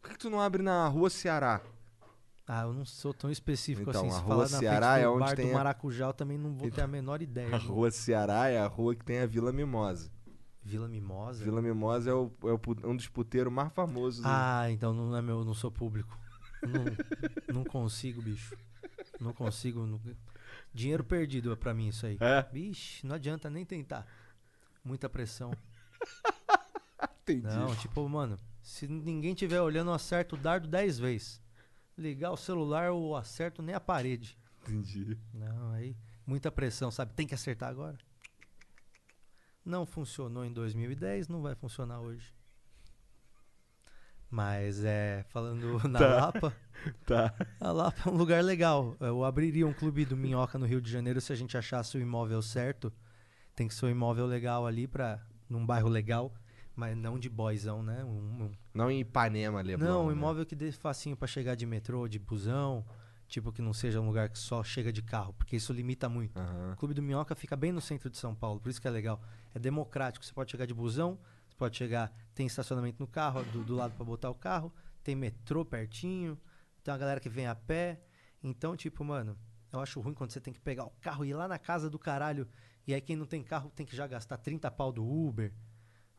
E: Por que, que tu não abre na Rua Ceará?
F: Ah, eu não sou tão específico
E: Então,
F: assim.
E: a
F: Se
E: rua
F: falar
E: Ceará
F: na frente
E: é
F: do
E: onde
F: bar
E: tem
F: do
E: a-
F: Maracujá, eu também não vou ter a menor ideia. né?
E: A
F: gente.
E: rua Ceará é a rua que tem a Vila Mimosa.
F: Vila Mimosa?
E: Vila Mimosa é, o- é o pu- um dos puteiros mais famosos. do-
F: Ah, então não é meu, não sou público. Não, não consigo, bicho. Não consigo. não- Dinheiro perdido é pra mim isso aí.
E: É?
F: Vixe, não adianta nem tentar. Muita pressão.
E: Entendi.
F: Não, tipo, mano, se ninguém tiver olhando, eu acerto o dardo 10 vezes. Ligar o celular, eu acerto nem a parede.
E: Entendi.
F: Não, aí muita pressão, sabe? Tem que acertar agora. Não funcionou em 2010, não vai funcionar hoje. Mas é, falando na
E: Tá.
F: Lapa,
E: Tá.
F: a Lapa é um lugar legal. Eu abriria um clube do Minhoca no Rio de Janeiro se a gente achasse o imóvel certo. Tem que ser um imóvel legal ali para num bairro legal, mas não de boyzão, né? Um- um
E: Não em Ipanema, Leblon.
F: não, um
E: né?
F: imóvel que dê facinho pra chegar de metrô, de busão, tipo que não seja um lugar que só chega de carro, porque isso limita muito.
E: Aham.
F: O Clube do Minhoca fica bem no centro de São Paulo, por isso que é legal. É democrático, você pode chegar de busão, você pode chegar, tem estacionamento no carro, do, do lado pra botar o carro, tem metrô pertinho, tem uma galera que vem a pé. Então, tipo, mano, eu acho ruim quando você tem que pegar o carro e ir lá na casa do caralho, e aí quem não tem carro tem que já gastar 30 pau do Uber.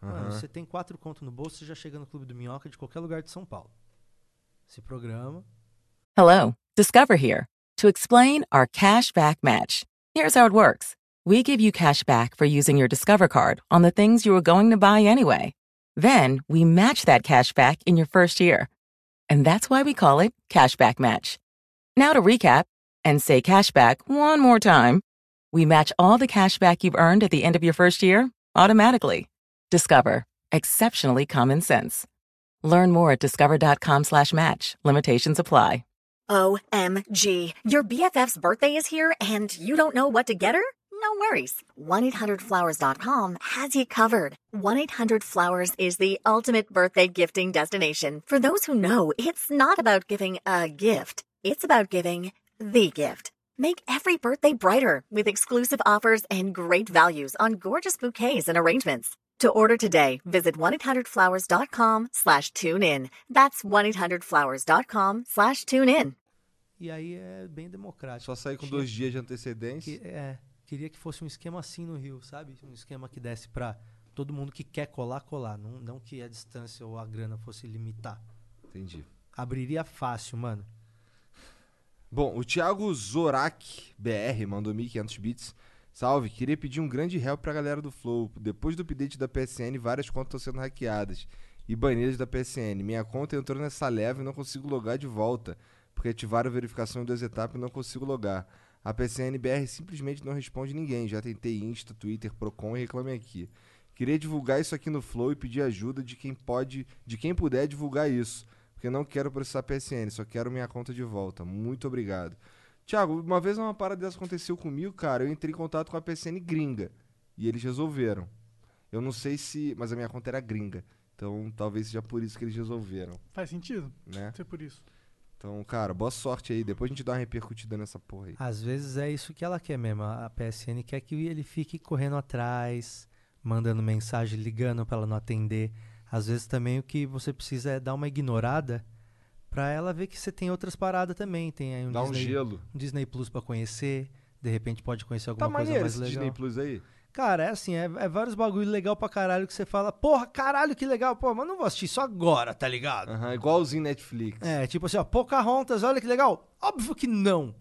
F: Mano,
E: Aham.
F: você tem quatro conto no bolso, você já chega no Clube do Minhoca de qualquer lugar de São Paulo. Se programa.
C: Hello, Discover here to explain our cash back match. Here's how it works we give you cash back for using your Discover card on the things you were going to buy anyway. Then we match that cash back in your first year. And that's why we call it cash back Match. Now to recap and say cash back one more time. We match all the cash back you've earned at the end of your first year automatically. Discover. Exceptionally common sense. Learn more at discover.com slash match. Limitations apply.
L: OMG. Your BFF's birthday is here and you don't know what to get her? No worries. 1-800-Flowers.com has you covered. 1-800-Flowers is the ultimate birthday gifting destination. For those who know, it's not about giving a gift. It's about giving the gift. Make every birthday brighter with exclusive offers and great values on gorgeous bouquets and arrangements. To order today, visit 1-800-Flowers.com slash tune in. That's 1-800-Flowers.com slash tune in.
F: E aí é bem democrático.
E: Só sair com
F: Tinha
E: dois dias de antecedência.
F: que- é, queria que fosse um esquema assim no Rio, sabe? Um esquema que desse pra todo mundo que quer colar, colar. Não, não que a distância ou a grana fosse limitar.
E: Entendi.
F: Abriria fácil, mano.
E: Bom, o Thiago Zorak BR mandou 1500 bits. Salve, queria pedir um grande help pra galera do Flow. Depois do update da PSN, várias contas estão sendo hackeadas e banidas da PSN. Minha conta entrou nessa leva e não consigo logar de volta, porque ativaram a verificação em duas etapas e não consigo logar. A PSN BR simplesmente não responde ninguém. Já tentei Insta, Twitter, Procon e reclame aqui. Queria divulgar isso aqui no Flow e pedir ajuda de quem pode, de quem puder divulgar isso. Porque não quero processar PSN, só quero minha conta de volta. Muito obrigado. Tiago, uma vez uma parada dessa aconteceu comigo, cara. Eu entrei em contato com a PSN gringa. E eles resolveram. Eu não sei se. Mas a minha conta era gringa. Então talvez seja por isso que eles resolveram,
D: Faz sentido?
E: né?
D: Ser por isso.
E: Então, cara, boa sorte aí. Depois a gente dá uma repercutida nessa porra aí.
F: Às vezes é isso que ela quer mesmo. A a PSN quer que ele fique correndo atrás, mandando mensagem, ligando pra ela não atender. Às vezes também o que você precisa é dar uma ignorada pra ela ver que você tem outras paradas também. Tem aí um,
E: dá um
F: Disney,
E: gelo.
F: um Disney Plus pra conhecer. De repente pode conhecer alguma
E: Tá
F: coisa
E: maneiro
F: mais
E: esse
F: legal.
E: Disney Plus aí?
F: Cara, é assim, é, é vários bagulho legal pra caralho que você fala, porra, caralho, que legal, pô, mas não vou assistir isso agora, tá ligado?
E: Aham, igualzinho Netflix.
F: É, tipo assim, ó, Pocahontas, olha que legal. Óbvio que não.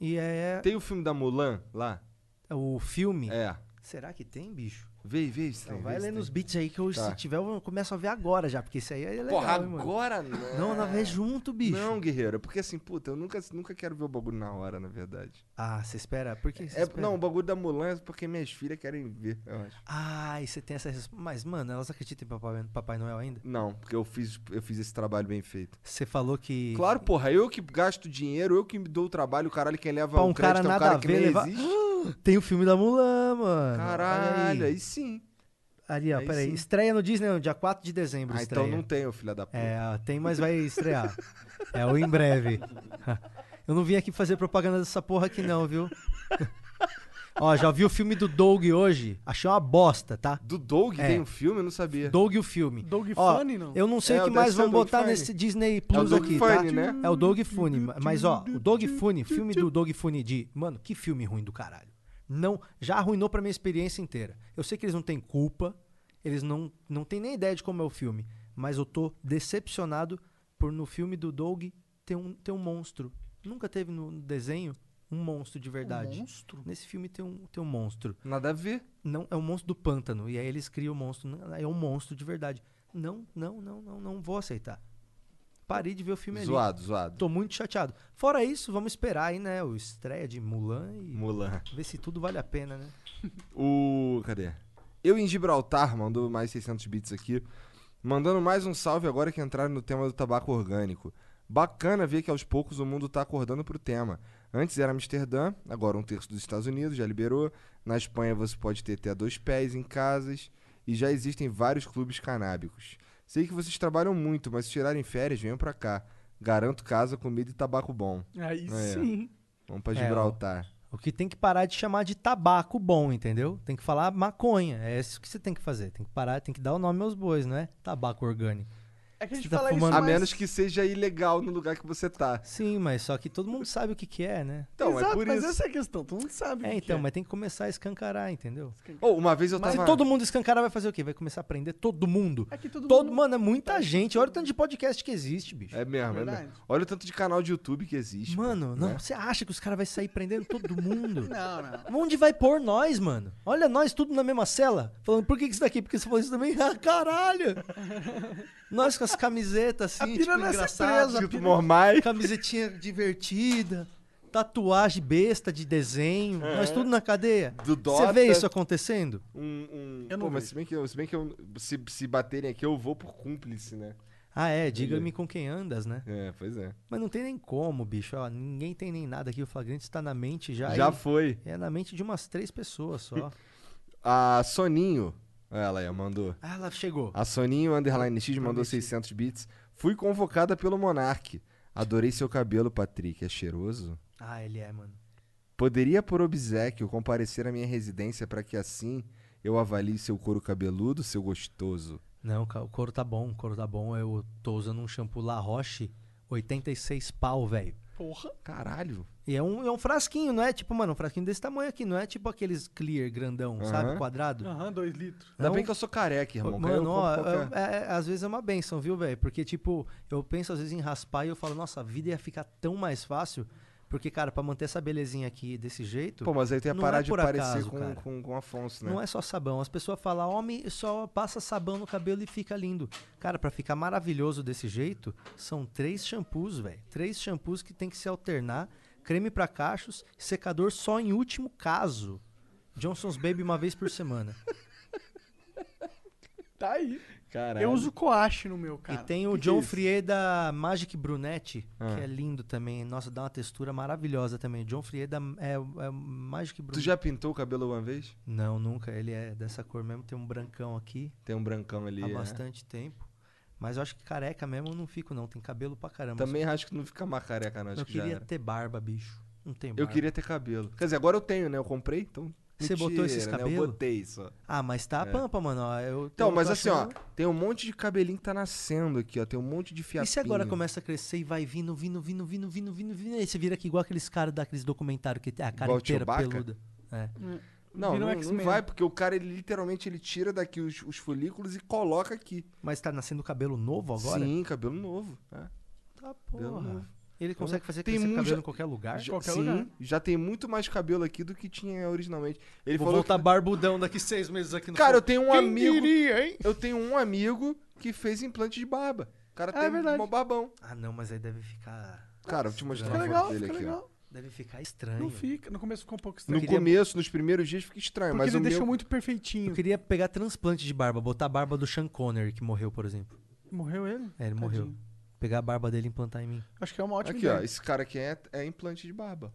F: E é,
E: Tem o filme da Mulan lá?
F: é o filme.
E: É.
F: Será que tem, bicho?
E: Vê, vê isso
F: Não,
E: aí.
F: vai
E: vê se
F: lendo os
E: tem.
F: beats aí que eu,
E: Tá.
F: se tiver, eu começo a ver agora já, porque isso aí é legal,
E: Porra,
F: hein, mano?
E: agora né?
F: Não, não vê junto, bicho.
E: Não, guerreiro, é porque assim, puta, eu nunca, nunca quero ver o bagulho na hora, na verdade.
F: Ah, você espera? Por que você
E: É,
F: espera?
E: não, o bagulho da Mulan é porque minhas filhas querem ver, eu acho.
F: Ah, e você tem essa resposta. Mas, mano, elas acreditam em Papai, Papai Noel ainda?
E: Não, porque eu fiz, eu fiz esse trabalho bem feito.
F: Você falou que...
E: Claro, porra, eu que gasto dinheiro, eu que me dou o trabalho, caralho, quem leva
F: Pra
E: o
F: um
E: crédito
F: cara
E: é um
F: nada
E: cara
F: a
E: que
F: ver
E: nem
F: levar-
E: existe.
F: Tem o filme da Mulan, mano.
E: Caralho, é
F: Olha
E: aí
F: aí.
E: sim.
F: Ali, ó,
E: aí
F: peraí.
E: sim.
F: Estreia no Disney, no dia 4 de dezembro.
E: Ah,
F: estreia.
E: então não tem, ô filha da puta.
F: É, ó, tem, mas vai estrear. é o em breve. Eu não vim aqui fazer propaganda dessa porra aqui, não, viu? Ó, já vi o filme do Doug hoje. Achei uma bosta, tá?
E: Do Doug tem um filme? Eu não sabia.
F: Doug e o filme.
D: Doug
F: Ó,
D: Funny, não?
F: Eu não sei
E: É,
F: o que
E: deve
F: mais
E: ser o
F: vão
E: Doug
F: botar
E: Funny. É
F: nesse Disney Plus
E: Doug
F: aqui,
E: Funny,
F: tá?
E: né?
F: É o Doug Funny. Mas, ó, o Doug Funny, filme do Doug Funny de... Mano, que filme ruim do caralho. Não, já arruinou pra minha experiência inteira. Eu sei que eles não têm culpa, eles não, não têm nem ideia de como é o filme, mas eu tô decepcionado por no filme do Doug ter um, ter um monstro. Nunca teve no desenho um monstro de verdade.
D: monstro?
F: Nesse filme tem um, tem um monstro.
E: Nada a ver.
F: Não, é o monstro do pântano. E aí eles criam o monstro. Não, É um monstro de verdade. Não, não, não, não, não vou aceitar. Parei de ver o filme ali.
E: Zoado, zoado.
F: Tô muito chateado. Fora isso, vamos esperar aí, né? O estreia de Mulan e
E: Mulan.
F: ver se tudo vale a pena, né?
E: O. Cadê? Eu em Gibraltar mandou mais 600 bits aqui. Mandando mais um salve agora que entraram no tema do tabaco orgânico. Bacana ver que aos poucos o mundo tá acordando pro tema. Antes era Amsterdã, agora um terço dos Estados Unidos, já liberou. Na Espanha você pode ter até dois pés em casas. E já existem vários clubes canábicos. Sei que vocês trabalham muito, mas se tirarem férias, venham pra cá. Garanto casa, comida e tabaco bom.
D: Aí
E: É.
D: sim.
E: Vamos pra
F: É, ó.
E: Gibraltar.
F: O que tem que parar de chamar de tabaco bom, entendeu? Tem que falar maconha. É isso que você tem que fazer. Tem que parar, tem que dar o nome aos bois, não é? Tabaco orgânico.
D: É que a gente
F: Você tá
D: fala isso,
F: fumando-
E: A
D: mas-
E: menos que seja ilegal no lugar que você tá.
F: Sim, mas só que todo mundo sabe o que, que é, né?
E: Então,
D: Exato,
E: é por
D: mas
E: isso.
D: essa é a questão. Todo mundo sabe. o
F: É,
D: que
F: então,
D: que
F: mas tem que começar a escancarar, entendeu?
E: Oh, uma vez eu
F: Se
E: tava.
F: todo mundo escancarar, vai fazer o quê? Vai começar a prender todo mundo.
D: É que todo mundo-
F: Mano, é muita gente. Olha o tanto de podcast que existe, bicho.
E: É mesmo, é
D: Verdade.
E: mesmo. Olha o tanto de canal de YouTube que existe.
F: mano,
E: pô,
F: não,
E: né?
F: você acha que os caras vão sair prendendo todo mundo?
D: Não, não.
F: Onde vai pôr nós, mano? Olha nós, tudo na mesma cela. Falando, por que, que isso daqui? Porque você falou isso também? Ah, caralho! nós com as camisetas assim,
D: A pira
F: tipo,
D: não é ser
F: engraçadas.
D: presa, a
E: Escrito
D: pira-
E: Mormai.
F: Camisetinha divertida, tatuagem besta de desenho.
D: É.
F: Nós tudo na cadeia.
E: Do
F: Você
E: Dota.
F: vê isso acontecendo?
E: Um, um...
D: Eu
E: Pô,
D: não
E: mas
D: vejo.
E: se bem que, eu, se, bem que eu, se, se baterem aqui, eu vou por cúmplice, né?
F: Ah, é, diga-me com quem andas, né?
E: É, pois é.
F: Mas não tem nem como, bicho. Ó, ninguém tem nem nada aqui. O flagrante está na mente já.
E: Já
F: e-
E: foi.
F: É na mente de umas três pessoas só.
E: A Soninho. Ela aí, ó, mandou.
F: ah, ela chegou.
E: A Soninho Underline X mandou 600 bits. Fui convocada pelo Monark. Adorei seu cabelo, Patrick. É cheiroso?
F: Ah, ele é, mano.
E: Poderia, por obsequio, comparecer à minha residência para que assim eu avalie seu couro cabeludo, seu gostoso.
F: Não, ca- o couro tá bom, o couro tá bom. Eu tô usando um shampoo La Roche, 86 pau, velho.
D: Porra.
E: Caralho.
F: E é um, é um frasquinho, não é? Tipo, mano, um frasquinho desse tamanho aqui. Não é tipo aqueles clear grandão, sabe?
E: Aham.
F: Quadrado.
D: Aham, dois litros.
E: Ainda
F: Não.
E: bem que eu sou careca, irmão. que aí eu
F: Mano, ó,
E: compro
F: eu-
E: qualquer-
F: é- é- às vezes é uma benção, viu, velho? Porque, tipo, eu penso às vezes em raspar e eu falo, nossa, a vida ia ficar tão mais fácil. Porque, cara, pra manter essa belezinha aqui desse jeito,
E: Pô, mas aí tu ia
F: não
E: parar
F: é
E: de
F: por
E: parecer
F: acaso,
E: com,
F: cara.
E: com, com o Afonso, né?
F: não é só sabão. As pessoas falam, homem, só passa sabão no cabelo e fica lindo. Cara, pra ficar maravilhoso desse jeito, são três shampoos, velho. Três shampoos que tem que se alternar. Creme pra cachos, secador só em último caso. Johnson's Baby uma vez por semana.
D: Tá aí.
E: Caralho.
D: Eu uso coache no meu, cara.
F: E tem o
E: que que é
F: John
E: isso?
F: Frier da Magic Brunetti,
E: Ah.
F: que é lindo também. Nossa, dá uma textura maravilhosa também. John Frier da é, é Magic
E: Tu
F: Brunetti.
E: já pintou o cabelo uma vez?
F: Não, nunca. Ele é dessa cor mesmo. Tem um brancão aqui
E: Tem um brancão ali.
F: há
E: né?
F: bastante tempo. Mas eu acho que careca mesmo eu não fico, não. Tem cabelo pra caramba.
E: Também acho que não fica mais careca, não. Acho
F: eu
E: que já
F: queria
E: era.
F: ter barba, bicho. Não tem barba.
E: Eu queria ter cabelo. Quer dizer, agora eu tenho, né? Eu comprei, então.
F: Você botou esses
E: Mentira, né?
F: cabelo?
E: Eu botei só.
F: Ah, mas tá a pampa, mano. ó, Eu,
E: É. Então,
F: eu tô
E: mas assim, ó,
F: achando-
E: tem um monte de cabelinho que tá nascendo aqui, ó. Tem um monte de fiapinho.
F: E se agora é começa a crescer e vai vindo, vindo, vindo, vindo, vindo, vindo, vindo. Aí você vira aqui igual aqueles caras daqueles documentários que tem a cara
E: Igual o
F: inteira
E: Chewbacca?
F: peluda. É.
E: Não,
D: Vira um
E: não, não
D: X-Men.
E: vai, porque o cara, ele literalmente, ele tira daqui os, os folículos e coloca aqui.
F: Mas tá nascendo cabelo novo agora?
E: Sim, cabelo novo. é.
F: Tá
E: Cabelo
F: porra.
E: novo.
F: Ele consegue fazer
E: Tem
F: crescer
E: mu-
F: cabelo
E: já-
F: em qualquer lugar?
E: Já-
D: Ah, Qualquer
E: Sim,
D: lugar.
E: já tem muito mais cabelo aqui do que tinha originalmente. Ele
F: Vou
E: falou
F: voltar
E: que-
F: barbudão daqui seis meses aqui no
E: Cara, eu
F: Flow.
E: tenho um
F: Quem
E: amigo.
F: diria, hein?
E: Eu tenho um amigo que fez implante de barba. O cara
D: Ah, é
E: tem
D: verdade.
E: um barbão.
F: Ah, não, mas aí deve ficar...
E: Cara, vou te mostrar
D: Fica
E: uma
D: legal,
E: foto dele
D: fica
E: aqui. ó.
D: legal.
F: Deve ficar estranho.
D: Não fica. No começo ficou um pouco
E: No
D: estranho.
E: começo, nos primeiros dias, fica estranho,
D: Porque
E: mas
D: ele
E: o
D: deixou
E: meu...
D: muito
F: Eu
D: perfeitinho.
F: queria pegar transplante de barba, botar a barba do Sean Connery, que morreu, por exemplo.
D: Morreu ele?
F: É, ele morreu.
D: Tadinho.
F: Pegar a barba dele e implantar em mim.
D: Acho que é uma ótima
E: Aqui,
D: ideia.
E: ó, esse cara aqui é, é implante de barba.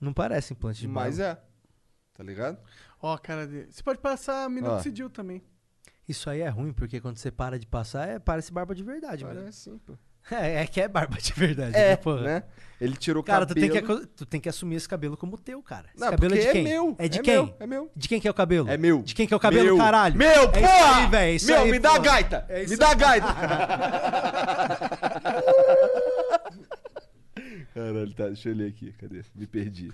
F: Não parece implante de barba.
E: Mas é. Tá ligado?
D: Ó, a cara dele. Você pode passar minoxidil também.
F: Isso aí é ruim, porque quando você para de passar, é, parece barba de verdade, mano.
E: Parece sim, assim, pô.
F: É, é que é barba de verdade,
E: É,
F: né, porra?
E: né? Ele tirou o
F: Cara, tu
E: cabelo.
F: tem, que, acu- tu tem que assumir esse cabelo como teu, cara. Esse
E: Não,
F: cabelo é
E: porque
F: de quem?
E: é meu,
F: É de
E: é
F: quem?
E: meu, é meu.
F: De quem que é o cabelo?
E: É meu.
F: De quem que é o cabelo,
E: Meu.
F: caralho?
E: Meu,
F: é isso aí,
E: porra!
F: velho. é isso
E: Meu,
F: aí,
E: me dá a
F: porra.
E: gaita!
F: É isso
E: Me dá a
F: aí.
E: gaita! Caralho, tá, deixa eu ler aqui, cadê? Me perdi.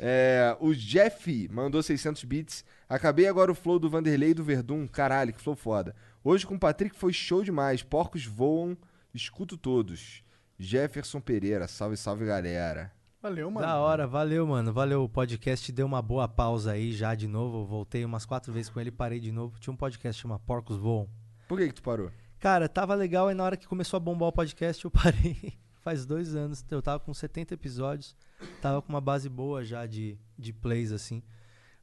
E: É, o Jeff mandou 600 bits. Acabei agora o flow do Vanderlei e do Verdun. Caralho, que flow foda. Hoje com o Patrick foi show demais. Porcos voam, escuto todos. Jefferson Pereira, salve, salve galera.
D: Valeu, mano.
F: Da hora, valeu, mano. Valeu o podcast. Deu uma boa pausa aí já de novo. Voltei umas quatro vezes com ele, parei de novo. Tinha um podcast chamado Porcos Voam.
E: Por que que tu parou?
F: Cara, tava legal e na hora que começou a bombar o podcast eu parei. Faz dois anos, eu tava com 70 episódios, tava com uma base boa já de, de plays, assim.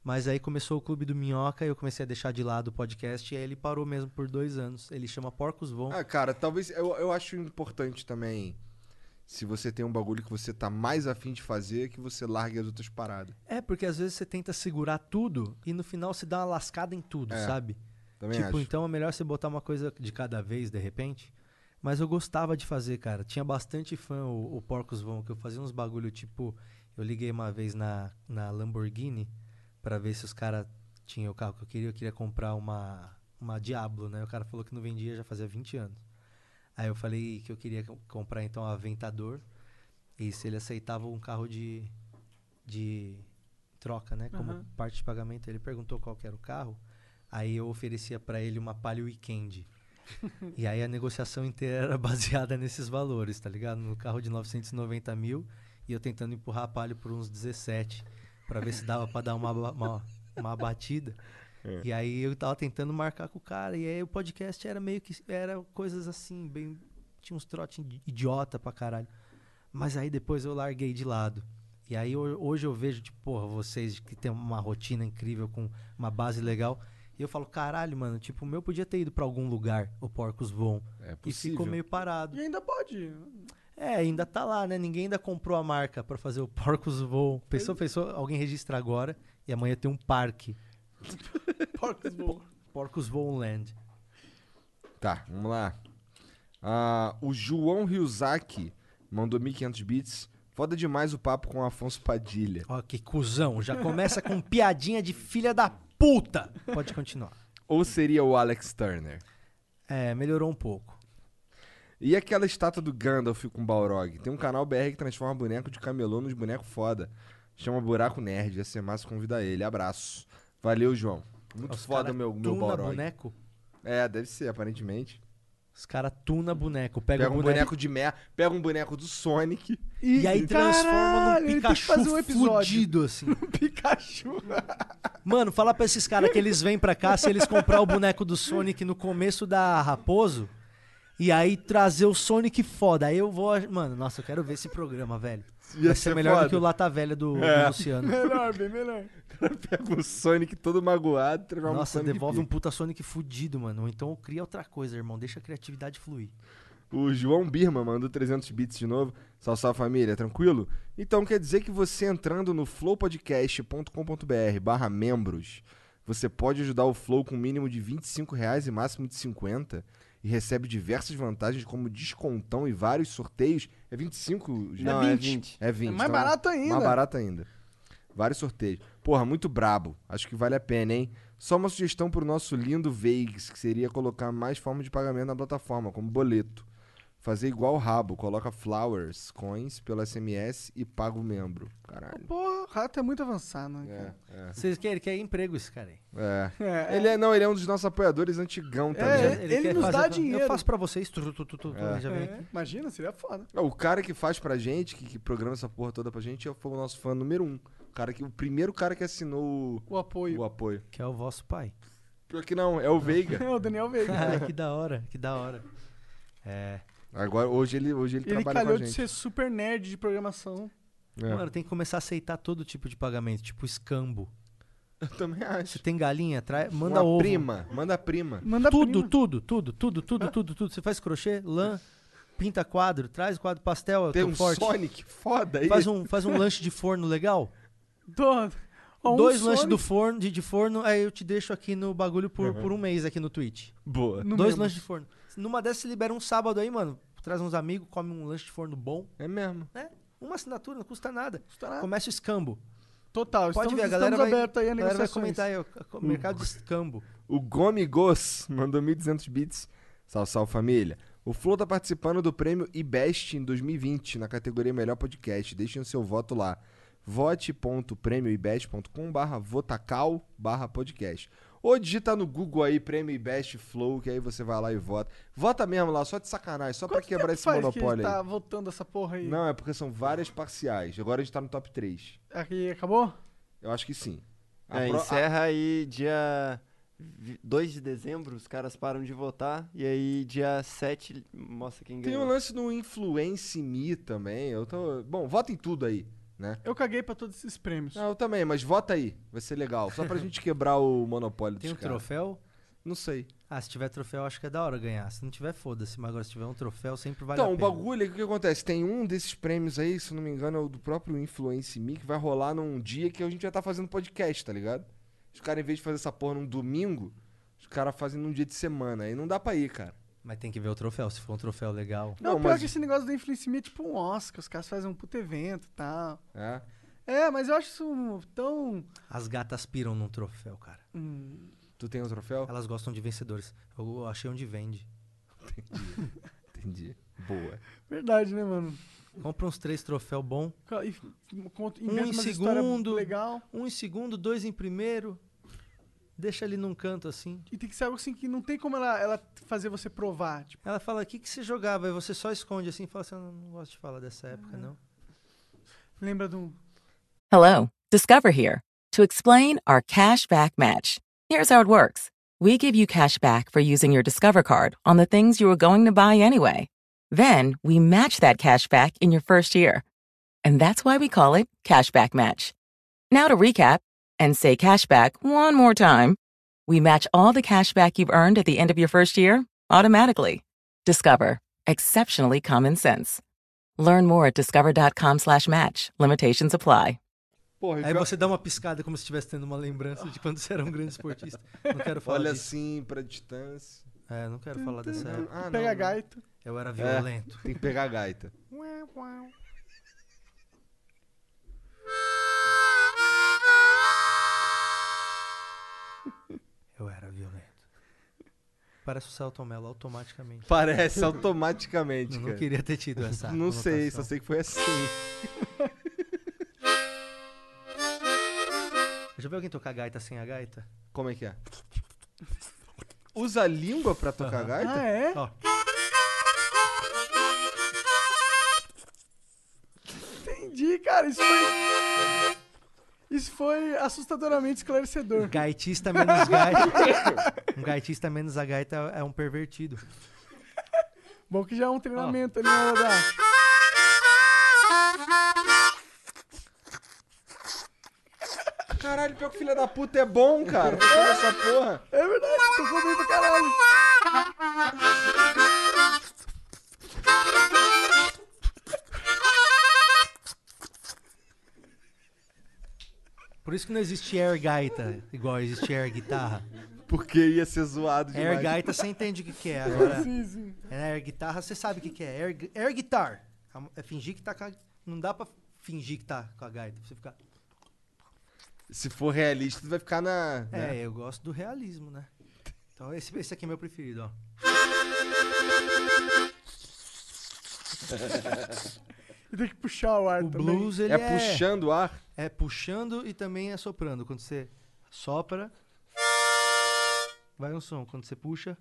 F: Mas aí começou o Clube do Minhoca e eu comecei a deixar de lado o podcast e aí ele parou mesmo por dois anos. Ele chama Porcos Voam.
E: Ah, cara, talvez. Eu, eu acho importante também. Se você tem um bagulho que você tá mais afim de fazer, que você largue as outras paradas.
F: É, porque às vezes você tenta segurar tudo e no final se dá uma lascada em tudo,
E: É,
F: sabe?
E: também
F: tipo,
E: acho.
F: então é melhor você botar uma coisa de cada vez, de repente. Mas eu gostava de fazer, cara. Tinha bastante fã o, o Porcos Vão, que eu fazia uns bagulho, tipo, eu liguei uma vez na, na Lamborghini pra ver se os caras tinham o carro que eu queria. Eu queria comprar uma, uma Diablo, né? O cara falou que não vendia já fazia 20 anos. Aí eu falei que eu queria co- comprar então a Aventador. E se ele aceitava um carro de, de troca, né? Como
D: Aham.
F: parte de pagamento. Ele perguntou qual que era o carro. Aí eu oferecia pra ele uma Palio Weekend. e aí a negociação inteira era baseada nesses valores, tá ligado? No carro de 990 mil e eu tentando empurrar a Palio por uns 17 pra ver se dava pra dar uma, ba- uma, uma batida.
E: É.
F: E aí eu tava tentando marcar com o cara. E aí o podcast era meio que. Era coisas assim, bem. Tinha uns trotes idiota pra caralho. Mas aí depois eu larguei de lado. E aí ho- hoje eu vejo, tipo, porra, vocês que tem uma rotina incrível com uma base legal. E eu falo, caralho, mano, tipo, o meu podia ter ido pra algum lugar, o Porcos Voam.
E: É
F: E ficou
E: possível.
F: meio parado.
D: E ainda pode.
F: É, ainda tá lá, né? Ninguém ainda comprou a marca pra fazer o Porcos Voam. Pensou, pensou, alguém registra agora e amanhã tem um parque.
D: Porcos voam.
F: Porcos Voam Land.
E: Tá, vamos lá. Ah, o João Ryuzaki mandou 1.500 bits. Foda demais o papo com o Afonso Padilha.
F: Ó, que cuzão. Já começa com piadinha de filha da puta. Pode continuar.
E: Ou seria o Alex Turner?
F: É, melhorou um pouco.
E: E aquela estátua do Gandalf com Balrog? Tem um canal BR que transforma boneco de camelô nos bonecos foda. Chama Buraco Nerd. Ia ser massa convidar ele. Abraço. Valeu, João. Muito
F: Os
E: foda
F: cara
E: meu, meu
F: tuna
E: Balrog.
F: boneco.
E: É, deve ser, aparentemente.
F: Os caras tuna boneco. Pega,
E: Pega,
F: o
E: um boneco,
F: boneco.
E: de mer... Pega um boneco do Sonic.
F: E aí transforma
D: Caralho,
F: num
D: ele tem que
F: Pikachu
D: fazer um episódio.
F: fudido, assim.
D: Pikachu.
F: Mano, fala pra esses caras que eles vêm pra cá, se eles comprar o boneco do Sonic no começo da Raposo, e aí trazer o Sonic foda. Aí eu vou... Mano, nossa, eu quero ver esse programa, velho.
E: Ia
F: Vai ser,
E: ser
F: melhor
E: foda.
F: do que o Lata Velha do, do
E: É.
F: Luciano.
D: melhor, bem melhor.
E: Pega o Sonic todo magoado. Transforma no
F: Nossa,
E: Sonic
F: devolve um
E: Pica.
F: puta Sonic fudido, mano. Ou então cria outra coisa, irmão. Deixa a criatividade fluir.
E: O João Birma mandou 300 bits de novo. Salve, salve família, tranquilo? Então quer dizer que você entrando no flowpodcast.com.br barra membros, você pode ajudar o Flow com um mínimo de 25 reais e máximo de 50 e recebe diversas vantagens como descontão e vários sorteios. É 25, gente?
B: Não, é 20.
E: É 20.
D: É mais
E: então
D: barato ainda.
E: Mais barato ainda. Vários sorteios. Porra, muito brabo. Acho que vale a pena, hein? Só uma sugestão pro nosso lindo Veigs, que seria colocar mais formas de pagamento na plataforma, como boleto. Fazer igual o rabo, coloca flowers, coins pelo SMS e paga o membro. Caralho.
D: Porra, o rato é muito avançado, né?
F: Vocês querem? Ele quer emprego esse cara aí.
E: É.
D: cara? É,
E: Ele é, não, ele é um dos nossos apoiadores antigão também.
D: É, ele nos dá
F: pra-
D: dinheiro.
F: Eu faço pra vocês. Tu, tu, tu, tu, tu, já vem
D: é,
F: aqui.
D: Imagina, seria foda.
E: Não, O cara que faz pra gente, que, que programa essa porra toda pra gente, foi o nosso fã número um. O, cara que, o primeiro cara que assinou
D: O
E: o,
D: apoio.
E: o apoio.
F: Que é o vosso pai.
E: Pior que não, é o Veiga.
D: É, o Daniel Veiga.
F: Ah, que da hora, que da hora. É.
E: Agora, hoje ele, hoje ele,
D: Ele
E: trabalha com
D: calhou
E: a
D: de
E: gente.
D: ser super nerd de programação.
E: É.
F: Mano, tem que começar a aceitar todo tipo de pagamento, tipo escambo.
E: Eu também acho.
F: Se tem galinha, trai, manda
E: Uma
F: ovo.
E: prima, manda prima.
D: Manda
F: Tudo,
D: prima. Ah.
F: tudo, tudo, tudo, tudo, tudo, tudo. Você faz crochê, lã,
D: Hum.
F: pinta quadro, traz quadro pastel, eu
E: Tem
F: tô
E: um
F: forte.
E: Sonic foda aí.
F: Faz um, faz um lanche de forno legal.
D: Todo. Ó, um
F: Dois lanches
D: Sonic
F: do forno, de, de forno, aí eu te deixo aqui no
E: Uhum.
F: bagulho por, por um mês aqui no Twitch.
E: Boa.
D: no
F: Dois
D: mesmo.
F: lanches de forno. Numa dessas você libera um sábado aí, mano. traz uns amigos, come um lanche de forno bom.
E: É mesmo.
F: Né? Uma assinatura, não custa nada.
D: Custa nada.
F: Começa o escambo.
D: Total,
F: Pode
D: estamos,
F: ver, a galera
D: estamos
F: vai,
D: aberto aí a
F: a galera vai
D: negociações.
F: comentar aí, ó, c- mercado
E: Uhum.
F: de escambo.
E: O Gomi Goss mandou 1.200 bits. Sal, sal, família. O Flow tá participando do prêmio IBEST em 2020, na categoria Melhor Podcast. Deixem o seu voto lá. vote.prêmioibest.com barra votacal barra podcast. Ou digita no Google aí, Prêmio IBEST Flow, que aí você vai lá e vota. Vota mesmo lá, só de sacanagem, só pra
D: Quanto
E: quebrar
D: tempo
E: esse
D: faz
E: monopólio
D: que
E: aí.
D: tá voltando essa porra aí?
E: Não, é porque são várias parciais. Agora a gente tá no top 3.
D: Aqui acabou?
E: Eu acho que sim. A
B: É,
E: pro- a-
B: encerra aí dia vi- 2 de dezembro, os caras param de votar. E aí dia 7 mostra quem
E: Tem um
B: ganhou.
E: lance no Influence Me também. Eu tô. Bom, vota em tudo aí, né?
D: Eu caguei pra todos esses prêmios.
E: Não, eu também, mas vota aí. Vai ser legal. Só pra gente quebrar o monopólio
F: Tem
E: dos
F: um
E: caras.
F: troféu?
E: Não sei.
F: Ah, se tiver troféu, acho que é da hora ganhar. Se não tiver, foda-se. Mas agora, se tiver um troféu, sempre vale
E: então,
F: a
E: o
F: pena.
E: bagulho, é que o que acontece? Tem um desses prêmios aí, se eu não me engano, é o do próprio Influence Me, que vai rolar num dia que a gente vai estar fazendo podcast, tá ligado? Os caras, em vez de fazer essa porra num domingo, os caras fazem num dia de semana. Aí não dá pra ir, cara.
F: Mas tem que ver o troféu. Se for um troféu legal.
D: Não,
E: Não,
D: pior
E: mas-
D: que esse negócio do Influence Me é tipo um Oscar, os caras fazem um puto evento e tal.
E: É.
D: É, mas eu acho isso tão.
F: As gatas piram num troféu, cara.
E: Tu tem o troféu?
F: Elas gostam de vencedores. Eu achei onde vende.
E: Entendi. Boa.
D: Verdade, né, mano?
F: Compra uns três troféus bom.
D: Ca- e- e Conto,
F: Um
D: inventa
F: em
D: umas histórias
F: segundo.
D: legal.
F: Um em segundo, dois em primeiro. Deixa ali num canto assim.
D: E tem que ser algo assim que não tem como ela, ela fazer você provar. Tipo,
F: Ela fala, o que, que você jogava? E você só esconde assim e fala assim, eu não gosto de falar dessa época, não.
D: lembra de um.
C: Hello, Discover here to explain our cash back match. Here's how it works we give you cash back for using your Discover card on the things you were going to buy anyway. Then we match that cash back in your first year. And that's why we call it cash back match. Now to recap and say cash back one more time. We match all the cash back you've earned at the end of your first year automatically. Discover. Exceptionally common sense. Learn more at discover.com slash match. Limitations apply.
E: Porra, e
D: É.
F: Aí
E: pior-
F: você dá uma piscada como se estivesse tendo uma lembrança de quando você era um grande esportista. Não quero falar
E: Olha
F: disso.
E: assim pra distância.
F: É, não quero falar dessa época.
E: Ah,
D: pega a
E: não,
D: gaita.
F: Eu
E: É.
F: era violento.
E: Tem que pegar a gaita.
F: Eu era violento. Parece o Celton Mello automaticamente.
E: Parece automaticamente,
F: Eu
E: cara.
F: não queria ter tido essa.
E: Não sei,
F: conotação.
E: só sei que foi assim.
F: Já viu alguém tocar gaita sem a gaita?
E: Como é que é? Usa a língua pra tocar gaita?
D: Ah, é?
F: Ó.
D: Entendi, cara. Isso foi. Isso foi assustadoramente esclarecedor.
F: Gaitista menos gaita. Um gaitista menos a gaita é um pervertido.
D: Bom que já é um treinamento ali na hora da.
E: Ah, Caralho, pior que filha da puta é bom, cara. Olha essa porra.
D: É verdade, tocou bem pra caralho.
F: Por isso que não existe air gaita, igual existe air guitarra.
E: Porque ia ser zoado demais.
F: Air gaita você entende o que, que é. Agora, é air guitarra você sabe o que, que é. Air, gu- air guitar. É fingir que tá com a... Não dá pra fingir que tá com a gaita. Você fica...
E: Se for realista, tu vai ficar na... né?
F: É, eu gosto do realismo, né? Então esse, esse aqui é meu preferido, ó.
D: E tem que puxar o ar
F: O
D: também.
F: blues,
E: É,
F: ele é...
E: puxando o ar.
F: É puxando e também é soprando. Quando você sopra, vai um som. Quando você puxa,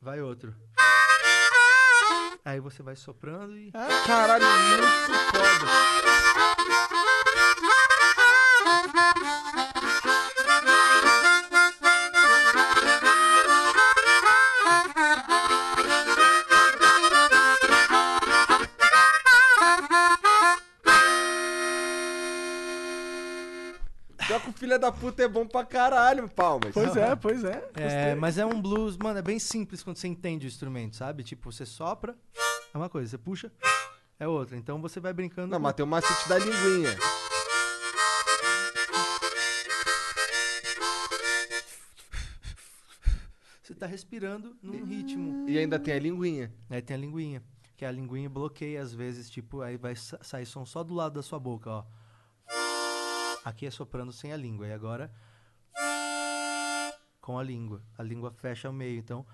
F: vai outro. Aí você vai soprando e.
E: Caralho, muito foda. Pior que o filho da puta é bom pra caralho, Palmas.
D: Pois é, pois é.
F: É, mas é um blues, mano, é bem simples quando você entende o instrumento, sabe? Tipo, você sopra, é uma coisa, você puxa, é outra. Então você vai brincando.
E: Não,
F: com-
E: mas tem o macete da linguinha.
F: Você tá respirando num ritmo.
E: E ainda tem a linguinha.
F: Aí tem a linguinha. Que a linguinha bloqueia às vezes, tipo, aí vai sa- sair som só do lado da sua boca, ó. Aqui é soprando sem a língua. E agora. Com a língua. A língua fecha ao meio, então.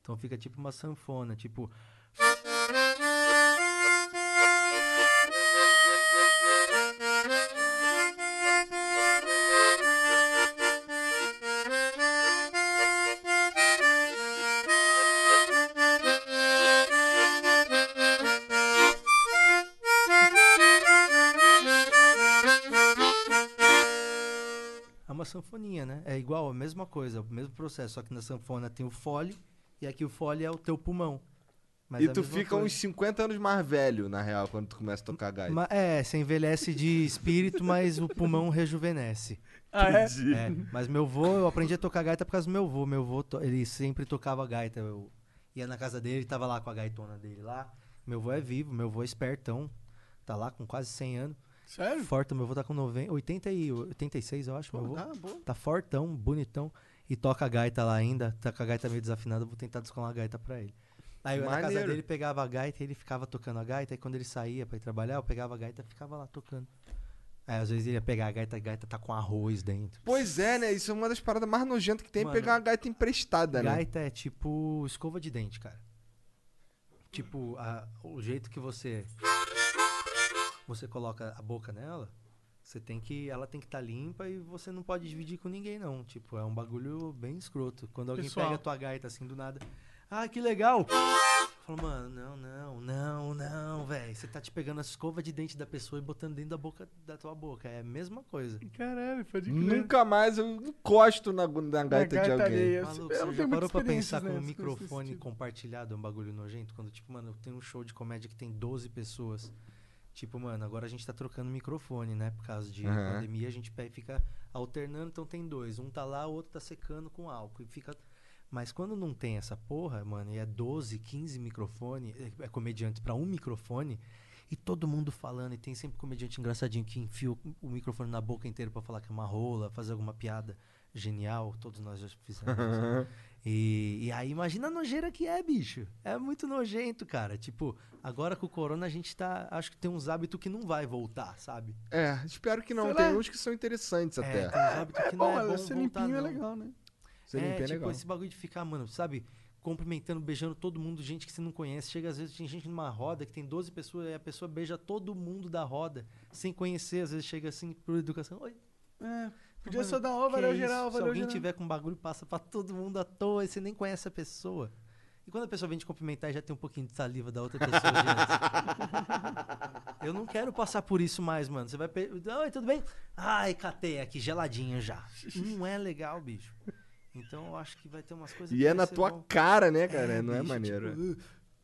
F: Então fica tipo uma sanfona, tipo. É uma sanfoninha, né? É igual, a mesma coisa, o mesmo processo, só que na sanfona tem o fole e aqui o fole é o teu pulmão. Mas
E: e
F: é a
E: tu
F: mesma
E: fica um
F: coisa.
E: uns 50 anos mais velho, na real, quando tu começa a tocar gaita.
F: Ma- é, você envelhece de espírito, mas o pulmão rejuvenesce.
D: Ah, é?
F: É, mas meu vô, eu aprendi a tocar gaita por causa do meu vô. Meu vô, to- ele sempre tocava gaita. Eu ia na casa dele, tava lá com a gaitona dele lá. Meu vô é vivo, meu vô é espertão. Tá lá com quase 100 anos.
D: Sério?
F: Forte, meu vô tá com 90, 80 e 86, eu acho, meu vô.
D: Tá bom.
F: Tá fortão, bonitão. E toca a gaita lá ainda. Tá com a gaita meio desafinada, eu vou tentar descolar a gaita pra ele. Aí eu ia na casa
E: Maneiro.
F: dele, pegava a gaita e ele ficava tocando a gaita. Aí quando ele saía pra ir trabalhar, eu pegava a gaita e ficava lá tocando. Aí às vezes ele ia pegar a gaita, a gaita tá com arroz dentro.
E: Pois é, né? Isso é uma das paradas mais nojentas que tem, é
F: Mano,
E: pegar uma gaita emprestada, né?
F: Gaita é tipo escova de dente, cara. Tipo, a- o jeito que você você coloca a boca nela, você tem que ela tem que estar limpa e você não pode dividir com ninguém não. Tipo, é um bagulho bem escroto. Quando alguém
D: Pessoal.
F: pega a tua gaita assim do nada, ah, que legal. Fala, mano, não, não, não, não, velho. Você tá te pegando a escova de dente da pessoa e botando dentro da boca da tua boca. É a mesma coisa.
D: Caralho, pode crer.
E: Nunca mais eu encosto na, na
F: tá
D: Na
E: gaita de alguém.
D: alheia.
F: Maluco,
D: eu
F: você
D: não
F: já
D: tenho
F: parou
D: muitas
F: pra
D: um experiências,
F: pensar com
D: né,
F: o
D: essas coisas desse
F: microfone
D: tipo.
F: compartilhado é um bagulho nojento? Quando, tipo, mano, eu tenho um show de comédia que tem 12 pessoas. Tipo, mano, agora a gente tá trocando microfone, né? Por causa de
E: Aham.
F: pandemia, a gente pe- fica alternando, então tem dois. Um tá lá, o outro tá secando com álcool. E fica... Mas quando não tem essa porra, mano, e é 12, 15 microfone, é- é comediante pra um microfone, e todo mundo falando, e tem sempre comediante engraçadinho que enfia o, o microfone na boca inteira pra falar que é uma rola, fazer alguma piada genial, todos nós já fizemos. isso. e, e aí imagina a nojeira que é, bicho. É muito nojento, cara. Tipo, agora com o corona a gente tá, acho que tem uns hábitos que não vai voltar, sabe?
E: É, espero que não.
D: Sei
E: tem
D: lá.
E: uns que são interessantes
D: Tá
F: É,
E: até.
F: tem uns hábitos que não é
D: Olha,
F: bom
D: ser
F: voltar,
D: limpinho é
F: não.
D: legal, né?
E: Você
F: é,
E: limpa é
F: tipo,
E: legal.
F: esse bagulho de ficar, mano, sabe? Cumprimentando, beijando todo mundo, gente que você não conhece. Chega às vezes, tem gente numa roda que tem 12 pessoas e a pessoa beija todo mundo da roda, sem conhecer. Às vezes chega assim, por educação, oi.
D: É. Podia
F: mano,
D: só dar ó,
F: que
D: valeu
F: é isso?
D: geral,
F: Se
D: valeu
F: alguém
D: geral.
F: tiver com bagulho, passa pra todo mundo à toa e você nem conhece a pessoa. E quando a pessoa vem te cumprimentar e já tem um pouquinho de saliva da outra pessoa, gente. Eu não quero passar por isso mais, mano. Você vai. Pe... Oi, tudo bem? Ai, catei aqui, geladinha já. Não é legal, bicho. Então eu acho que vai ter umas coisas.
E: E
F: que
E: é
F: vai
E: na
F: ser
E: tua
F: bom.
E: cara, né, cara? não é
F: bicho,
E: maneiro. é.
F: tipo, "Uh,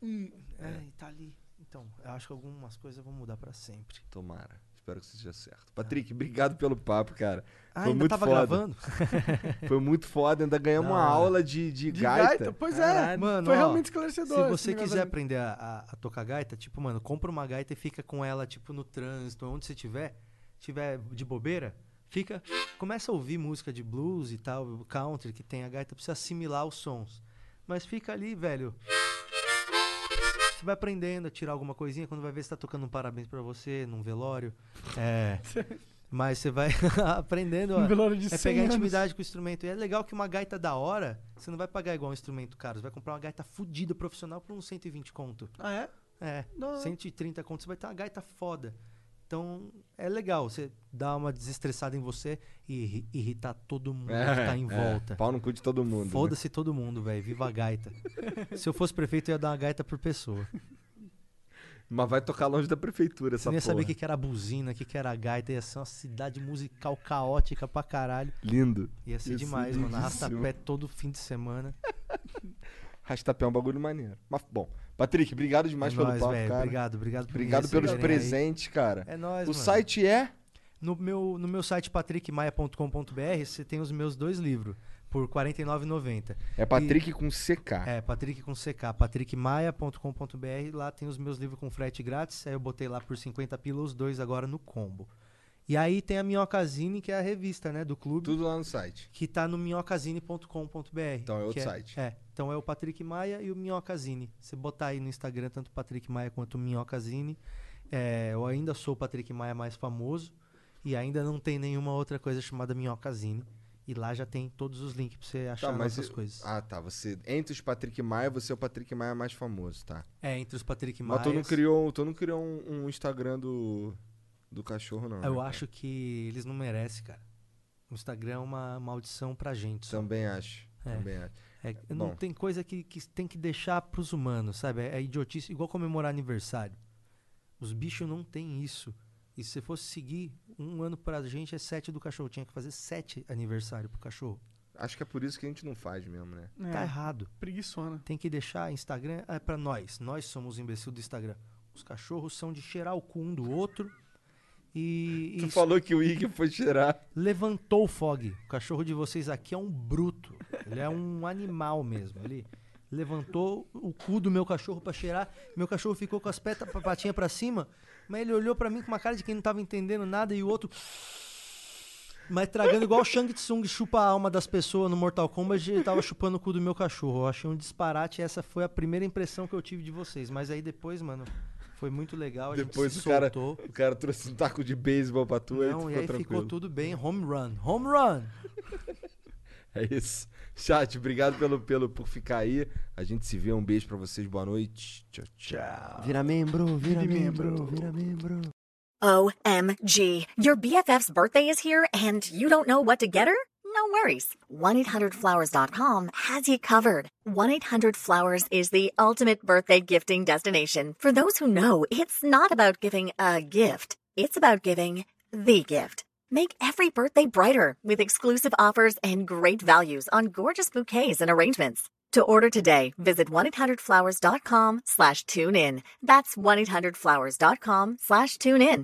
F: hum, ai, tá ali. Então, eu acho que algumas coisas vão mudar pra sempre.
E: Tomara. Espero que seja
F: É.
E: certo. Patrick, obrigado pelo papo, cara.
F: Ah,
E: Foi
F: ainda
E: muito
F: tava
E: foda.
F: gravando?
E: Foi muito foda. Ainda ganhamos
F: Da
E: uma
F: hora.
E: aula de, de,
D: De
E: gaita.
D: gaita? Pois é,
F: Caralho. Mano,
D: foi
F: ó,
D: realmente esclarecedor.
F: Se
D: esse
F: você
D: negócio
F: quiser
D: da-
F: aprender a, a- a tocar gaita, tipo, mano, compra uma gaita e fica com ela, tipo, no trânsito, onde você tiver, tiver de bobeira, fica, começa a ouvir música de blues e tal, country que tem a gaita pra você assimilar os sons. Mas fica ali, velho. Você vai aprendendo a tirar alguma coisinha, quando vai ver você tá tocando um parabéns pra você, num velório. É. Mas você vai aprendendo
D: Um
F: a,
D: velório de
F: é
D: 100
F: pegar
D: anos.
F: intimidade com o instrumento. E é legal que uma gaita da hora, você não vai pagar igual um instrumento caro. Você vai comprar uma gaita fudida profissional por uns 120 conto.
D: Ah, é?
F: É,
D: Da hora.
F: 130 conto. Você vai ter uma gaita foda. Então, é legal você dar uma desestressada em você e irri- irritar todo mundo que tá em
E: é.
F: volta.
E: Pau no cu de todo mundo. né?
F: Foda-se todo mundo, velho. Viva a gaita. Se eu fosse prefeito, eu ia dar uma gaita por pessoa.
E: Mas vai tocar longe da prefeitura
F: Você
E: essa
F: não ia
E: porra.
F: saber o que, que era a buzina, o que, que era a gaita. Ia ser uma cidade musical caótica pra caralho.
E: Lindo.
F: Ia ser
E: Ia ser
F: demais, mano.
E: lindíssimo.
F: Arrastapé todo fim de semana.
E: Rastapé é um bagulho maneiro. Mas, bom. Patrick, obrigado demais
F: é
E: pelo
F: nóis,
E: papo,
F: velho.
E: cara.
F: Obrigado, obrigado por me
E: Obrigado pelos
F: receberem aí.
E: presentes, cara.
F: É nóis,
E: o
F: mano.
E: site é...
F: No meu, no meu site patrickmaia.com.br você tem os meus dois livros por R$ 49,90.
E: É Patrick com CK.
F: É, Patrick com CK, patrickmaia.com.br. Lá tem os meus livros com frete grátis. Aí eu botei lá por 50 pila os dois agora no combo. E aí tem a Minhocazine, que é a revista, né, do clube.
E: Tudo lá no site.
F: Que tá no minhocazine.com.br.
E: Então é outro
F: que
E: site.
F: É. Então é o Patrick Maia e o Minhocazine. Você botar aí no Instagram tanto o Patrick Maia quanto o Minhocazine. É, eu ainda sou o Patrick Maia mais famoso e ainda não tem nenhuma outra coisa chamada Minhocazine. E lá já tem todos os links pra você achar
E: Tá, mas
F: essas
E: eu-
F: coisas.
E: Ah, tá. Você entre os Patrick Maia, você é o Patrick Maia mais famoso, tá?
F: É, entre os Patrick Maia.
E: Mas tu não criou, tu não criou um, um Instagram do do cachorro não. né,
F: Eu
E: cara?
F: acho que eles não merecem, cara. O Instagram é uma maldição pra gente. só.
E: Também acho.
F: É.
E: Também acho.
F: É, não
E: Bom.
F: tem coisa que, que tem que deixar pros humanos, sabe? É, é idiotice, igual comemorar aniversário. Os bichos não têm isso. E se fosse seguir, um ano pra gente é sete do cachorro. Tinha que fazer sete aniversário pro cachorro.
E: Acho que é por isso que a gente não faz mesmo, né?
D: É,
F: Tá errado.
D: Preguiçona.
F: Tem que deixar Instagram é pra nós. Nós somos os imbecil do Instagram. Os cachorros são de cheirar o cu um do outro. E, e
E: Tu falou que o Ig foi cheirar.
F: levantou o Fog. O cachorro de vocês aqui é um bruto. Ele é um animal mesmo. Ele levantou o cu do meu cachorro pra cheirar. Meu cachorro ficou com as petas, a patinha pra cima, mas ele olhou pra mim com uma cara de quem não tava entendendo nada e o outro mas tragando igual o Shang Tsung chupa a alma das pessoas no Mortal Kombat, ele tava chupando o cu do meu cachorro. Eu achei um disparate, essa foi a primeira impressão que eu tive de vocês. Mas aí depois, mano, foi muito legal, a
E: Depois
F: gente
E: o
F: se
E: cara,
F: soltou.
E: o cara trouxe um taco de beisebol pra tu e tu
F: Não,
E: ficou
F: e aí
E: tranquilo.
F: ficou tudo bem. Home run, home run.
E: É isso. Chat, obrigado pelo, pelo por ficar aí. A gente se vê. Um beijo pra vocês. Boa noite. Tchau, tchau.
B: Vira membro, vira
D: Vire
B: membro, vira membro.
L: OMG. Your BFF's birthday is here and you don't know what to get her? No worries. 1-800-Flowers.com has you covered. 1-800-Flowers is the ultimate birthday gifting destination. For those who know, it's not about giving a gift. It's about giving the gift. Make every birthday brighter with exclusive offers and great values on gorgeous bouquets and arrangements. To order today, visit 1-800-Flowers.com slash tune in. That's 1-800-Flowers.com slash tune in.